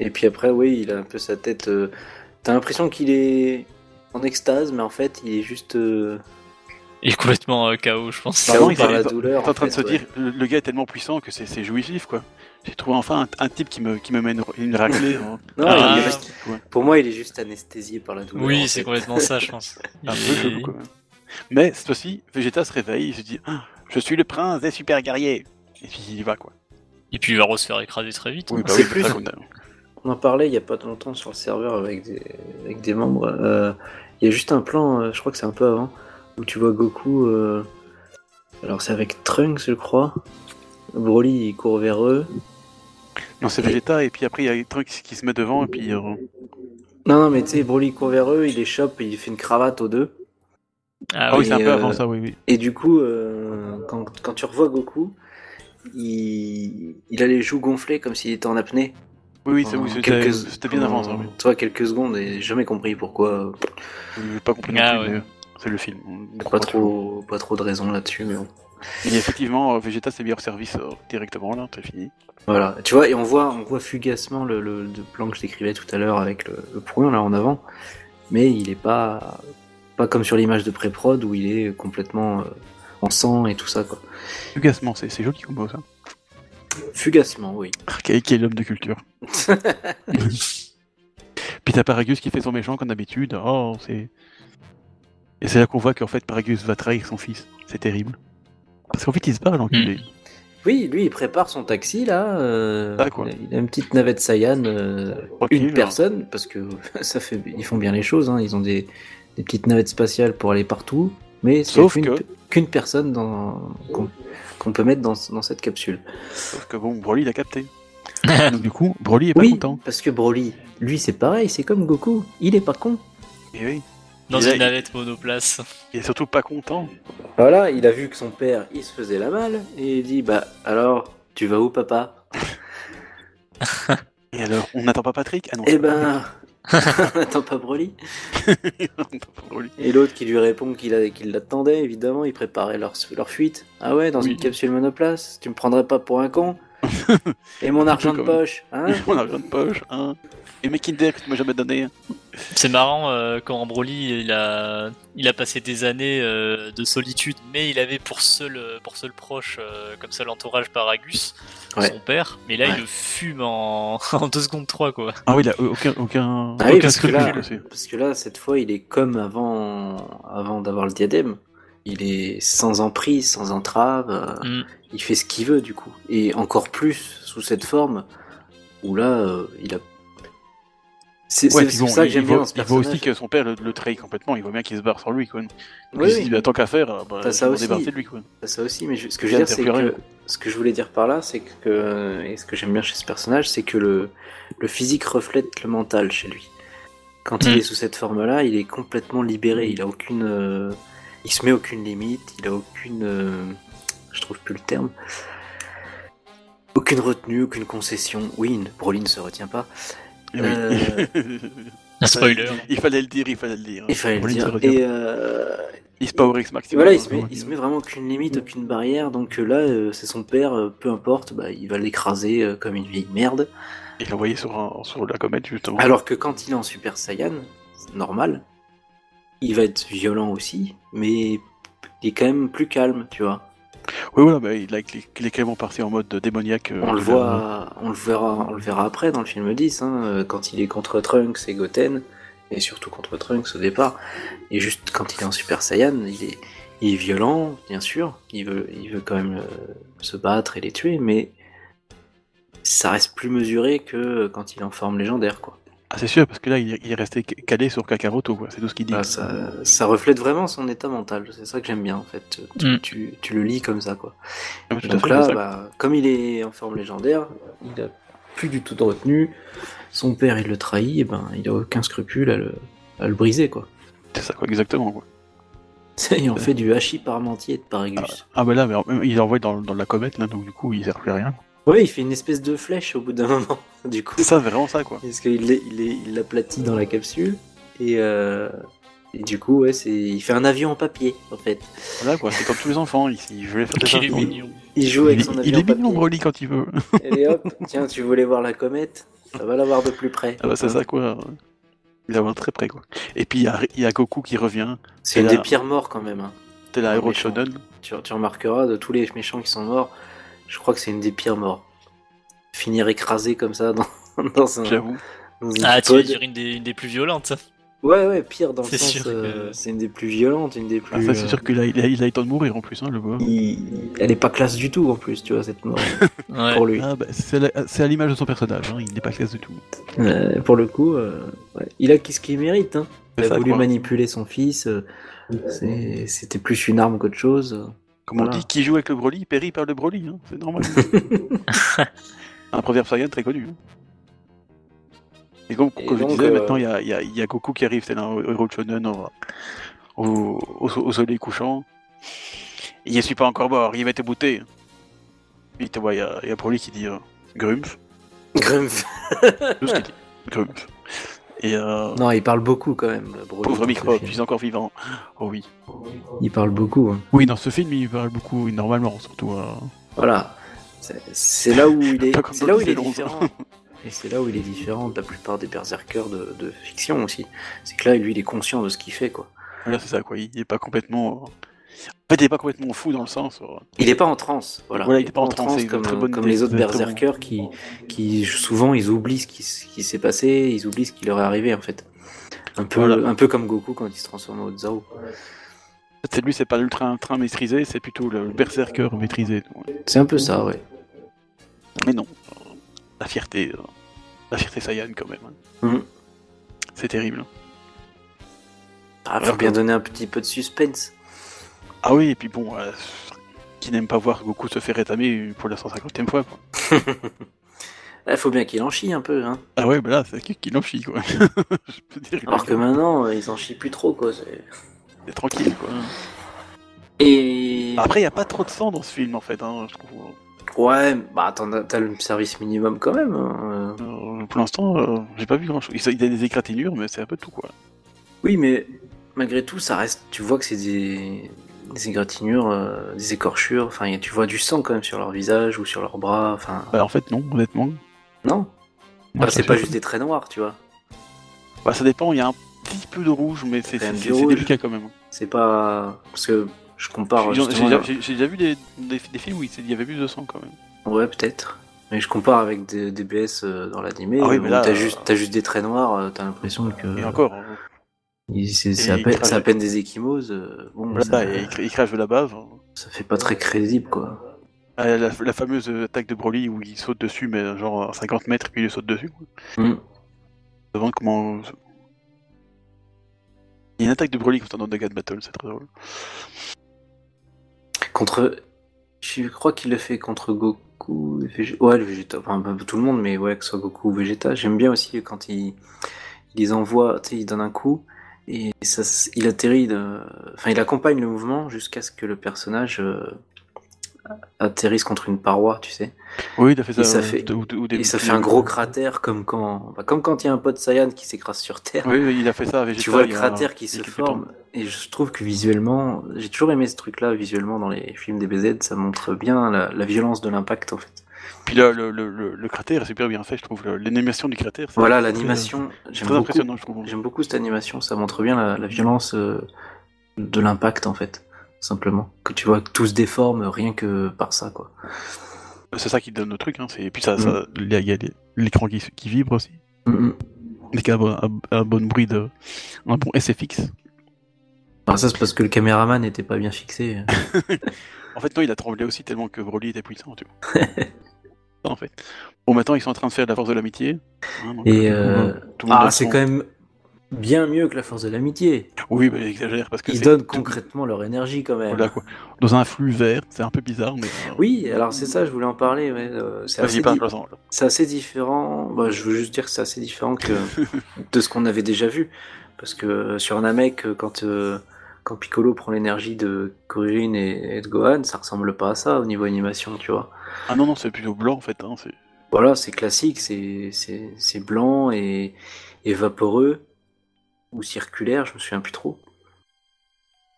Speaker 1: Et puis après, oui, il a un peu sa tête. euh, T'as l'impression qu'il est en extase, mais en fait, il est juste euh,
Speaker 3: Il est complètement euh, KO, je pense.
Speaker 2: Bah
Speaker 1: KO
Speaker 2: non, il
Speaker 1: par
Speaker 2: est
Speaker 1: la
Speaker 2: en-
Speaker 1: douleur.
Speaker 2: T'es en train de se
Speaker 1: fait, ouais.
Speaker 2: dire, le, le gars est tellement puissant que c'est- c'est jouissif, quoi. J'ai trouvé enfin un, un type qui me, qui me mène une raclée. hein.
Speaker 1: Non,
Speaker 3: Ah,
Speaker 1: il
Speaker 2: Un
Speaker 1: est
Speaker 3: ouais.
Speaker 1: juste-
Speaker 2: type, quoi.
Speaker 1: pour moi, il est juste anesthésié par la douleur. en
Speaker 3: Oui, c'est
Speaker 1: fait.
Speaker 3: complètement ça, je pense.
Speaker 2: Un
Speaker 3: Il
Speaker 2: peu
Speaker 3: est-
Speaker 2: chelou, quand même. Mais cette fois-ci, Vegeta se réveille, il se dit Ah, Je suis le prince des super guerriers Et puis il y va, quoi.
Speaker 3: Et puis il va se faire écraser très vite.
Speaker 1: bah oui,
Speaker 2: c'est
Speaker 1: plus.
Speaker 2: ça qu'on a-
Speaker 1: On en parlait il n'y a pas longtemps sur le serveur avec des, avec des membres. euh, Il y a juste un plan, euh, je crois que c'est un peu avant, où tu vois Goku. euh, alors c'est avec Trunks, je crois. Broly, il court vers eux.
Speaker 2: Non, c'est Vegeta, et puis après il y a Trunks qui se met devant, et puis. euh,
Speaker 1: Non, non, mais tu sais, Broly court vers eux, il les chope et il fait une cravate aux deux.
Speaker 3: Ah
Speaker 4: Ah oui,
Speaker 3: oui,
Speaker 4: c'est un
Speaker 1: et,
Speaker 4: peu avant
Speaker 1: euh,
Speaker 4: ça, oui, oui.
Speaker 1: Et du coup, euh, quand, quand tu revois Goku, il, il a les joues gonflées comme s'il était en apnée.
Speaker 2: Oui, oui, c'est- oui,
Speaker 1: Pendant
Speaker 2: c'était
Speaker 1: quelques-
Speaker 2: c'était bien avant ça, oui.
Speaker 1: Tu vois, quelques secondes et j'ai jamais compris pourquoi.
Speaker 2: J'ai pas compris non
Speaker 3: Ah,
Speaker 2: plus,
Speaker 3: ouais.
Speaker 2: mais C'est le film. on
Speaker 1: Y a
Speaker 2: comprend
Speaker 1: Pas trop, pas trop de raison là-dessus, mais bon.
Speaker 2: Et effectivement, euh, Vegeta s'est mis hors service euh, directement, là, c'est fini.
Speaker 1: Voilà, tu vois, et on voit, on voit fugacement le, le- le plan que je décrivais tout à l'heure avec le, le prouin là en avant, mais il est pas, pas comme sur l'image de pré-prod où il est complètement euh, en sang et tout ça quoi.
Speaker 2: Fugacement, c'est c'est joli comme mot, ça.
Speaker 1: Fugacement, oui.
Speaker 2: Ah,
Speaker 4: Archaïque est l'homme de culture.
Speaker 2: Puis t'as Paragus qui fait son méchant comme d'habitude. Oh, c'est. Et c'est là qu'on voit qu'en fait Paragus va trahir son fils. C'est terrible. Parce qu'en fait il se bat l'enculé.
Speaker 1: Oui, lui il prépare son taxi là, euh,
Speaker 2: Ah, quoi.
Speaker 1: il a une petite navette Saiyan, euh,
Speaker 2: Tranquille,
Speaker 1: une
Speaker 2: hein.
Speaker 1: personne, parce que ça fait, ils font bien les choses, hein, ils ont des, des petites navettes spatiales pour aller partout, mais c'est
Speaker 2: Sauf
Speaker 1: qu'une
Speaker 2: que-
Speaker 1: qu'une personne dans- qu'on qu'on peut mettre dans, dans cette capsule.
Speaker 2: Sauf que bon, Broly l'a capté. Donc du coup, Broly est pas
Speaker 1: oui,
Speaker 2: content.
Speaker 1: parce que Broly, lui, c'est pareil, c'est comme Goku, il est pas con.
Speaker 2: Et oui.
Speaker 3: dans
Speaker 2: Il a-
Speaker 3: une navette monoplace.
Speaker 2: Il est surtout pas content.
Speaker 1: Voilà, il a vu que son père, il se faisait la malle, et il dit, bah alors, tu vas où, papa
Speaker 2: Et alors, on n'attend pas Patrick Ah non,
Speaker 1: Eh
Speaker 2: c'est
Speaker 1: ben, attends pas Broly.
Speaker 2: Patrick. On n'attend pas Broly.
Speaker 1: Et l'autre qui lui répond qu'il a- qu'il l'attendait, évidemment, il préparait leur, leur fuite. Ah ouais, dans
Speaker 2: Oui.
Speaker 1: une capsule monoplace, tu me prendrais pas pour un con Et mon argent de
Speaker 2: quand même.
Speaker 1: poche, hein
Speaker 2: on a besoin de poche, hein. Et mes Kinder que tu m'as jamais donné. hein.
Speaker 3: C'est marrant euh, quand Broly il a il a passé des années euh, de solitude, mais il avait pour seul euh, pour seul proche euh, comme seul entourage Paragus,
Speaker 1: Ouais.
Speaker 3: son père. Mais là
Speaker 1: Ouais.
Speaker 3: il le fume en en deux secondes trois quoi.
Speaker 2: Ah oui, là, aucun. aucun...
Speaker 1: Ah oui, parce que là-
Speaker 2: scrupule aussi.
Speaker 1: Parce que là, cette fois, il est comme avant, avant d'avoir le diadème. Il est sans emprise, sans entrave. euh,
Speaker 3: Mm.
Speaker 1: Il fait ce qu'il veut, du coup. Et encore plus sous cette forme où là, euh, il a. C'est
Speaker 2: Ouais,
Speaker 1: c'est-
Speaker 2: puis
Speaker 1: c'est
Speaker 2: bon,
Speaker 1: ça que
Speaker 2: il-
Speaker 1: j'aime
Speaker 2: il
Speaker 1: bien
Speaker 2: voit-
Speaker 1: dans ce
Speaker 2: Il voit
Speaker 1: personnage.
Speaker 2: aussi que son père le, le trahit complètement. Il voit bien qu'il se barre sans lui, quoi. Donc
Speaker 1: Oui,
Speaker 2: il se
Speaker 1: oui.
Speaker 2: dit, bah, tant qu'à faire, bah,
Speaker 1: T'as
Speaker 2: je
Speaker 1: ça
Speaker 2: vais me
Speaker 1: aussi.
Speaker 2: débarrasser de lui, quoi.
Speaker 1: T'as ça aussi, mais je- ce que je
Speaker 2: Il
Speaker 1: veux dire, c'est
Speaker 2: interfère
Speaker 1: que ce que je voulais dire par là, c'est que et ce que j'aime bien chez ce personnage, c'est que le le physique reflète le mental chez lui. Quand il
Speaker 2: Hmm.
Speaker 3: Mm.
Speaker 1: est sous cette forme-là, il est complètement libéré. Il a aucune, euh, il se met aucune limite. Il a aucune, euh, je trouve plus le terme, aucune retenue, aucune concession. Oui, une- Broly ne se retient pas.
Speaker 2: Et
Speaker 1: Euh,
Speaker 2: oui.
Speaker 3: Un spoiler.
Speaker 2: Il fallait le dire, il fallait le dire.
Speaker 1: Il fallait le
Speaker 2: Broly ne se
Speaker 1: dire.
Speaker 2: retient
Speaker 1: Et euh,
Speaker 2: Il se power X
Speaker 1: Et
Speaker 2: maximum.
Speaker 1: voilà, il se, met,
Speaker 2: Ouais.
Speaker 1: il se met vraiment aucune limite, aucune barrière. Donc euh, là, euh, c'est son père, euh, peu importe, bah, il va l'écraser euh, comme une vieille merde.
Speaker 2: Il l'a envoyé sur, un- sur la comète, justement.
Speaker 1: Alors que quand il est en Super Saiyan, c'est normal, il va être violent aussi, mais il est quand même plus calme, tu vois.
Speaker 2: Oui, voilà, bah, il, a- il est- il est carrément parti en mode démoniaque. euh,
Speaker 1: On le
Speaker 2: vers-
Speaker 1: voit, on le verra, on le verra après dans le film 10, hein, euh, quand il est contre Trunks et Goten, et surtout contre Trunks au départ. Et juste quand il est en Super Saiyan, il est, il est violent, bien sûr. Il veut, il veut quand même euh, se battre et les tuer, mais ça reste plus mesuré que quand il est en forme légendaire, quoi.
Speaker 2: Ah, c'est sûr, parce que là, il, est- il est resté ca- calé sur Kakaroto, quoi. C'est tout ce qu'il dit.
Speaker 1: Bah, ça, ça reflète vraiment son état mental. C'est ça que j'aime bien, en fait. Tu,
Speaker 3: Mm.
Speaker 1: tu- tu le lis comme ça, quoi.
Speaker 2: Ah, tout à
Speaker 1: Donc
Speaker 2: fait,
Speaker 1: là,
Speaker 2: c'est ça.
Speaker 1: bah, comme il est en forme légendaire, il a plus du tout de retenue. Son père, il le trahit, et ben, il a aucun scrupule à le, à le briser, quoi.
Speaker 2: C'est ça, quoi, exactement, quoi.
Speaker 1: Ça, Il en fait du hachis parmentier de Paragus.
Speaker 2: Ah, bah là, mais en- il l'envoie dans, dans la comète, là, donc du coup, il sert plus à rien.
Speaker 1: Ouais, il fait une espèce de flèche au bout d'un moment, du coup.
Speaker 2: C'est ça, vraiment ça, quoi.
Speaker 1: Parce qu'il l'est- il est- il l'aplatit dans la capsule, et, euh, et du coup, ouais, c'est, il fait un avion en papier, en fait.
Speaker 2: Voilà, quoi, c'est comme tous les enfants, ici. Je vais faire
Speaker 3: Qu'il est
Speaker 2: des enfants.
Speaker 3: mignon.
Speaker 1: Il joue avec
Speaker 2: Il,
Speaker 1: son
Speaker 2: il
Speaker 1: avion en
Speaker 2: est mignon,
Speaker 1: papier.
Speaker 2: Broly, quand il veut.
Speaker 1: Allez hop, tiens, tu voulais voir la comète Ça va la voir de plus près.
Speaker 2: Ah, bah, c'est ça, quoi. Il a un très près, quoi. Et puis, il y a, il y a Goku qui revient.
Speaker 1: C'est une
Speaker 2: là.
Speaker 1: des pires morts quand même. hein.
Speaker 2: Tel un
Speaker 1: Ah,
Speaker 2: héros de
Speaker 1: méchant.
Speaker 2: Shonen.
Speaker 1: Tu, tu remarqueras, de tous les méchants qui sont morts, je crois que c'est une des pires morts. Finir écrasé comme ça dans, dans un.
Speaker 2: J'avoue.
Speaker 1: dans une
Speaker 3: Ah, tu veux
Speaker 1: code.
Speaker 3: dire une des, une des plus violentes. ça.
Speaker 1: Ouais, ouais, pire dans le
Speaker 3: C'est
Speaker 1: sens.
Speaker 3: sûr que-
Speaker 1: euh, C'est une des plus violentes, une des plus.
Speaker 2: Ah, ça, c'est
Speaker 1: euh,
Speaker 2: sûr qu'il a, il a, il a eu temps de mourir, en plus, hein, le gars.
Speaker 1: il- Elle est pas classe du tout en plus, tu vois, cette mort
Speaker 3: Ouais.
Speaker 1: pour lui.
Speaker 2: Ah, bah, c'est la- c'est à l'image de son personnage, hein, il n'est pas classe du tout.
Speaker 1: Euh, pour le coup, euh, ouais. il a ce qu'il mérite. Hein. Il
Speaker 2: C'est
Speaker 1: a
Speaker 2: ça,
Speaker 1: voulu
Speaker 2: quoi.
Speaker 1: manipuler son fils. euh, c'est- C'était plus une arme qu'autre chose.
Speaker 2: Comme on
Speaker 1: Voilà.
Speaker 2: dit, qui joue avec le Broly périt par le Broly, hein, c'est normal. un proverbe saiyan très connu. hein. Et comme,
Speaker 1: Et
Speaker 2: comme je
Speaker 1: donc,
Speaker 2: disais,
Speaker 1: euh,
Speaker 2: maintenant il y a, il y a- il y a Goku qui arrive, tel un héros de shonen au, au- au so- au soleil couchant. Il ne suis pas encore mort, il va te bouter. Et tu vois, il y, a- il y a Broly qui dit euh, Grumpf.
Speaker 1: Grumpf.
Speaker 2: Tout ce qu'il dit, Grumpf. Et euh,
Speaker 1: Non, il parle beaucoup quand même. le Broly,
Speaker 2: pauvre
Speaker 1: dans ce
Speaker 2: microbe, je
Speaker 1: film.
Speaker 2: suis encore vivant. Oh oui.
Speaker 1: Il parle beaucoup. hein.
Speaker 4: Oui, dans ce film, il parle beaucoup, normalement, surtout.
Speaker 2: euh,
Speaker 4: hein.
Speaker 1: Voilà. C'est- C'est là où il est,
Speaker 2: Pas comme
Speaker 1: c'est là où
Speaker 2: dans
Speaker 1: il est
Speaker 2: Disneyland.
Speaker 1: différent.
Speaker 2: hein.
Speaker 1: Et c'est là où il est différent de la plupart des berserkers de, de fiction aussi. C'est que là, lui, il est conscient de ce qu'il fait, quoi.
Speaker 2: Voilà, c'est ça quoi, il n'est pas complètement. euh, En fait, il n'est pas complètement fou dans le sens. euh,
Speaker 1: Il est pas en transe, voilà.
Speaker 2: Voilà, il est pas en transe,
Speaker 1: transe
Speaker 2: c'est une
Speaker 1: comme,
Speaker 2: très bonne
Speaker 1: comme
Speaker 2: idée,
Speaker 1: les autres
Speaker 2: c'est très
Speaker 1: berserkers qui, qui, souvent, ils oublient ce qui, s- qui s'est passé, ils oublient ce qui leur est arrivé, en fait. Un peu,
Speaker 2: Voilà.
Speaker 1: un peu comme Goku quand il se transforme en Zao.
Speaker 2: C'est lui, c'est pas l'ultra train maîtrisé, c'est plutôt le berserker maîtrisé. Ouais.
Speaker 1: C'est un peu ça, ouais.
Speaker 2: Mais non, euh, la fierté, euh, la fierté Saiyan quand même. hein.
Speaker 1: Mhm.
Speaker 2: C'est terrible.
Speaker 1: Ah, faut
Speaker 2: Alors
Speaker 1: bien
Speaker 2: que-
Speaker 1: donner un petit peu de suspense.
Speaker 2: Ah oui, et puis bon, euh, qui n'aime pas voir Goku se faire rétamer pour la 150e fois. Quoi.
Speaker 1: Il Eh, faut bien qu'il en chie un peu, hein.
Speaker 2: Ah ouais, bah là, c'est qui qui l'en chie, quoi. Je peux dire, il
Speaker 1: Alors
Speaker 2: en
Speaker 1: que maintenant, euh, ils en chient plus trop, quoi. c'est-
Speaker 2: chie, c'est tranquille, quoi.
Speaker 1: Et.
Speaker 2: Après, il n'y a pas trop de sang dans ce film, en fait, hein, je trouve.
Speaker 1: Ouais, bah t'en as- t'as le service minimum quand même. hein. Euh,
Speaker 2: Euh, pour l'instant, euh, j'ai pas vu grand-chose. Il y a des égratignures, mais c'est un peu tout, quoi.
Speaker 1: Oui, mais malgré tout, ça reste. Tu vois que c'est des... des égratignures, euh, des écorchures. Enfin, y a- tu vois du sang quand même sur leur visage ou sur leurs bras. Enfin,
Speaker 2: Bah, en fait, non, honnêtement.
Speaker 1: non.
Speaker 2: Moi,
Speaker 1: Enfin,
Speaker 2: je
Speaker 1: Bah, c'est
Speaker 2: suis
Speaker 1: pas
Speaker 2: sûr.
Speaker 1: juste des traits noirs, tu vois.
Speaker 2: Bah, ça dépend, il y a un petit peu de rouge, mais c'est
Speaker 1: Quand
Speaker 2: c'est-
Speaker 1: même du
Speaker 2: c'est- c'est
Speaker 1: rouge.
Speaker 2: délicat quand même.
Speaker 1: C'est pas parce que je compare.
Speaker 2: J'ai j'ai
Speaker 1: justement-
Speaker 2: déjà, j'ai- j'ai déjà vu des, des, des films où il s'est- il y avait plus de sang quand même.
Speaker 1: Ouais, peut-être. Mais je compare avec des DBS euh, dans l'animé.
Speaker 2: Ah oui,
Speaker 1: où
Speaker 2: mais là,
Speaker 1: t'as
Speaker 2: euh,
Speaker 1: juste t'as juste des traits noirs. euh, T'as l'impression que.
Speaker 2: Et encore, hein.
Speaker 1: il- C'est c'est à,
Speaker 2: il
Speaker 1: peine-
Speaker 2: crache.
Speaker 1: c'est à peine des échymoses. euh, Bon,
Speaker 2: Voilà,
Speaker 1: ça,
Speaker 2: et il, cr- il crache de la bave. hein.
Speaker 1: ça fait pas très crédible, quoi.
Speaker 2: Ah, La, la fameuse attaque de Broly où il saute dessus, mais euh, genre à 50 mètres, puis il saute dessus. quoi.
Speaker 1: Mm.
Speaker 2: Je me demande comment. Il y a une attaque de Broly comme ça dans Nagat Battle, c'est très drôle.
Speaker 1: Contre. Je crois qu'il le fait contre Goku. et Vég- Ouais, le Vegeta. Enfin, pas tout le monde, mais ouais, que ce soit Goku ou Vegeta. J'aime bien aussi quand il... il les envoie, tu sais, il donne un coup. Et ça, s- il atterrit. de- Enfin, il accompagne le mouvement jusqu'à ce que le personnage euh, atterrisse contre une paroi, tu sais.
Speaker 2: Oui, il a fait ça.
Speaker 1: Et ça
Speaker 2: euh,
Speaker 1: fait-
Speaker 2: de- ou- ou des- euh,
Speaker 1: Et ça
Speaker 2: des-
Speaker 1: fait un gros cratère, comme quand bah, comme quand il y a un pote Saiyan qui s'écrase sur Terre.
Speaker 2: Oui, oui, il a fait ça avec
Speaker 1: Tu
Speaker 2: Vegeta,
Speaker 1: vois le
Speaker 2: il y a-
Speaker 1: cratère qui
Speaker 2: il y
Speaker 1: se
Speaker 2: a quelques temps.
Speaker 1: forme, et je trouve que visuellement, j'ai toujours aimé ce truc-là, visuellement, dans les films des BZ, ça montre bien la, la violence de l'impact, en fait.
Speaker 2: Puis là, le, le, le- le cratère est super bien fait, je trouve. Le- L'animation du cratère. c'est
Speaker 1: Voilà,
Speaker 2: très-
Speaker 1: l'animation, j'aime
Speaker 2: Très
Speaker 1: beaucoup.
Speaker 2: impressionnant, je trouve.
Speaker 1: J'aime beaucoup cette animation, ça montre bien la, la violence euh, de l'impact en fait, simplement. Que tu vois que tout se déforme rien que par ça quoi.
Speaker 2: C'est ça qui donne le truc. Hein. c'est- Et puis ça, ça-
Speaker 4: Il y a, il y a des- l'écran qui, qui vibre aussi.
Speaker 1: Mm, mm.
Speaker 4: Mais qui a un, bon- un- un bon bruit de. Un bon SFX.
Speaker 1: Enfin, Bah, ça c'est parce que le caméraman n'était pas bien fixé.
Speaker 2: En fait, non, il a tremblé aussi tellement que Broly était puissant. Tu vois. Ça, en fait. Bon, maintenant, ils sont en train de faire de la force de l'amitié. hein, donc,
Speaker 1: Et
Speaker 2: tout le monde-
Speaker 1: euh,
Speaker 2: tout le monde
Speaker 1: ah,
Speaker 2: donne
Speaker 1: c'est
Speaker 2: son-
Speaker 1: quand même bien mieux que la force de l'amitié.
Speaker 2: Oui, mais j'exagère parce que
Speaker 1: Ils
Speaker 2: c'est
Speaker 1: donnent
Speaker 2: tout-
Speaker 1: concrètement leur énergie quand même.
Speaker 2: voilà, quoi. Dans un flux vert, c'est un peu bizarre, mais. euh,
Speaker 1: Oui, alors c'est ça, je voulais en parler. mais, euh, c'est assez
Speaker 2: Vas-y, parle,
Speaker 1: di-
Speaker 2: parle-en.
Speaker 1: C'est assez différent. bah, je veux juste dire que c'est assez différent que de ce qu'on avait déjà vu, parce que sur Namek, euh, quand euh, quand Piccolo prend l'énergie de Kuririn et, et de Gohan, ça ressemble pas à ça au niveau animation, tu vois.
Speaker 2: Ah non, non, c'est plutôt blanc en fait. Hein, c'est-
Speaker 1: Voilà, c'est classique, c'est c'est c'est blanc et, et vaporeux ou circulaire, je me souviens plus trop.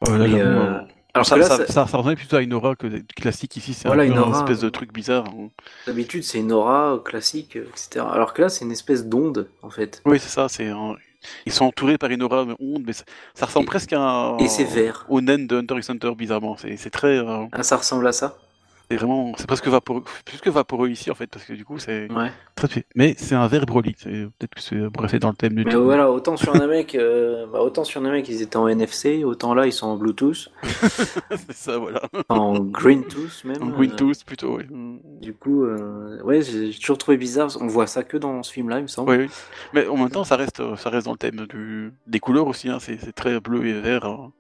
Speaker 4: Euh, là,
Speaker 1: Mais,
Speaker 4: j'avoue,
Speaker 1: euh,
Speaker 4: euh,
Speaker 1: alors
Speaker 4: ça,
Speaker 1: que là,
Speaker 4: ça,
Speaker 1: ça-
Speaker 4: ça- ça ressemblait plutôt à une aura que classique ici. C'est
Speaker 1: Voilà,
Speaker 4: un, peu
Speaker 1: une
Speaker 4: un
Speaker 1: aura. euh.
Speaker 2: espèce de truc bizarre. hein.
Speaker 1: D'habitude, c'est une aura euh, classique, euh, etc. Alors que là, c'est une espèce d'onde, en fait.
Speaker 2: Oui, c'est ça. C'est un- ils sont entourés par une aura de onde, mais ça, ça ressemble
Speaker 1: Et-
Speaker 2: presque à un-
Speaker 1: Et c'est vert.
Speaker 2: au naine de Hunter x Hunter bizarrement. C'est c'est très, euh,
Speaker 1: Ah, ça ressemble à ça
Speaker 2: c'est vraiment, c'est presque vaporeux, plus que vaporeux ici en fait, parce que du coup c'est
Speaker 1: Ouais.
Speaker 4: Très bien. Mais c'est un verre Broly. c'est- Peut-être que c'est bref, dans le thème du
Speaker 1: Mais
Speaker 4: tout.
Speaker 1: voilà, autant sur Namek, euh, bah, autant sur Namek, ils étaient en NFC, autant là, ils sont en Bluetooth,
Speaker 2: c'est ça voilà.
Speaker 1: en Greentooth même.
Speaker 2: Un
Speaker 1: Euh,
Speaker 2: Windows plutôt. Oui.
Speaker 1: Du coup, euh, ouais, j'ai j'ai toujours trouvé bizarre. On voit ça que dans ce film-là, il me semble.
Speaker 2: Oui, oui. Mais en même temps, ça reste, euh, ça reste dans le thème du... des couleurs aussi. Hein. C'est c'est très bleu et vert. hein.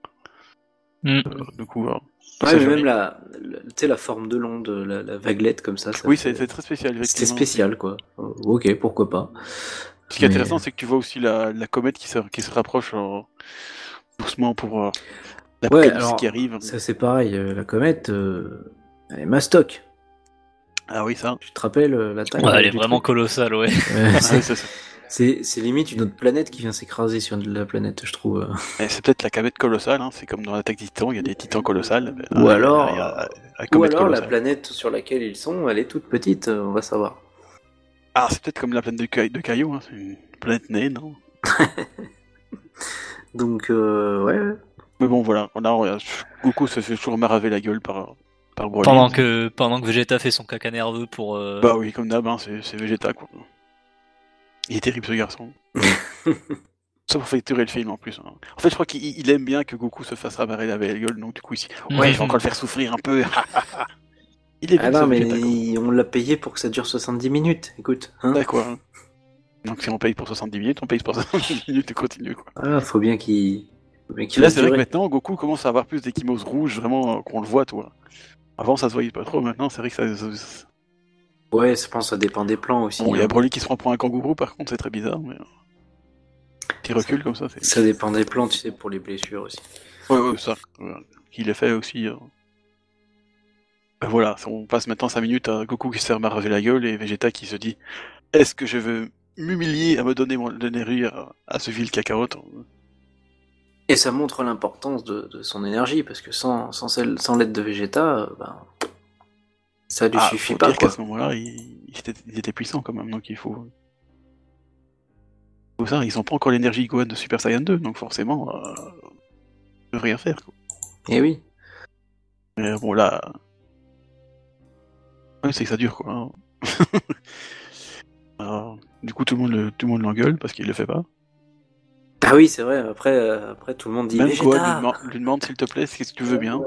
Speaker 3: Mm.
Speaker 2: Euh, du coup, hein.
Speaker 1: Ouais,
Speaker 2: C'est
Speaker 1: mais
Speaker 2: joli.
Speaker 1: même la, la- tu sais, la forme de l'onde, la, la vaguelette comme ça. ça
Speaker 2: oui,
Speaker 1: fait-
Speaker 2: c'est c'est très spécial.
Speaker 1: C'était
Speaker 2: effectivement. Ah,
Speaker 1: spécial, quoi. Euh, Ok, pourquoi pas.
Speaker 2: Ce qui est
Speaker 1: Mais-
Speaker 2: intéressant, c'est que tu vois aussi la, la comète qui se, qui se rapproche euh, doucement pour euh,
Speaker 1: Ouais,
Speaker 2: l'apocalypse
Speaker 1: alors,
Speaker 2: qui arrive.
Speaker 1: Ça, c'est pareil. euh, La comète, euh, elle est mastoc.
Speaker 2: Ah oui, ça.
Speaker 1: Tu te rappelles euh, la taille
Speaker 3: Ouais,
Speaker 1: euh,
Speaker 3: elle est
Speaker 1: du
Speaker 3: vraiment
Speaker 1: truc
Speaker 3: colossale, ouais.
Speaker 1: Ouais,
Speaker 2: Ah oui,
Speaker 1: c'est-
Speaker 2: ça, ça.
Speaker 1: C'est c'est limite une autre planète qui vient s'écraser sur de la planète, je trouve. euh.
Speaker 2: Et Eh, C'est peut-être la comète colossale. hein. C'est comme dans l'attaque des titans, il y a des titans colossales.
Speaker 1: Ou
Speaker 2: Là,
Speaker 1: alors- euh,
Speaker 2: il y a la
Speaker 1: Ou
Speaker 2: comète
Speaker 1: alors la
Speaker 2: colossale.
Speaker 1: planète sur laquelle ils sont, elle est toute petite, euh, on va savoir.
Speaker 2: Ah, c'est peut-être comme la planète de, Ca- de Caillou. hein. C'est une planète naine. hein.
Speaker 1: Donc, euh, ouais, ouais.
Speaker 2: Mais bon, voilà. Là, on- Goku se fait toujours maraver la gueule par, par Broly.
Speaker 3: Pendant que, pendant que Vegeta fait son caca nerveux pour. euh,
Speaker 2: Bah oui, comme d'hab, hein, c'est c'est Vegeta, quoi. Il est terrible, ce garçon. Ça pour facturer le film, en plus. hein. En fait, je crois qu'il il aime bien que Goku se fasse rabarrer la la gueule, donc du coup, ici...
Speaker 3: Mm.
Speaker 2: Ouais, je vais encore le faire souffrir un peu. il est bien,
Speaker 1: Ah
Speaker 2: ce
Speaker 1: non, mais
Speaker 2: Vegeta, quoi.
Speaker 1: il- on l'a payé pour que ça dure 70 minutes, écoute. Hein
Speaker 2: Ouais, quoi. Donc si on paye pour 70 minutes, on paye pour 70 minutes et continue, quoi.
Speaker 1: ah, faut bien qu'il. faut bien qu'il
Speaker 2: Là,
Speaker 1: fasse
Speaker 2: c'est vrai que
Speaker 1: durer.
Speaker 2: maintenant, Goku commence à avoir plus d'échymoses rouges, vraiment, euh, qu'on le voit, toi. Avant, ça se voyait pas trop, maintenant, c'est vrai que ça... ça-
Speaker 1: Ouais, je pense que ça dépend des plans aussi.
Speaker 2: Bon, il y
Speaker 1: hein.
Speaker 2: a Broly qui se prend pour un kangourou, par contre, c'est très bizarre, mais... Petit recul, comme ça, c'est...
Speaker 1: Ça dépend des plans, tu sais, pour les blessures aussi.
Speaker 2: Ouais, ouais, ça. ouais. Qu'il ait euh, fait aussi. euh. Ben voilà, on passe maintenant 5 minutes à Goku qui se fait marrer la gueule et Vegeta qui se dit Est-ce que je veux m'humilier à me donner mon donner rire à, à ce vil Kakarot
Speaker 1: Et ça montre l'importance de, de son énergie, parce que sans, sans, celle- sans l'aide de Vegeta, euh, ben, ça lui
Speaker 2: Ah,
Speaker 1: suffit
Speaker 2: faut
Speaker 1: pas.
Speaker 2: dire
Speaker 1: Quoi.
Speaker 2: qu'à ce moment-là, il, il était, il était puissant quand même, donc il faut. Faut ça, ils ont pas encore l'énergie Gohan de Super Saiyan 2, donc forcément, euh, on peut rien faire. quoi.
Speaker 1: Et Eh oui.
Speaker 2: Mais bon, là. Ouais, c'est que ça dure, quoi. hein. Alors, du coup, tout le monde le- tout le monde l'engueule parce qu'il le fait pas.
Speaker 1: Ah oui, c'est vrai, après, euh, après tout le monde dit
Speaker 2: Même Gohan lui,
Speaker 1: Vegeta,
Speaker 2: deman- lui demande s'il te plaît, qu'est-ce que tu veux bien.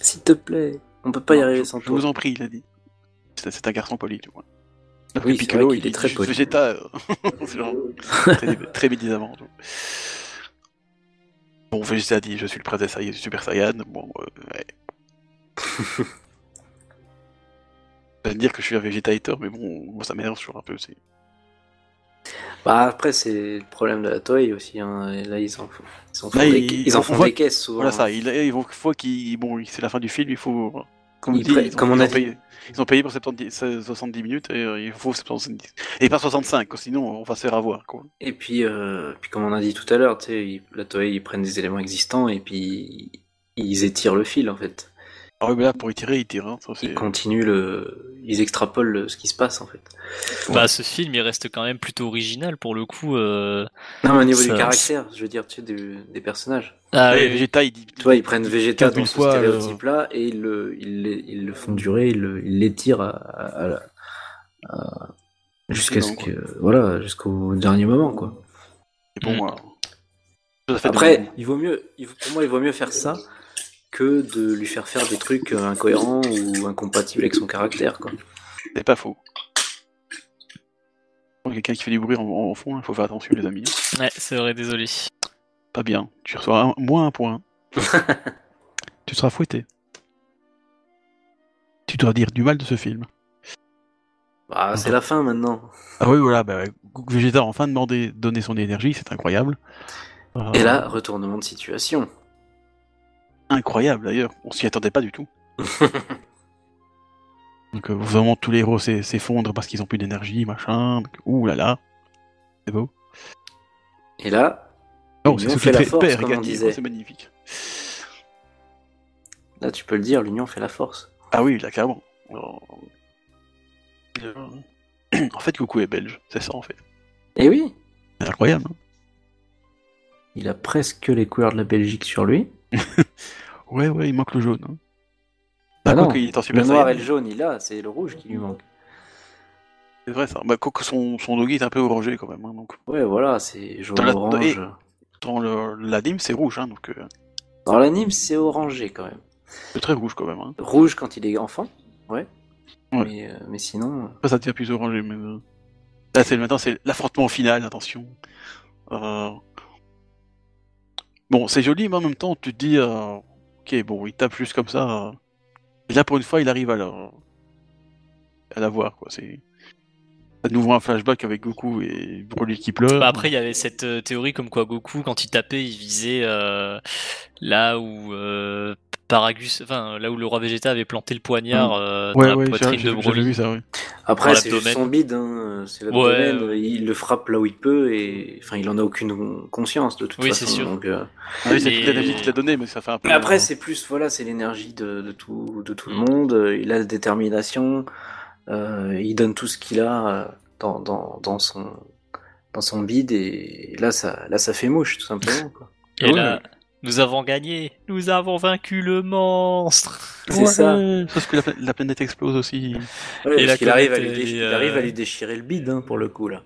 Speaker 1: s'il te plaît, on peut pas y
Speaker 2: Non,
Speaker 1: arriver
Speaker 2: je,
Speaker 1: sans
Speaker 2: je
Speaker 1: toi.
Speaker 2: vous en prie, il a dit. C'est c'est un garçon poli, tu vois. Alors que
Speaker 1: Ah Oui, c'est
Speaker 2: Piccolo,
Speaker 1: vrai
Speaker 2: il,
Speaker 1: qu'il est
Speaker 2: est
Speaker 1: très
Speaker 2: très
Speaker 1: poli.
Speaker 2: Vegeta, euh, c'est genre très, très médisant, tu vois. Bon, Vegeta dit Je suis le prince des Saiyans- Super Saiyan. Bon, euh, ouais. Ça veut dire que je suis un Vegeta hater, mais bon, moi, ça m'énerve toujours un peu. c'est-
Speaker 1: Bah après c'est le problème de la Toei aussi. Hein. Et Là ils en font, ils en font,
Speaker 2: Là,
Speaker 1: des,
Speaker 2: ils-
Speaker 1: ils en
Speaker 2: on
Speaker 1: font
Speaker 2: voit-
Speaker 1: des caisses souvent.
Speaker 2: Voilà ça, il, il faut qu'il. Bon, c'est la fin du film, il faut. Comme,
Speaker 1: Ils
Speaker 2: on dit,
Speaker 1: prennent-
Speaker 2: ils ont-
Speaker 1: comme on
Speaker 2: ils
Speaker 1: a
Speaker 2: ont
Speaker 1: dit.
Speaker 2: payé, ils ont payé pour 70, 70 minutes et euh, il faut 70. Et pas 65, quoi, sinon on va se faire avoir. Quoi.
Speaker 1: Et puis, euh, puis comme on a dit tout à l'heure, tu sais, ils- la Toei ils prennent des éléments existants et puis ils ils étirent le fil en fait.
Speaker 2: Ah oui, mais là, pour y tirer, il tire. Hein. Ça, c'est-
Speaker 1: Ils continuent le. Ils extrapolent le- ce qui se passe en fait.
Speaker 3: Bah, ce film, il reste quand même plutôt original pour le coup. euh.
Speaker 1: Non, mais au niveau
Speaker 3: Ça-
Speaker 1: du caractère, je veux dire, tu sais, du- des personnages.
Speaker 3: Ah,
Speaker 2: Ouais,
Speaker 3: oui, oui.
Speaker 2: Vegeta, il dit.
Speaker 1: Tu vois, ils prennent Vegeta
Speaker 4: 15
Speaker 1: dans
Speaker 4: 000
Speaker 1: ce
Speaker 4: fois,
Speaker 2: euh,
Speaker 1: stéréotype-là et ils le, ils, le- ils le font durer, ils le- ils l'étirent à- à- à la- à- jusqu'à ce
Speaker 2: Non, quoi.
Speaker 1: que. Voilà, jusqu'au dernier moment, quoi.
Speaker 2: Et bon,
Speaker 3: Mm.
Speaker 2: voilà. Ça fait des
Speaker 1: Après,
Speaker 2: moments.
Speaker 1: il vaut mieux, il vaut- pour moi, il vaut mieux faire ça que de lui faire faire des trucs euh, incohérents ou incompatibles avec son caractère. Quoi.
Speaker 2: c'est pas faux. Bon, Quelqu'un qui fait du bruit en, en fond, il faut faire attention, les amis. hein.
Speaker 3: Ouais, c'est vrai, désolé.
Speaker 2: Pas bien. Tu reçois un- moins un point. tu seras fouetté. Tu dois dire du mal de ce film.
Speaker 1: Bah, c'est la fin maintenant.
Speaker 2: Ah oui, voilà, bah, Goku Vegeta a enfin demandé, donné son énergie, c'est incroyable. Euh,
Speaker 1: Et là, retournement de situation.
Speaker 2: Incroyable d'ailleurs, on s'y attendait pas du tout. Donc euh, vraiment tous les héros s'é- s'effondrent parce qu'ils ont plus d'énergie, machin. Donc, ouh là là, c'est beau.
Speaker 1: Et là,
Speaker 2: Non,
Speaker 1: Ils
Speaker 2: c'est
Speaker 1: ont
Speaker 2: ce
Speaker 1: fait la
Speaker 2: qui fait
Speaker 1: force,
Speaker 2: père
Speaker 1: comme on
Speaker 2: gagner,
Speaker 1: disait.
Speaker 2: c'est magnifique.
Speaker 1: là, tu peux le dire, l'union fait la force.
Speaker 2: Ah oui, là carrément. Alors, euh, En fait, Goku est belge, c'est ça en fait.
Speaker 1: Et Eh oui,
Speaker 2: C'est incroyable. hein.
Speaker 1: il a presque les couleurs de la Belgique sur lui.
Speaker 2: ouais, ouais, il manque le jaune. Hein.
Speaker 1: Bah
Speaker 2: Bah,
Speaker 1: non,
Speaker 2: quoi qu'il est en
Speaker 1: Le
Speaker 2: Super
Speaker 1: noir et
Speaker 2: Saiyan,
Speaker 1: le jaune, il a, c'est le rouge qui lui manque.
Speaker 2: C'est vrai ça. Bah, quoi que son, son doggy est un peu orangé quand même. hein, donc,
Speaker 1: Ouais, voilà, c'est jaune
Speaker 2: Dans la-
Speaker 1: orange.
Speaker 2: dans le- l'anime, c'est rouge, hein, donc euh,
Speaker 1: Dans l'anime, c'est orangé quand même.
Speaker 2: c'est très rouge quand même. Hein.
Speaker 1: Rouge quand il est enfant, ouais.
Speaker 2: Ouais.
Speaker 1: Mais, euh, mais sinon,
Speaker 2: Après, ça devient plus orangé, mais. euh, Là, c'est maintenant, c'est l'affrontement final, attention. Euh, Bon, c'est joli, mais en même temps, tu te dis. euh, Ok, bon, il tape juste comme ça. euh, Et là, pour une fois, il arrive à la, à la voir, quoi. C'est. À nouveau un flashback avec Goku et Broly qui pleure.
Speaker 3: Bah, après, il y avait cette euh, théorie comme quoi Goku, quand il tapait, il visait euh, là où euh, Paragus, enfin là où le roi Vegeta avait planté le poignard
Speaker 2: Mm.
Speaker 3: euh, dans
Speaker 4: Ouais,
Speaker 3: la
Speaker 4: ouais, j'ai
Speaker 3: poitrine de
Speaker 4: j'ai- j'avais
Speaker 3: Broly.
Speaker 4: vu ça, ouais.
Speaker 1: Après,
Speaker 3: Dans
Speaker 1: c'est juste
Speaker 3: l'abdomen.
Speaker 1: son bide, hein, c'est
Speaker 3: Ouais,
Speaker 1: l'abdomen, il le frappe là où il peut, et enfin, il en a aucune conscience de toute
Speaker 3: Oui,
Speaker 1: façon.
Speaker 3: c'est sûr.
Speaker 1: donc, euh,
Speaker 2: Ah oui, c'est toute
Speaker 3: Et-
Speaker 2: l'énergie qu'il a donnée, mais ça fait un peu.
Speaker 1: Mais après, c'est plus, voilà, c'est l'énergie de, de tout, de tout le
Speaker 3: Mm.
Speaker 1: monde, euh, il a la détermination, euh, il donne tout ce qu'il a euh, dans, dans, dans son dans son bide et là ça là ça fait mouche tout simplement quoi.
Speaker 3: Et là, nous avons gagné, nous avons vaincu le monstre.
Speaker 1: c'est ça.
Speaker 2: Sauf que la, pla- la planète explose aussi.
Speaker 1: Ouais,
Speaker 3: Et
Speaker 1: parce
Speaker 3: la
Speaker 1: qu'il arrive à lui
Speaker 3: comète, elle
Speaker 1: déch-
Speaker 3: est,
Speaker 1: il
Speaker 3: euh,
Speaker 1: arrive à lui déchirer le bide hein, pour le coup là.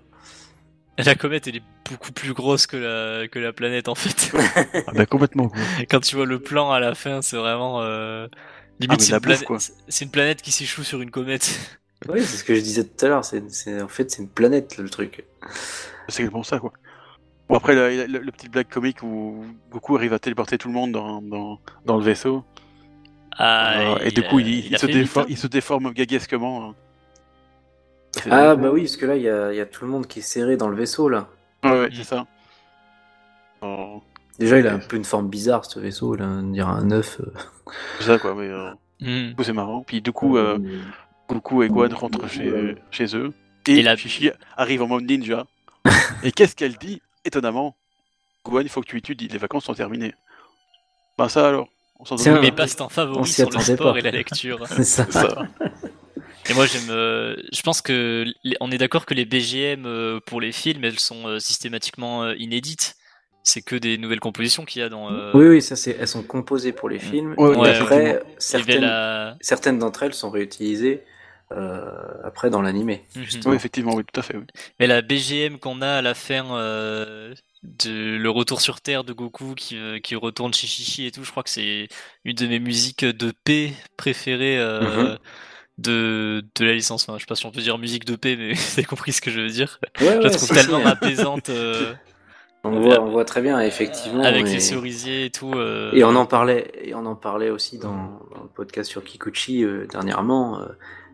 Speaker 3: La comète, elle est beaucoup plus grosse que la, que la planète en fait.
Speaker 4: Ah bah complètement. quoi.
Speaker 3: Quand tu vois le plan à la fin, c'est vraiment. euh,
Speaker 2: Ah, mais
Speaker 3: Limite,
Speaker 2: de
Speaker 3: c'est
Speaker 2: la
Speaker 3: une,
Speaker 2: bouffe,
Speaker 3: planète-
Speaker 2: quoi.
Speaker 3: c'est une planète qui s'échoue sur une comète.
Speaker 1: Oui, c'est ce que je disais tout à l'heure, c'est c'est- en fait c'est une planète le truc.
Speaker 2: C'est pour ça, quoi. Bon, après, le, le- le petit blague comique où Goku arrive à téléporter tout le monde dans, dans, dans le vaisseau.
Speaker 3: Ah,
Speaker 2: Euh, et du coup,
Speaker 3: euh,
Speaker 2: il, il
Speaker 3: a
Speaker 2: se
Speaker 3: fait vite,
Speaker 2: déforme,
Speaker 3: hein.
Speaker 2: il se déforme gaguesquement. hein. C'est-
Speaker 1: Ah bah oui, parce que là, il y a, il y a tout le monde qui est serré dans le vaisseau, là.
Speaker 2: Ouais, ouais,
Speaker 3: Mm.
Speaker 2: c'est ça. Euh,
Speaker 1: Déjà, il a un peu une forme bizarre, ce vaisseau, là, on dirait un œuf. euh.
Speaker 2: c'est ça, quoi. Mais, euh,
Speaker 3: Hmm.
Speaker 2: du coup, c'est marrant. Puis, du coup, euh, Goku et Gohan rentrent chez, chez eux. Et,
Speaker 3: Et la-
Speaker 2: Chichi arrive en mode ninja. et qu'est-ce qu'elle dit Étonnamment, Gohan, il faut que tu étudies, les vacances sont terminées. Bah, ça alors. On s'en
Speaker 1: Tiens,
Speaker 2: donne
Speaker 3: Mes
Speaker 1: Ah, on
Speaker 3: passe-temps favoris
Speaker 1: s'y
Speaker 3: sont le
Speaker 1: attendait
Speaker 3: sport
Speaker 1: pas.
Speaker 3: et la lecture.
Speaker 1: C'est ça.
Speaker 2: ça.
Speaker 3: Et moi, j'aime. euh, je pense que les- on est d'accord que les BGM euh, pour les films, elles sont euh, systématiquement euh, inédites. C'est que des nouvelles compositions qu'il y a dans. euh,
Speaker 1: Oui, oui, ça, c'est... elles sont composées pour les films.
Speaker 4: Ouais,
Speaker 1: et
Speaker 3: ouais,
Speaker 1: après,
Speaker 3: il y avait
Speaker 1: certaines...
Speaker 3: la-
Speaker 1: certaines d'entre elles sont réutilisées euh, après dans l'animé.
Speaker 3: Mhm.
Speaker 2: Oui, effectivement, oui, tout à fait. oui.
Speaker 3: Mais la BGM qu'on a à la fin euh, de le retour sur Terre de Goku qui, euh, qui retourne chez Shishi et tout, je crois que c'est une de mes musiques de paix préférées
Speaker 1: Mhm.
Speaker 3: euh, de, de la licence. Enfin, je sais pas si on peut dire musique de paix, mais vous avez compris ce que je veux dire.
Speaker 1: Ouais,
Speaker 3: Je
Speaker 1: Ah ouais,
Speaker 3: la trouve
Speaker 1: si,
Speaker 3: tellement
Speaker 1: si,
Speaker 3: apaisante euh,
Speaker 1: on, voit, on voit très bien, Ah, effectivement.
Speaker 3: avec
Speaker 1: et-
Speaker 3: les cerisiers et tout. euh,
Speaker 1: Et on en parlait, et on en parlait aussi dans, dans le podcast sur Kikuchi euh, dernièrement. euh,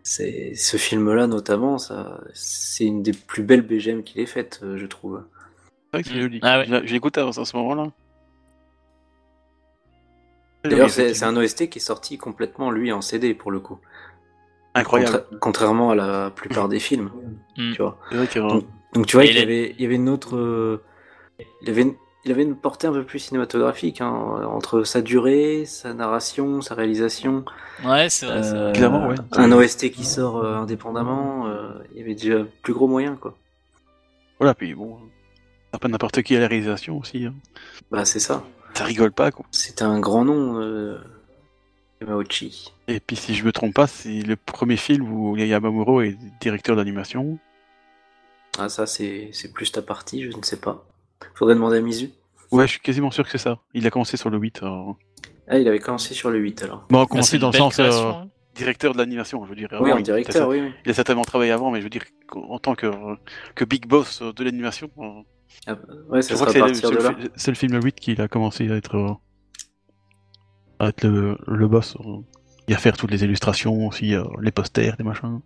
Speaker 1: c'est ce film-là notamment, ça, c'est une des plus belles BGM qu'il ait faite, euh, je trouve.
Speaker 2: C'est vrai que c'est
Speaker 3: Mm.
Speaker 2: joli.
Speaker 3: Ah ouais.
Speaker 2: Je l'ai- Je l'écoute à, à ce moment-là.
Speaker 1: D'ailleurs,
Speaker 2: Oui,
Speaker 1: c'est, c'est
Speaker 2: effectivement.
Speaker 1: un OST qui est sorti complètement lui en CD pour le coup,
Speaker 2: incroyable.
Speaker 1: Contra- contrairement à la plupart des films,
Speaker 3: Mm.
Speaker 1: tu vois. Mm.
Speaker 2: C'est vrai que, euh,
Speaker 1: Donc tu vois,
Speaker 3: Et
Speaker 1: il y
Speaker 3: les-
Speaker 1: avait, il y avait une autre, euh, il y avait, une- il il avait une portée un peu plus cinématographique, hein, entre sa durée, sa narration, sa réalisation.
Speaker 3: Ouais, c'est vrai. c'est vrai.
Speaker 1: euh,
Speaker 4: Clairement, ouais.
Speaker 1: Un OST qui sort euh, indépendamment, euh, il y avait déjà plus gros moyens, quoi.
Speaker 2: Voilà, puis bon, c'est pas n'importe qui à la réalisation aussi. hein.
Speaker 1: Bah, c'est ça.
Speaker 2: Ça rigole pas, quoi.
Speaker 1: C'est un grand nom, euh, Yamauchi.
Speaker 2: Et puis si je me trompe pas, c'est le premier film où Yamamuro est directeur d'animation.
Speaker 1: Ah, ça, c'est c'est plus ta partie, je ne sais pas. Faudrait demander à Mizu.
Speaker 2: Ouais, je suis quasiment sûr que c'est ça. Il a commencé sur le 8. euh,
Speaker 1: Ah, il avait commencé sur le 8 alors.
Speaker 4: Bon, on
Speaker 3: Ah, c'est
Speaker 4: commencer
Speaker 3: une
Speaker 4: dans le
Speaker 3: belle
Speaker 4: sens. euh,
Speaker 3: création, hein.
Speaker 2: Directeur de l'animation, je veux dire. Ah
Speaker 1: oui,
Speaker 2: Avant,
Speaker 1: en
Speaker 2: il-
Speaker 1: directeur, oui, oui.
Speaker 2: Il a certainement travaillé avant, mais je veux dire, qu'en- en tant que, que big boss de l'animation, euh,
Speaker 1: Ah, ouais,
Speaker 2: je
Speaker 1: ça sera
Speaker 2: crois que
Speaker 1: à
Speaker 2: c'est le,
Speaker 1: partir
Speaker 2: c'est
Speaker 1: de
Speaker 2: le
Speaker 1: là.
Speaker 2: fi- c'est le film 8 qu'il a commencé à être, euh, à être le, le boss. euh, et à faire toutes les illustrations aussi, euh, les posters, les machins.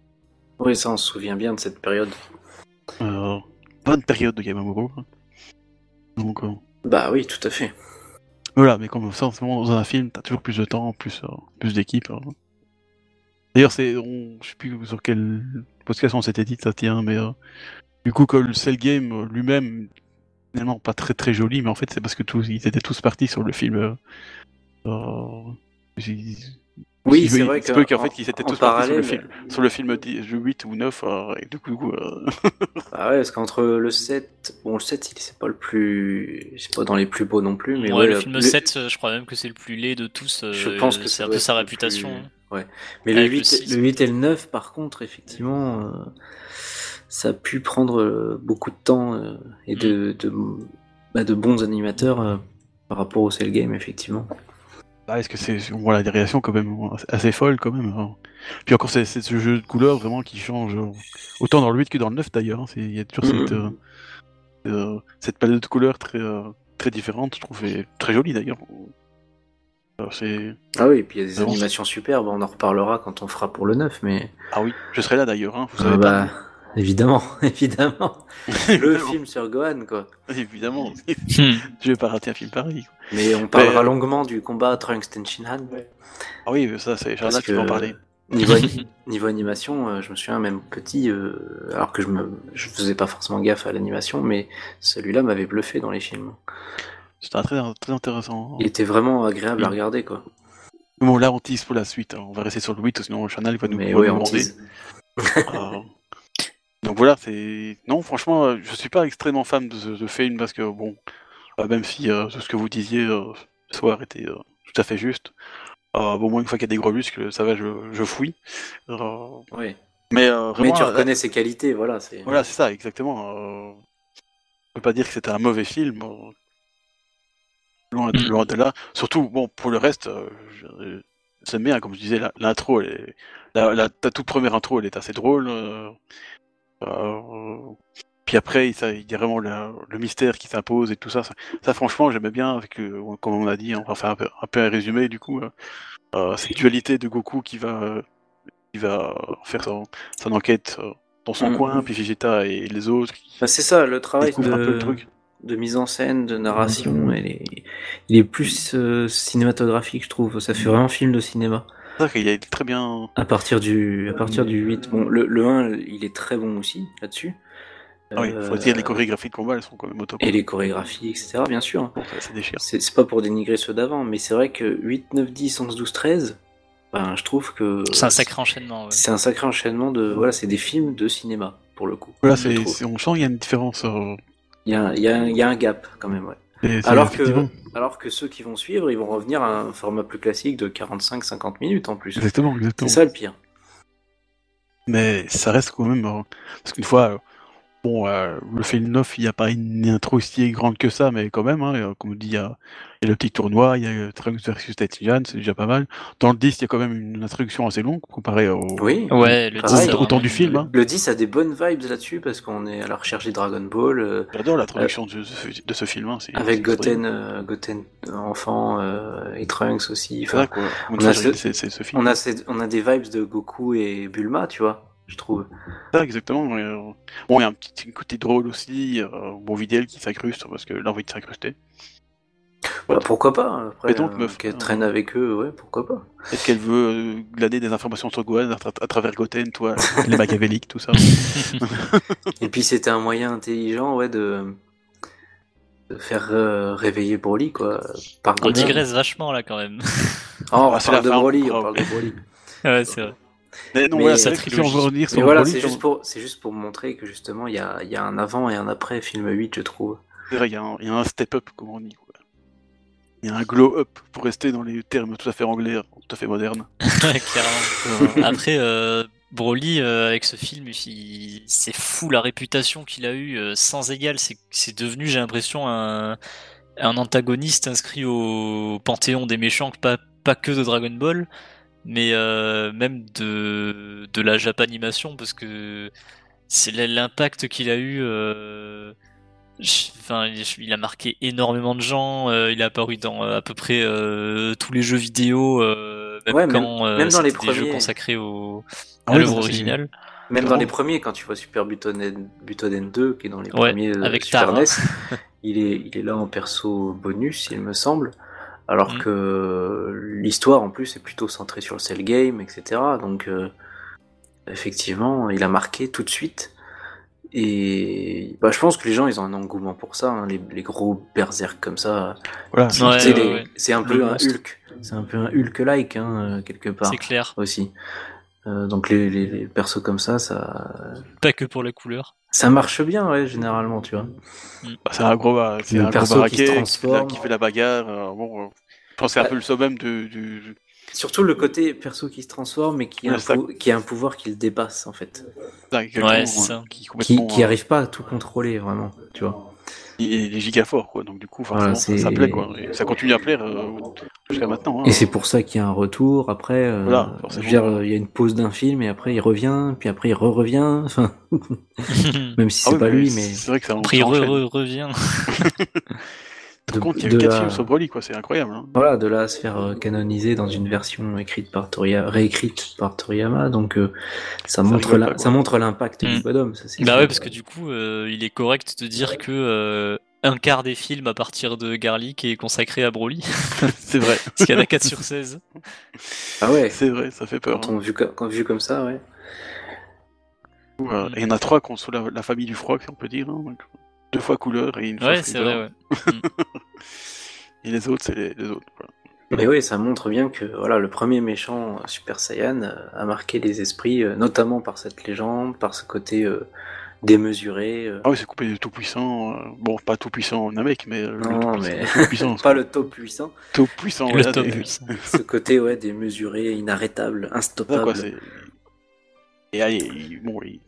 Speaker 1: Oui, ça, on se souvient bien de cette période.
Speaker 2: Euh, bonne période de Yamamuro. hein. Donc, euh,
Speaker 1: Bah oui, tout à fait.
Speaker 2: Voilà, mais comme ça, en ce moment, dans un film, t'as toujours plus de temps, plus, euh, plus d'équipe. hein. D'ailleurs, c'est, on, je sais plus sur quel podcast on s'était dit, ça tient, mais euh, du coup, que le Cell Game euh, lui-même, finalement, pas très très joli, mais en fait, c'est parce que tous, ils étaient tous partis sur le film. euh, euh, ils-
Speaker 1: Oui,
Speaker 2: il-
Speaker 1: c'est
Speaker 2: il
Speaker 1: vrai
Speaker 2: se
Speaker 1: que
Speaker 2: peut qu'en
Speaker 1: en-
Speaker 2: fait, ils étaient
Speaker 1: en
Speaker 2: tous partis sur
Speaker 1: parallèle-
Speaker 2: le film, sur le film 10, 8 ou 9, euh, et du coup, euh,
Speaker 1: Ah ouais, parce qu'entre le 7, bon, le 7, il- c'est pas le plus. C'est pas dans les plus beaux non plus, mais.
Speaker 3: Ouais,
Speaker 1: ouais,
Speaker 3: le film 7, euh, je crois même que c'est le plus laid de tous. euh,
Speaker 1: Je pense que
Speaker 3: c'est
Speaker 1: ça
Speaker 3: un
Speaker 1: doit
Speaker 3: peu sa
Speaker 1: être le
Speaker 3: réputation.
Speaker 1: plus-
Speaker 3: hein.
Speaker 1: Ouais. Mais le
Speaker 3: Avec le
Speaker 1: 8,
Speaker 3: six.
Speaker 1: le 8 et le 9, par contre, effectivement, euh, ça a pu prendre euh, beaucoup de temps euh, et de, de, bah, de bons animateurs euh, par rapport au Cell Game, effectivement.
Speaker 2: Ah, est-ce que c'est on voit la dérivation quand même assez- assez folle quand même. hein. Puis encore c'est c'est ce jeu de couleurs vraiment qui change euh, autant dans le 8 que dans le 9 d'ailleurs. hein. C'est- Il y a toujours
Speaker 1: Mhm.
Speaker 2: cette, euh, euh, cette palette de couleurs très euh, très différente, je trouve, et très jolie d'ailleurs. Alors, c'est
Speaker 1: Ah oui, et puis il y a des
Speaker 2: Ah bon.
Speaker 1: animations superbes, on en reparlera quand on fera pour le 9, mais.
Speaker 2: ah oui, je serai là d'ailleurs. hein, vous
Speaker 1: Ah
Speaker 2: savez
Speaker 1: bah, évidemment, évidemment.
Speaker 2: pas.
Speaker 1: Le film sur Gohan, quoi.
Speaker 2: évidemment,
Speaker 3: Hmm.
Speaker 2: je vais pas rater un film pareil. quoi.
Speaker 1: Mais on parlera
Speaker 2: Mais-
Speaker 1: longuement du combat Trunks Tenshinhan.
Speaker 2: Ah oui, mais ça c'est Charles,
Speaker 1: Parce
Speaker 2: tu peux en
Speaker 1: que-
Speaker 2: parler.
Speaker 1: Niveau, ani- niveau animation, euh, je me souviens même petit, euh, alors que je me je faisais pas forcément gaffe à l'animation, mais celui-là m'avait bluffé dans les films.
Speaker 2: C'était un très très intéressant.
Speaker 1: Il était vraiment agréable à
Speaker 2: Mm.
Speaker 1: regarder, quoi.
Speaker 2: Bon là on tease pour la suite. hein. On va rester sur le 8 sinon Chanel va nous
Speaker 1: mais
Speaker 2: va
Speaker 1: ouais,
Speaker 2: nous
Speaker 1: on
Speaker 2: bander.
Speaker 1: tease.
Speaker 2: Euh, Donc voilà, c'est. Non, franchement, euh, je suis pas extrêmement fan de ce de film parce que, bon, euh, même si euh, ce que vous disiez euh, ce soir était euh, tout à fait juste, euh, bon, moi, une fois qu'il y a des gros muscles, ça va, je, je fouille. Euh,
Speaker 1: Ouais.
Speaker 2: Mais euh,
Speaker 1: Mais
Speaker 2: vraiment.
Speaker 1: tu
Speaker 2: euh,
Speaker 1: reconnais ses qualités, voilà. c'est-
Speaker 2: Voilà, c'est ça, exactement. euh, Je peux pas dire que c'était un mauvais film. euh, Loin, de,
Speaker 3: Mm.
Speaker 2: loin de là. Surtout, bon, pour le reste, euh, je- j'aime bien, comme je disais, la- l'intro, elle est- la, la- ta toute première intro, elle est assez drôle. euh, euh, Puis après, il, ça- il y a vraiment la- le mystère qui s'impose et tout ça. Ça, ça, franchement, j'aimais bien, avec, euh, comme on a dit, hein, on va faire un peu, un peu un résumé du coup. hein, euh, cette dualité de Goku qui va, euh, qui va faire son, son enquête euh, dans son
Speaker 1: Mm.
Speaker 2: coin, puis Vegeta et les autres qui
Speaker 1: Enfin, c'est ça, le travail
Speaker 2: découvrent un peu
Speaker 1: de,
Speaker 2: le truc.
Speaker 1: de mise en scène, de narration, elle est- il est plus euh, cinématographique, je trouve. Ça fait vraiment film de cinéma.
Speaker 2: C'est ça qu'il est très bien.
Speaker 1: À partir du, à partir du 8. Bon, le, le 1, il est très bon aussi, là-dessus.
Speaker 2: Ah oui, faut
Speaker 1: Euh,
Speaker 2: dire, les chorégraphies de combat, elles sont quand même au top.
Speaker 1: Et les chorégraphies, etc., bien sûr.
Speaker 2: Bon, ça, ça déchire.
Speaker 1: C'est c'est pas pour dénigrer ceux d'avant, mais c'est vrai que 8, 9, 10, 11, 12, 13, ben, je trouve que.
Speaker 3: C'est un sacré enchaînement. ouais.
Speaker 1: C'est un sacré enchaînement de. Voilà, c'est des films de cinéma, pour le coup.
Speaker 2: Voilà,
Speaker 1: je
Speaker 2: c'est,
Speaker 1: trouve.
Speaker 2: c'est- on sent qu'il y a une différence. euh,
Speaker 1: Il y a, un- il y a un- il y a un gap, quand même, ouais.
Speaker 2: et c'est-
Speaker 1: Alors que,
Speaker 2: effectivement,
Speaker 1: alors que ceux qui vont suivre, ils vont revenir à un format plus classique de 45-50 minutes en plus.
Speaker 2: Exactement, exactement.
Speaker 1: C'est ça le pire.
Speaker 2: Mais ça reste quand même. euh, parce qu'une fois, euh, bon, euh, le film 9, il n'y a pas une intro si grande que ça, mais quand même, hein, et, euh, comme on dit, il y, a il y a le petit tournoi, il y a euh, Trunks versus Tetsuyan, c'est déjà pas mal. Dans le 10, il y a quand même une introduction assez longue comparée au.
Speaker 1: Oui.
Speaker 3: Ouais, le
Speaker 1: Pareil,
Speaker 3: dix, c'est
Speaker 1: autant
Speaker 3: vraiment-
Speaker 2: du film, hein.
Speaker 1: Le 10 a des bonnes vibes là-dessus, parce qu'on est à la recherche des Dragon Ball, euh,
Speaker 2: J'adore l'introduction de, ce- de ce film. hein, c'est-
Speaker 1: avec
Speaker 2: c'est
Speaker 1: Goten, euh, Goten enfant, euh, et Trunks aussi.
Speaker 2: C'est
Speaker 1: Enfin,
Speaker 2: ça, quoi. Comme
Speaker 1: euh, on a
Speaker 2: ça,
Speaker 1: ce-
Speaker 2: C'est c'est ce film.
Speaker 1: On a, ces- on a des vibes de Goku et Bulma, tu vois, je trouve.
Speaker 2: Ça, exactement. et, euh, Bon, il y a un petit côté drôle aussi. euh, Bon, Videl qui s'incruste parce qu'il a envie de s'incruster.
Speaker 1: Bah, pourquoi pas Après, euh,
Speaker 2: Et donc, meuf,
Speaker 1: qu'elle
Speaker 2: hein.
Speaker 1: traîne avec eux, ouais, pourquoi pas
Speaker 2: Est-ce qu'elle veut euh, glaner des informations sur Gohan à, tra- à travers Goten, toi, les machiavéliques, tout ça
Speaker 1: Et puis, c'était un moyen intelligent, ouais, de de faire euh, réveiller Broly, quoi. Par
Speaker 3: On
Speaker 1: Gohan.
Speaker 3: digresse vachement là quand même.
Speaker 1: Ah, on
Speaker 2: Ah, c'est la
Speaker 1: parle de
Speaker 2: fin,
Speaker 1: Broly, on
Speaker 2: bravo.
Speaker 1: parle de Broly.
Speaker 3: ouais, c'est vrai.
Speaker 2: Mais non,
Speaker 1: Mais
Speaker 2: voilà,
Speaker 3: ça
Speaker 2: c'est vrai que si on
Speaker 3: trilogie.
Speaker 2: veut revenir sur
Speaker 1: Mais voilà,
Speaker 2: Broly,
Speaker 1: c'est
Speaker 2: on-
Speaker 1: juste, pour, c'est juste pour montrer que justement, il y a, il y a un avant et un après film 8, je trouve.
Speaker 2: C'est vrai, il y, a un- il y a un step-up, comme on dit. quoi. Il y a un glow-up, pour rester dans les termes tout à fait anglais, tout à fait modernes.
Speaker 3: Ouais, clairement. Après, euh, Broly, euh, avec ce film, il- c'est fou la réputation qu'il a eue euh, sans égal. C'est- C'est devenu, j'ai l'impression, un, un antagoniste inscrit au panthéon des méchants, pas, pas que de Dragon Ball, mais euh, même de, de la Japanimation, parce que c'est la- l'impact qu'il a eu. euh, je- Enfin, il- il a marqué énormément de gens. euh, il a apparu dans euh, à peu près euh, tous les jeux vidéo, euh, même
Speaker 1: Ouais, même-
Speaker 3: quand euh,
Speaker 1: même dans les
Speaker 3: c'était des jeux
Speaker 1: premiers.
Speaker 3: consacrés au,
Speaker 4: Ah
Speaker 3: à
Speaker 4: ouais,
Speaker 3: l'œuvre
Speaker 4: non, c'est-
Speaker 3: originale.
Speaker 1: Même dans
Speaker 4: Clairement.
Speaker 1: les premiers, quand tu vois Super Butoden, Butoden 2, qui est dans les
Speaker 3: Ouais,
Speaker 1: premiers euh,
Speaker 3: avec
Speaker 1: Super
Speaker 3: Tar, hein.
Speaker 1: NES, il, est, il est là en perso bonus, il me semble. Alors
Speaker 3: Mhm.
Speaker 1: que l'histoire, en plus, est plutôt centrée sur le cell game, etc. Donc, euh, effectivement, il a marqué tout de suite. Et bah, je pense que les gens, ils ont un engouement pour ça, hein, les, les gros berserk comme ça.
Speaker 4: Voilà.
Speaker 1: C'est
Speaker 3: Ouais,
Speaker 1: c'est
Speaker 3: ouais,
Speaker 1: les-
Speaker 3: ouais.
Speaker 1: c'est un
Speaker 3: Le
Speaker 1: peu un
Speaker 3: monstre.
Speaker 1: Hulk. C'est un peu un Hulk-like, hein, euh, quelque part,
Speaker 3: C'est clair,
Speaker 1: aussi. Euh, donc, les, les- les persos comme ça, ça,
Speaker 3: pas que pour la couleur.
Speaker 1: ça marche bien, ouais, généralement, tu vois.
Speaker 2: Bah, c'est un gros, bah, c'est
Speaker 1: Le
Speaker 2: un gros
Speaker 1: perso qui se
Speaker 2: baraquet qui, fait la-
Speaker 1: transforme.
Speaker 2: qui fait la bagarre. euh, bon, euh, je pense que c'est un peu le summum du, du-
Speaker 1: Surtout le côté perso qui se transforme et qui a,
Speaker 2: Ouais,
Speaker 1: un,
Speaker 2: ça-
Speaker 1: pou- qui a un pouvoir qui le dépasse, en fait.
Speaker 2: d'un quelconque,
Speaker 3: Ouais, c'est
Speaker 2: hein,
Speaker 3: ça.
Speaker 2: qui
Speaker 1: Qui,
Speaker 2: complètement
Speaker 1: qui
Speaker 2: hein,
Speaker 1: arrive pas à tout contrôler, vraiment, tu vois.
Speaker 2: il est il est giga fort, quoi. Donc du coup, forcément,
Speaker 1: Voilà,
Speaker 2: ça,
Speaker 1: c'est-
Speaker 2: ça plaît, quoi. Et ça continue à plaire euh, jusqu'à maintenant. hein.
Speaker 1: Et c'est pour ça qu'il y a un retour, après, euh,
Speaker 2: Voilà,
Speaker 1: je veux
Speaker 2: forcément.
Speaker 1: dire, euh, il y a une pause d'un film, et après il revient, puis après il re-revient, enfin, même si
Speaker 2: Ah
Speaker 1: c'est
Speaker 2: oui,
Speaker 1: pas
Speaker 2: mais
Speaker 1: lui,
Speaker 2: c'est-
Speaker 1: mais...
Speaker 2: c'est vrai que ça
Speaker 3: Après,
Speaker 2: ça
Speaker 3: re-
Speaker 2: enchaîne.
Speaker 3: re- revient. euh,
Speaker 2: Par contre, il y a
Speaker 1: de
Speaker 2: eu 4
Speaker 1: la-
Speaker 2: films sur Broly, quoi. C'est incroyable. hein.
Speaker 1: Voilà, de là à se faire euh, canoniser dans une version écrite par Toriyama, réécrite par Toriyama, donc euh, ça, montre
Speaker 2: rigole
Speaker 1: la-
Speaker 2: pas, quoi.
Speaker 1: ça montre l'impact
Speaker 3: Mm.
Speaker 1: du bonhomme, ça c'est
Speaker 3: Bah
Speaker 1: sûr.
Speaker 3: ouais, parce que du coup, euh, il est correct de dire que euh, un quart des films à partir de Garlic est consacré à Broly,
Speaker 2: C'est vrai.
Speaker 3: parce qu'il y en a 4 sur 16.
Speaker 1: Ah ouais,
Speaker 2: C'est vrai, ça fait peur.
Speaker 1: quand
Speaker 2: hein.
Speaker 1: on vu, co- quand vu comme ça, ouais.
Speaker 2: Ou, euh, Il y en a trois qui ont sous la, la famille du froid, si on peut dire. hein, donc, deux fois couleur et une fois
Speaker 3: Ouais, c'est
Speaker 2: Freezer.
Speaker 3: vrai, ouais.
Speaker 2: Et les autres, c'est les, les autres. quoi.
Speaker 1: Mais oui, ça montre bien que voilà, le premier méchant euh, Super Saiyan euh, a marqué les esprits, euh, notamment par cette légende, par ce côté euh, démesuré. euh,
Speaker 2: Ah oui, c'est coupé du tout puissant. euh, Bon, pas tout puissant en Namek, mais euh,
Speaker 1: Non,
Speaker 2: le tout
Speaker 1: mais-
Speaker 2: puissant. Tout puissant,
Speaker 1: pas le top puissant,
Speaker 2: tout puissant.
Speaker 3: Le
Speaker 2: voilà,
Speaker 3: top
Speaker 2: c'est-
Speaker 3: puissant.
Speaker 1: ce côté ouais, démesuré, inarrêtable,
Speaker 2: c'est ça,
Speaker 1: instoppable.
Speaker 2: quoi, c'est- Et allez, il- bon, il-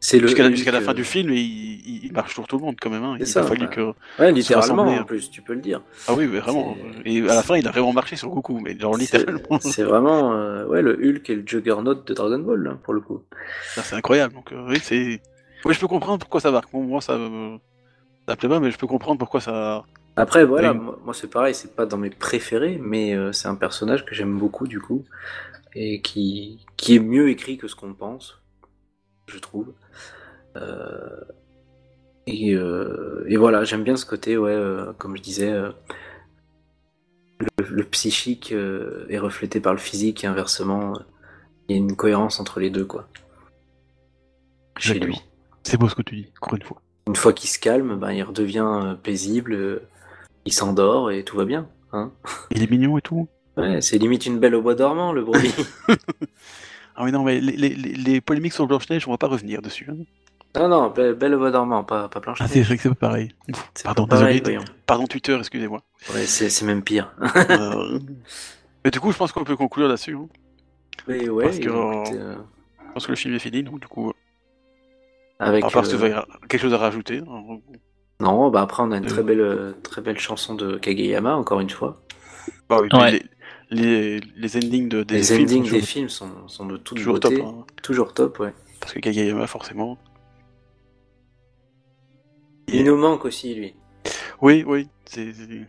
Speaker 1: c'est
Speaker 2: jusqu'à la,
Speaker 1: Hulk,
Speaker 2: jusqu'à la fin
Speaker 1: euh,
Speaker 2: du film, il, il- il marche sur tout le monde quand même. hein.
Speaker 1: C'est
Speaker 2: Il
Speaker 1: ça,
Speaker 2: a fallu
Speaker 1: bah.
Speaker 2: que.
Speaker 1: Ouais, littéralement
Speaker 2: rassembler,
Speaker 1: en
Speaker 2: hein.
Speaker 1: plus, tu peux le dire.
Speaker 2: Ah oui, mais vraiment.
Speaker 1: C'est-
Speaker 2: Et à la fin, il a vraiment marché sur Goku, mais genre
Speaker 1: C'est
Speaker 2: littéralement.
Speaker 1: c'est vraiment euh, ouais, le Hulk et le Juggernaut de Dragon Ball, là, pour le coup.
Speaker 2: Ça, C'est incroyable. Donc, euh, oui, c'est. Oui, je peux comprendre pourquoi ça marque. Bon, moi, ça me. Ça me plaît pas, mais je peux comprendre pourquoi ça.
Speaker 1: Après, voilà,
Speaker 2: Oui.
Speaker 1: moi, moi, c'est pareil, c'est pas dans mes préférés, mais euh, c'est un personnage que j'aime beaucoup du coup, et qui, qui est mieux écrit que ce qu'on pense, je trouve. Euh, et, euh, et voilà, j'aime bien ce côté, ouais, euh, comme je disais, euh, le, le psychique euh, est reflété par le physique, et inversement, euh, il y a une cohérence entre les deux, quoi. Chez lui.
Speaker 4: Exactement. C'est beau ce que tu dis, encore une fois.
Speaker 1: Une fois qu'il se calme, ben, il redevient euh, paisible, euh, il s'endort et tout va bien. Hein
Speaker 4: Il est mignon et tout.
Speaker 1: Ouais, c'est limite une belle au bois dormant, le Broly.
Speaker 2: Ah oui, non, mais les, les- les- les polémiques sur Blanche-Neige, on va pas revenir dessus. hein.
Speaker 1: non, non, be- belle au bois dormant, pas, pas planche.
Speaker 4: Ah, c'est vrai que c'est pas pareil.
Speaker 1: C'est
Speaker 4: pardon,
Speaker 1: pas pareil,
Speaker 4: désolé.
Speaker 1: voyons.
Speaker 2: Pardon, Twitter, excusez-moi.
Speaker 1: Ouais, c'est c'est même pire.
Speaker 2: Euh, Mais du coup, je pense qu'on peut conclure là-dessus. hein.
Speaker 1: Mais ouais,
Speaker 2: Parce que-
Speaker 1: écoute, euh,
Speaker 2: Je pense que le film est fini, donc du coup,
Speaker 1: avec.
Speaker 2: à part
Speaker 1: euh,
Speaker 2: si vous avez quelque chose à rajouter. hein.
Speaker 1: Non, bah après, on a une
Speaker 2: Euh.
Speaker 1: très belle, euh, très belle chanson de Kageyama, encore une fois.
Speaker 2: Bah oui,
Speaker 3: Ouais.
Speaker 2: les, les, les endings de, des
Speaker 1: Les
Speaker 2: films
Speaker 1: endings
Speaker 2: sont toujours,
Speaker 1: des films sont, sont de toute
Speaker 2: toujours top.
Speaker 1: beauté.
Speaker 2: hein.
Speaker 1: Toujours top, ouais.
Speaker 2: parce que Kageyama, forcément. Et-
Speaker 1: Il nous manque aussi, lui.
Speaker 2: Oui, oui. c'est- c'est-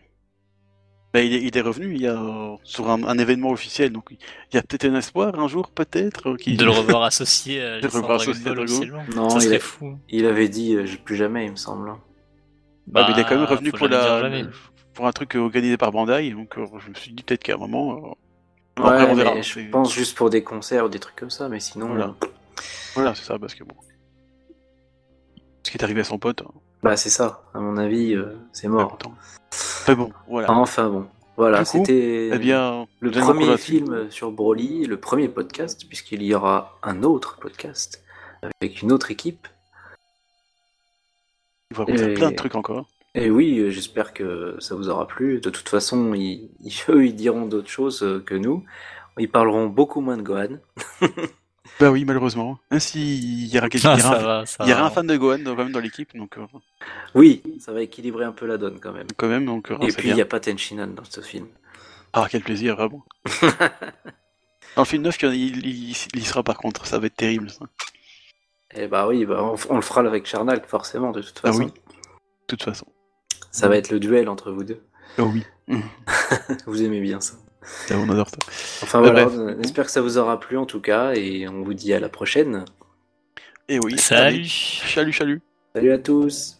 Speaker 2: Bah, il, est, il est revenu il y a, euh, sur un, un événement officiel, donc il y a peut-être un espoir un jour, peut-être. euh, qu'il-
Speaker 3: De le revoir associé à
Speaker 2: De le
Speaker 3: l'histoire
Speaker 2: revoir
Speaker 3: Dragon
Speaker 2: associé à
Speaker 3: Ball
Speaker 2: Dragon.
Speaker 3: officiellement.
Speaker 1: Non,
Speaker 3: Ça
Speaker 1: il
Speaker 3: serait
Speaker 1: a-
Speaker 3: fou.
Speaker 1: Il avait dit euh, plus jamais, il me semble. hein.
Speaker 2: Bah, mais il est quand même
Speaker 3: Bah,
Speaker 2: revenu
Speaker 3: faut
Speaker 2: pour,
Speaker 3: jamais dire
Speaker 2: la-
Speaker 3: jamais.
Speaker 2: pour un truc euh, organisé par Bandai, donc euh, je me suis dit peut-être qu'à un moment. euh,
Speaker 1: Ouais,
Speaker 2: après, on
Speaker 1: mais
Speaker 2: verra.
Speaker 1: je
Speaker 2: c'est-
Speaker 1: pense juste pour des euh, concerts ou des trucs comme ça, mais sinon.
Speaker 2: Voilà.
Speaker 1: euh,
Speaker 2: Voilà, c'est ça, parce que bon. Parce ce qui est arrivé à son pote. hein.
Speaker 1: Bah, c'est ça, à mon avis, euh, c'est
Speaker 2: Pas
Speaker 1: mort.
Speaker 2: content. Mais bon, voilà.
Speaker 1: Enfin bon, voilà,
Speaker 2: Ah. Du coup,
Speaker 1: c'était
Speaker 2: eh bien,
Speaker 1: le
Speaker 2: Jeanne
Speaker 1: premier
Speaker 2: Nicolas-
Speaker 1: film sur Broly, le premier podcast, puisqu'il y aura un autre podcast avec une autre équipe.
Speaker 2: Il va raconter
Speaker 1: Et-
Speaker 2: plein de trucs encore.
Speaker 1: Et oui, euh, j'espère que ça vous aura plu. De toute façon, ils, ils- eux, ils diront d'autres choses euh, que nous. Ils parleront beaucoup moins de Gohan.
Speaker 2: Bah oui, malheureusement. Ainsi, il y aura
Speaker 3: Ah,
Speaker 2: quelqu'un. il y aura
Speaker 3: ça
Speaker 2: un-
Speaker 3: va, ça
Speaker 2: il y aura
Speaker 3: va.
Speaker 2: un fan de Gohan dans- quand même dans l'équipe, donc euh,
Speaker 1: Oui, ça va équilibrer un peu la donne quand même.
Speaker 2: quand même, donc euh,
Speaker 1: Et
Speaker 2: c'est
Speaker 1: puis,
Speaker 2: bien.
Speaker 1: il n'y a pas Tenchinan dans ce film.
Speaker 2: Ah, quel plaisir, vraiment. Dans le film 9, il, il, il- il y sera par contre, ça va être terrible, ça, de
Speaker 1: Eh bah oui, bah, on, f- on le fera avec Charnal, forcément, de toute
Speaker 2: Ah
Speaker 1: façon.
Speaker 2: toute façon.
Speaker 1: Ça va être le duel entre vous deux.
Speaker 2: Oh oui.
Speaker 1: Vous aimez bien ça.
Speaker 2: Ça, on adore ça.
Speaker 1: Enfin
Speaker 2: Euh,
Speaker 1: voilà,
Speaker 2: bref.
Speaker 1: on espère que ça vous aura plu en tout cas, et on vous dit à la prochaine.
Speaker 2: Et Eh oui. allez.
Speaker 3: Salut.
Speaker 2: Chalut, chalut.
Speaker 1: Salut à tous